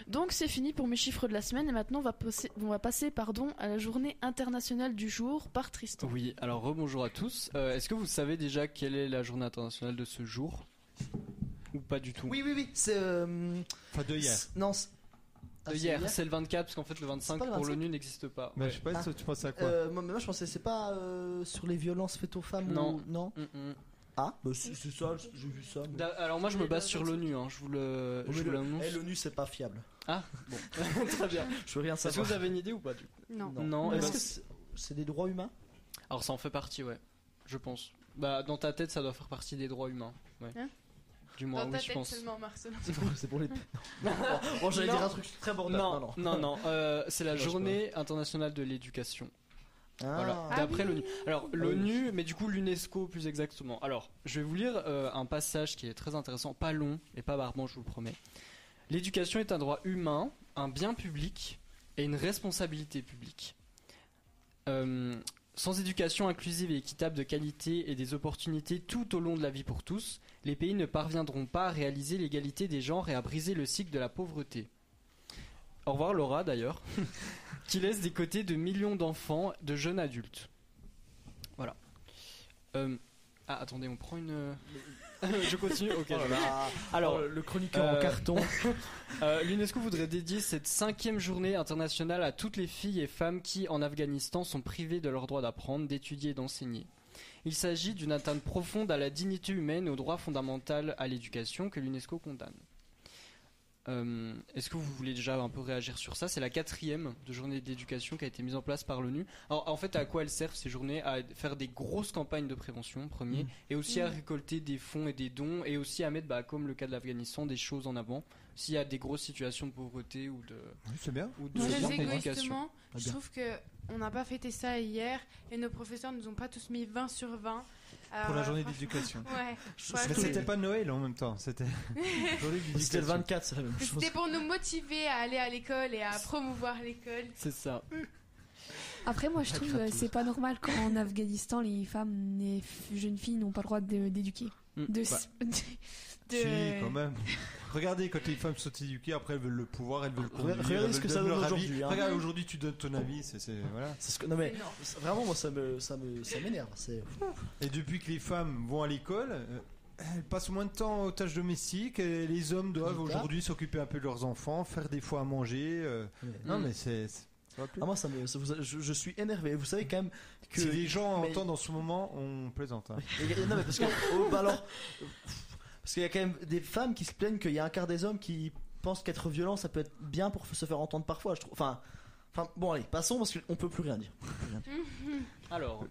[SPEAKER 3] Donc c'est fini pour mes chiffres de la semaine et maintenant on va, posser- on va passer pardon, à la journée internationale du jour par Tristan.
[SPEAKER 5] Oui, alors rebonjour à tous. Euh, Est-ce que vous savez déjà quelle est la journée internationale de ce jour Ou pas du tout
[SPEAKER 4] Oui, oui, oui, c'est. euh,
[SPEAKER 1] Enfin, de hier.
[SPEAKER 4] c'est- Non, c'est- Ah,
[SPEAKER 5] De
[SPEAKER 4] c'est
[SPEAKER 5] hier, c'est le 24, parce qu'en fait le 25
[SPEAKER 4] pas le
[SPEAKER 5] pour
[SPEAKER 4] 25?
[SPEAKER 5] l'ONU n'existe pas.
[SPEAKER 1] Bah,
[SPEAKER 5] Ouais.
[SPEAKER 1] je sais pas
[SPEAKER 4] Ah.
[SPEAKER 1] si tu penses à quoi.
[SPEAKER 4] Euh, moi, moi, je pensais, c'est pas euh, sur les violences faites aux femmes ou-
[SPEAKER 5] Non.
[SPEAKER 4] Non
[SPEAKER 5] Mm, mm.
[SPEAKER 4] Ah, bah, c'est c'est ça, j'ai vu ça. mais-
[SPEAKER 5] Da- Alors moi je me base sur l'ONU, hein, je vous le-
[SPEAKER 4] Oh,
[SPEAKER 5] je
[SPEAKER 4] mais
[SPEAKER 5] vous
[SPEAKER 4] le-
[SPEAKER 5] l'annonce.
[SPEAKER 4] eh, l'ONU, c'est pas fiable.
[SPEAKER 5] Ah, bon, [laughs] très bien.
[SPEAKER 4] Je veux rien
[SPEAKER 5] Est-ce que
[SPEAKER 4] savoir.
[SPEAKER 5] vous avez une idée ou pas du coup
[SPEAKER 2] Non.
[SPEAKER 5] Non, eh
[SPEAKER 4] Est-ce
[SPEAKER 5] ben,
[SPEAKER 4] que c'est c'est des droits
[SPEAKER 5] [laughs]
[SPEAKER 4] humains
[SPEAKER 5] Alors ça en fait partie, ouais, je pense. Bah dans ta tête ça doit faire partie des droits humains, ouais.
[SPEAKER 2] Hein
[SPEAKER 5] du moins,
[SPEAKER 2] Dans
[SPEAKER 5] oui,
[SPEAKER 2] ta
[SPEAKER 5] je
[SPEAKER 2] tête
[SPEAKER 5] pense.
[SPEAKER 2] seulement Marcel.
[SPEAKER 4] C'est pour, c'est pour les. Non. Bon, j'allais
[SPEAKER 5] Non.
[SPEAKER 4] dire un truc très bordel.
[SPEAKER 5] Non,
[SPEAKER 4] non.
[SPEAKER 5] non, non, euh, c'est la
[SPEAKER 4] Non, je
[SPEAKER 5] journée internationale de l'éducation.
[SPEAKER 4] Ah.
[SPEAKER 5] Voilà,
[SPEAKER 2] Ah
[SPEAKER 5] d'après
[SPEAKER 2] oui.
[SPEAKER 5] l'ONU. Alors, l'ONU, mais du coup, l'UNESCO plus exactement. Alors, je vais vous lire euh, un passage qui est très intéressant, pas long et pas barbant, je vous le promets. L'éducation est un droit humain, un bien public et une responsabilité publique. Euh, sans éducation inclusive et équitable de qualité et des opportunités tout au long de la vie pour tous, les pays ne parviendront pas à réaliser l'égalité des genres et à briser le cycle de la pauvreté. Au revoir Laura d'ailleurs [laughs] qui laisse des côtés de millions d'enfants, de jeunes adultes. Voilà. Euh, ah, attendez, on prend une. [laughs] je continue Ok, je
[SPEAKER 4] Oh là
[SPEAKER 5] vais.
[SPEAKER 4] là.
[SPEAKER 5] Alors,
[SPEAKER 4] Oh, le chroniqueur en
[SPEAKER 5] euh, [laughs]
[SPEAKER 4] carton.
[SPEAKER 5] euh, L'UNESCO voudrait dédier cette cinquième journée internationale à toutes les filles et femmes qui, en Afghanistan, sont privées de leur droit d'apprendre, d'étudier et d'enseigner. Il s'agit d'une atteinte profonde à la dignité humaine et au droit fondamental à l'éducation que l'UNESCO condamne. Euh, Est-ce que vous voulez déjà un peu réagir sur ça C'est la quatrième de journée d'éducation qui a été mise en place par l'ONU. Alors, En fait, à quoi elles servent ces journées À faire des grosses campagnes de prévention, premier,
[SPEAKER 4] Mm.
[SPEAKER 5] et aussi à
[SPEAKER 2] Mm.
[SPEAKER 5] récolter des fonds et des dons, et aussi à mettre, bah, comme le cas de l'Afghanistan, des choses en avant s'il y a des grosses situations de pauvreté ou de
[SPEAKER 1] Oui, c'est bien.
[SPEAKER 5] ou de
[SPEAKER 2] Très
[SPEAKER 5] manque d'éducation.
[SPEAKER 2] égoïstement, je trouve que on n'a pas fêté ça hier et nos professeurs nous ont pas tous mis 20 sur 20.
[SPEAKER 1] Pour la
[SPEAKER 2] Alors,
[SPEAKER 1] journée
[SPEAKER 2] franchement, [laughs]
[SPEAKER 1] d'éducation.
[SPEAKER 2] Ouais.
[SPEAKER 4] Mais
[SPEAKER 1] Mais
[SPEAKER 2] Ah. que-
[SPEAKER 1] c'était pas Noël en même temps, c'était. journée
[SPEAKER 4] C'était
[SPEAKER 1] d'éducation.
[SPEAKER 4] le 24, c'est la même chose.
[SPEAKER 2] C'était pour nous motiver à aller à l'école et à promouvoir l'école.
[SPEAKER 5] C'est ça.
[SPEAKER 6] Après, moi, je trouve euh, c'est pas normal quand en Afghanistan, les femmes, les f- jeunes filles n'ont pas le droit de- d'éduquer.
[SPEAKER 5] Mm.
[SPEAKER 6] De,
[SPEAKER 1] Bah.
[SPEAKER 6] s- de-
[SPEAKER 1] Si, quand
[SPEAKER 6] de-
[SPEAKER 1] même. Regardez, quand les femmes sont éduquées, après elles veulent le pouvoir, elles veulent conduire.
[SPEAKER 4] Regardez
[SPEAKER 1] elles
[SPEAKER 4] ce
[SPEAKER 1] veulent
[SPEAKER 4] que ça
[SPEAKER 1] donner
[SPEAKER 4] donne
[SPEAKER 1] leur avis.
[SPEAKER 4] aujourd'hui, hein.
[SPEAKER 1] Regarde, aujourd'hui tu donnes ton avis, c'est. c'est- Voilà.
[SPEAKER 4] C'est ce que- Non mais
[SPEAKER 2] C'est énorme.
[SPEAKER 4] vraiment moi ça me ça me ça m'énerve. C'est
[SPEAKER 1] Et depuis que les femmes vont à l'école, euh, elles passent moins de temps aux tâches domestiques et les hommes doivent
[SPEAKER 4] Résultat.
[SPEAKER 1] aujourd'hui s'occuper un peu de leurs enfants, faire des fois à manger. euh, Non,
[SPEAKER 5] Mm.
[SPEAKER 1] mais c'est. c'est-
[SPEAKER 4] ah, moi ça me ça vous- je, je suis énervé. Vous savez quand même que
[SPEAKER 1] Si les gens
[SPEAKER 4] mais-
[SPEAKER 1] entendent en ce moment, on plaisante. hein.
[SPEAKER 4] Et- et- non mais
[SPEAKER 2] [laughs]
[SPEAKER 4] parce que oh, bah alors parce qu'il y a quand même des femmes qui se plaignent qu'il y a un quart des hommes qui pensent qu'être violent ça peut être bien pour se faire entendre parfois. Je trouve. Enfin enfin bon allez passons parce qu'on peut plus rien
[SPEAKER 2] [laughs]
[SPEAKER 4] dire.
[SPEAKER 5] Alors.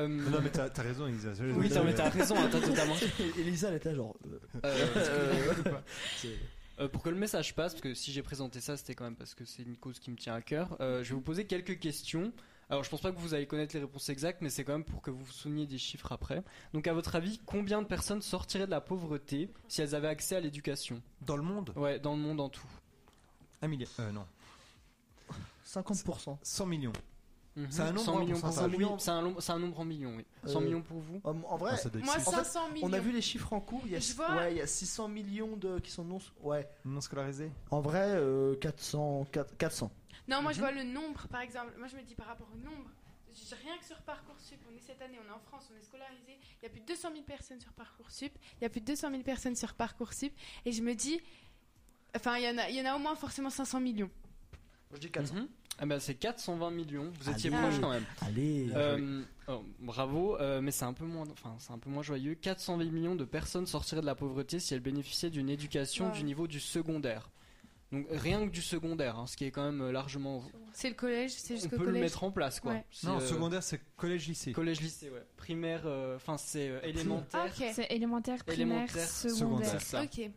[SPEAKER 1] [laughs] [laughs] Non, mais t'as t'as raison, Elisa. Je-
[SPEAKER 5] oui, t'as mais t'as raison, hein, t'as totalement.
[SPEAKER 1] [laughs]
[SPEAKER 4] Elisa elle était genre. euh,
[SPEAKER 5] Euh,
[SPEAKER 4] c'est-
[SPEAKER 5] euh, pour que le message passe, parce que si j'ai présenté ça, c'était quand même parce que c'est une cause qui me tient à cœur. euh, je vais vous poser quelques questions. Alors, je pense pas que vous allez connaître les réponses exactes, mais c'est quand même pour que vous vous souveniez des chiffres après. Donc, à votre avis, combien de personnes sortiraient de la pauvreté si elles avaient accès à l'éducation
[SPEAKER 1] Dans le monde,
[SPEAKER 5] Ouais, dans le monde en tout.
[SPEAKER 1] un milliard. Euh, non,
[SPEAKER 4] 50%.
[SPEAKER 1] 100 millions.
[SPEAKER 5] Mhm.
[SPEAKER 1] C'est un nombre
[SPEAKER 5] 100
[SPEAKER 1] en
[SPEAKER 5] millions pour vous.
[SPEAKER 1] pourcentage.
[SPEAKER 5] Oui, c'est un, lom- c'est un nombre en millions, oui. 100
[SPEAKER 4] Euh,
[SPEAKER 5] millions pour vous
[SPEAKER 4] Hum, en vrai
[SPEAKER 1] Ah, ça doit être
[SPEAKER 2] Moi
[SPEAKER 1] six-
[SPEAKER 4] En fait,
[SPEAKER 2] 500 millions.
[SPEAKER 4] On a vu les chiffres en cours, il y a,
[SPEAKER 2] Je vois.
[SPEAKER 4] ouais, il y a 600 millions de, qui sont non. Ouais.
[SPEAKER 1] non scolarisé.
[SPEAKER 4] En vrai, euh, 400, 4- 400.
[SPEAKER 2] Non, moi
[SPEAKER 5] Mhm.
[SPEAKER 2] je vois le nombre par exemple. Moi je me dis par rapport au nombre. je- Rien que sur Parcoursup, on est cette année, on est en France, on est scolarisé. Il y a plus de 200 000 personnes sur Parcoursup. Il y a plus de 200 000 personnes sur Parcoursup. Et je me dis. Enfin, il y, en a- il y en a au moins forcément 500 millions.
[SPEAKER 4] Je dis 400.
[SPEAKER 5] Mhm. Ah ben, c'est 420 millions. Vous étiez
[SPEAKER 4] Allez.
[SPEAKER 5] proche quand même.
[SPEAKER 2] Mhm.
[SPEAKER 4] Allez.
[SPEAKER 5] Euh, oh, bravo, euh, mais c'est un peu moins, enfin c'est un peu moins joyeux. 420 millions de personnes sortiraient de la pauvreté si elles bénéficiaient d'une éducation
[SPEAKER 2] Ouais.
[SPEAKER 5] du niveau du secondaire. Donc rien que du secondaire, hein, ce qui est quand même largement.
[SPEAKER 2] C'est le collège, c'est
[SPEAKER 5] On
[SPEAKER 2] jusqu'au
[SPEAKER 5] peut
[SPEAKER 2] collège.
[SPEAKER 5] le mettre en place quoi.
[SPEAKER 2] Ouais.
[SPEAKER 5] C'est,
[SPEAKER 1] Non,
[SPEAKER 5] euh,
[SPEAKER 1] secondaire, c'est collège-lycée.
[SPEAKER 5] Collège-lycée, ouais. Primaire, euh, enfin c'est euh, élémentaire.
[SPEAKER 2] Ah, ok.
[SPEAKER 6] C'est élémentaire, primaire,
[SPEAKER 5] Élémentaire,
[SPEAKER 1] secondaire.
[SPEAKER 5] C'est
[SPEAKER 6] secondaire.
[SPEAKER 5] ça.
[SPEAKER 2] Ok.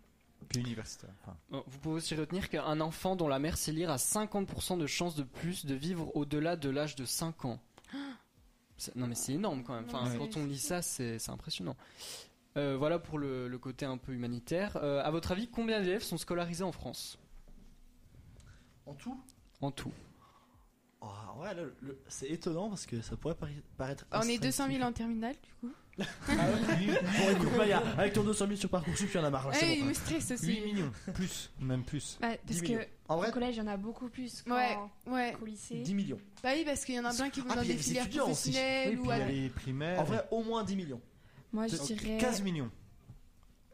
[SPEAKER 1] Puis universitaire. enfin.
[SPEAKER 5] Bon, Euh, Vous pouvez aussi retenir qu'un enfant dont la mère sait lire a 50% de chances de plus de vivre au-delà de l'âge de 5 ans. C'est- Non mais c'est énorme quand même. Enfin,
[SPEAKER 2] Non, mais
[SPEAKER 5] quand
[SPEAKER 2] c'est-
[SPEAKER 5] on lit ça, c'est c'est impressionnant. Euh, voilà pour le, le côté un peu humanitaire. Euh, à votre avis, combien d'élèves sont scolarisés en France
[SPEAKER 4] En tout
[SPEAKER 5] En tout.
[SPEAKER 4] Ah ouais, là, le- le- c'est étonnant parce que ça pourrait pari- paraître.
[SPEAKER 2] On est 200 000 en terminale, du coup.
[SPEAKER 4] Bon, [laughs] écoute, Maya, avec ton 200 000 sur Parcoursup, tu en as marre. là,
[SPEAKER 2] Ah,
[SPEAKER 4] c'est bon.
[SPEAKER 2] il me stresse aussi.
[SPEAKER 1] 8 millions. Plus, même plus.
[SPEAKER 6] Bah, parce
[SPEAKER 4] 10 millions.
[SPEAKER 6] que
[SPEAKER 4] hein. En
[SPEAKER 6] au
[SPEAKER 4] vrai,
[SPEAKER 6] collège, il y en a beaucoup plus qu'en-
[SPEAKER 2] Ouais. Ouais.
[SPEAKER 6] qu'au lycée.
[SPEAKER 4] 10 millions.
[SPEAKER 2] Bah oui, parce qu'il y en a plein qui vont
[SPEAKER 4] Ah,
[SPEAKER 2] dans
[SPEAKER 4] puis il y a
[SPEAKER 2] des
[SPEAKER 4] les
[SPEAKER 2] filières
[SPEAKER 4] étudiants aussi.
[SPEAKER 1] Et
[SPEAKER 2] professionnelles
[SPEAKER 1] puis
[SPEAKER 2] ou
[SPEAKER 1] il y a
[SPEAKER 2] à-
[SPEAKER 1] les primaires.
[SPEAKER 4] En vrai, au moins 10 millions.
[SPEAKER 6] Moi, je
[SPEAKER 1] Donc,
[SPEAKER 6] dirais
[SPEAKER 1] 15 millions.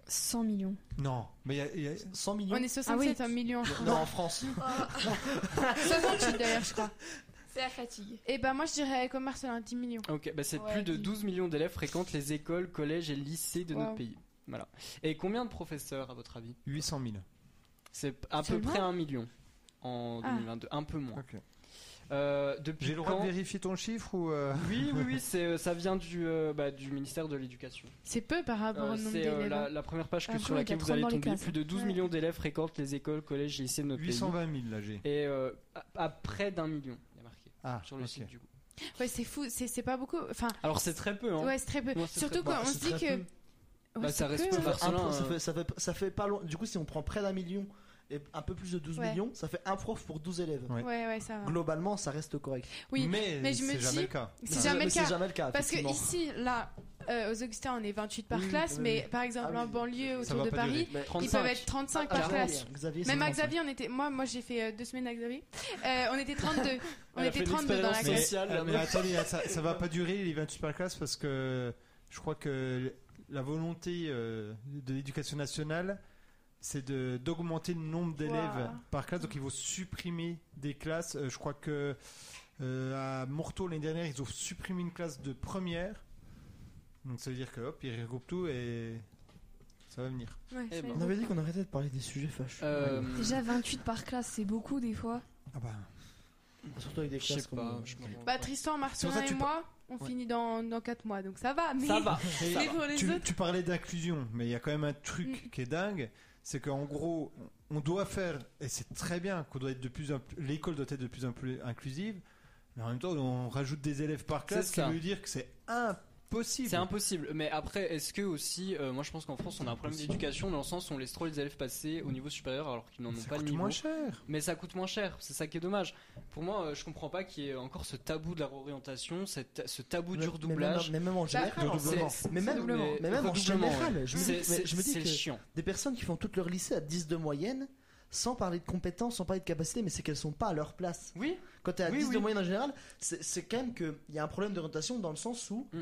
[SPEAKER 6] 100 millions.
[SPEAKER 1] Non, mais il y a- il y a,
[SPEAKER 4] 100 millions.
[SPEAKER 2] On est 67
[SPEAKER 6] Ah
[SPEAKER 2] millions. [laughs]
[SPEAKER 4] Non, en France.
[SPEAKER 2] 68 d'ailleurs, je crois.
[SPEAKER 6] C'est la fatigue.
[SPEAKER 2] Et bah moi, je dirais comme Marcelin, 10 millions.
[SPEAKER 5] Ok, bah c'est
[SPEAKER 6] Ouais,
[SPEAKER 5] plus de
[SPEAKER 6] dix.
[SPEAKER 5] 12 millions d'élèves fréquentent les écoles, collèges et lycées de notre
[SPEAKER 2] Wow.
[SPEAKER 5] pays. Voilà. Et combien de professeurs à votre avis
[SPEAKER 1] 800 000.
[SPEAKER 5] C'est à peu
[SPEAKER 6] Seulement
[SPEAKER 5] près un million en
[SPEAKER 6] Ah.
[SPEAKER 5] 2022, un peu moins.
[SPEAKER 1] Ok.
[SPEAKER 5] Euh, depuis
[SPEAKER 1] J'ai le droit
[SPEAKER 5] quand-
[SPEAKER 1] de vérifier ton chiffre ou. euh,
[SPEAKER 5] Oui, oui, oui, c'est, euh, ça vient du, euh, bah, du ministère de l'Éducation.
[SPEAKER 2] C'est peu par rapport
[SPEAKER 5] Euh,
[SPEAKER 2] au Ah, nombre
[SPEAKER 5] c'est euh,
[SPEAKER 2] d'élèves. hein.
[SPEAKER 5] la, la première page que
[SPEAKER 6] Ah,
[SPEAKER 5] sur
[SPEAKER 6] cool,
[SPEAKER 5] laquelle
[SPEAKER 6] il y a
[SPEAKER 5] vous allez
[SPEAKER 6] 30 dans les
[SPEAKER 5] tomber.
[SPEAKER 6] classes.
[SPEAKER 5] Plus de 12
[SPEAKER 2] Ouais.
[SPEAKER 5] millions d'élèves fréquentent les écoles, collèges et lycées de notre pays.
[SPEAKER 1] 820 000 là, j'ai.
[SPEAKER 5] Et euh, à, à près d'un million, il y a marqué
[SPEAKER 1] Ah,
[SPEAKER 5] sur le
[SPEAKER 1] ok.
[SPEAKER 5] site du coup.
[SPEAKER 2] Ouais, c'est fou, c'est c'est pas beaucoup. Enfin,
[SPEAKER 5] Alors c'est très peu, hein.
[SPEAKER 2] ouais, c'est très peu.
[SPEAKER 5] Ouais, c'est
[SPEAKER 2] Surtout
[SPEAKER 5] très-
[SPEAKER 2] qu'on
[SPEAKER 5] bah, c'est
[SPEAKER 2] se dit
[SPEAKER 5] très
[SPEAKER 2] que.
[SPEAKER 5] peu.
[SPEAKER 2] Ouais,
[SPEAKER 5] Bah,
[SPEAKER 2] c'est
[SPEAKER 5] ça reste
[SPEAKER 2] peu,
[SPEAKER 5] pas
[SPEAKER 4] Ça
[SPEAKER 2] hein.
[SPEAKER 4] fait un
[SPEAKER 5] Marcelin,
[SPEAKER 4] pro- ça,
[SPEAKER 5] euh,
[SPEAKER 4] fait, ça, fait, ça fait pas loin. Du coup, si on prend près d'un million et un peu plus de 12
[SPEAKER 2] Ouais.
[SPEAKER 4] millions, ça fait un prof pour 12 élèves.
[SPEAKER 1] Ouais.
[SPEAKER 2] Ouais, ouais, ça va.
[SPEAKER 4] Globalement, ça reste correct.
[SPEAKER 2] Oui,
[SPEAKER 1] mais
[SPEAKER 2] mais je me
[SPEAKER 1] c'est jamais
[SPEAKER 2] dis-
[SPEAKER 1] le cas.
[SPEAKER 2] C'est jamais
[SPEAKER 4] Mais
[SPEAKER 2] le cas.
[SPEAKER 4] jamais le cas.
[SPEAKER 2] Parce que
[SPEAKER 4] effectivement.
[SPEAKER 2] ici, là, euh, aux Augustins, on est 28 par
[SPEAKER 4] Oui,
[SPEAKER 2] classe,
[SPEAKER 4] oui,
[SPEAKER 2] mais
[SPEAKER 4] oui.
[SPEAKER 2] par exemple,
[SPEAKER 4] Ah
[SPEAKER 2] en
[SPEAKER 4] oui.
[SPEAKER 2] banlieue,
[SPEAKER 1] Ça
[SPEAKER 2] autour
[SPEAKER 1] va
[SPEAKER 2] de
[SPEAKER 1] pas
[SPEAKER 2] Paris,
[SPEAKER 1] durer.
[SPEAKER 2] ils
[SPEAKER 5] 35.
[SPEAKER 2] peuvent être 35
[SPEAKER 4] Ah,
[SPEAKER 2] par
[SPEAKER 4] Xavier,
[SPEAKER 2] classe.
[SPEAKER 4] Xavier, c'est
[SPEAKER 2] Même à
[SPEAKER 4] 35.
[SPEAKER 2] Xavier, on était, moi, moi j'ai fait euh, deux semaines à Xavier. Euh, on était 32.
[SPEAKER 4] [laughs]
[SPEAKER 2] on
[SPEAKER 5] Elle a fait
[SPEAKER 2] était
[SPEAKER 5] une
[SPEAKER 2] 32 dans la
[SPEAKER 5] expérience
[SPEAKER 1] Mais, euh,
[SPEAKER 2] classe.
[SPEAKER 5] sociale, là,
[SPEAKER 1] mais
[SPEAKER 5] moi.
[SPEAKER 2] [laughs]
[SPEAKER 1] attendez, là, ça, ça va pas durer les 28 par classe parce que je crois que la volonté euh, de l'éducation nationale, c'est de- d'augmenter le nombre d'élèves
[SPEAKER 2] Ouah.
[SPEAKER 1] par classe. Donc ils vont supprimer des classes. Euh, je crois que euh, à Morteau l'année dernière, ils ont supprimé une classe de première. Donc ça veut dire que hop, ils regroupent tout et ça va venir.
[SPEAKER 2] Ouais,
[SPEAKER 5] Eh
[SPEAKER 2] ça
[SPEAKER 5] ben.
[SPEAKER 2] y est.
[SPEAKER 4] On avait dit qu'on arrêtait de parler des sujets fâcheux.
[SPEAKER 5] Euh,
[SPEAKER 6] Déjà 28 par classe, c'est beaucoup des fois.
[SPEAKER 1] Ah bah.
[SPEAKER 4] Surtout avec des
[SPEAKER 5] je
[SPEAKER 4] classes
[SPEAKER 5] sais pas.
[SPEAKER 4] comme-
[SPEAKER 5] je m'en rends
[SPEAKER 2] Bah,
[SPEAKER 5] pas.
[SPEAKER 2] Tristan,
[SPEAKER 1] ça
[SPEAKER 2] Marcelin
[SPEAKER 1] que
[SPEAKER 2] et
[SPEAKER 1] tu
[SPEAKER 2] moi, on
[SPEAKER 1] Ouais.
[SPEAKER 2] finit dans, dans 4 mois, donc ça va. Mais,
[SPEAKER 5] Ça
[SPEAKER 2] [laughs]
[SPEAKER 5] va.
[SPEAKER 1] Et-
[SPEAKER 2] mais pour les
[SPEAKER 1] tu,
[SPEAKER 2] autres,
[SPEAKER 1] tu parlais d'inclusion, mais il y a quand même un truc
[SPEAKER 2] Mm.
[SPEAKER 1] qui est dingue, c'est qu'en gros, on doit faire, et c'est très bien qu'on doit être de plus en plus- l'école doit être de plus en plus inclusive, mais en même temps, on rajoute des élèves par classe,
[SPEAKER 5] C'est
[SPEAKER 1] ce qui
[SPEAKER 5] ça.
[SPEAKER 1] veut dire que c'est impossible.
[SPEAKER 5] C'est impossible. Mais après, est-ce que aussi, euh, moi je pense qu'en France, on a un problème d'éducation dans le sens où on laisse trop les élèves passer au niveau supérieur alors qu'ils n'en ont
[SPEAKER 1] Ça
[SPEAKER 5] pas le
[SPEAKER 1] coûte
[SPEAKER 5] niveau.
[SPEAKER 1] moins cher.
[SPEAKER 5] Mais ça coûte moins cher, c'est ça qui est dommage. Pour moi, euh, je comprends pas qu'il y ait encore ce tabou de la réorientation, cette- ce tabou
[SPEAKER 4] Mais-
[SPEAKER 5] du
[SPEAKER 4] mais
[SPEAKER 5] redoublage.
[SPEAKER 4] même- Mais même
[SPEAKER 2] Bah,
[SPEAKER 4] en général.
[SPEAKER 2] Ah,
[SPEAKER 1] Du redoublement.
[SPEAKER 5] C'est-
[SPEAKER 4] Mais même,
[SPEAKER 5] Redoublement.
[SPEAKER 4] mais même en
[SPEAKER 5] Redoublement, ouais.
[SPEAKER 4] général, je me dis,
[SPEAKER 5] C'est-
[SPEAKER 4] mais
[SPEAKER 5] c'est-
[SPEAKER 4] je me dis
[SPEAKER 5] c'est
[SPEAKER 4] que
[SPEAKER 5] chiant.
[SPEAKER 4] des personnes qui font toute leur lycée à 10 de moyenne, sans parler de compétences, sans parler de capacité, mais c'est qu'elles sont pas à leur place.
[SPEAKER 5] Oui,
[SPEAKER 4] Quand t'es à
[SPEAKER 5] Oui,
[SPEAKER 4] 10 de
[SPEAKER 5] oui.
[SPEAKER 4] moyenne en général, c'est c'est quand même qu'il y a un problème de rotation dans le sens où
[SPEAKER 5] Mm.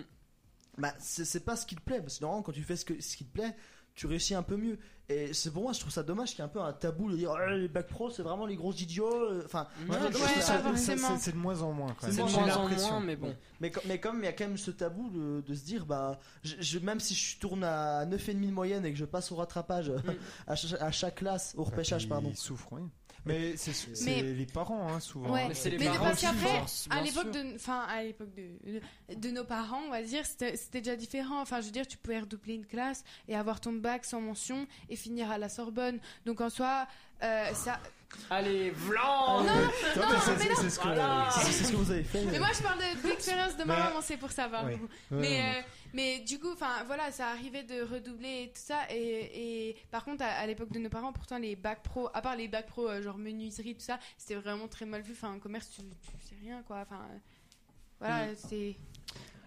[SPEAKER 4] bah, c'est c'est pas ce qui te plaît. Parce que normalement, quand tu fais ce, que- ce qui te plaît, tu réussis un peu mieux. Et c'est pour moi, je trouve ça dommage qu'il y ait un peu un tabou de dire Oh, les bacs pro, c'est vraiment les gros idiots. euh, Enfin,
[SPEAKER 5] Ouais,
[SPEAKER 4] vois,
[SPEAKER 5] ouais,
[SPEAKER 4] je
[SPEAKER 1] je
[SPEAKER 4] trouve
[SPEAKER 1] trouve
[SPEAKER 4] ça-
[SPEAKER 1] ça-
[SPEAKER 2] pas
[SPEAKER 1] ça-
[SPEAKER 2] forcément.
[SPEAKER 1] c'est- c'est de moins en moins. quand
[SPEAKER 5] c'est de
[SPEAKER 1] même.
[SPEAKER 5] moins
[SPEAKER 1] J'ai
[SPEAKER 5] en moins,
[SPEAKER 1] l'impression.
[SPEAKER 5] mais bon.
[SPEAKER 4] Mais, co- mais comme il y a quand même ce tabou de, de se dire, bah, je, je- même si je tourne à 9,5 de moyenne et que je passe au rattrapage
[SPEAKER 5] Mm.
[SPEAKER 4] [laughs] à, cha- à chaque classe, au repêchage,
[SPEAKER 1] Ils
[SPEAKER 4] pardon.
[SPEAKER 1] souffrent, oui. Mais c'est c'est
[SPEAKER 2] Mais-
[SPEAKER 1] les parents, hein, souvent.
[SPEAKER 2] Ouais.
[SPEAKER 1] hein.
[SPEAKER 5] Mais c'est les
[SPEAKER 2] Mais
[SPEAKER 5] parents
[SPEAKER 2] parce
[SPEAKER 5] qui
[SPEAKER 2] qu'après,
[SPEAKER 5] forcent,
[SPEAKER 2] à
[SPEAKER 5] bien sûr.
[SPEAKER 2] l'époque de, enfin, à l'époque de, de nos parents, on va dire, c'était c'était déjà différent. Enfin, je veux dire, tu pouvais redoubler une classe et avoir ton bac sans mention et finir à la Sorbonne. Donc en soi, euh, ça.
[SPEAKER 5] Allez,
[SPEAKER 2] [laughs] Ah,
[SPEAKER 1] Non,
[SPEAKER 5] Vlan
[SPEAKER 1] mais c'est- c'est- c'est ce que-
[SPEAKER 5] Voilà.
[SPEAKER 4] C'est c'est ce que vous avez fait. euh,
[SPEAKER 2] Mais moi, je parle de- de l'expérience de ma
[SPEAKER 1] Mais-
[SPEAKER 2] maman, c'est pour ça, par
[SPEAKER 1] Ouais.
[SPEAKER 2] contre.
[SPEAKER 1] Ouais,
[SPEAKER 2] Mais,
[SPEAKER 1] non,
[SPEAKER 2] euh, mais du coup, enfin voilà, ça arrivait de redoubler et tout ça. Et, et par contre, à, à l'époque de nos parents, pourtant les bacs pro, à part les bacs pro euh, genre menuiserie tout ça, c'était vraiment très mal vu. Enfin, en commerce, tu, tu sais rien quoi. Enfin, euh, voilà, c'est.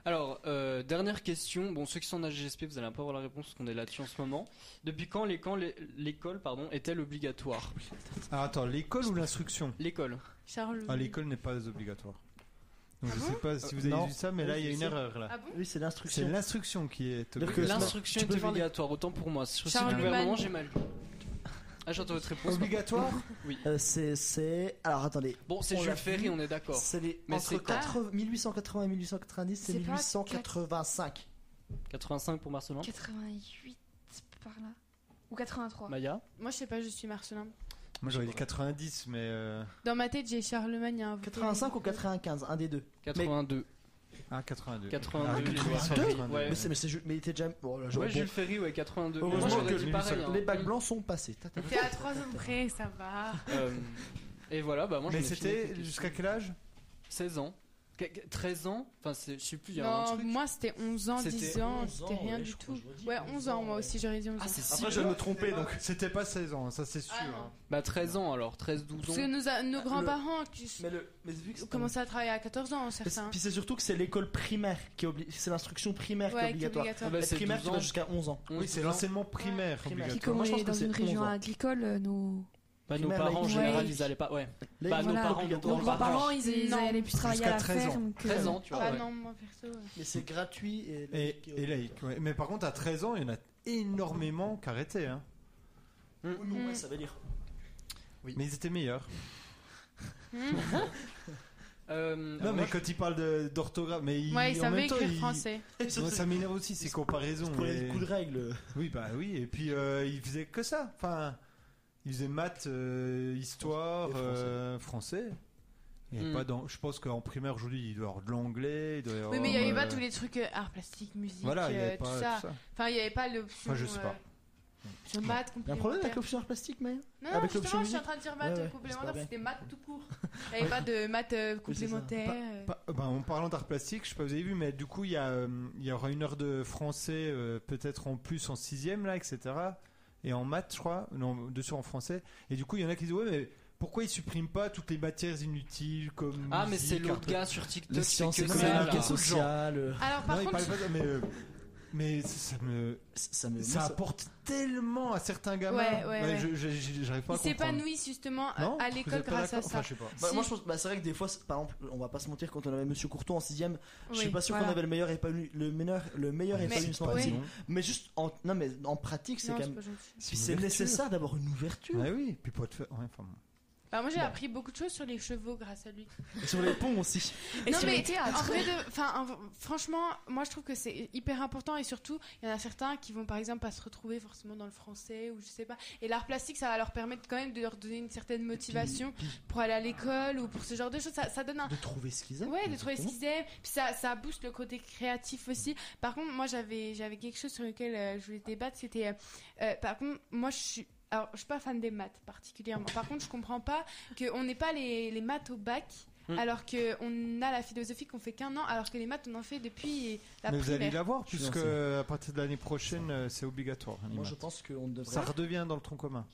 [SPEAKER 5] Alors, euh, dernière question. Bon, ceux qui sont en AGSP, vous allez pas avoir la réponse parce qu'on est là-dessus en ce moment. Depuis quand les- quand les- l'école pardon, est-elle obligatoire
[SPEAKER 2] euh,
[SPEAKER 1] Ah, attends, l'école ou l'instruction
[SPEAKER 5] L'école.
[SPEAKER 2] Charles.
[SPEAKER 1] Ah, l'école n'est pas obligatoire. Donc
[SPEAKER 2] Ah
[SPEAKER 1] je
[SPEAKER 2] bon
[SPEAKER 1] sais pas si vous avez
[SPEAKER 4] Euh, Non.
[SPEAKER 1] vu ça, mais là il y a
[SPEAKER 4] Oui,
[SPEAKER 1] une
[SPEAKER 4] c'est-
[SPEAKER 1] erreur là.
[SPEAKER 2] Ah bon
[SPEAKER 4] Oui, c'est
[SPEAKER 1] C'est
[SPEAKER 4] l'instruction.
[SPEAKER 1] l'instruction qui est
[SPEAKER 4] Donc,
[SPEAKER 1] obligatoire.
[SPEAKER 5] L'instruction
[SPEAKER 4] Tu peux
[SPEAKER 5] est
[SPEAKER 4] faire des-
[SPEAKER 5] obligatoire, autant pour moi. Sur le site
[SPEAKER 2] Charles
[SPEAKER 5] du gouvernement,
[SPEAKER 2] Luman.
[SPEAKER 5] j'ai mal. lu. Ah, j'entends votre réponse.
[SPEAKER 1] obligatoire
[SPEAKER 4] Euh, C'est. c'est- Alors attendez.
[SPEAKER 5] Bon, c'est
[SPEAKER 4] On l'a
[SPEAKER 5] Jules Ferry,
[SPEAKER 4] vu.
[SPEAKER 5] on est d'accord.
[SPEAKER 4] C'est les.
[SPEAKER 5] Mais
[SPEAKER 4] entre
[SPEAKER 5] c'est quoi
[SPEAKER 4] 80 1880 et 1890, c'est
[SPEAKER 2] C'est pas
[SPEAKER 4] 1885.
[SPEAKER 5] 85 pour Marcelin.
[SPEAKER 6] 88 par là. Ou 83.
[SPEAKER 5] Maya.
[SPEAKER 2] Moi, je sais pas, je suis Marcelin.
[SPEAKER 1] Moi j'aurais dit 90, mais. euh,
[SPEAKER 2] Dans ma tête, j'ai Charlemagne. hein, il y a un vrai-
[SPEAKER 4] 85 ou 95, un des deux.
[SPEAKER 5] 82.
[SPEAKER 1] Ah, 82.
[SPEAKER 5] 82.
[SPEAKER 1] Ah,
[SPEAKER 5] il est
[SPEAKER 1] 82.
[SPEAKER 5] sorti. Ouais.
[SPEAKER 4] Mais c'est, mais c'est ju- mais il était déjà. Oh là,
[SPEAKER 5] Ouais,
[SPEAKER 4] j'aurais bon.
[SPEAKER 5] Jules Ferry, ouais, 82. Mais moi,
[SPEAKER 4] Heureusement
[SPEAKER 5] j'aurais
[SPEAKER 4] que
[SPEAKER 5] dit
[SPEAKER 1] les
[SPEAKER 5] pareil, hein.
[SPEAKER 4] Les bacs blancs sont passés. Ta, ta, ta.
[SPEAKER 2] T'es à 3 ans près, ça va.
[SPEAKER 5] Euh, et voilà, bah moi j'en
[SPEAKER 1] mais
[SPEAKER 5] ai fini avec les
[SPEAKER 1] c'était
[SPEAKER 5] questions.
[SPEAKER 1] jusqu'à quel âge
[SPEAKER 5] 16 ans. Qu- qu- 13 ans Enfin, c'est- je sais plus, il y a un
[SPEAKER 2] Non,
[SPEAKER 5] truc.
[SPEAKER 2] moi c'était 11 ans,
[SPEAKER 5] C'était
[SPEAKER 2] 10 ans,
[SPEAKER 4] 11 ans,
[SPEAKER 2] c'était rien
[SPEAKER 4] ouais,
[SPEAKER 2] du
[SPEAKER 4] je crois
[SPEAKER 2] tout.
[SPEAKER 4] que j'aurais dit
[SPEAKER 2] Ouais,
[SPEAKER 4] 11
[SPEAKER 2] 11 ans, moi
[SPEAKER 4] ans.
[SPEAKER 2] aussi j'aurais dit 11 ans.
[SPEAKER 5] Ah, c'est si.
[SPEAKER 1] Après,
[SPEAKER 4] je vais me tromper,
[SPEAKER 1] donc. C'était pas 16 ans, hein, ça c'est sûr.
[SPEAKER 2] Ah, non.
[SPEAKER 5] Bah, 13 ans alors, 13, 12
[SPEAKER 2] Parce que
[SPEAKER 5] ans.
[SPEAKER 2] nos, a- nos
[SPEAKER 4] le-
[SPEAKER 2] grands-parents qui s-
[SPEAKER 4] Mais le. Mais vu que
[SPEAKER 2] ont
[SPEAKER 4] c'est-
[SPEAKER 2] commencé à travailler à 14 ans,
[SPEAKER 4] Mais c'est-
[SPEAKER 2] certains.
[SPEAKER 4] Puis c'est surtout que c'est l'école primaire qui est obli- C'est l'instruction primaire qui est
[SPEAKER 2] Ouais, qui est
[SPEAKER 4] obligatoire.
[SPEAKER 5] Ah
[SPEAKER 2] obligatoire.
[SPEAKER 5] bah,
[SPEAKER 4] La
[SPEAKER 5] c'est
[SPEAKER 4] primaire
[SPEAKER 5] 12
[SPEAKER 4] qui va
[SPEAKER 5] ans.
[SPEAKER 4] jusqu'à 11 ans.
[SPEAKER 1] Oui, c'est l'enseignement primaire
[SPEAKER 4] Primaire.
[SPEAKER 6] Puis
[SPEAKER 1] obligatoire.
[SPEAKER 6] comme
[SPEAKER 4] Moi,
[SPEAKER 6] on
[SPEAKER 4] je pense
[SPEAKER 6] est
[SPEAKER 4] que
[SPEAKER 6] dans
[SPEAKER 4] c'est
[SPEAKER 6] une
[SPEAKER 4] 11
[SPEAKER 6] région
[SPEAKER 4] ans.
[SPEAKER 6] agricole, euh, nos
[SPEAKER 5] Bah, nos
[SPEAKER 4] primaire, la-
[SPEAKER 5] parents en
[SPEAKER 6] Ouais.
[SPEAKER 5] général, ils allaient pas. Ouais.
[SPEAKER 2] Ah
[SPEAKER 4] Là,
[SPEAKER 5] Bah,
[SPEAKER 4] ils
[SPEAKER 5] nos
[SPEAKER 4] vont là,
[SPEAKER 5] parents, nos
[SPEAKER 4] obligatoire.
[SPEAKER 6] nos grands-parents, ils, ils
[SPEAKER 2] Non.
[SPEAKER 6] allaient plus travailler à la
[SPEAKER 1] Jusqu'à 13 ans.
[SPEAKER 6] ferme. que-
[SPEAKER 5] 13 ans, tu vois.
[SPEAKER 2] Ah
[SPEAKER 5] ouais.
[SPEAKER 2] non, moi perso. euh, ouais.
[SPEAKER 4] Mais c'est gratuit et.
[SPEAKER 1] Et, et laïque, ouais. Mais par contre, à 13 ans, il y en a énormément qu'arrêté. Hein.
[SPEAKER 4] non, ouais,
[SPEAKER 2] Mm.
[SPEAKER 4] ça veut dire.
[SPEAKER 1] Mais ils étaient meilleurs.
[SPEAKER 2] Hmm.
[SPEAKER 4] [laughs]
[SPEAKER 5] Euh,
[SPEAKER 1] non,
[SPEAKER 5] alors,
[SPEAKER 1] mais
[SPEAKER 5] moi,
[SPEAKER 1] quand ils parlent de- d'orthographe, mais ils,
[SPEAKER 2] Ouais, ils
[SPEAKER 1] en même
[SPEAKER 2] savaient
[SPEAKER 1] temps,
[SPEAKER 2] écrire
[SPEAKER 1] ils-
[SPEAKER 2] français.
[SPEAKER 4] [laughs]
[SPEAKER 1] Moi, ça m'énerve aussi ces comparaisons.
[SPEAKER 4] Pour les
[SPEAKER 1] mais-
[SPEAKER 4] coups de règle.
[SPEAKER 1] Oui, bah oui, et puis euh, ils faisaient que ça. Enfin, ils faisaient maths, euh, histoire,
[SPEAKER 4] Et français.
[SPEAKER 1] euh, français. Il y avait
[SPEAKER 5] Hmm.
[SPEAKER 1] pas dans... Je pense qu'en primaire aujourd'hui, il doit y avoir de l'anglais. il doit y
[SPEAKER 4] Oh,
[SPEAKER 2] Oui,
[SPEAKER 1] avoir,
[SPEAKER 2] mais il n'y avait
[SPEAKER 1] euh,
[SPEAKER 2] pas tous les trucs euh, art plastique, musique,
[SPEAKER 1] Voilà, il y
[SPEAKER 2] euh,
[SPEAKER 1] avait
[SPEAKER 2] tout,
[SPEAKER 1] pas
[SPEAKER 2] ça.
[SPEAKER 1] tout ça.
[SPEAKER 2] Enfin, il n'y avait pas l'option.
[SPEAKER 1] Moi, je sais pas.
[SPEAKER 2] C'est maths
[SPEAKER 4] Il y a un
[SPEAKER 2] complémentaire.
[SPEAKER 4] problème avec l'option art plastique, mais.
[SPEAKER 2] Non,
[SPEAKER 4] avec
[SPEAKER 2] justement,
[SPEAKER 4] l'option
[SPEAKER 2] je suis en train de dire maths
[SPEAKER 4] Ouais, ouais,
[SPEAKER 2] complémentaire,
[SPEAKER 4] j'espère
[SPEAKER 2] c'était maths tout
[SPEAKER 4] [laughs]
[SPEAKER 2] court. Il n'y avait pas de maths euh, complémentaire. euh.
[SPEAKER 1] Pas- ben, en parlant d'art plastique, je sais pas, vous avez vu, mais du coup, il y, a, euh, il y aura une heure de français, euh, peut-être en plus en sixième, là, etc. Et en maths, je crois. Non, dessus en français. Et du coup, il y en a qui disent, ouais, mais pourquoi ils suppriment pas toutes les matières inutiles comme.
[SPEAKER 5] Ah, mais c'est
[SPEAKER 1] musique, art
[SPEAKER 5] l'autre gars sur TikTok.
[SPEAKER 4] Les
[SPEAKER 5] qui fait
[SPEAKER 4] sciences
[SPEAKER 5] que
[SPEAKER 1] économiques
[SPEAKER 5] ça,
[SPEAKER 1] et
[SPEAKER 5] là.
[SPEAKER 1] sociales.
[SPEAKER 4] euh,
[SPEAKER 2] Alors,
[SPEAKER 1] Non,
[SPEAKER 2] par
[SPEAKER 1] il
[SPEAKER 2] contre,
[SPEAKER 1] parle pas de- mais, euh, mais ça me,
[SPEAKER 4] Ça me.
[SPEAKER 1] ça apporte tellement à certains gamins.
[SPEAKER 2] Ouais, ouais, ouais.
[SPEAKER 1] je- je- je- J'arrive pas à
[SPEAKER 2] ils
[SPEAKER 1] comprendre.
[SPEAKER 2] s'épanouissent justement à-
[SPEAKER 1] Non
[SPEAKER 2] à
[SPEAKER 1] Vous
[SPEAKER 2] l'école
[SPEAKER 1] êtes pas
[SPEAKER 2] grâce à
[SPEAKER 1] d'accord
[SPEAKER 2] ça.
[SPEAKER 1] Enfin, je sais pas.
[SPEAKER 4] Bah,
[SPEAKER 2] Si.
[SPEAKER 4] Moi je pense, bah, c'est vrai que des fois, c'est- par exemple, on va pas se mentir quand on avait Monsieur Courton en 6ème, je suis
[SPEAKER 2] Oui,
[SPEAKER 4] pas sûr qu'on
[SPEAKER 2] voilà.
[SPEAKER 4] avait le meilleur épanoui, le meilleur, le meilleur
[SPEAKER 2] Mais-
[SPEAKER 4] épanouissement
[SPEAKER 2] ouais.
[SPEAKER 4] possible.
[SPEAKER 1] Sinon-
[SPEAKER 4] Mais juste, en, non mais en pratique, c'est
[SPEAKER 2] Non,
[SPEAKER 4] quand
[SPEAKER 2] c'est
[SPEAKER 4] même.
[SPEAKER 2] pas gentil.
[SPEAKER 4] Puis c'est
[SPEAKER 1] Une ouverture.
[SPEAKER 4] nécessaire d'avoir une ouverture.
[SPEAKER 1] Ouais, oui, puis pas de fa- ouais, enfin, bon.
[SPEAKER 2] Bah, moi j'ai
[SPEAKER 4] Bon.
[SPEAKER 2] appris beaucoup de choses sur les chevaux grâce à lui.
[SPEAKER 4] Et sur les ponts aussi.
[SPEAKER 2] non
[SPEAKER 6] sur
[SPEAKER 2] mais
[SPEAKER 6] les théâtres.
[SPEAKER 2] en vrai, de- enfin, en- franchement, moi je trouve que c'est hyper important et surtout il y en a certains qui vont par exemple pas se retrouver forcément dans le français ou je sais pas. Et l'art plastique ça va leur permettre quand même de leur donner une certaine motivation pour aller à l'école ou pour ce genre de choses. Ça, ça donne un
[SPEAKER 4] De trouver ce
[SPEAKER 5] Hein,
[SPEAKER 4] qu'ils aiment.
[SPEAKER 2] Ouais, de trouver ce
[SPEAKER 4] Exactement.
[SPEAKER 2] qu'ils aiment. Puis ça, ça booste le côté créatif aussi. Par contre, moi, j'avais, j'avais quelque chose sur lequel euh, je voulais débattre. C'était, euh, euh, par contre, moi, je suis. Alors, je suis pas fan des maths particulièrement. Par contre, je comprends pas qu'on n'ait pas les, les maths au bac,
[SPEAKER 5] Mm.
[SPEAKER 2] alors qu'on a la philosophie qu'on fait qu'un an, alors que les maths, on en fait depuis la
[SPEAKER 1] Mais vous allez
[SPEAKER 2] primaire.
[SPEAKER 1] l'avoir,
[SPEAKER 4] Je suis
[SPEAKER 1] puisque à partir de l'année prochaine, euh, c'est obligatoire. hein, les
[SPEAKER 4] Moi je
[SPEAKER 1] maths.
[SPEAKER 4] pense qu'on ne devrait,
[SPEAKER 1] Ça redevient dans le tronc commun.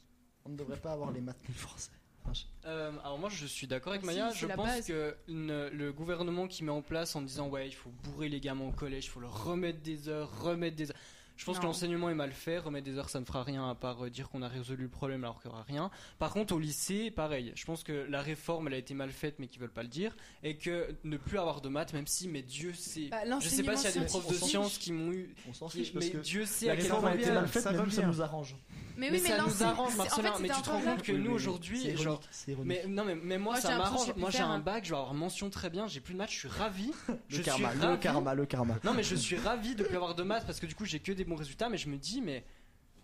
[SPEAKER 4] on ne devrait pas avoir les maths ni le français. Enfin, je-
[SPEAKER 5] Euh, alors moi je suis d'accord avec
[SPEAKER 2] Ah, Si,
[SPEAKER 5] Maya,
[SPEAKER 2] c'est
[SPEAKER 5] je
[SPEAKER 2] la
[SPEAKER 5] pense
[SPEAKER 2] base.
[SPEAKER 5] que une- le gouvernement qui met en place en disant ouais il faut bourrer les gamins au collège, il faut leur remettre des heures, remettre des heures. Je pense que
[SPEAKER 2] Non.
[SPEAKER 5] l'enseignement est mal fait, remettre des heures ça ne fera rien à part euh, dire qu'on a résolu le problème alors qu'il n'y aura rien. Par contre au lycée pareil, je pense que la réforme elle a été mal faite mais qu'ils veulent pas le dire et que ne plus avoir de maths même si mais Dieu sait.
[SPEAKER 2] Bah,
[SPEAKER 5] je sais pas s'il y a des profs de
[SPEAKER 4] scientifique.
[SPEAKER 5] sciences qui m'ont eu,
[SPEAKER 4] on s'en
[SPEAKER 5] qui-
[SPEAKER 4] fiche parce
[SPEAKER 5] mais
[SPEAKER 4] que.
[SPEAKER 5] Dieu sait
[SPEAKER 4] La
[SPEAKER 5] à quel
[SPEAKER 4] réforme
[SPEAKER 5] point
[SPEAKER 4] a été mal
[SPEAKER 1] revient,
[SPEAKER 4] faite,
[SPEAKER 1] ça
[SPEAKER 4] mais nous,
[SPEAKER 1] revient.
[SPEAKER 4] ça nous arrange.
[SPEAKER 2] Mais oui, mais,
[SPEAKER 5] ça
[SPEAKER 2] non,
[SPEAKER 5] nous
[SPEAKER 2] c'est-
[SPEAKER 5] arrange
[SPEAKER 2] c'est- en
[SPEAKER 5] Marcelin,
[SPEAKER 2] fait,
[SPEAKER 5] mais
[SPEAKER 2] c'était
[SPEAKER 5] tu te
[SPEAKER 2] encore
[SPEAKER 5] rends
[SPEAKER 2] là.
[SPEAKER 5] compte que nous
[SPEAKER 4] C'est
[SPEAKER 5] aujourd'hui
[SPEAKER 4] ironique,
[SPEAKER 5] genre
[SPEAKER 4] c'est ironique.
[SPEAKER 5] Mais non, mais, mais moi,
[SPEAKER 2] Moi, j'ai
[SPEAKER 5] ça
[SPEAKER 2] un prof, j'ai
[SPEAKER 5] m'arrange.
[SPEAKER 2] pu
[SPEAKER 5] Moi j'ai
[SPEAKER 2] faire
[SPEAKER 5] un
[SPEAKER 2] un-
[SPEAKER 5] bac, je vais avoir mention très bien, j'ai plus de maths, je suis [laughs] ravi. je
[SPEAKER 4] le karma,
[SPEAKER 5] suis
[SPEAKER 4] le
[SPEAKER 5] ravi.
[SPEAKER 4] karma, le karma.
[SPEAKER 5] Non, mais je suis ravi de plus avoir de maths parce que du coup j'ai que des bons résultats, mais je me dis, mais,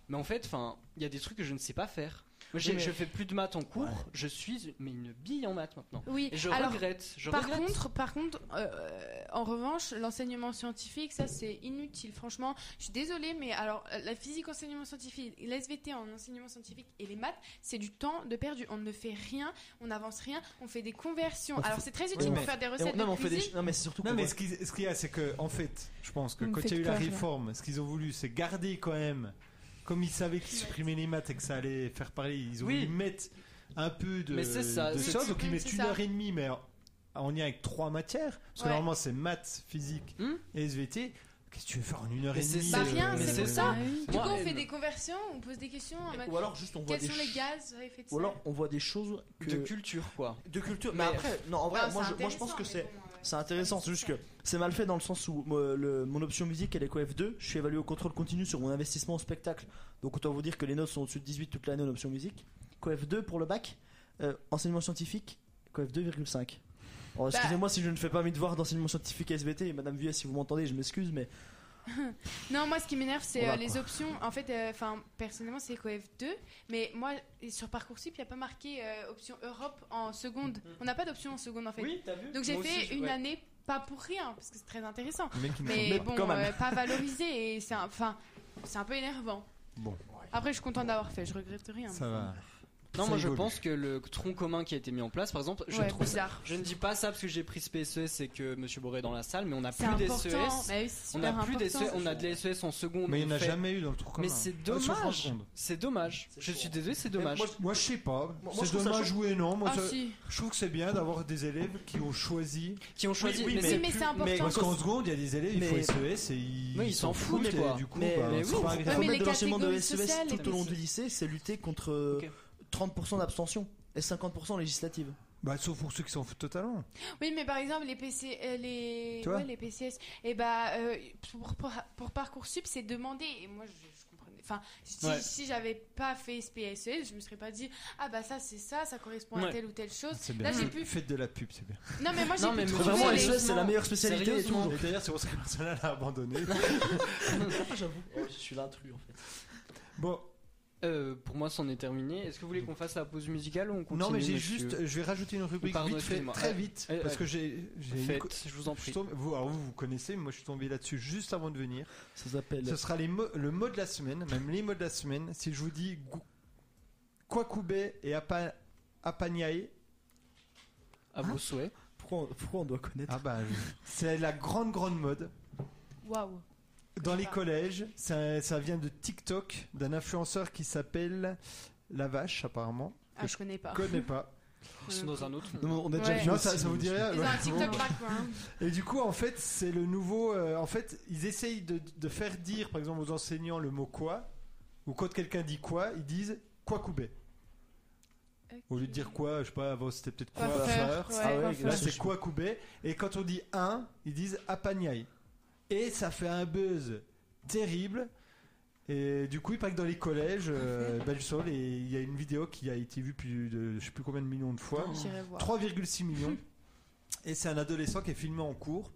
[SPEAKER 5] mais en fait, enfin, il y a des trucs que je ne sais pas faire. Moi, j'ai-
[SPEAKER 4] Oui, mais-
[SPEAKER 5] je fais plus de maths en cours,
[SPEAKER 4] Ouais.
[SPEAKER 5] je suis mais une bille en maths maintenant.
[SPEAKER 2] Oui,
[SPEAKER 5] Et je
[SPEAKER 2] alors,
[SPEAKER 5] regrette. Je
[SPEAKER 2] Par
[SPEAKER 5] regrette.
[SPEAKER 2] contre, par contre, euh, en revanche, l'enseignement scientifique, ça c'est inutile. Franchement, je suis désolée, mais alors euh, la physique en enseignement scientifique, l'SVT en enseignement scientifique et les maths, c'est du temps de perdu. On ne fait rien, on n'avance rien, on fait des conversions.
[SPEAKER 4] On
[SPEAKER 2] alors
[SPEAKER 4] fait-
[SPEAKER 2] c'est très
[SPEAKER 4] Oui,
[SPEAKER 2] utile
[SPEAKER 1] mais-
[SPEAKER 2] pour faire des
[SPEAKER 4] Et on-
[SPEAKER 2] recettes
[SPEAKER 4] non, mais on
[SPEAKER 2] de
[SPEAKER 4] fait des-
[SPEAKER 2] cuisine.
[SPEAKER 4] non, mais c'est surtout
[SPEAKER 1] Non,
[SPEAKER 4] qu'on
[SPEAKER 1] mais
[SPEAKER 4] voit-
[SPEAKER 1] ce qu'il ce qu'il y a, c'est que, en fait, je pense que
[SPEAKER 6] Vous me
[SPEAKER 1] quand il y a
[SPEAKER 6] faites
[SPEAKER 1] eu la
[SPEAKER 6] peur, là.
[SPEAKER 1] réforme, ce qu'ils ont voulu, c'est garder quand même, comme ils savaient qu'ils supprimaient les maths et que ça allait faire parler, ils ont
[SPEAKER 5] Oui.
[SPEAKER 1] voulu mettre un peu de,
[SPEAKER 5] Mais c'est ça,
[SPEAKER 1] de
[SPEAKER 5] c'est-
[SPEAKER 1] choses, donc ils
[SPEAKER 2] Mm,
[SPEAKER 1] mettent
[SPEAKER 2] c'est
[SPEAKER 1] une
[SPEAKER 2] ça.
[SPEAKER 1] heure et demie, mais en- en lien avec trois matières, parce que
[SPEAKER 2] Ouais.
[SPEAKER 1] normalement c'est maths, physique
[SPEAKER 5] Hmm.
[SPEAKER 1] et SVT. Qu'est-ce que tu veux faire en une heure
[SPEAKER 5] Mais
[SPEAKER 1] et
[SPEAKER 5] c'est
[SPEAKER 1] demie euh,
[SPEAKER 5] ça.
[SPEAKER 2] Bah, rien, c'est pour
[SPEAKER 6] Ah
[SPEAKER 2] ça. Du
[SPEAKER 5] Moi,
[SPEAKER 2] coup, on fait
[SPEAKER 5] elle-
[SPEAKER 2] des conversions, on pose des questions. en mode,
[SPEAKER 4] Ou alors juste on voit
[SPEAKER 2] quels
[SPEAKER 4] des
[SPEAKER 2] sont les
[SPEAKER 4] ch-
[SPEAKER 2] gaz à effet de
[SPEAKER 4] Ou
[SPEAKER 2] serre
[SPEAKER 4] alors on voit des choses que-
[SPEAKER 5] de culture, quoi.
[SPEAKER 4] de culture.
[SPEAKER 5] Mais-
[SPEAKER 4] Mais après, non, en vrai,
[SPEAKER 2] Enfin,
[SPEAKER 4] moi,
[SPEAKER 2] c'est
[SPEAKER 4] je, moi, je pense que
[SPEAKER 2] intéressant,
[SPEAKER 4] c'est
[SPEAKER 2] mais bon, euh,
[SPEAKER 4] c'est intéressant. C'est juste que c'est mal fait dans le sens où moi, le- mon option musique elle est coef 2 Je suis évalué au contrôle continu sur mon investissement au spectacle. Donc autant vous dire que les notes sont au-dessus de 18 toute l'année en option musique. coef 2 pour le bac. Euh, enseignement scientifique, coef 2,5.
[SPEAKER 2] Bah
[SPEAKER 4] Oh, Excusez-moi si je ne fais pas mes devoirs d'enseignement scientifique et SVT, Madame Vuet, si vous m'entendez, je m'excuse, mais
[SPEAKER 2] non, moi, ce qui m'énerve,
[SPEAKER 5] Oh
[SPEAKER 2] c'est
[SPEAKER 4] Voilà,
[SPEAKER 2] euh, les
[SPEAKER 4] quoi.
[SPEAKER 2] options. En fait, enfin, personnellement, c'est EcoF 2, mais moi, et sur parcoursup, il n'y a pas marqué euh, option Europe en seconde. On n'a pas d'option en seconde, en fait.
[SPEAKER 5] Mm-hmm. Oui, t'as vu
[SPEAKER 2] Donc j'ai
[SPEAKER 5] Moi aussi,
[SPEAKER 2] fait
[SPEAKER 5] je-
[SPEAKER 2] une
[SPEAKER 5] ouais.
[SPEAKER 2] année pas pour rien, parce que c'est très
[SPEAKER 5] [laughs]
[SPEAKER 2] intéressant.
[SPEAKER 1] Le mec, il nous
[SPEAKER 2] Mais
[SPEAKER 1] emmerde.
[SPEAKER 2] bon,
[SPEAKER 4] quand même.
[SPEAKER 2] euh, pas valorisé et c'est un, enfin, c'est un peu énervant.
[SPEAKER 1] Bon,
[SPEAKER 2] Après, je suis contente d'avoir fait, je regrette rien.
[SPEAKER 1] ça va.
[SPEAKER 5] Non,
[SPEAKER 1] Ça
[SPEAKER 5] moi je
[SPEAKER 1] évolue.
[SPEAKER 5] pense que le tronc commun qui a été mis en place, par exemple, je
[SPEAKER 2] ouais,
[SPEAKER 5] trouve ça-
[SPEAKER 2] bizarre.
[SPEAKER 5] Je ne dis pas ça parce que j'ai pris ce PSES et que Monsieur Boré est dans la salle, mais on n'a
[SPEAKER 2] C'est
[SPEAKER 5] plus des E SES.
[SPEAKER 2] important. mais oui, c'est
[SPEAKER 5] On
[SPEAKER 2] super
[SPEAKER 5] n'a plus des E
[SPEAKER 2] important.
[SPEAKER 5] SES, on a de l'SES en seconde.
[SPEAKER 1] Mais il
[SPEAKER 5] on
[SPEAKER 1] n'y en a
[SPEAKER 5] fait-
[SPEAKER 1] jamais eu dans le trou commun.
[SPEAKER 5] Mais c'est
[SPEAKER 1] Ah, sur France
[SPEAKER 5] dommage.
[SPEAKER 1] Seconde.
[SPEAKER 5] C'est dommage.
[SPEAKER 4] C'est
[SPEAKER 5] Je
[SPEAKER 4] chaud,
[SPEAKER 5] suis
[SPEAKER 4] hein.
[SPEAKER 5] désolé, c'est dommage.
[SPEAKER 4] moi, je-
[SPEAKER 1] Moi, je sais pas.
[SPEAKER 4] moi, je
[SPEAKER 1] C'est
[SPEAKER 4] trouve ça
[SPEAKER 1] dommage ou non. Moi,
[SPEAKER 2] Ah,
[SPEAKER 1] ça-
[SPEAKER 2] si.
[SPEAKER 1] je trouve que c'est bien d'avoir des élèves qui ont choisi.
[SPEAKER 5] Qui ont choisi. E
[SPEAKER 1] Oui, oui, mais-
[SPEAKER 2] Si, mais c'est
[SPEAKER 5] plus-
[SPEAKER 2] important.
[SPEAKER 5] mais-
[SPEAKER 2] Tant
[SPEAKER 1] Parce qu'en seconde, il y a des élèves,
[SPEAKER 4] Mais-
[SPEAKER 1] ils font SES et ils
[SPEAKER 5] Oui, ils s'en foutent,
[SPEAKER 1] et
[SPEAKER 5] quoi.
[SPEAKER 1] du coup,
[SPEAKER 4] Mais-
[SPEAKER 1] bah,
[SPEAKER 5] mais
[SPEAKER 1] c'est pas
[SPEAKER 5] oui, faut-
[SPEAKER 1] agréable.
[SPEAKER 2] mais
[SPEAKER 4] problème
[SPEAKER 2] les
[SPEAKER 4] de l'enseignement de
[SPEAKER 2] catégories
[SPEAKER 4] SES
[SPEAKER 2] sociales,
[SPEAKER 4] tout au long
[SPEAKER 2] les-
[SPEAKER 4] du lycée, c'est lutter contre
[SPEAKER 5] Ok.
[SPEAKER 4] 30% d'abstention et 50%
[SPEAKER 2] [laughs]
[SPEAKER 4] législative.
[SPEAKER 1] Bah, sauf pour ceux qui s'en foutent totalement.
[SPEAKER 2] Oui, mais par exemple, les, PC, euh, les...
[SPEAKER 1] Tu vois
[SPEAKER 2] ouais, les PCS, et bah, euh, pour, pour, pour Parcoursup, c'est demandé. Et moi, je, je comprenais. Enfin, si,
[SPEAKER 5] Ouais.
[SPEAKER 2] si j'avais pas fait SPSE, je me serais pas dit Ah, bah ça, c'est ça, ça correspond à
[SPEAKER 5] Ouais.
[SPEAKER 2] telle ou telle chose.
[SPEAKER 1] C'est
[SPEAKER 2] Là,
[SPEAKER 1] bien.
[SPEAKER 2] j'ai pu.
[SPEAKER 1] Faites de la pub, c'est bien.
[SPEAKER 2] Non, mais moi, j'ai
[SPEAKER 5] Non,
[SPEAKER 2] pu
[SPEAKER 5] mais E
[SPEAKER 2] trouver
[SPEAKER 4] Vraiment,
[SPEAKER 2] les- E
[SPEAKER 4] SES, c'est la meilleure spécialité et tout.
[SPEAKER 5] Sérieusement.
[SPEAKER 1] Et d'ailleurs, c'est pour ça que Barcelone l'a
[SPEAKER 5] [laughs]
[SPEAKER 1] abandonné.
[SPEAKER 2] Ah,
[SPEAKER 4] je suis l'intrus en fait.
[SPEAKER 1] Bon,
[SPEAKER 5] Euh, pour moi, c'en est terminé. Est-ce que vous voulez qu'on fasse la pause musicale ou on continue
[SPEAKER 1] non, mais j'ai
[SPEAKER 5] monsieur
[SPEAKER 1] juste. euh, Je vais rajouter une rubrique
[SPEAKER 5] Pardon,
[SPEAKER 1] vite fait,
[SPEAKER 5] excusez-moi.
[SPEAKER 1] très
[SPEAKER 5] Ouais.
[SPEAKER 1] vite.
[SPEAKER 5] Ouais,
[SPEAKER 1] Parce
[SPEAKER 5] ouais.
[SPEAKER 1] que j'ai. j'ai une co-
[SPEAKER 5] Faites, je vous en
[SPEAKER 1] je
[SPEAKER 5] prie.
[SPEAKER 1] tombe- vous, alors vous, vous connaissez, mais moi je suis tombé là-dessus juste avant de venir.
[SPEAKER 4] Ça s'appelle.
[SPEAKER 1] Ce sera les mots- le mot de la semaine, même les mots de la semaine. Si je vous dis Gou- Kwakubé et Apa- Apaniae,
[SPEAKER 5] À
[SPEAKER 1] Hein
[SPEAKER 5] vos souhaits.
[SPEAKER 4] Pourquoi, on, pourquoi on doit connaître
[SPEAKER 1] ah bah, je- c'est la grande grande mode.
[SPEAKER 2] Waouh.
[SPEAKER 1] Dans
[SPEAKER 2] Je
[SPEAKER 1] les
[SPEAKER 2] sais pas.
[SPEAKER 1] collèges, ça, ça vient de TikTok, d'un influenceur qui s'appelle La Vache apparemment.
[SPEAKER 2] Ah, je connais pas.
[SPEAKER 1] Je connais
[SPEAKER 2] [laughs]
[SPEAKER 1] pas.
[SPEAKER 5] Ils sont dans un autre. monde.
[SPEAKER 4] Ah. Non, on a
[SPEAKER 2] Ouais.
[SPEAKER 4] vu
[SPEAKER 1] Non,
[SPEAKER 4] aussi,
[SPEAKER 1] ça, ça vous
[SPEAKER 4] mais-
[SPEAKER 1] dirait
[SPEAKER 2] Ils ont un TikTok
[SPEAKER 1] Bon.
[SPEAKER 2] braque, quoi, hein.
[SPEAKER 1] Et du coup, en fait, c'est le nouveau. euh, en fait, ils essayent de, de faire dire, par exemple, aux enseignants le mot quoi, ou quand quelqu'un dit quoi, ils disent quoi couper. Au lieu de dire quoi, je sais pas, avant c'était peut-être quoi,
[SPEAKER 2] Coiffeur,
[SPEAKER 1] faire.
[SPEAKER 2] hein. ouais,
[SPEAKER 4] Ah ouais,
[SPEAKER 2] coiffeur.
[SPEAKER 1] Là, c'est quoi couper. Et quand on dit un, ils disent apaniaï. Et ça fait un buzz terrible. Et du coup, il paraît que dans les collèges, euh, ben, justement, les- il y a une vidéo qui a été vue plus de je sais plus combien de millions de fois.
[SPEAKER 2] J'irai voir.
[SPEAKER 1] 3,6
[SPEAKER 5] [laughs]
[SPEAKER 1] millions. et c'est un adolescent qui est filmé en cours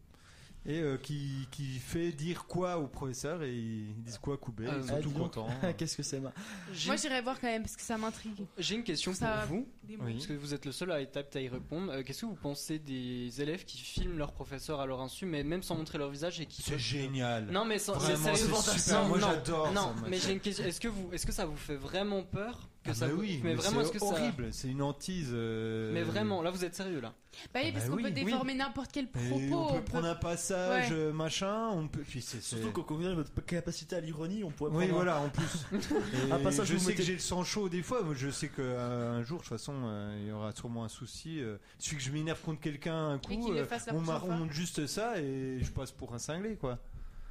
[SPEAKER 1] et euh, qui, qui fait dire quoi au professeur et ils disent quoi couper.
[SPEAKER 5] Ah,
[SPEAKER 1] ils sont
[SPEAKER 4] ah,
[SPEAKER 1] tout
[SPEAKER 4] dis donc.
[SPEAKER 1] contents.
[SPEAKER 4] [laughs] Qu'est-ce que c'est ma-
[SPEAKER 5] J'ai-
[SPEAKER 2] Moi, j'irai voir quand même, parce que ça m'intrigue.
[SPEAKER 5] J'ai une question pour
[SPEAKER 2] Ça-
[SPEAKER 5] vous.
[SPEAKER 2] Des
[SPEAKER 1] Oui.
[SPEAKER 5] Parce que vous êtes le seul à étape à y répondre. Euh, Qu'est-ce que vous pensez des élèves qui filment leur professeur à leur insu, mais même sans montrer leur visage et qui.
[SPEAKER 1] C'est génial.
[SPEAKER 5] Non, mais sans.
[SPEAKER 1] Vraiment,
[SPEAKER 5] mais sérieusement,
[SPEAKER 1] c'est
[SPEAKER 5] ça-
[SPEAKER 1] super.
[SPEAKER 5] non,
[SPEAKER 1] Moi,
[SPEAKER 5] non,
[SPEAKER 1] j'adore
[SPEAKER 5] Non,
[SPEAKER 1] ça, moi,
[SPEAKER 5] mais
[SPEAKER 1] ça.
[SPEAKER 5] j'ai une question. Est-ce que vous, est-ce que ça vous fait vraiment peur que
[SPEAKER 1] Ah
[SPEAKER 5] ça
[SPEAKER 1] bah
[SPEAKER 5] vous-
[SPEAKER 1] oui,
[SPEAKER 5] mais, vraiment, est-ce
[SPEAKER 1] c'est
[SPEAKER 5] que
[SPEAKER 1] horrible. C'est une hantise.
[SPEAKER 5] ça.
[SPEAKER 1] euh,
[SPEAKER 5] Mais vraiment, là, vous êtes sérieux là.
[SPEAKER 2] Bah oui, parce
[SPEAKER 1] Bah
[SPEAKER 2] qu'on
[SPEAKER 1] oui,
[SPEAKER 2] peut
[SPEAKER 1] oui.
[SPEAKER 2] déformer n'importe quel
[SPEAKER 1] et
[SPEAKER 2] propos.
[SPEAKER 1] on peut
[SPEAKER 2] on peut-
[SPEAKER 1] prendre un passage, euh, machin. On peut. Puis c'est. c'est-
[SPEAKER 4] Surtout qu'on convient de votre capacité à l'ironie, on pourrait
[SPEAKER 1] Oui,
[SPEAKER 4] prendre un-
[SPEAKER 1] voilà, en plus.
[SPEAKER 5] [laughs]
[SPEAKER 1] Et
[SPEAKER 4] Un passage,
[SPEAKER 1] je
[SPEAKER 4] vous
[SPEAKER 1] sais que
[SPEAKER 4] mettez-
[SPEAKER 1] j'ai le sang chaud des fois. mais Je sais qu'un jour, de toute façon, euh, il y aura sûrement un souci. euh, Il suffit que je m'énerve contre quelqu'un un
[SPEAKER 2] Mais
[SPEAKER 1] coup.
[SPEAKER 2] qu'il le
[SPEAKER 1] euh,
[SPEAKER 2] fasse la
[SPEAKER 1] on
[SPEAKER 2] prochaine fois.
[SPEAKER 1] m'arronde juste ça et je passe pour un cinglé, quoi.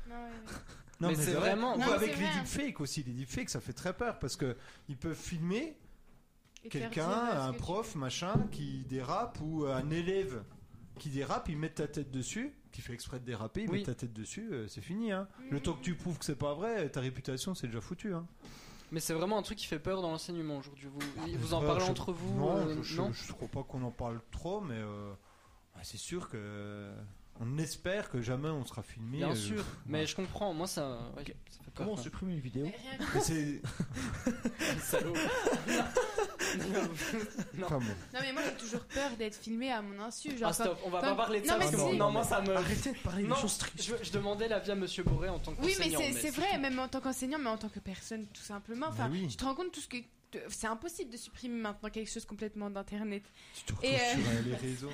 [SPEAKER 2] Non, ouais, ouais.
[SPEAKER 5] Mais c'est vraiment-
[SPEAKER 1] Ou
[SPEAKER 2] Non, mais
[SPEAKER 1] avec
[SPEAKER 2] c'est
[SPEAKER 1] les
[SPEAKER 2] vrai.
[SPEAKER 1] deepfakes aussi. Les deepfakes, ça fait très peur parce que ils peuvent filmer
[SPEAKER 2] Et te faire
[SPEAKER 1] quelqu'un,
[SPEAKER 2] dire, euh, ce
[SPEAKER 1] un
[SPEAKER 2] que tu
[SPEAKER 1] prof, machin, qui dérape ou un élève qui dérape. Ils mettent ta tête dessus, qui fait exprès de déraper. Ils
[SPEAKER 5] Oui.
[SPEAKER 1] mettent ta tête dessus, euh, c'est fini. hein. Le
[SPEAKER 2] Mhm.
[SPEAKER 1] temps que tu prouves que c'est pas vrai, ta réputation, c'est déjà foutu. hein.
[SPEAKER 5] Mais c'est vraiment un truc qui fait peur dans l'enseignement aujourd'hui. Vous, vous en
[SPEAKER 1] Ah,
[SPEAKER 5] parlez
[SPEAKER 1] je-
[SPEAKER 5] entre vous
[SPEAKER 1] Non,
[SPEAKER 5] euh,
[SPEAKER 1] je, je-
[SPEAKER 5] non
[SPEAKER 1] je trouve pas qu'on en parle trop, mais euh, ouais, c'est sûr que euh, on espère que jamais on sera filmé.
[SPEAKER 5] Bien
[SPEAKER 1] euh,
[SPEAKER 5] sûr. Mais je comprends. Moi, ça. ouais, ça fait peur,
[SPEAKER 4] Comment on
[SPEAKER 5] quoi.
[SPEAKER 4] supprime une vidéo
[SPEAKER 2] Mais rien que-
[SPEAKER 1] [laughs] mais c'est
[SPEAKER 5] [laughs] Salaud. [laughs] Non.
[SPEAKER 1] enfin, bon.
[SPEAKER 2] Non, mais moi, j'ai toujours peur d'être filmée à mon insu. Genre,
[SPEAKER 5] Ah, stop, on va
[SPEAKER 2] Enfin,
[SPEAKER 5] pas parler de
[SPEAKER 2] non,
[SPEAKER 5] ça.
[SPEAKER 2] mais
[SPEAKER 5] parce que-
[SPEAKER 2] si.
[SPEAKER 5] non, moi, ça me.
[SPEAKER 4] Arrêtez de parler
[SPEAKER 5] Non.
[SPEAKER 4] des choses tristes.
[SPEAKER 5] Je, je demandais l'avis à Monsieur Boré en tant que
[SPEAKER 2] Oui, mais c'est c'est vrai, même en tant qu'enseignant, mais en tant que personne, tout
[SPEAKER 5] Bah
[SPEAKER 2] simplement. Enfin,
[SPEAKER 1] Mais oui.
[SPEAKER 2] tu te rends compte tout ce que c'est impossible de supprimer maintenant quelque chose complètement d'internet.
[SPEAKER 1] Tu te retrouves
[SPEAKER 2] Et, euh,
[SPEAKER 1] sur euh, les
[SPEAKER 5] [laughs]
[SPEAKER 1] réseaux.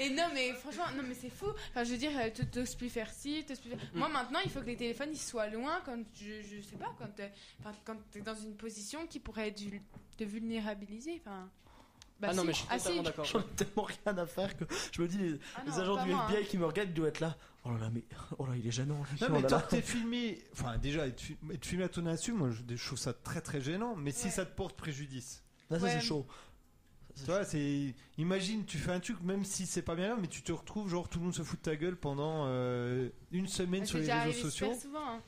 [SPEAKER 2] Et non, mais franchement, non, mais c'est fou. Enfin, je veux dire, euh, t- t'oses plus faire ci, t'oses plus faire.
[SPEAKER 5] Mm.
[SPEAKER 2] Moi, maintenant, il faut que les téléphones ils soient loin quand je, je sais pas, quand t'es enfin, quand t'es dans une position qui pourrait être vul- te vulnérabiliser. Enfin, bah
[SPEAKER 5] ah non,
[SPEAKER 2] si.
[SPEAKER 5] mais je suis
[SPEAKER 2] Ah,
[SPEAKER 5] totalement
[SPEAKER 2] si.
[SPEAKER 4] [laughs]
[SPEAKER 5] d'accord.
[SPEAKER 4] J'en ai tellement rien à faire que je me dis, les,
[SPEAKER 2] Ah
[SPEAKER 4] les
[SPEAKER 2] non,
[SPEAKER 4] agents
[SPEAKER 2] pas
[SPEAKER 4] du
[SPEAKER 2] moi, hein.
[SPEAKER 4] FBI qui me regardent doivent être là. Oh là là, mais oh là, il est jamais en vie.
[SPEAKER 1] Non,
[SPEAKER 4] oh
[SPEAKER 1] mais
[SPEAKER 4] là
[SPEAKER 1] tant
[SPEAKER 4] là.
[SPEAKER 1] que t'es filmé, enfin déjà être, fi- être filmé à ton insu, moi je, je trouve ça très très gênant. Mais si
[SPEAKER 2] Ouais.
[SPEAKER 1] ça te porte préjudice,
[SPEAKER 4] Là, ça,
[SPEAKER 2] Ouais.
[SPEAKER 4] c'est chaud.
[SPEAKER 1] tu vois, c'est imagine tu fais un truc même si c'est pas bien, grave, mais tu te retrouves genre tout le monde se fout de ta gueule pendant euh, une semaine
[SPEAKER 2] Ça
[SPEAKER 1] sur
[SPEAKER 2] m'est
[SPEAKER 1] les
[SPEAKER 2] déjà
[SPEAKER 1] réseaux
[SPEAKER 2] arrivé super
[SPEAKER 1] sociaux.
[SPEAKER 2] souvent. hein.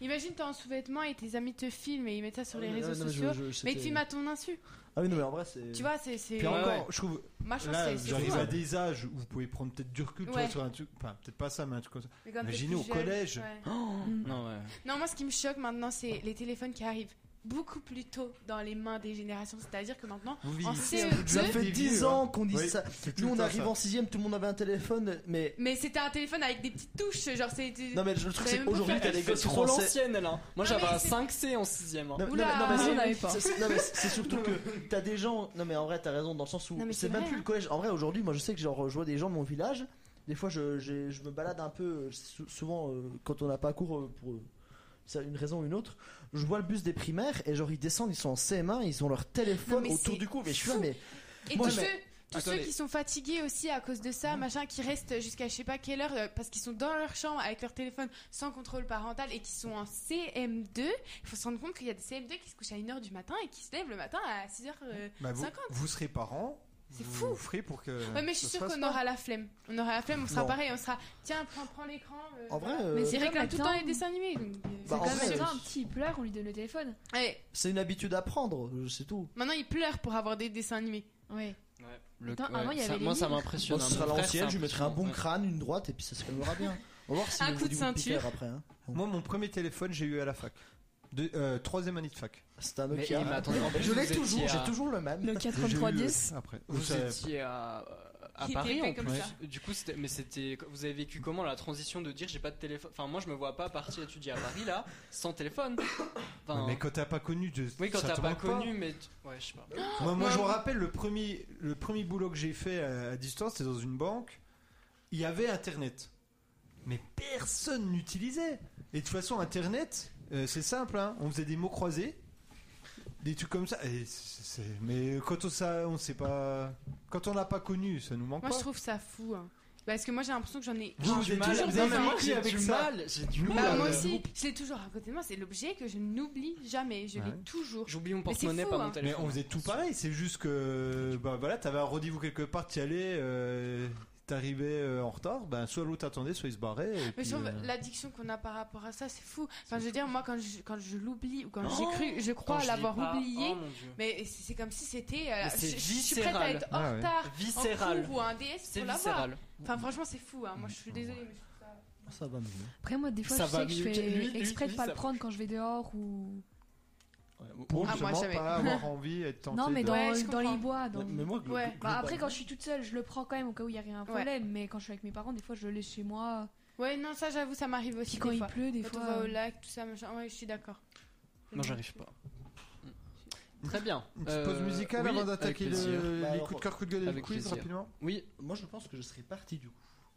[SPEAKER 2] Imagine, t'es en sous-vêtements et tes amis te filment et ils mettent ça sur
[SPEAKER 4] Ah
[SPEAKER 2] les
[SPEAKER 4] oui,
[SPEAKER 2] réseaux
[SPEAKER 4] ah non, mais je-
[SPEAKER 2] sociaux.
[SPEAKER 4] je-
[SPEAKER 2] mais
[SPEAKER 4] c'était-
[SPEAKER 2] ils te filment à ton insu.
[SPEAKER 4] Ah oui, non, mais en vrai, c'est.
[SPEAKER 2] Tu vois, c'est. c'est-
[SPEAKER 4] Puis encore,
[SPEAKER 5] ouais.
[SPEAKER 4] je trouve.
[SPEAKER 2] Moi, je trouve
[SPEAKER 1] Là,
[SPEAKER 2] que c'est- c'est
[SPEAKER 1] j'arrive
[SPEAKER 2] fou,
[SPEAKER 1] à
[SPEAKER 2] hein.
[SPEAKER 1] des âges où vous pouvez prendre peut-être du recul tu vois,
[SPEAKER 2] Ouais.
[SPEAKER 1] sur un truc. Enfin, peut-être pas ça, mais un truc comme ça.
[SPEAKER 2] Mais quand t'es
[SPEAKER 1] Imaginez
[SPEAKER 2] plus
[SPEAKER 1] au
[SPEAKER 2] jeune,
[SPEAKER 1] collège.
[SPEAKER 2] ouais.
[SPEAKER 1] Oh.
[SPEAKER 5] Non, ouais.
[SPEAKER 2] Non, moi, ce qui me choque maintenant, c'est les téléphones qui arrivent beaucoup plus tôt dans les mains des générations. C'est-à-dire que maintenant,
[SPEAKER 1] Vous
[SPEAKER 2] en E
[SPEAKER 1] vivez.
[SPEAKER 2] CE2,
[SPEAKER 4] Ça fait 10 ans qu'on dit
[SPEAKER 1] hein. Oui.
[SPEAKER 4] ça.
[SPEAKER 1] C'est tout
[SPEAKER 4] Nous,
[SPEAKER 1] le
[SPEAKER 4] on
[SPEAKER 1] temps
[SPEAKER 4] arrive
[SPEAKER 1] ça.
[SPEAKER 4] en 6ème, tout le monde avait un téléphone, mais.
[SPEAKER 2] mais c'était un téléphone avec des petites touches. Genre, c'était.
[SPEAKER 4] Non, mais le truc,
[SPEAKER 2] Ça
[SPEAKER 4] c'est
[SPEAKER 2] avait même pas
[SPEAKER 4] qu'aujourd'hui,
[SPEAKER 2] fait-
[SPEAKER 4] t'as
[SPEAKER 5] Elle
[SPEAKER 4] les
[SPEAKER 5] fait
[SPEAKER 4] gosses
[SPEAKER 5] trop
[SPEAKER 4] français.
[SPEAKER 5] l'ancienne, elle. hein. Moi,
[SPEAKER 2] Non,
[SPEAKER 5] j'avais
[SPEAKER 2] mais
[SPEAKER 5] un
[SPEAKER 2] c'est-
[SPEAKER 5] 5C en hein. 6ème.
[SPEAKER 4] Non, non,
[SPEAKER 2] Oula.
[SPEAKER 4] mais- non, mais
[SPEAKER 2] Ah,
[SPEAKER 4] c'est-
[SPEAKER 2] on n'avait pas.
[SPEAKER 4] c'est- c'est- non, mais c'est c'est surtout
[SPEAKER 2] [laughs]
[SPEAKER 4] que t'as des gens. Non mais en vrai t'as raison dans le sens où
[SPEAKER 2] Non, mais
[SPEAKER 4] c'est
[SPEAKER 2] c'est
[SPEAKER 4] même
[SPEAKER 2] vrai,
[SPEAKER 4] plus le
[SPEAKER 2] hein.
[SPEAKER 4] collège. En vrai aujourd'hui moi je sais que genre je vois des gens de mon village. Des fois je, j'ai- je me balade un peu euh, sou- souvent euh, quand on n'a pas cours euh, pour euh, ça, une raison ou une autre. Je vois le bus des primaires et genre ils descendent ils sont en CM1 ils ont leur téléphone
[SPEAKER 2] mais
[SPEAKER 4] autour
[SPEAKER 2] c'est
[SPEAKER 4] du cou mais je suis là
[SPEAKER 2] fou.
[SPEAKER 4] mais
[SPEAKER 2] Et
[SPEAKER 4] Moi,
[SPEAKER 2] tous,
[SPEAKER 4] mais- Mmh.
[SPEAKER 2] ceux, tous ceux
[SPEAKER 5] Attendez.
[SPEAKER 2] qui sont fatigués aussi à cause de ça, machin, qui restent jusqu'à je sais pas quelle heure euh, parce qu'ils sont dans leur chambre avec leur téléphone sans contrôle parental et qui sont en CM2, il faut se rendre compte qu'il y a des CM2 qui se couchent à 1h du matin et qui se lèvent le matin à euh. 6h.
[SPEAKER 1] Bah, vous,
[SPEAKER 2] 50.
[SPEAKER 1] vous serez parents.
[SPEAKER 2] C'est
[SPEAKER 1] vous
[SPEAKER 2] fou.
[SPEAKER 1] vous ferez pour que.
[SPEAKER 2] Ouais, mais je suis
[SPEAKER 1] ça se
[SPEAKER 2] sûre
[SPEAKER 1] fasse
[SPEAKER 2] qu'on
[SPEAKER 1] pas.
[SPEAKER 2] aura la flemme. On aura la flemme, on sera
[SPEAKER 4] Non.
[SPEAKER 2] pareil, on sera tiens, prends, prends l'écran. euh,
[SPEAKER 4] en vrai
[SPEAKER 2] voilà.
[SPEAKER 4] euh,
[SPEAKER 6] Mais
[SPEAKER 2] C'est vrai que là,
[SPEAKER 6] Comme
[SPEAKER 2] tout le temps les
[SPEAKER 6] maintenant.
[SPEAKER 2] dessins animés. donc, euh,
[SPEAKER 6] C'est
[SPEAKER 4] Bah, en
[SPEAKER 6] comme
[SPEAKER 4] vrai,
[SPEAKER 6] maintenant,
[SPEAKER 4] euh,
[SPEAKER 6] un petit pleure, on lui donne le téléphone.
[SPEAKER 2] ouais,
[SPEAKER 4] c'est une habitude à prendre euh, c'est tout.
[SPEAKER 2] maintenant, ils pleurent pour avoir des dessins animés.
[SPEAKER 6] Ouais.
[SPEAKER 5] Le-
[SPEAKER 6] Attends, avant, il y
[SPEAKER 5] ça-
[SPEAKER 6] avait les
[SPEAKER 5] moi, ça
[SPEAKER 6] livres.
[SPEAKER 5] m'impressionne.
[SPEAKER 4] Moi Oh, ce
[SPEAKER 5] hein.
[SPEAKER 4] sera
[SPEAKER 5] Mon frère,
[SPEAKER 4] l'ancienne
[SPEAKER 5] c'est
[SPEAKER 4] je lui mettrai un bon
[SPEAKER 5] impressionnant.
[SPEAKER 4] crâne une droite et puis ça se calmera bien. On va voir si
[SPEAKER 2] Un
[SPEAKER 4] le
[SPEAKER 2] coup
[SPEAKER 4] bout
[SPEAKER 2] de
[SPEAKER 4] du bout piqueur
[SPEAKER 2] ceinture.
[SPEAKER 4] après. hein.
[SPEAKER 1] Moi, mon premier téléphone, j'ai eu à la fac. De, euh, troisième année de fac.
[SPEAKER 4] C'est un
[SPEAKER 5] Mais-
[SPEAKER 4] Nokia.
[SPEAKER 5] mais attendez, en plus,
[SPEAKER 4] je l'ai
[SPEAKER 5] vous
[SPEAKER 4] toujours
[SPEAKER 5] étiez à-
[SPEAKER 4] j'ai toujours le même.
[SPEAKER 3] Le
[SPEAKER 1] J'ai eu, euh,
[SPEAKER 3] 43310.
[SPEAKER 1] Après.
[SPEAKER 5] Vous
[SPEAKER 1] Ça-
[SPEAKER 5] étiez à, à
[SPEAKER 2] Qui était
[SPEAKER 5] Paris
[SPEAKER 2] fait
[SPEAKER 5] en
[SPEAKER 2] comme
[SPEAKER 5] plus.
[SPEAKER 2] ça.
[SPEAKER 5] Du coup, c'était- mais c'était. Vous avez vécu comment la transition de dire j'ai pas de téléphone Enfin, moi, je me vois pas partir étudier à Paris là, sans téléphone. Enfin,
[SPEAKER 1] Ouais, mais quand t'as pas connu de.
[SPEAKER 5] oui, quand
[SPEAKER 1] ça
[SPEAKER 5] t'as
[SPEAKER 1] te
[SPEAKER 5] pas
[SPEAKER 1] manque
[SPEAKER 5] connu, mais tu- ouais, je sais pas.
[SPEAKER 1] Moi, moi,
[SPEAKER 2] Ouais.
[SPEAKER 1] je me rappelle le premier, le premier boulot que j'ai fait à, à distance, c'était dans une banque. Il y avait Internet, mais personne n'utilisait. Et de toute façon, Internet, euh, c'est simple. hein. On faisait des mots croisés, des trucs comme ça. Et c'est- c'est- Mais quand on ça, on sait pas. Quand on l'a pas connu, ça nous manque
[SPEAKER 2] Moi,
[SPEAKER 1] pas.
[SPEAKER 2] je trouve ça fou. hein. Parce que moi, j'ai l'impression que j'en ai.
[SPEAKER 1] Vous,
[SPEAKER 2] j'en ai
[SPEAKER 1] vous êtes
[SPEAKER 2] toujours
[SPEAKER 1] toujours
[SPEAKER 2] besoin.
[SPEAKER 1] des
[SPEAKER 5] moi,
[SPEAKER 1] amis
[SPEAKER 5] j'ai
[SPEAKER 1] avec
[SPEAKER 5] du
[SPEAKER 1] ça.
[SPEAKER 5] mal. J'ai du
[SPEAKER 1] Nous,
[SPEAKER 5] mal.
[SPEAKER 2] Bah,
[SPEAKER 1] là,
[SPEAKER 2] moi
[SPEAKER 1] euh,
[SPEAKER 2] aussi, je l'ai toujours à côté de moi, c'est l'objet que je n'oublie jamais, je
[SPEAKER 1] Ouais.
[SPEAKER 2] l'ai toujours.
[SPEAKER 5] J'oublie mon
[SPEAKER 2] Mais c'est
[SPEAKER 5] porte-monnaie
[SPEAKER 2] fou,
[SPEAKER 5] par
[SPEAKER 2] hein.
[SPEAKER 5] mon
[SPEAKER 1] Mais
[SPEAKER 5] téléphone.
[SPEAKER 1] on faisait tout pareil, c'est juste que bah voilà, t'avais un rendez-vous quelque part, t'y allais, euh, t'arrivais euh, en retard, ben soit l'autre attendait, soit il se barrait. et
[SPEAKER 2] Mais
[SPEAKER 1] puis,
[SPEAKER 2] je trouve
[SPEAKER 1] euh,
[SPEAKER 2] l'addiction qu'on a par rapport à ça, c'est fou. Enfin, je veux dire, moi, quand je, quand je l'oublie ou quand j'ai cru, je
[SPEAKER 5] Oh Quand
[SPEAKER 2] crois
[SPEAKER 5] je l'ai
[SPEAKER 2] l'avoir
[SPEAKER 5] pas-
[SPEAKER 2] oublié,
[SPEAKER 5] oh, mon Dieu.
[SPEAKER 2] mais c'est c'est comme si c'était.
[SPEAKER 5] Mais
[SPEAKER 2] euh, je,
[SPEAKER 5] c'est
[SPEAKER 2] je suis prête à
[SPEAKER 5] viscéral. Ah
[SPEAKER 2] être en
[SPEAKER 1] Ouais, ouais.
[SPEAKER 2] retard, en
[SPEAKER 5] Viscéral.
[SPEAKER 2] cours ou un DS
[SPEAKER 5] C'est
[SPEAKER 2] pour l'avoir.
[SPEAKER 5] viscéral.
[SPEAKER 2] Enfin, franchement, c'est fou. hein. Moi, je suis désolée. Mais...
[SPEAKER 4] Ça va mais-
[SPEAKER 6] Après, moi, des fois,
[SPEAKER 5] Ça
[SPEAKER 6] je
[SPEAKER 5] va
[SPEAKER 6] sais que je
[SPEAKER 5] mieux que-
[SPEAKER 6] fais
[SPEAKER 5] lui- lui-
[SPEAKER 6] exprès
[SPEAKER 5] lui,
[SPEAKER 6] de pas
[SPEAKER 5] ça
[SPEAKER 6] le
[SPEAKER 5] va.
[SPEAKER 6] prendre quand je vais dehors ou.
[SPEAKER 1] pour
[SPEAKER 2] Ah, moi,
[SPEAKER 1] justement
[SPEAKER 2] jamais.
[SPEAKER 1] pas
[SPEAKER 6] [laughs]
[SPEAKER 1] avoir envie et de tenter
[SPEAKER 6] Non, mais
[SPEAKER 1] de-
[SPEAKER 6] dans,
[SPEAKER 2] Ouais, je
[SPEAKER 6] dans
[SPEAKER 2] comprends.
[SPEAKER 6] les bois. Dans...
[SPEAKER 4] Mais moi, glo-
[SPEAKER 2] Ouais.
[SPEAKER 6] Bah,
[SPEAKER 4] globalement-
[SPEAKER 6] après, quand je suis toute seule, je le prends quand même au cas où il y a rien un problème. Mais quand je suis avec mes parents, des fois, je le laisse chez moi.
[SPEAKER 2] Ouais, non, ça, j'avoue, ça m'arrive aussi.
[SPEAKER 6] Puis quand
[SPEAKER 2] des
[SPEAKER 6] il
[SPEAKER 2] fois.
[SPEAKER 6] pleut, des
[SPEAKER 2] Quand
[SPEAKER 6] fois.
[SPEAKER 2] on va au
[SPEAKER 6] euh,
[SPEAKER 2] lac, tout ça, machin. Ouais, je suis d'accord.
[SPEAKER 5] Non, j'arrive pas. Mm. Très bien.
[SPEAKER 1] Une petite pause
[SPEAKER 5] Euh,
[SPEAKER 1] musicale
[SPEAKER 5] oui,
[SPEAKER 1] avant
[SPEAKER 5] avec
[SPEAKER 1] d'attaquer
[SPEAKER 5] plaisir.
[SPEAKER 1] le-
[SPEAKER 4] Bah,
[SPEAKER 1] les
[SPEAKER 4] on-
[SPEAKER 1] coups de cœur, coups de gueule et le
[SPEAKER 5] avec
[SPEAKER 1] quiz
[SPEAKER 5] plaisir.
[SPEAKER 1] rapidement.
[SPEAKER 5] Oui.
[SPEAKER 4] Moi, je pense que je serais parti du coup.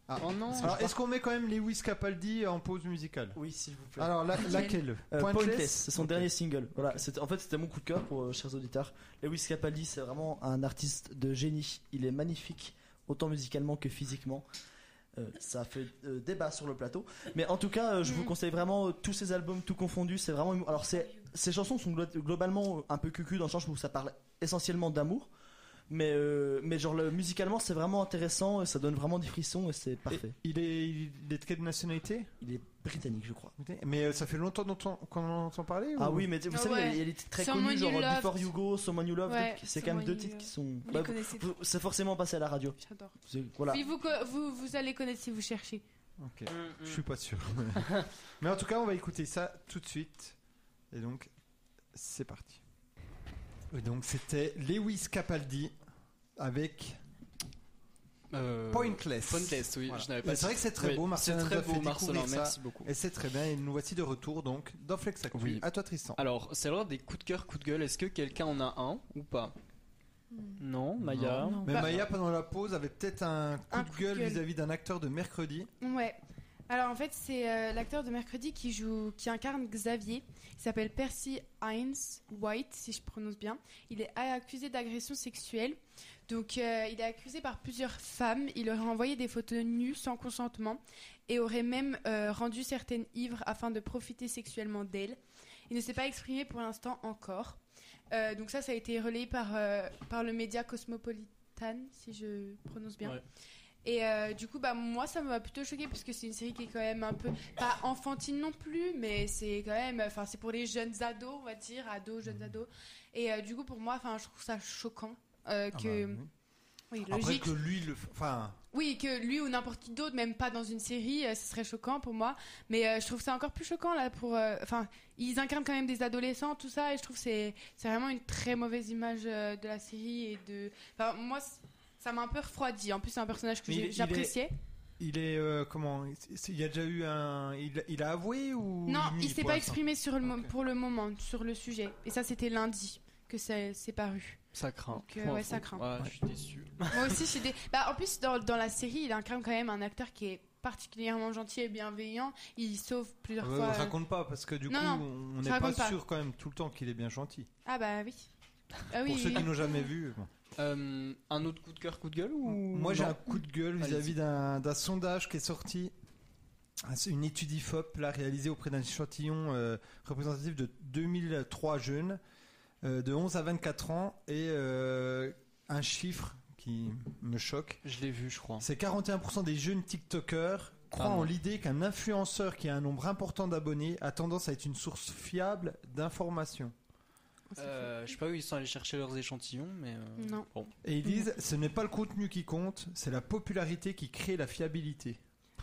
[SPEAKER 1] Ah.
[SPEAKER 5] Oh non.
[SPEAKER 1] Alors, est-ce qu'on met quand même Lewis Capaldi en pause musicale
[SPEAKER 4] Oui, s'il vous plaît.
[SPEAKER 1] Alors, la- laquelle
[SPEAKER 4] Euh, Pointless, c'est son
[SPEAKER 1] Ok.
[SPEAKER 4] dernier single. Voilà, c'était- en fait, c'était mon coup de cœur pour euh, chers auditeurs. Lewis Capaldi, c'est vraiment un artiste de génie. Il est magnifique, autant musicalement que physiquement. Euh, ça fait euh, débat sur le plateau. Mais en tout cas, euh, je vous
[SPEAKER 2] Mhm.
[SPEAKER 4] conseille vraiment euh, tous ses albums, tout confondu. C'est vraiment. Alors, c'est- ces chansons sont glo- globalement euh, un peu cucu dans le sens où ça parle essentiellement d'amour. Mais, euh, mais genre, le- musicalement, c'est vraiment intéressant. et Ça donne vraiment des frissons et c'est
[SPEAKER 1] Et-
[SPEAKER 4] parfait.
[SPEAKER 1] Il est, il est de quelle nationalité
[SPEAKER 4] Il est britannique, je crois.
[SPEAKER 1] Mais euh, ça fait longtemps dont on- qu'on en entend parler
[SPEAKER 4] Ah
[SPEAKER 1] ou-
[SPEAKER 4] oui, mais tu- vous
[SPEAKER 2] Ah
[SPEAKER 4] savez,
[SPEAKER 2] ouais.
[SPEAKER 4] elle- elle est très
[SPEAKER 2] Someone
[SPEAKER 4] connue, genre
[SPEAKER 2] You Loved.
[SPEAKER 4] Before You Go, Someone You Love,
[SPEAKER 2] Ouais,
[SPEAKER 4] donc c'est quand même
[SPEAKER 6] Someone
[SPEAKER 4] deux
[SPEAKER 6] You
[SPEAKER 4] titres
[SPEAKER 6] Loved.
[SPEAKER 4] qui sont.
[SPEAKER 2] Vous
[SPEAKER 4] Bah,
[SPEAKER 2] les connaissez
[SPEAKER 4] vous- c'est forcément passé à la radio.
[SPEAKER 2] J'adore.
[SPEAKER 4] C'est-
[SPEAKER 5] Bah.
[SPEAKER 4] Voilà.
[SPEAKER 2] Puis vous, co- vous, vous allez connaître si vous cherchez.
[SPEAKER 1] Ok.
[SPEAKER 5] Hum, hum.
[SPEAKER 1] Je suis pas
[SPEAKER 4] [laughs]
[SPEAKER 1] sûr. [laughs] mais en tout cas, on va écouter ça tout de suite. Et donc, c'est parti. Et donc, c'était Lewis Capaldi avec
[SPEAKER 5] Euh,
[SPEAKER 1] Pointless.
[SPEAKER 5] Pointless, oui.
[SPEAKER 1] Voilà.
[SPEAKER 5] Je n'avais
[SPEAKER 1] Mais
[SPEAKER 5] pas
[SPEAKER 1] c'est vrai que c'est très
[SPEAKER 5] Oui,
[SPEAKER 1] beau, Marcelin
[SPEAKER 5] C'est
[SPEAKER 1] nous
[SPEAKER 5] très
[SPEAKER 1] a fait
[SPEAKER 5] beau, Marcelin.
[SPEAKER 1] découvrir ça.
[SPEAKER 5] Merci beaucoup.
[SPEAKER 1] Et c'est très bien. Et nous voici de retour donc dans Flex Actu.
[SPEAKER 5] Oui.
[SPEAKER 1] À toi, Tristan.
[SPEAKER 2] Ah,
[SPEAKER 5] Alors, c'est l'heure des coups de cœur, coups de gueule. Est-ce que quelqu'un en a un ou pas
[SPEAKER 2] Mm.
[SPEAKER 6] hmm.
[SPEAKER 5] Non, Maya.
[SPEAKER 6] Non.
[SPEAKER 1] Mais
[SPEAKER 2] Bah-
[SPEAKER 1] Maya, pendant la pause, avait peut-être un coup
[SPEAKER 2] Un
[SPEAKER 1] de gueule
[SPEAKER 2] gueule.
[SPEAKER 1] vis-à-vis d'un acteur de mercredi.
[SPEAKER 2] Ouais. Alors en fait, c'est euh, l'acteur de mercredi qui joue, qui incarne Xavier. Il s'appelle Percy Hines White, si je prononce bien. Il est accusé d'agression sexuelle. Donc euh, il est accusé par plusieurs femmes. Il aurait envoyé des photos nues sans consentement et aurait même euh, rendu certaines ivres afin de profiter sexuellement d'elles. Il ne s'est pas exprimé pour l'instant encore. Euh, donc ça, ça a été relayé par, euh, par le média Cosmopolitan, si je prononce bien.
[SPEAKER 5] Ouais.
[SPEAKER 2] Et euh, du coup, bah, moi, ça m'a plutôt choqué parce que c'est une série qui est quand même un peu, pas enfantine non plus, mais c'est quand même, enfin, c'est pour les jeunes ados, on va dire, ados, jeunes ados. Et euh, du coup, pour moi, enfin, je trouve ça choquant euh,
[SPEAKER 1] Ah
[SPEAKER 2] que.
[SPEAKER 1] bah, oui.
[SPEAKER 2] oui.
[SPEAKER 1] Après
[SPEAKER 2] logique.
[SPEAKER 1] que lui, le... f- enfin,
[SPEAKER 2] Oui, que lui ou n'importe qui d'autre, même pas dans une série, euh, ce serait choquant pour moi. Mais euh, je trouve ça encore plus choquant là pour. euh, Enfin, ils incarnent quand même des adolescents, tout ça, et je trouve que c'est c'est vraiment une très mauvaise image euh, de la série et de. Enfin, moi, c- ça m'a un peu refroidi. En plus, c'est un personnage que
[SPEAKER 1] Mais il est-
[SPEAKER 2] j'ai-
[SPEAKER 1] il est-
[SPEAKER 2] j'appréciais.
[SPEAKER 1] il est euh, comment c'est- Il y a déjà eu un. Il, il a avoué ou
[SPEAKER 2] Non,
[SPEAKER 1] nie
[SPEAKER 2] il s'est
[SPEAKER 1] pour
[SPEAKER 2] pas
[SPEAKER 1] l'instant
[SPEAKER 2] exprimé sur le mo-
[SPEAKER 1] Ok.
[SPEAKER 2] pour le moment sur le sujet, et ça, c'était lundi que ça c'est paru.
[SPEAKER 5] Ça craint.
[SPEAKER 2] Donc, euh,
[SPEAKER 5] Pour
[SPEAKER 2] ouais,
[SPEAKER 5] info.
[SPEAKER 2] ça craint.
[SPEAKER 5] Ouais, je suis déçu.
[SPEAKER 2] Moi aussi, je suis dé- bah, en plus, dans, dans la série, il incarne quand même un acteur qui est particulièrement gentil et bienveillant. Il sauve plusieurs
[SPEAKER 1] Ah ouais,
[SPEAKER 2] fois.
[SPEAKER 1] on
[SPEAKER 2] euh,
[SPEAKER 1] raconte pas parce que du
[SPEAKER 2] Non,
[SPEAKER 1] coup
[SPEAKER 2] non,
[SPEAKER 1] on
[SPEAKER 2] je
[SPEAKER 1] n'est pas,
[SPEAKER 2] raconte pas.
[SPEAKER 1] sûr quand même tout le temps qu'il est bien gentil.
[SPEAKER 2] Ah bah oui. Ah oui,
[SPEAKER 1] Pour ceux
[SPEAKER 2] oui,
[SPEAKER 1] qui
[SPEAKER 2] oui.
[SPEAKER 1] n'ont jamais vu. bon.
[SPEAKER 5] Euh, un autre coup de cœur, coup de gueule ou
[SPEAKER 1] Mm. Moi j'ai
[SPEAKER 5] non
[SPEAKER 1] un coup de gueule vis-à-vis d'un d'un sondage qui est sorti, Ah, C'est une étude IFOP là, réalisée auprès d'un échantillon euh, représentatif de 2003 jeunes euh, de 11 à 24 ans et euh, un chiffre qui me choque,
[SPEAKER 5] Je l'ai vu, je crois.
[SPEAKER 1] c'est 41% des jeunes TikTokers croient
[SPEAKER 5] Ah non.
[SPEAKER 1] en l'idée qu'un influenceur qui a un nombre important d'abonnés a tendance à être une source fiable d'informations.
[SPEAKER 5] Euh, je sais pas où ils sont allés chercher leurs échantillons, mais. euh,
[SPEAKER 2] Oh, Non.
[SPEAKER 5] Bon.
[SPEAKER 1] Et ils disent, ce n'est pas le contenu qui compte, c'est la popularité qui crée la fiabilité.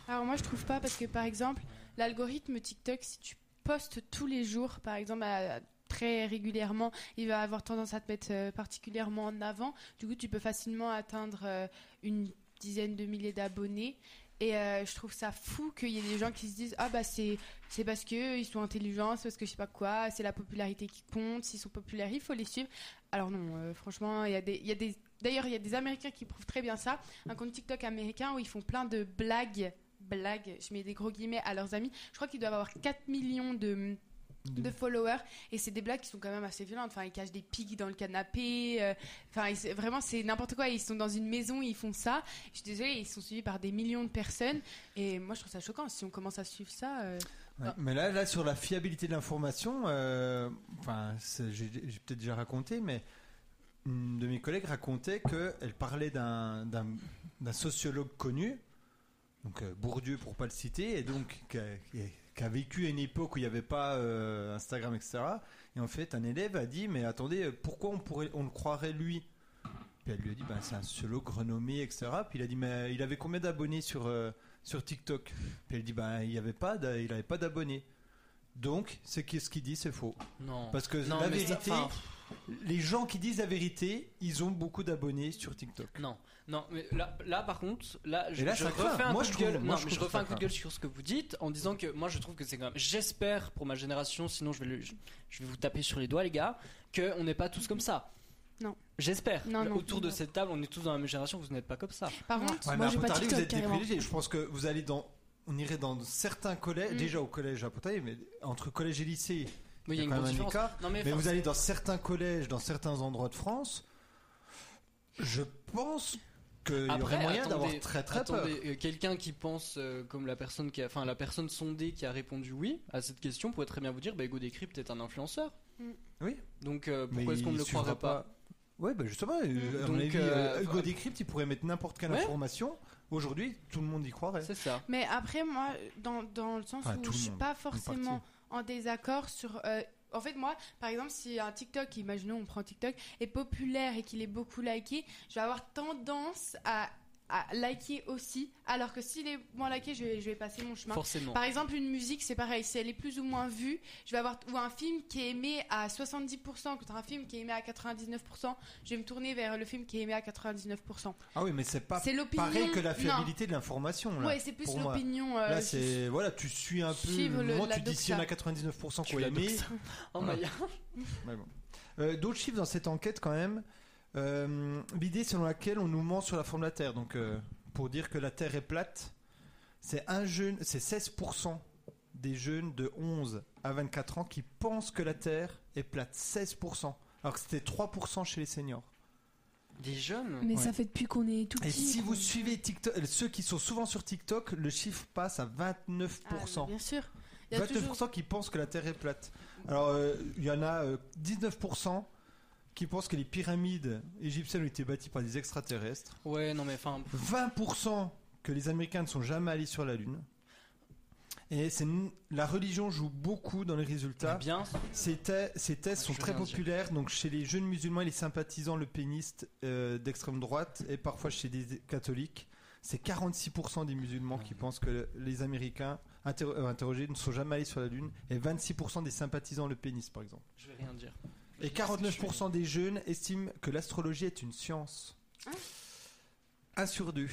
[SPEAKER 2] Alors moi je trouve pas parce que par exemple l'algorithme TikTok si tu postes tous les jours par exemple à- très régulièrement il va avoir tendance à te mettre euh, particulièrement en avant du coup tu peux facilement atteindre euh, une dizaine de milliers d'abonnés et euh, je trouve ça fou qu'il y ait des gens qui se disent ah bah c'est c'est parce que ils sont intelligents c'est parce que je sais pas quoi c'est la popularité qui compte s'ils sont populaires il faut les suivre alors non euh, franchement il y a des il y a des d'ailleurs il y a des Américains qui prouvent très bien ça un compte TikTok américain où ils font plein de blagues blague, je mets des gros guillemets à leurs amis. Je crois qu'ils doivent avoir 4 millions de, de followers et c'est des blagues qui sont quand même assez violentes. Enfin, ils cachent des pigs dans le canapé. euh, Enfin, ils- c'est- vraiment, c'est n'importe quoi. Ils sont dans une maison, ils font ça. Je suis désolée, ils sont suivis par des millions de personnes et moi, je trouve ça choquant. Si on commence à suivre ça, euh,
[SPEAKER 1] Ouais, Mais là, là, sur la fiabilité de l'information, euh, enfin, c'est- j'ai j'ai peut-être déjà raconté, mais une de mes collègues racontait qu'elle parlait d'un d'un- d'un sociologue connu, donc euh, Bourdieu pour pas le citer, et donc qui a, qui a- qui a vécu à une époque où il n'y avait pas euh, Instagram, etc. Et en fait, un élève a dit, mais attendez, euh, pourquoi on, pourrait, on le croirait lui Puis elle lui a dit, ben, c'est un sociologue renommé, etc. Puis il a dit, mais il avait combien d'abonnés sur, euh, sur TikTok Puis elle dit, ben, il n'avait pas d'a- il avait pas d'abonnés. Donc, c'est qui- ce qu'il dit, c'est faux.
[SPEAKER 5] Non.
[SPEAKER 1] Parce que
[SPEAKER 5] Non,
[SPEAKER 1] la
[SPEAKER 5] mais ça-
[SPEAKER 1] vérité,
[SPEAKER 5] enfin,
[SPEAKER 1] les gens qui disent la vérité, ils ont beaucoup d'abonnés sur TikTok.
[SPEAKER 5] Non, non, mais là, là par contre, là, je,
[SPEAKER 1] Et là,
[SPEAKER 5] je
[SPEAKER 1] ça craint.
[SPEAKER 5] refais un
[SPEAKER 1] Moi,
[SPEAKER 5] coup
[SPEAKER 1] je
[SPEAKER 5] de
[SPEAKER 1] trouve-
[SPEAKER 5] gueule.
[SPEAKER 1] moi,
[SPEAKER 5] non,
[SPEAKER 1] je
[SPEAKER 5] je
[SPEAKER 1] trouve
[SPEAKER 5] refais
[SPEAKER 1] ça
[SPEAKER 5] un coup de gueule sur ce que vous dites en disant que moi, je trouve que c'est quand même. J'espère pour ma génération, sinon je vais, le- je, je vais vous taper sur les doigts, les gars, que on n'est pas tous comme ça.
[SPEAKER 2] Non.
[SPEAKER 5] J'espère.
[SPEAKER 2] Non, non.
[SPEAKER 5] Autour de cette table, on est tous dans la même génération. Vous n'êtes pas comme ça.
[SPEAKER 2] par contre,
[SPEAKER 1] Ouais,
[SPEAKER 3] Moi,
[SPEAKER 1] mais à
[SPEAKER 3] j'ai pas
[SPEAKER 1] Pontarlier, vous
[SPEAKER 3] TikTok,
[SPEAKER 1] êtes des
[SPEAKER 3] carrément.
[SPEAKER 1] privilégiés. Je pense que vous allez dans. On irait dans certains collèges,
[SPEAKER 2] Mm.
[SPEAKER 1] déjà au collège à Pontarlier, mais entre collège et lycée,
[SPEAKER 5] Mais il y a une
[SPEAKER 1] quand même
[SPEAKER 5] grosse
[SPEAKER 1] un
[SPEAKER 5] différence.
[SPEAKER 1] écart.
[SPEAKER 5] Non, mais,
[SPEAKER 1] Mais
[SPEAKER 5] enfin,
[SPEAKER 1] vous allez dans certains collèges, dans certains endroits de France, je pense qu'il y
[SPEAKER 5] Après,
[SPEAKER 1] aurait moyen
[SPEAKER 5] attendez,
[SPEAKER 1] d'avoir très très peur.
[SPEAKER 5] Attendez, euh, quelqu'un qui pense euh, comme la personne qui a, enfin la personne sondée qui a répondu oui à cette question pourrait très bien vous dire, bah Ego Decrypt est un influenceur.
[SPEAKER 2] Mm.
[SPEAKER 1] Oui.
[SPEAKER 5] Donc euh,
[SPEAKER 1] Mais
[SPEAKER 5] pourquoi est-ce qu'on
[SPEAKER 1] il
[SPEAKER 5] ne le
[SPEAKER 1] suivra
[SPEAKER 5] croirait pas,
[SPEAKER 1] Ouais, bah justement, euh, à
[SPEAKER 5] Donc,
[SPEAKER 1] mon avis,
[SPEAKER 5] euh,
[SPEAKER 1] euh, Hugo
[SPEAKER 5] enfin-
[SPEAKER 1] Decrypt, il pourrait mettre n'importe quelle
[SPEAKER 5] Ouais.
[SPEAKER 1] information. Aujourd'hui, tout le monde y croirait.
[SPEAKER 5] C'est ça.
[SPEAKER 2] Mais après, moi, dans, dans le sens
[SPEAKER 1] Enfin,
[SPEAKER 2] où
[SPEAKER 1] tout
[SPEAKER 2] je
[SPEAKER 1] le
[SPEAKER 2] suis
[SPEAKER 1] monde,
[SPEAKER 2] pas
[SPEAKER 1] partie.
[SPEAKER 2] forcément en désaccord sur. euh, en fait, moi, par exemple, si un TikTok, imaginons, on prend TikTok, est populaire et qu'il est beaucoup liké, je vais avoir tendance à, à liker aussi. Alors que s'il est moins liké, je vais, je vais passer mon chemin.
[SPEAKER 5] Forcément.
[SPEAKER 2] Par exemple, une musique, c'est pareil. Si elle est plus ou moins vue, je vais avoir ou un film qui est aimé à 70%, contre un film qui est aimé à 99%, je vais me tourner vers le film qui est aimé à 99%.
[SPEAKER 1] Ah oui, mais c'est pas
[SPEAKER 2] C'est l'opinion.
[SPEAKER 1] pareil que la
[SPEAKER 2] Non.
[SPEAKER 1] fiabilité de l'information. Là,
[SPEAKER 2] Ouais, c'est plus
[SPEAKER 1] pour moi.
[SPEAKER 2] l'opinion. euh,
[SPEAKER 1] Là,
[SPEAKER 2] je-
[SPEAKER 1] c'est voilà, tu suis un peu.
[SPEAKER 2] Suivre le-
[SPEAKER 1] Moi,
[SPEAKER 2] la
[SPEAKER 1] tu dis s'il y en a
[SPEAKER 2] doxa.
[SPEAKER 1] 99% qui
[SPEAKER 5] Tu
[SPEAKER 1] ont
[SPEAKER 5] l'as
[SPEAKER 1] aimé.
[SPEAKER 2] [laughs]
[SPEAKER 5] donc ça. Oh
[SPEAKER 1] Voilà.
[SPEAKER 5] my
[SPEAKER 1] [laughs]
[SPEAKER 5] God.
[SPEAKER 1] Ouais, bon. Euh, D'autres chiffres dans cette enquête quand même. Euh, L'idée selon laquelle on nous ment sur la forme de la Terre. Donc euh, pour dire que la Terre est plate, c'est un jeune, c'est 16% des jeunes de 11 à 24 ans qui pensent que la Terre est plate. 16%. Alors que c'était 3% chez les seniors.
[SPEAKER 5] Des jeunes
[SPEAKER 6] Mais
[SPEAKER 1] Ouais.
[SPEAKER 6] ça fait depuis qu'on est tout
[SPEAKER 1] Et
[SPEAKER 6] petit.
[SPEAKER 1] si
[SPEAKER 6] qu'on-
[SPEAKER 1] vous suivez TikTok, euh, ceux qui sont souvent sur TikTok, le chiffre passe à 29%.
[SPEAKER 2] Ah, mais bien sûr. Il y a
[SPEAKER 1] 29%
[SPEAKER 2] toujours
[SPEAKER 1] qui pensent que la Terre est plate. Alors, euh, il y en a euh, 19% qui pensent que les pyramides égyptiennes ont été bâties par des extraterrestres.
[SPEAKER 5] Ouais, non, mais enfin.
[SPEAKER 1] 20% que les Américains ne sont jamais allés sur la Lune. Et c'est n- la religion joue beaucoup dans les résultats.
[SPEAKER 5] Eh bien.
[SPEAKER 1] Ces, thè- ces thèses
[SPEAKER 5] Ouais,
[SPEAKER 1] sont
[SPEAKER 5] je
[SPEAKER 1] très
[SPEAKER 5] viens de dire.
[SPEAKER 1] populaires donc chez les jeunes musulmans et les sympathisants le péniste d'extrême droite et parfois chez des catholiques. C'est 46% des musulmans qui pensent que les Américains inter- euh, interrogés ne sont jamais allés sur la Lune et 26% des sympathisants le péniste par exemple.
[SPEAKER 5] Je vais rien dire.
[SPEAKER 1] Et 49% des jeunes estiment que l'astrologie est une science.
[SPEAKER 2] Hein
[SPEAKER 1] 1 sur 2.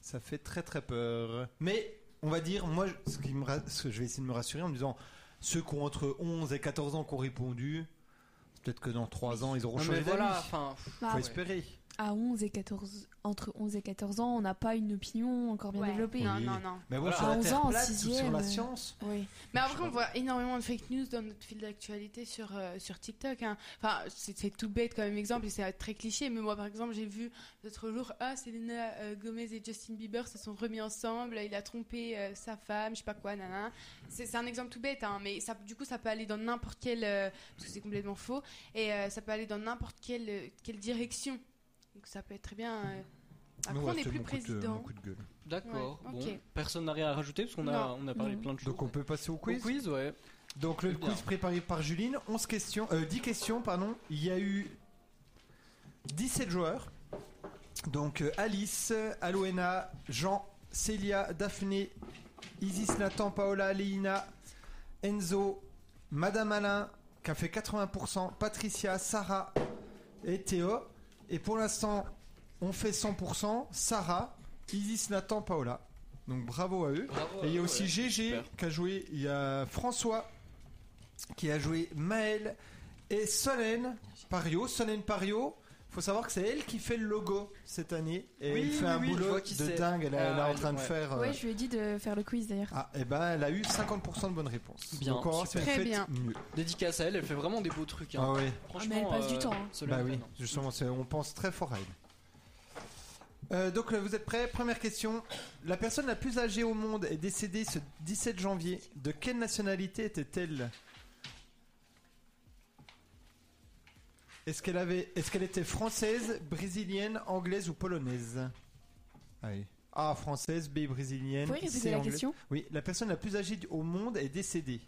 [SPEAKER 1] Ça fait très très peur. Mais on va dire, moi, je- ce, qui me, ra- ce que je vais essayer de me rassurer en me disant, ceux qui ont entre 11 et 14 ans qui ont répondu, peut-être que dans 3 ans, ils auront
[SPEAKER 5] Non, mais
[SPEAKER 1] changé
[SPEAKER 5] voilà,
[SPEAKER 1] d'avis.
[SPEAKER 5] enfin.
[SPEAKER 6] Bah,
[SPEAKER 1] Faut
[SPEAKER 5] ouais.
[SPEAKER 1] espérer.
[SPEAKER 6] à 11 et 14, entre 11 et 14 ans, on n'a pas une opinion encore bien
[SPEAKER 2] Ouais.
[SPEAKER 6] développée.
[SPEAKER 2] Non,
[SPEAKER 1] Oui.
[SPEAKER 2] hein, non, non.
[SPEAKER 1] Mais bon,
[SPEAKER 5] Voilà.
[SPEAKER 1] sur la
[SPEAKER 6] À 11
[SPEAKER 1] Terre
[SPEAKER 6] ans, en
[SPEAKER 1] plate ou sur la
[SPEAKER 6] sixième.
[SPEAKER 1] science,
[SPEAKER 6] Oui.
[SPEAKER 2] Mais
[SPEAKER 1] Je sais
[SPEAKER 2] après,
[SPEAKER 1] pas.
[SPEAKER 2] on voit énormément de fake news dans notre fil d'actualité sur, euh, sur TikTok. hein. Enfin, c'est c'est tout bête comme exemple et c'est euh, très cliché. Mais moi, par exemple, j'ai vu l'autre jour Ah, Selena euh, Gomez et Justin Bieber se sont remis ensemble. Il a trompé euh, sa femme, je sais pas quoi, nanana. C'est c'est un exemple tout bête, hein, mais ça, du coup, ça peut aller dans n'importe quelle. euh, parce que c'est complètement faux. Et euh, ça peut aller dans n'importe quelle, euh, quelle direction. Donc ça peut être très bien. euh, Après,
[SPEAKER 1] Nous,
[SPEAKER 2] on n'est
[SPEAKER 1] reste
[SPEAKER 2] plus
[SPEAKER 1] mon coup de-
[SPEAKER 2] président.
[SPEAKER 1] mon coup de gueule.
[SPEAKER 5] D'accord.
[SPEAKER 2] Ouais,
[SPEAKER 5] bon.
[SPEAKER 2] ok.
[SPEAKER 5] Personne n'a rien à rajouter parce qu'on a,
[SPEAKER 2] Non.
[SPEAKER 5] on a parlé
[SPEAKER 6] Non.
[SPEAKER 5] plein de choses.
[SPEAKER 1] Donc on peut passer au
[SPEAKER 5] Au quiz,
[SPEAKER 1] quiz.
[SPEAKER 5] ouais.
[SPEAKER 1] Donc le
[SPEAKER 5] Eh bien.
[SPEAKER 1] quiz préparé par Juline, 11 questions, euh, 10 questions, pardon. Il y a eu 17 joueurs. Donc euh, Alice, Aloena, Jean, Célia, Daphné, Isis, Nathan, Paola, Léina, Enzo, Madame Alain, qui a fait 80%, Patricia, Sarah et Théo. Et pour l'instant, on fait 100%, Sarah, Isis, Nathan, Paola. Donc bravo à eux.
[SPEAKER 5] Bravo.
[SPEAKER 1] Et il y a
[SPEAKER 5] ouais.
[SPEAKER 1] aussi GG
[SPEAKER 5] Super.
[SPEAKER 1] qui a joué, il y a François qui a joué Maël et Solène Pario. Solène Pario, faut savoir que c'est elle qui fait le logo cette année et
[SPEAKER 5] Oui,
[SPEAKER 1] elle fait
[SPEAKER 5] oui,
[SPEAKER 1] un
[SPEAKER 5] oui, je
[SPEAKER 1] boulot
[SPEAKER 5] vois qui
[SPEAKER 1] de
[SPEAKER 5] c'est.
[SPEAKER 1] dingue. Elle, est-
[SPEAKER 5] Ah,
[SPEAKER 1] elle est en
[SPEAKER 5] elle-
[SPEAKER 1] train de
[SPEAKER 5] ouais.
[SPEAKER 1] faire. euh,
[SPEAKER 6] Ouais, je lui ai dit de faire le quiz d'ailleurs.
[SPEAKER 1] Ah, et ben elle a eu 50% de bonnes réponses.
[SPEAKER 5] Bien,
[SPEAKER 1] Donc on va voir si
[SPEAKER 2] super.
[SPEAKER 1] vous
[SPEAKER 2] Très
[SPEAKER 1] faites
[SPEAKER 2] bien.
[SPEAKER 1] mieux.
[SPEAKER 5] Dédicace à elle, elle fait vraiment des beaux trucs.
[SPEAKER 1] Ah
[SPEAKER 5] Hein.
[SPEAKER 1] ouais.
[SPEAKER 5] Franchement,
[SPEAKER 6] mais elle passe du temps, hein.
[SPEAKER 5] Solène,
[SPEAKER 1] Bah oui,
[SPEAKER 5] non.
[SPEAKER 1] justement, c'est- on pense très fort à elle. Euh, donc euh, vous êtes prêts Première question. La personne la plus âgée au monde est décédée ce 17 janvier. De quelle nationalité était-elle Est-ce qu'elle avait, est-ce qu'elle était française, brésilienne, anglaise ou polonaise Allez. A française, B brésilienne.
[SPEAKER 6] Vous pouvez
[SPEAKER 1] C,
[SPEAKER 6] répéter la
[SPEAKER 1] anglaise.
[SPEAKER 6] question
[SPEAKER 1] Oui, la personne la plus âgée du- au monde est décédée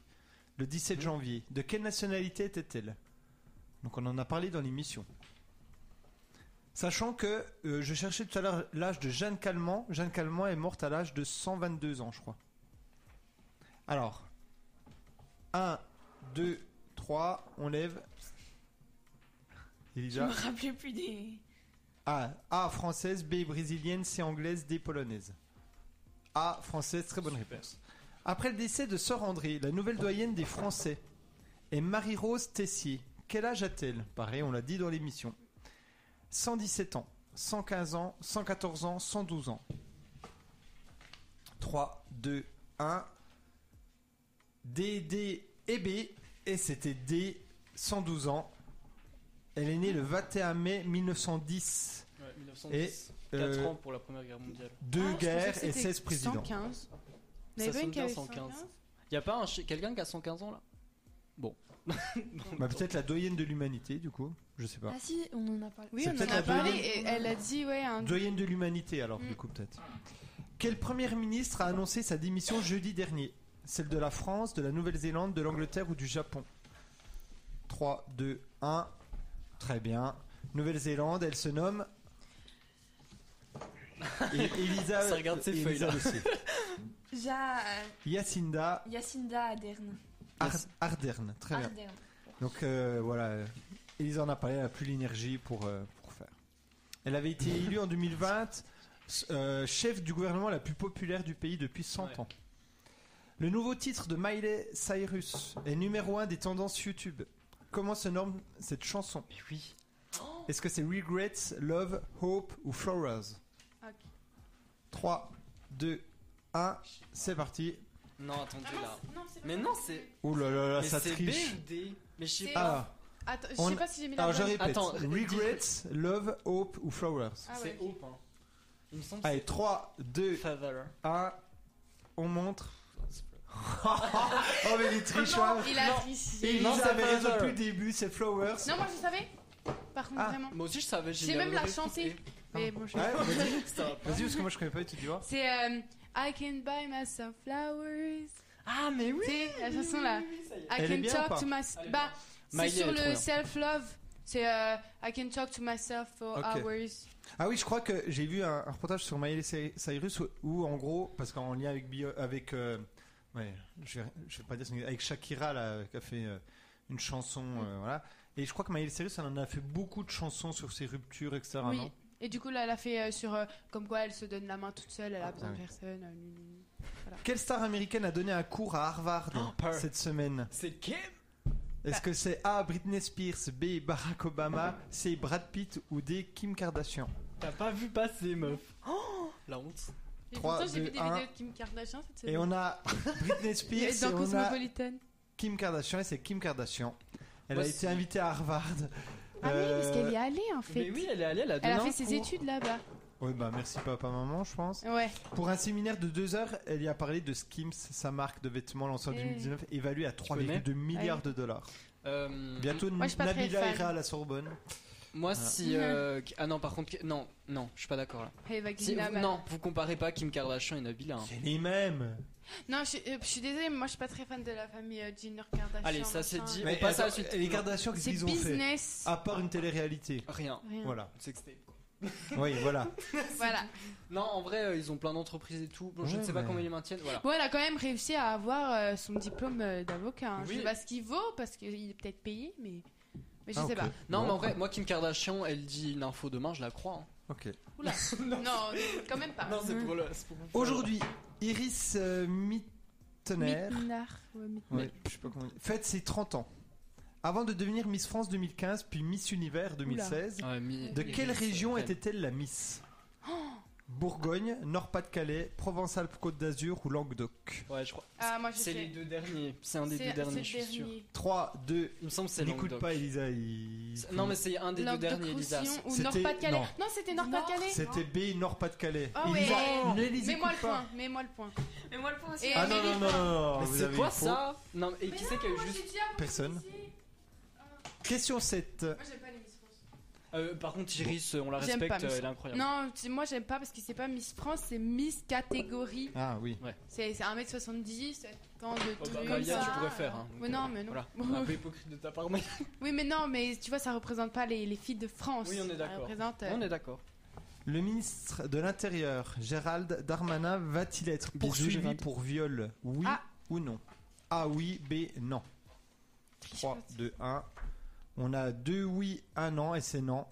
[SPEAKER 1] le 17 janvier. De quelle nationalité était-elle Donc on en a parlé dans l'émission. Sachant que euh, je cherchais tout à l'heure l'âge de Jeanne Calment. Jeanne Calment est morte à l'âge de 122 ans, je crois. Alors, 1, 2, 3, on lève. Elisa.
[SPEAKER 6] rappelais plus des.
[SPEAKER 1] A. A française, B brésilienne, C anglaise, D polonaise. A française, très bonne réponse. Après le décès de Sœur André, la nouvelle doyenne des Français est Marie-Rose Tessier. Quel âge a-t-elle Pareil, on l'a dit dans l'émission. 117 ans, 115 ans, 114 ans, 112 ans. 3, 2, 1. D, D et B. Et c'était D, 112 ans. Elle est née le 21 mai 1910.
[SPEAKER 5] Ouais, 1910.
[SPEAKER 1] Euh,
[SPEAKER 5] 4 ans pour la première guerre mondiale.
[SPEAKER 1] deux
[SPEAKER 2] Ah, je
[SPEAKER 1] guerres
[SPEAKER 2] pensais
[SPEAKER 1] et
[SPEAKER 2] que c'était
[SPEAKER 1] 16 présidents.
[SPEAKER 2] 115.
[SPEAKER 5] Ça sonne
[SPEAKER 2] N'avait
[SPEAKER 5] bien, 115. Y a pas un, chi- quelqu'un qui a 115 ans là Bon.
[SPEAKER 1] Bah, peut-être la doyenne de l'humanité, du coup. Je sais pas.
[SPEAKER 6] Ah si, on en a parlé.
[SPEAKER 2] Oui,
[SPEAKER 1] C'est
[SPEAKER 2] on en
[SPEAKER 1] peut-être
[SPEAKER 2] a
[SPEAKER 1] la
[SPEAKER 2] parlé
[SPEAKER 1] deuxième.
[SPEAKER 2] et elle a dit, ouais, un...
[SPEAKER 1] Doyenne de l'humanité, alors,
[SPEAKER 2] Ah. Mm.
[SPEAKER 1] du coup, peut-être. Quelle première ministre a annoncé sa démission jeudi dernier Celle de la France, de la Nouvelle-Zélande, de l'Angleterre ou du Japon 3, 2, 1. Très bien. Nouvelle-Zélande, elle se
[SPEAKER 5] [laughs]
[SPEAKER 1] nomme. Et Elisa.
[SPEAKER 5] Ça regarde ses feuilles,
[SPEAKER 1] Elisa
[SPEAKER 5] là.
[SPEAKER 1] le sait.
[SPEAKER 6] Ja,
[SPEAKER 1] Jacinda
[SPEAKER 6] Yacinda Adern.
[SPEAKER 1] Ar- Ardern. Très bien. Donc euh, voilà, euh, Elisa en a parlé, elle a plus l'énergie pour, euh, pour faire. Elle avait été élue en 2020 euh, chef du gouvernement la plus populaire du pays depuis 100
[SPEAKER 5] Ouais.
[SPEAKER 1] ans. Le nouveau titre de Miley Cyrus est numéro 1 des tendances YouTube. Comment se nomme cette chanson Oh.
[SPEAKER 5] Mais oui.
[SPEAKER 1] Est-ce que c'est Regrets, Love, Hope ou Flowers
[SPEAKER 2] Ah, Ok.
[SPEAKER 1] 3, 2, 1, c'est parti.
[SPEAKER 5] Non, attendez là.
[SPEAKER 2] non, c'est
[SPEAKER 5] Mais non, c'est.
[SPEAKER 1] Ouh là là là,
[SPEAKER 5] mais
[SPEAKER 1] Ah, ça
[SPEAKER 5] c'est
[SPEAKER 1] triche.
[SPEAKER 5] B ou D Mais je sais
[SPEAKER 2] C'est-
[SPEAKER 5] pas.
[SPEAKER 1] Ah,
[SPEAKER 2] Attends, je
[SPEAKER 1] On-
[SPEAKER 2] sais pas si j'ai mis la
[SPEAKER 1] alors je
[SPEAKER 2] bonne.
[SPEAKER 1] répète.
[SPEAKER 5] Attends,
[SPEAKER 1] Regrets, Love, Hope ou Flowers
[SPEAKER 2] Ah ouais.
[SPEAKER 5] C'est Hope. Hein. Il me semble que
[SPEAKER 1] Allez, 3, 2,
[SPEAKER 5] c'est Favor.
[SPEAKER 1] 1, on montre. [laughs] oh, mais les
[SPEAKER 2] Non,
[SPEAKER 1] tricheurs!
[SPEAKER 2] il a triché.
[SPEAKER 1] Et
[SPEAKER 5] Non,
[SPEAKER 1] Elisa
[SPEAKER 5] c'est
[SPEAKER 1] avait
[SPEAKER 5] pas
[SPEAKER 1] raison
[SPEAKER 5] Hazard.
[SPEAKER 1] depuis le début, c'est Flowers.
[SPEAKER 2] Non, moi je savais. Par contre,
[SPEAKER 4] Ah,
[SPEAKER 2] vraiment.
[SPEAKER 5] Moi aussi, je savais. j'ai
[SPEAKER 2] J'ai
[SPEAKER 5] galéré
[SPEAKER 2] même la
[SPEAKER 5] tout
[SPEAKER 2] chanter. Mais bon, je-
[SPEAKER 1] Ouais, vas-y, vas-y, parce que moi je connais pas du tout, tu vois.
[SPEAKER 2] [laughs] C'est euh, I can buy myself flowers.
[SPEAKER 1] Ah, mais oui!
[SPEAKER 2] Tu sais, la chanson là. I
[SPEAKER 1] Elle est
[SPEAKER 2] can
[SPEAKER 1] bien ou pas
[SPEAKER 2] talk to my.
[SPEAKER 5] Elle est
[SPEAKER 2] Bah,
[SPEAKER 5] Miley,
[SPEAKER 2] c'est sur
[SPEAKER 5] elle est trop
[SPEAKER 2] le
[SPEAKER 5] bien.
[SPEAKER 2] self-love. C'est euh, I can talk to myself for
[SPEAKER 1] Ok.
[SPEAKER 2] hours.
[SPEAKER 1] Ah oui, je crois que j'ai vu un, un reportage sur Miley Cy- Cyrus où, où, en gros, parce qu'en lien avec Bio- avec euh, ouais, je vais, je vais pas dire son- avec Shakira là, qui a fait euh, une chanson,
[SPEAKER 5] Mm.
[SPEAKER 1] euh, voilà. Et je crois que Miley Cyrus, elle en a fait beaucoup de chansons sur ses ruptures, etc.
[SPEAKER 2] oui.
[SPEAKER 1] non
[SPEAKER 2] Et du coup, là, elle a fait euh, sur. euh, comme quoi, elle se donne la main toute seule, elle a besoin
[SPEAKER 1] oui.
[SPEAKER 2] de personne. euh, gnu, gnu, gnu.
[SPEAKER 1] Quelle star américaine a donné un cours à Harvard
[SPEAKER 5] Oh, peur.
[SPEAKER 1] cette semaine
[SPEAKER 5] C'est Kim
[SPEAKER 2] Bah.
[SPEAKER 1] Est-ce que c'est A. Britney Spears, B. Barack Obama, C. Brad Pitt ou D. Kim Kardashian
[SPEAKER 5] T'as pas vu passer, meuf. Oh La honte.
[SPEAKER 2] Et
[SPEAKER 1] Trois,
[SPEAKER 2] pourtant, j'ai
[SPEAKER 1] deux,
[SPEAKER 2] vu des
[SPEAKER 1] un.
[SPEAKER 2] vidéos de Kim Kardashian cette
[SPEAKER 1] Et on a [laughs] Britney
[SPEAKER 2] Et
[SPEAKER 1] Spears et
[SPEAKER 2] dans
[SPEAKER 1] on a euh,
[SPEAKER 2] Cosmopolitan.
[SPEAKER 1] Kim Kardashian et c'est Kim Kardashian. Elle
[SPEAKER 5] Moi,
[SPEAKER 1] a
[SPEAKER 5] c'est-
[SPEAKER 1] été invitée à Harvard.
[SPEAKER 2] Ah oui, parce
[SPEAKER 1] Euh,
[SPEAKER 2] qu'elle y est allée en fait.
[SPEAKER 5] Mais oui, elle est allée, elle a donné
[SPEAKER 2] Elle a
[SPEAKER 5] un
[SPEAKER 2] fait ses
[SPEAKER 5] cours.
[SPEAKER 2] études là-bas.
[SPEAKER 1] Oui, bah merci papa maman, je pense.
[SPEAKER 2] Ouais.
[SPEAKER 1] Pour un séminaire de deux heures, elle y a parlé de Skims, sa marque de vêtements lancée en
[SPEAKER 2] Eh. Ah
[SPEAKER 1] 2019, évaluée à
[SPEAKER 5] connais
[SPEAKER 1] 3,2 milliards de dollars.
[SPEAKER 5] Euh,
[SPEAKER 1] Bientôt,
[SPEAKER 2] Moi, je suis pas très
[SPEAKER 1] Nabila
[SPEAKER 2] fan.
[SPEAKER 1] ira à la Sorbonne.
[SPEAKER 5] Moi,
[SPEAKER 1] Voilà.
[SPEAKER 5] si. euh, Ah non, par contre, non, non, je suis pas d'accord là.
[SPEAKER 2] Hey,
[SPEAKER 5] Si-
[SPEAKER 2] Vagina, bah-
[SPEAKER 5] non, vous comparez pas Kim Kardashian et Nabila. hein.
[SPEAKER 1] C'est les mêmes.
[SPEAKER 2] Non, je, euh, je suis désolée, mais moi je suis pas très fan de la famille euh, Jenner Kardashian.
[SPEAKER 5] Allez, ça, c'est
[SPEAKER 2] machin.
[SPEAKER 5] dit. On passe à la suite.
[SPEAKER 1] Les
[SPEAKER 5] Non.
[SPEAKER 1] Kardashian, qu'est-ce
[SPEAKER 2] C'est
[SPEAKER 1] qu'ils ont fait
[SPEAKER 2] business.
[SPEAKER 1] À part une télé-réalité.
[SPEAKER 5] Rien.
[SPEAKER 2] Rien.
[SPEAKER 1] Voilà.
[SPEAKER 5] Sextape.
[SPEAKER 1] Oui, voilà.
[SPEAKER 2] Voilà.
[SPEAKER 5] Non, en vrai, euh, ils ont plein d'entreprises et tout. Bon, je
[SPEAKER 1] Ouais,
[SPEAKER 5] ne sais pas
[SPEAKER 1] mais-
[SPEAKER 5] comment ils les maintiennent. Voilà.
[SPEAKER 2] Bon, elle a quand même réussi à avoir euh, son diplôme euh, d'avocat. hein.
[SPEAKER 5] Oui.
[SPEAKER 2] Je sais pas ce qu'il vaut parce qu'il est peut-être payé, mais. Mais je
[SPEAKER 1] Ah,
[SPEAKER 2] sais
[SPEAKER 1] ok. [laughs]
[SPEAKER 2] pas.
[SPEAKER 5] Non,
[SPEAKER 1] Bon.
[SPEAKER 5] mais en vrai, moi, Kim Kardashian, elle dit une info demain, je la crois. hein.
[SPEAKER 1] Ok.
[SPEAKER 2] Oula. non, quand même pas.
[SPEAKER 5] c'est pour le.
[SPEAKER 1] Aujourd'hui, Iris euh, Mittener
[SPEAKER 2] Mittenard, ouais, Mittenard.
[SPEAKER 1] Ouais, je sais pas comment- fête ses 30 ans. Avant de devenir Miss France 2015, puis Miss Univers 2016,
[SPEAKER 5] Ah,
[SPEAKER 1] De quelle
[SPEAKER 5] euh,
[SPEAKER 1] région était-elle la Miss
[SPEAKER 5] Oh
[SPEAKER 1] Bourgogne, Nord-Pas-de-Calais, Provence-Alpes-Côte d'Azur ou Languedoc
[SPEAKER 5] Ouais, je crois.
[SPEAKER 2] Ah, moi je
[SPEAKER 5] C'est
[SPEAKER 2] sais.
[SPEAKER 5] les deux derniers. C'est un des
[SPEAKER 2] C'est-
[SPEAKER 5] deux
[SPEAKER 2] c'est
[SPEAKER 5] derniers,
[SPEAKER 2] le
[SPEAKER 5] je suis sûr.
[SPEAKER 2] dernier.
[SPEAKER 1] 3, 2,
[SPEAKER 5] Il me semble que c'est
[SPEAKER 1] n'écoute
[SPEAKER 5] Languedoc.
[SPEAKER 1] pas Elisa. il-
[SPEAKER 5] C'est- Non, mais c'est un des deux derniers, Elisa.
[SPEAKER 2] Languedoc-Roussillon ou
[SPEAKER 1] C'était-
[SPEAKER 2] Nord-Pas-de-Calais.
[SPEAKER 1] non.
[SPEAKER 2] Non, c'était Nord-Pas-de-calais
[SPEAKER 1] C'était B, Nord-Pas-de-Calais.
[SPEAKER 2] Ah ouais.
[SPEAKER 1] Elisa,
[SPEAKER 2] Non.
[SPEAKER 1] ne les
[SPEAKER 2] Mets-moi le
[SPEAKER 1] écoute pas.
[SPEAKER 2] point, mets-moi le point.
[SPEAKER 6] Mais moi, le point,
[SPEAKER 2] c'est-
[SPEAKER 1] Ah
[SPEAKER 2] Mais
[SPEAKER 1] non, non,
[SPEAKER 2] les
[SPEAKER 1] non, non, non,
[SPEAKER 5] Mais
[SPEAKER 1] vous
[SPEAKER 5] C'est
[SPEAKER 1] avez
[SPEAKER 5] quoi
[SPEAKER 1] eu faux.
[SPEAKER 5] ça Non, mais et
[SPEAKER 2] Mais
[SPEAKER 5] qui c'est qui a eu juste.
[SPEAKER 1] Personne. Question 7.
[SPEAKER 2] Moi j'aime pas les Miss France.
[SPEAKER 5] Euh, Par contre, Iris, on la
[SPEAKER 2] J'aime pas,
[SPEAKER 5] respecte,
[SPEAKER 2] mais
[SPEAKER 5] euh,
[SPEAKER 2] c'est-
[SPEAKER 5] elle est incroyable.
[SPEAKER 2] Non, tu- moi j'aime pas parce que c'est pas Miss France, c'est Miss Catégorie.
[SPEAKER 1] Ah oui.
[SPEAKER 2] C'est c'est 1m70, tant de
[SPEAKER 5] Oh,
[SPEAKER 2] trucs.
[SPEAKER 5] bah, Galia, tu
[SPEAKER 2] ça.
[SPEAKER 5] pourrais faire. hein.
[SPEAKER 2] Ouais, non, mais non.
[SPEAKER 5] Voilà, un peu hypocrite de ta part, mais
[SPEAKER 2] [laughs] Oui, mais non, mais tu vois, ça représente pas les, les filles de France.
[SPEAKER 5] Oui, on est
[SPEAKER 2] Ça
[SPEAKER 5] d'accord.
[SPEAKER 2] représente, euh,
[SPEAKER 5] on est d'accord.
[SPEAKER 1] Le ministre de l'Intérieur, Gérald Darmanin, va-t-il être
[SPEAKER 5] Bisous,
[SPEAKER 1] poursuivi
[SPEAKER 5] Gérald.
[SPEAKER 1] pour viol Oui
[SPEAKER 2] Ah.
[SPEAKER 1] ou non A oui, B non. 3, 2, 1. On a 2 oui, 1 non et c'est non.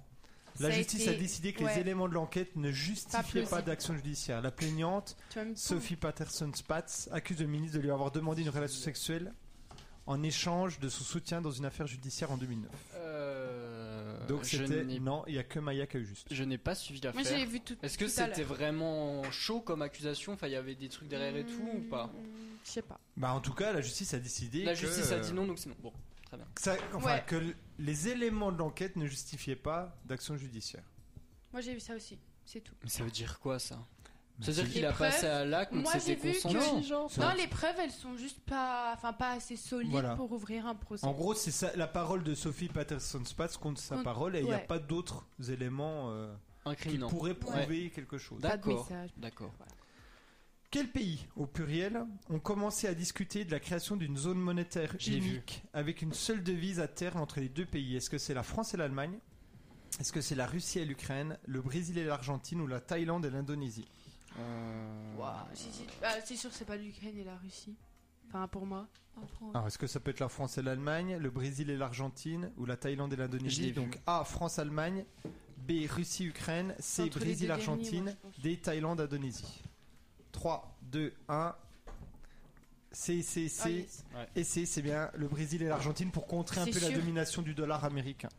[SPEAKER 1] La
[SPEAKER 2] Ça a
[SPEAKER 1] justice
[SPEAKER 2] été-
[SPEAKER 1] a décidé que les
[SPEAKER 2] ouais.
[SPEAKER 1] éléments de l'enquête ne justifiaient
[SPEAKER 2] plausible.
[SPEAKER 1] pas, d'action judiciaire. La plaignante,
[SPEAKER 2] Tu vas me
[SPEAKER 1] Sophie Patterson Spatz, accuse le ministre de lui avoir demandé une relation sexuelle en échange de son soutien dans une affaire judiciaire en 2009.
[SPEAKER 5] Euh,
[SPEAKER 1] Donc
[SPEAKER 5] je
[SPEAKER 1] c'était
[SPEAKER 5] n'ai-
[SPEAKER 1] non, il n'y a que Maya qui a eu juste.
[SPEAKER 5] Je n'ai pas suivi
[SPEAKER 2] Moi j'ai
[SPEAKER 5] l'affaire.
[SPEAKER 2] vu tout.
[SPEAKER 5] Est-ce que
[SPEAKER 2] tout à l'heure.
[SPEAKER 5] c'était vraiment chaud comme accusation Enfin, il y avait des trucs derrière et tout ou pas
[SPEAKER 2] Hmm, Je sais pas.
[SPEAKER 1] Bah en tout cas, la justice a décidé
[SPEAKER 5] La
[SPEAKER 1] que,
[SPEAKER 5] justice a
[SPEAKER 1] euh,
[SPEAKER 5] dit non, donc c'est non. Bon.
[SPEAKER 1] que ça- enfin,
[SPEAKER 2] Ouais.
[SPEAKER 1] que l- les éléments de l'enquête ne justifiaient pas d'action judiciaire.
[SPEAKER 2] Moi j'ai vu ça aussi, c'est tout.
[SPEAKER 5] Mais ça veut dire quoi ça
[SPEAKER 1] Mais
[SPEAKER 5] Ça veut
[SPEAKER 1] c'est-
[SPEAKER 5] dire qu'il a
[SPEAKER 2] Les preuves,
[SPEAKER 5] passé à l'acte, donc
[SPEAKER 2] moi, j'ai
[SPEAKER 5] c'était
[SPEAKER 2] vu
[SPEAKER 5] consentant.
[SPEAKER 2] que-
[SPEAKER 5] genre.
[SPEAKER 1] Ça-
[SPEAKER 2] Non, les preuves elles sont juste pas, enfin pas assez solides
[SPEAKER 1] Voilà.
[SPEAKER 2] pour ouvrir un procès.
[SPEAKER 1] En gros, c'est ça- la parole de Sophie Patterson-Spatz contre sa
[SPEAKER 2] Contre-
[SPEAKER 1] parole et il n'y a
[SPEAKER 2] ouais.
[SPEAKER 1] pas d'autres éléments euh, qui
[SPEAKER 5] Incriminant.
[SPEAKER 1] pourraient prouver quelque chose.
[SPEAKER 5] D'accord.
[SPEAKER 2] pas de message.
[SPEAKER 5] D'accord.
[SPEAKER 1] Quels pays, au pluriel, ont commencé à discuter de la création d'une zone monétaire
[SPEAKER 5] Je l'ai vu.
[SPEAKER 1] unique avec une seule devise à terme entre les deux pays Est-ce que c'est la France et l'Allemagne Est-ce que c'est la Russie et l'Ukraine Le Brésil et l'Argentine Ou la Thaïlande et l'Indonésie
[SPEAKER 5] Euh,
[SPEAKER 2] Ouah, si, si. Ah, c'est sûr, c'est pas l'Ukraine et la Russie. Enfin, pour moi.
[SPEAKER 1] Alors, est-ce que ça peut être la France et l'Allemagne, le Brésil et l'Argentine, ou la Thaïlande et
[SPEAKER 5] Je l'ai
[SPEAKER 1] l'Indonésie
[SPEAKER 5] vu.
[SPEAKER 1] Donc A, France-Allemagne, B, Russie-Ukraine, C,
[SPEAKER 2] Entre les deux derniers,
[SPEAKER 1] Brésil-Argentine,
[SPEAKER 2] moi, je pense.
[SPEAKER 1] D, Thaïlande-Indonésie. 3, 2, 1. C, C,
[SPEAKER 2] Ah,
[SPEAKER 1] C.
[SPEAKER 2] yes.
[SPEAKER 1] Et C, c'est bien le Brésil et l'Argentine pour contrer un peu
[SPEAKER 2] C'est
[SPEAKER 1] la
[SPEAKER 2] sûr.
[SPEAKER 1] domination du dollar américain.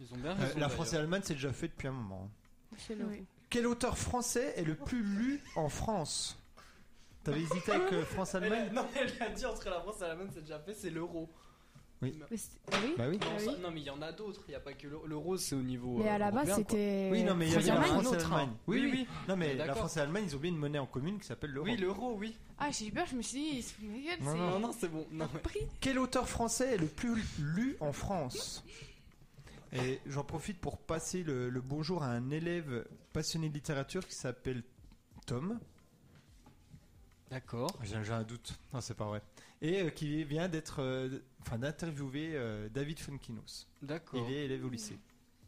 [SPEAKER 5] Ils ont bien
[SPEAKER 1] Euh,
[SPEAKER 5] raison.
[SPEAKER 1] la France et
[SPEAKER 5] d'ailleurs.
[SPEAKER 1] l'Allemagne, c'est déjà fait depuis un moment.
[SPEAKER 2] C'est le-
[SPEAKER 6] Oui.
[SPEAKER 1] Quel auteur français est le plus lu en France T'avais hésité avec euh,
[SPEAKER 5] Elle a-
[SPEAKER 1] France-Allemagne
[SPEAKER 5] Non, elle a dit entre la France et l'Allemagne, c'est déjà fait, c'est l'euro.
[SPEAKER 6] Mais c'est- oui.
[SPEAKER 1] Bah oui.
[SPEAKER 5] Non,
[SPEAKER 6] Ah
[SPEAKER 5] ça-
[SPEAKER 6] oui.
[SPEAKER 5] non, mais il y en a d'autres, il n'y a pas que l'euro. L'euro, c'est au niveau.
[SPEAKER 6] Mais
[SPEAKER 5] euh,
[SPEAKER 6] à la base,
[SPEAKER 5] européen, quoi.
[SPEAKER 6] c'était.
[SPEAKER 1] Oui, non, mais il y avait la
[SPEAKER 5] France-Allemagne,
[SPEAKER 1] France et
[SPEAKER 5] un autre, hein.
[SPEAKER 1] l'Allemagne. Oui, oui, Non, mais
[SPEAKER 5] On est
[SPEAKER 1] la
[SPEAKER 5] d'accord.
[SPEAKER 1] France et l'Allemagne, ils ont bien une monnaie en commune qui s'appelle l'euro.
[SPEAKER 5] Oui, l'euro, oui.
[SPEAKER 2] Ah, j'ai eu peur, je me suis dit, ils se foutent de ma gueule,
[SPEAKER 5] Ah.
[SPEAKER 1] Non,
[SPEAKER 2] c'est-
[SPEAKER 5] Non, non, c'est bon. Non,
[SPEAKER 2] Prix.
[SPEAKER 1] Quel auteur français est le plus lu en France Et j'en profite pour passer le, le bonjour à un élève passionné de littérature qui s'appelle Tom.
[SPEAKER 5] D'accord.
[SPEAKER 1] Ah, J'ai j'ai un doute. Non, c'est pas vrai. Et euh, qui vient d'être, euh, enfin, d'interviewer euh, David Funkinos.
[SPEAKER 5] D'accord.
[SPEAKER 1] Il est élève au lycée,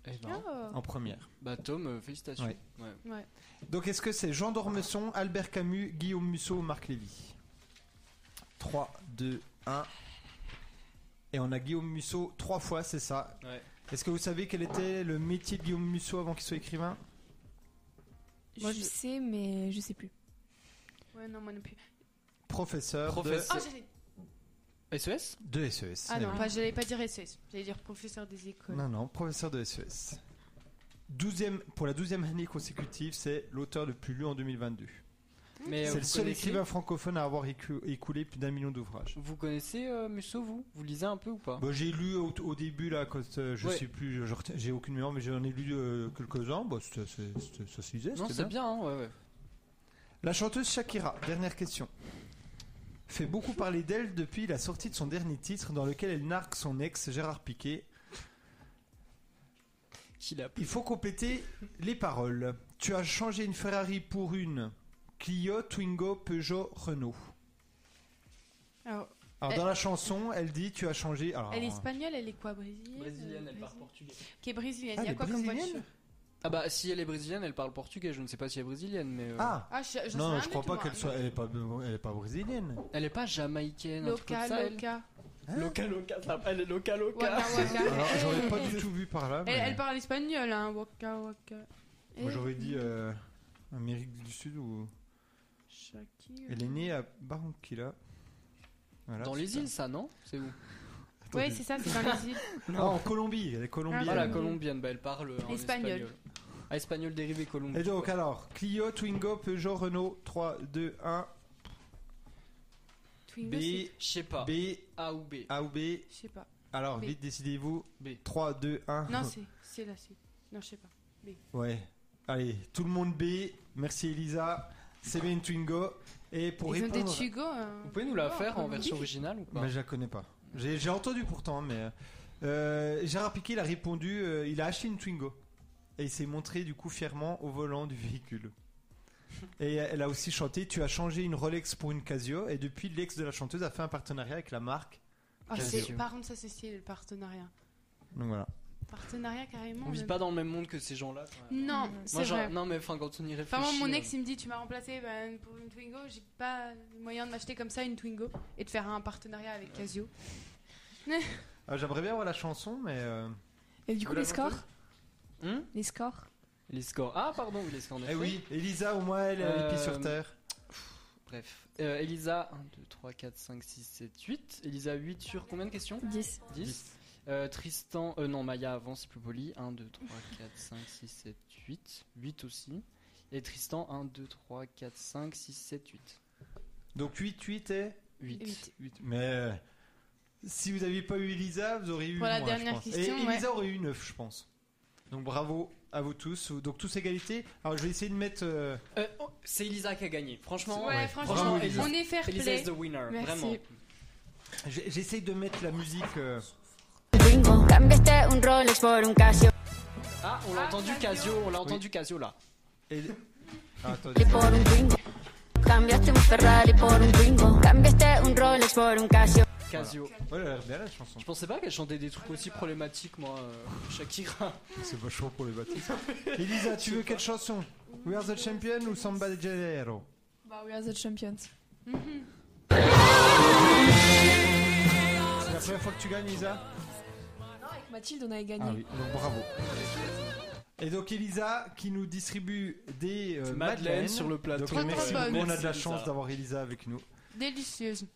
[SPEAKER 5] Eh ben,
[SPEAKER 1] en première.
[SPEAKER 5] Bah Tom, euh, félicitations.
[SPEAKER 1] Ouais.
[SPEAKER 5] Ouais.
[SPEAKER 2] Ouais.
[SPEAKER 1] Donc, est-ce que c'est Jean d'Ormesson, Albert Camus, Guillaume Musso ou Marc Lévy 3, 2, 1. Et on a Guillaume Musso trois fois, c'est ça.
[SPEAKER 5] Ouais.
[SPEAKER 1] Est-ce que vous savez quel était le métier de Guillaume Musso avant qu'il soit écrivain
[SPEAKER 2] Moi,
[SPEAKER 6] je
[SPEAKER 2] je-
[SPEAKER 6] sais, mais je sais plus.
[SPEAKER 2] Ouais, non, moi non plus.
[SPEAKER 1] Professeur,
[SPEAKER 5] Professeur.
[SPEAKER 2] Oh,
[SPEAKER 5] C'est-
[SPEAKER 2] j'allais-
[SPEAKER 5] SES
[SPEAKER 1] de, de SES.
[SPEAKER 2] Ah
[SPEAKER 1] Eh
[SPEAKER 2] non,
[SPEAKER 1] oui.
[SPEAKER 2] bah, j'allais pas dire SS. J'allais dire professeur des écoles.
[SPEAKER 1] Non, non, professeur de E SES. 12e, pour la douzième année consécutive, c'est l'auteur le plus lu en 2022.
[SPEAKER 6] Hein
[SPEAKER 5] Mais euh,
[SPEAKER 1] C'est
[SPEAKER 5] vous
[SPEAKER 1] le seul
[SPEAKER 5] connaissez-
[SPEAKER 1] écrivain francophone à avoir écu- écoulé plus d'un million d'ouvrages.
[SPEAKER 5] Vous connaissez euh, Musso, vous Vous lisez un peu ou pas
[SPEAKER 1] Bon, j'ai lu au, au début, là, quand euh, je
[SPEAKER 5] Ouais.
[SPEAKER 1] sais plus, je retiens- j'ai aucune mémoire, mais j'en ai lu euh, quelques-uns. Bah, c'était- c'est- c'était- ça se lisait,
[SPEAKER 5] Non,
[SPEAKER 1] c'était
[SPEAKER 5] c'est
[SPEAKER 1] bien.
[SPEAKER 5] bien. hein, ouais, ouais.
[SPEAKER 1] La chanteuse Shakira, dernière question. Fait beaucoup parler d'elle depuis la sortie de son dernier titre dans lequel elle narque son ex Gérard Piquet.
[SPEAKER 5] Qui l'a
[SPEAKER 1] Il faut compléter les paroles. Tu as changé une Ferrari pour une Clio, Twingo, Peugeot, Renault.
[SPEAKER 2] Alors,
[SPEAKER 1] Alors
[SPEAKER 2] Elle-
[SPEAKER 1] dans la chanson, elle dit tu as changé. Alors,
[SPEAKER 2] elle est espagnole, elle est quoi, brésilienne
[SPEAKER 5] Brésilienne,
[SPEAKER 2] euh,
[SPEAKER 5] elle parle
[SPEAKER 2] Brésil-
[SPEAKER 5] portugais.
[SPEAKER 2] Qui est brésilienne.
[SPEAKER 1] Ah,
[SPEAKER 2] Il y
[SPEAKER 1] elle
[SPEAKER 2] a
[SPEAKER 1] est
[SPEAKER 2] quoi comme
[SPEAKER 1] brésilienne
[SPEAKER 2] voiture
[SPEAKER 5] Ah bah si elle est brésilienne, elle parle portugais. Je ne sais pas si elle est brésilienne, mais euh,
[SPEAKER 1] ah
[SPEAKER 2] Ah, je, j'en sais
[SPEAKER 1] non,
[SPEAKER 2] rien
[SPEAKER 1] je
[SPEAKER 2] du
[SPEAKER 1] crois
[SPEAKER 2] tout, hein.
[SPEAKER 1] pas
[SPEAKER 2] moi.
[SPEAKER 1] qu'elle soit. Elle est pas, elle est pas brésilienne.
[SPEAKER 5] elle est pas jamaïcaine. un truc comme ça,
[SPEAKER 2] Loca,
[SPEAKER 5] elle
[SPEAKER 2] loca.
[SPEAKER 1] Hein
[SPEAKER 5] Loca, loca, ça- elle est loca, loca.
[SPEAKER 2] Waka, waka.
[SPEAKER 5] Ah.
[SPEAKER 1] Alors j'aurais pas du tout vu par là.
[SPEAKER 2] Elle,
[SPEAKER 1] mais-
[SPEAKER 2] elle parle espagnol, hein. Waka, waka.
[SPEAKER 1] Moi
[SPEAKER 2] Eh,
[SPEAKER 1] j'aurais dit euh, Amérique du Sud ou.
[SPEAKER 2] Shakira.
[SPEAKER 1] Elle est née à Barranquilla. Voilà,
[SPEAKER 5] Dans les
[SPEAKER 1] super.
[SPEAKER 5] îles, ça, non C'est où
[SPEAKER 2] Ouais,
[SPEAKER 1] Attendez.
[SPEAKER 2] c'est ça, c'est dans les
[SPEAKER 5] [laughs]
[SPEAKER 2] îles.
[SPEAKER 1] Ah, en Colombie, elle est colombienne.
[SPEAKER 5] Ah, la
[SPEAKER 2] Colombienne.
[SPEAKER 5] colombienne, bah, elle parle euh, en
[SPEAKER 2] Espagnol.
[SPEAKER 5] espagnol. Ah, espagnol dérivé colombien.
[SPEAKER 1] Et donc, alors, Clio, Twingo, Peugeot, Renault, 3, 2, 1, B,
[SPEAKER 2] Twingo, c'est-
[SPEAKER 5] Je sais pas.
[SPEAKER 1] B, Ah.
[SPEAKER 5] A ou B
[SPEAKER 1] A ou B.
[SPEAKER 2] Je sais pas.
[SPEAKER 1] Alors,
[SPEAKER 2] B.
[SPEAKER 1] vite, décidez-vous.
[SPEAKER 5] B.
[SPEAKER 1] 3, 2, 1.
[SPEAKER 5] Ah.
[SPEAKER 2] Non, c'est, c'est là, c'est. Non, je sais pas.
[SPEAKER 1] Ouais. Allez, tout le monde B. Merci Elisa. C'est bien une Twingo. Et pour
[SPEAKER 2] Ils ont des
[SPEAKER 1] répondre.
[SPEAKER 2] Twingo. hein.
[SPEAKER 5] Vous pouvez nous la
[SPEAKER 2] Oh,
[SPEAKER 5] faire en
[SPEAKER 2] oui.
[SPEAKER 5] version originale ou pas
[SPEAKER 1] Mais je la connais pas. J'ai j'ai entendu pourtant, mais. euh, Gérard Piquet, il a répondu euh, il a acheté une Twingo. Et il s'est montré du coup fièrement au volant du véhicule. Et elle a aussi chanté Tu as changé une Rolex pour une Casio. Et depuis, l'ex de la chanteuse a fait un partenariat avec la marque.
[SPEAKER 2] Ah,
[SPEAKER 5] Bien
[SPEAKER 2] c'est-
[SPEAKER 5] sûr.
[SPEAKER 2] par contre, ça c'est stylé le partenariat.
[SPEAKER 1] Donc voilà.
[SPEAKER 2] Partenariat carrément.
[SPEAKER 5] On vit
[SPEAKER 2] même.
[SPEAKER 5] pas dans le même monde que ces gens-là. quand même.
[SPEAKER 2] Non,
[SPEAKER 6] Moi,
[SPEAKER 2] c'est
[SPEAKER 5] Moi, genre,
[SPEAKER 2] vrai.
[SPEAKER 5] non, mais enfin, quand on y réfléchit.
[SPEAKER 2] Enfin, moi, mon ex,
[SPEAKER 5] euh,
[SPEAKER 2] il me dit Tu m'as remplacé ben, pour une Twingo, j'ai pas le moyen de m'acheter comme ça une Twingo et de faire un partenariat avec Casio.
[SPEAKER 1] Ah, J'aimerais bien voir la chanson, mais. euh,
[SPEAKER 6] Et du coup,
[SPEAKER 5] Vous
[SPEAKER 6] les
[SPEAKER 5] l'avez
[SPEAKER 6] scores
[SPEAKER 5] hein
[SPEAKER 6] Les scores
[SPEAKER 5] les scores. Ah, pardon, oui, les scores. en
[SPEAKER 1] Eh
[SPEAKER 5] effet.
[SPEAKER 1] oui, Elisa, au moins, elle a les pieds
[SPEAKER 5] Euh,
[SPEAKER 1] sur terre.
[SPEAKER 5] Bref. Euh, Elisa, 1, 2, 3, 4, 5, 6, 7, 8. Elisa, 8 sur combien de questions
[SPEAKER 6] 10.
[SPEAKER 5] 10. Euh, Tristan, euh, non, Maya avant, c'est plus poli. 1, 2, 3, 4, 5, 6, 7, 8. 8 aussi. Et Tristan, 1, 2, 3, 4, 5, 6, 7, 8.
[SPEAKER 1] Donc 8, 8 et.
[SPEAKER 5] 8.
[SPEAKER 2] Huit.
[SPEAKER 1] Mais euh, si vous n'aviez pas eu Elisa, vous auriez eu.
[SPEAKER 2] Pour la
[SPEAKER 1] moins,
[SPEAKER 2] dernière
[SPEAKER 1] je pense.
[SPEAKER 2] question,
[SPEAKER 1] Et
[SPEAKER 2] ouais.
[SPEAKER 1] Elisa aurait eu 9, je pense. Donc bravo à vous tous. Donc tous égalités. Alors je vais essayer de mettre. euh,
[SPEAKER 5] Euh, oh, c'est Elisa qui a gagné. Franchement,
[SPEAKER 2] Ouais,
[SPEAKER 1] Ouais.
[SPEAKER 2] franchement,
[SPEAKER 5] Bravo, Elisa.
[SPEAKER 2] on est fair
[SPEAKER 5] Elisa
[SPEAKER 2] play.
[SPEAKER 5] is the winner.
[SPEAKER 6] Merci.
[SPEAKER 5] Vraiment.
[SPEAKER 1] j'ai- J'essaye de mettre la musique. euh,
[SPEAKER 7] Twingo. Cambiaste un Rolex por un Casio
[SPEAKER 5] Ah, on l'a
[SPEAKER 2] Ah,
[SPEAKER 5] entendu Casio,
[SPEAKER 2] Casio.
[SPEAKER 5] on l'a entendu Casio là.
[SPEAKER 1] et... Ah, attendez.
[SPEAKER 7] y por un Twingo. Cambiaste un Ferrari por un Twingo. Cambiaste un Rolex por un Casio.
[SPEAKER 5] Casio.
[SPEAKER 1] Ouais, elle a l'air bien la chanson.
[SPEAKER 5] Je pensais pas qu'elle chantait des trucs aussi problématiques, moi. euh, Shakira.
[SPEAKER 1] C'est pas chaud pour les baptistes. Elisa, tu veux quelle chanson We Are the Champion ou Samba de Janeiro
[SPEAKER 6] Bah, we are the champions.
[SPEAKER 1] C'est la première fois que tu gagnes, Elisa
[SPEAKER 6] Avec Mathilde, on avait gagné.
[SPEAKER 1] Ah oui, donc bravo. Et donc Elisa qui nous distribue des euh,
[SPEAKER 5] [laughs] Madeleine
[SPEAKER 1] madeleines.
[SPEAKER 5] sur le plateau.
[SPEAKER 1] Donc,
[SPEAKER 2] Très,
[SPEAKER 1] merci
[SPEAKER 2] très bonne.
[SPEAKER 1] beaucoup, on a de la
[SPEAKER 5] Merci,
[SPEAKER 1] chance
[SPEAKER 5] Elisa.
[SPEAKER 1] d'avoir Elisa avec nous.
[SPEAKER 2] Délicieuse.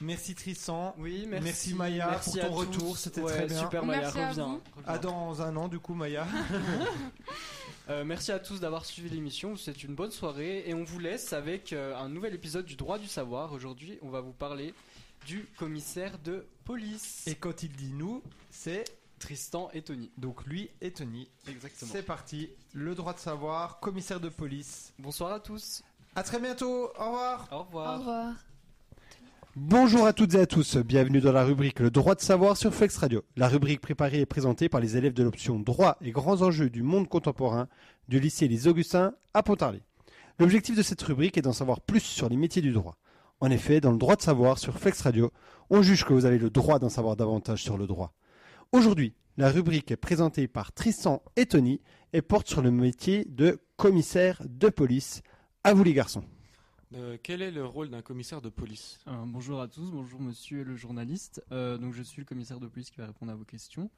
[SPEAKER 1] Merci Tristan.
[SPEAKER 5] Oui, merci.
[SPEAKER 1] Merci, Maya, pour
[SPEAKER 5] à
[SPEAKER 1] ton
[SPEAKER 5] tous.
[SPEAKER 1] retour, c'était
[SPEAKER 5] Ouais,
[SPEAKER 1] très bien.
[SPEAKER 5] Super Maya,
[SPEAKER 2] Merci à
[SPEAKER 5] reviens.
[SPEAKER 2] vous.
[SPEAKER 5] reviens.
[SPEAKER 1] À Ah, dans un an du coup Maya.
[SPEAKER 5] Euh, merci à tous d'avoir suivi l'émission. C'est une bonne soirée et on vous laisse avec euh, un nouvel épisode du droit du savoir. Aujourd'hui, on va vous parler du commissaire de police.
[SPEAKER 1] Et quand il dit nous, c'est
[SPEAKER 5] Tristan et Tony.
[SPEAKER 1] donc lui et Tony.
[SPEAKER 5] Exactement.
[SPEAKER 1] C'est parti, le droit de savoir, commissaire de police.
[SPEAKER 5] Bonsoir à tous. Ah.
[SPEAKER 1] À très bientôt, au revoir.
[SPEAKER 5] Au revoir.
[SPEAKER 6] Au revoir.
[SPEAKER 8] Bonjour à toutes et à tous, bienvenue dans la rubrique Le droit de savoir sur Flex Radio. La rubrique préparée et présentée par les élèves de l'option Droit et grands enjeux du monde contemporain du lycée Les Augustins à Pontarlier. L'objectif de cette rubrique est d'en savoir plus sur les métiers du droit. En effet, dans le droit de savoir sur Flex Radio, on juge que vous avez le droit d'en savoir davantage sur le droit. Aujourd'hui, la rubrique est présentée par Tristan et Tony et porte sur le métier de commissaire de police. À vous les garçons.
[SPEAKER 1] Euh, quel est le rôle d'un commissaire de police
[SPEAKER 5] Euh, bonjour à tous, bonjour monsieur le journaliste. Euh, donc je suis le commissaire de police qui va répondre à vos questions.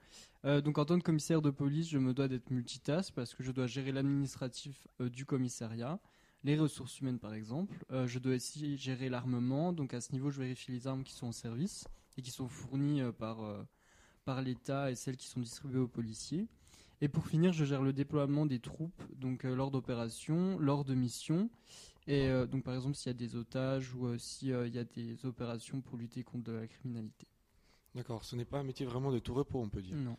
[SPEAKER 5] Euh, donc en tant que commissaire de police, je me dois d'être multitask parce que je dois gérer l'administratif euh, du commissariat, les ressources humaines par exemple. Euh, je dois aussi gérer l'armement, donc à ce niveau je vérifie les armes qui sont en service et qui sont fournies euh, par, euh, par l'État et celles qui sont distribuées aux policiers. Et pour finir, je gère le déploiement des troupes, donc euh, lors d'opérations, lors de missions. Et euh, donc, par exemple, s'il y a des otages ou euh, s'il y a des opérations pour lutter contre de la criminalité.
[SPEAKER 1] D'accord, ce n'est pas un métier vraiment de tout repos, on peut dire.
[SPEAKER 5] Non.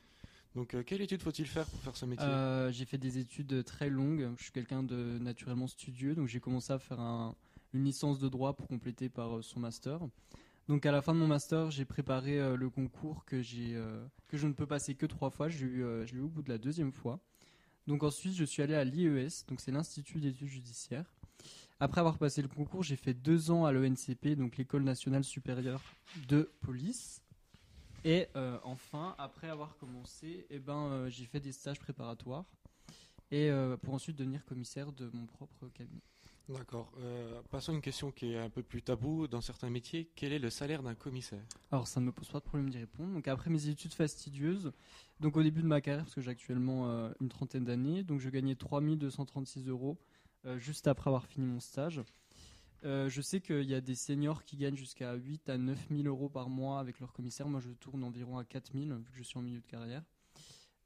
[SPEAKER 1] Donc, euh, quelle étude faut-il faire pour faire ce métier
[SPEAKER 5] Euh, j'ai fait des études très longues. Je suis quelqu'un de naturellement studieux, donc j'ai commencé à faire un- une licence de droit pour compléter par euh, son master. Donc, à la fin de mon master, j'ai préparé euh, le concours que, j'ai, euh, que je ne peux passer que trois fois. Je l'ai eu, euh, je l'ai eu au bout de la deuxième fois. Donc, ensuite, je suis allé à l'IES, donc c'est l'Institut d'études judiciaires. Après avoir passé le concours, j'ai fait deux ans à l'ENCP, donc l'École nationale supérieure de police. Et euh, enfin, après avoir commencé, eh ben, euh, j'ai fait des stages préparatoires et euh, pour ensuite devenir commissaire de mon propre cabinet.
[SPEAKER 1] D'accord. euh, passons à une question qui est un peu plus taboue dans certains métiers. Quel est le salaire d'un commissaire
[SPEAKER 5] Alors ça ne me pose pas de problème d'y répondre. Donc après mes études fastidieuses, donc au début de ma carrière, parce que j'ai actuellement euh, une trentaine d'années, donc je gagnais 3236 euros euh, juste après avoir fini mon stage. Euh, je sais qu'il y a des seniors qui gagnent jusqu'à 8 à 9 000 euros par mois avec leur commissaire. Moi, je tourne environ à 4 000 vu que je suis en milieu de carrière.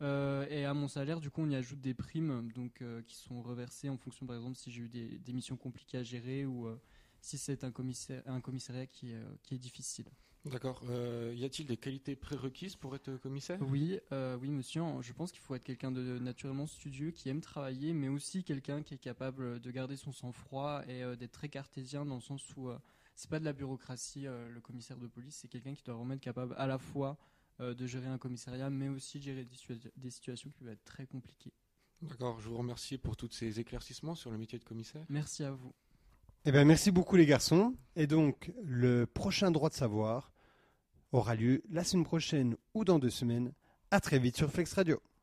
[SPEAKER 5] Euh, et à mon salaire, du coup, on y ajoute des primes donc, euh, qui sont reversées en fonction, par exemple, si j'ai eu des, des missions compliquées à gérer ou euh, si c'est un, commissaire, un commissariat qui, euh, qui est difficile.
[SPEAKER 1] D'accord. euh, y a-t-il des qualités prérequises pour être commissaire
[SPEAKER 5] Oui, euh, oui, monsieur. Je pense qu'il faut être quelqu'un de naturellement studieux, qui aime travailler, mais aussi quelqu'un qui est capable de garder son sang-froid et euh, d'être très cartésien dans le sens où euh, c'est pas de la bureaucratie. euh, le commissaire de police, c'est quelqu'un qui doit vraiment être capable à la fois euh, de gérer un commissariat, mais aussi de gérer des, situa- des situations qui vont être très compliquées.
[SPEAKER 1] D'accord, je vous remercie pour tous ces éclaircissements sur le métier de commissaire.
[SPEAKER 5] Merci à vous.
[SPEAKER 8] Eh ben, merci beaucoup les garçons. Et donc, le prochain droit de savoir aura lieu la semaine prochaine ou dans deux semaines. À très vite sur Flex Radio.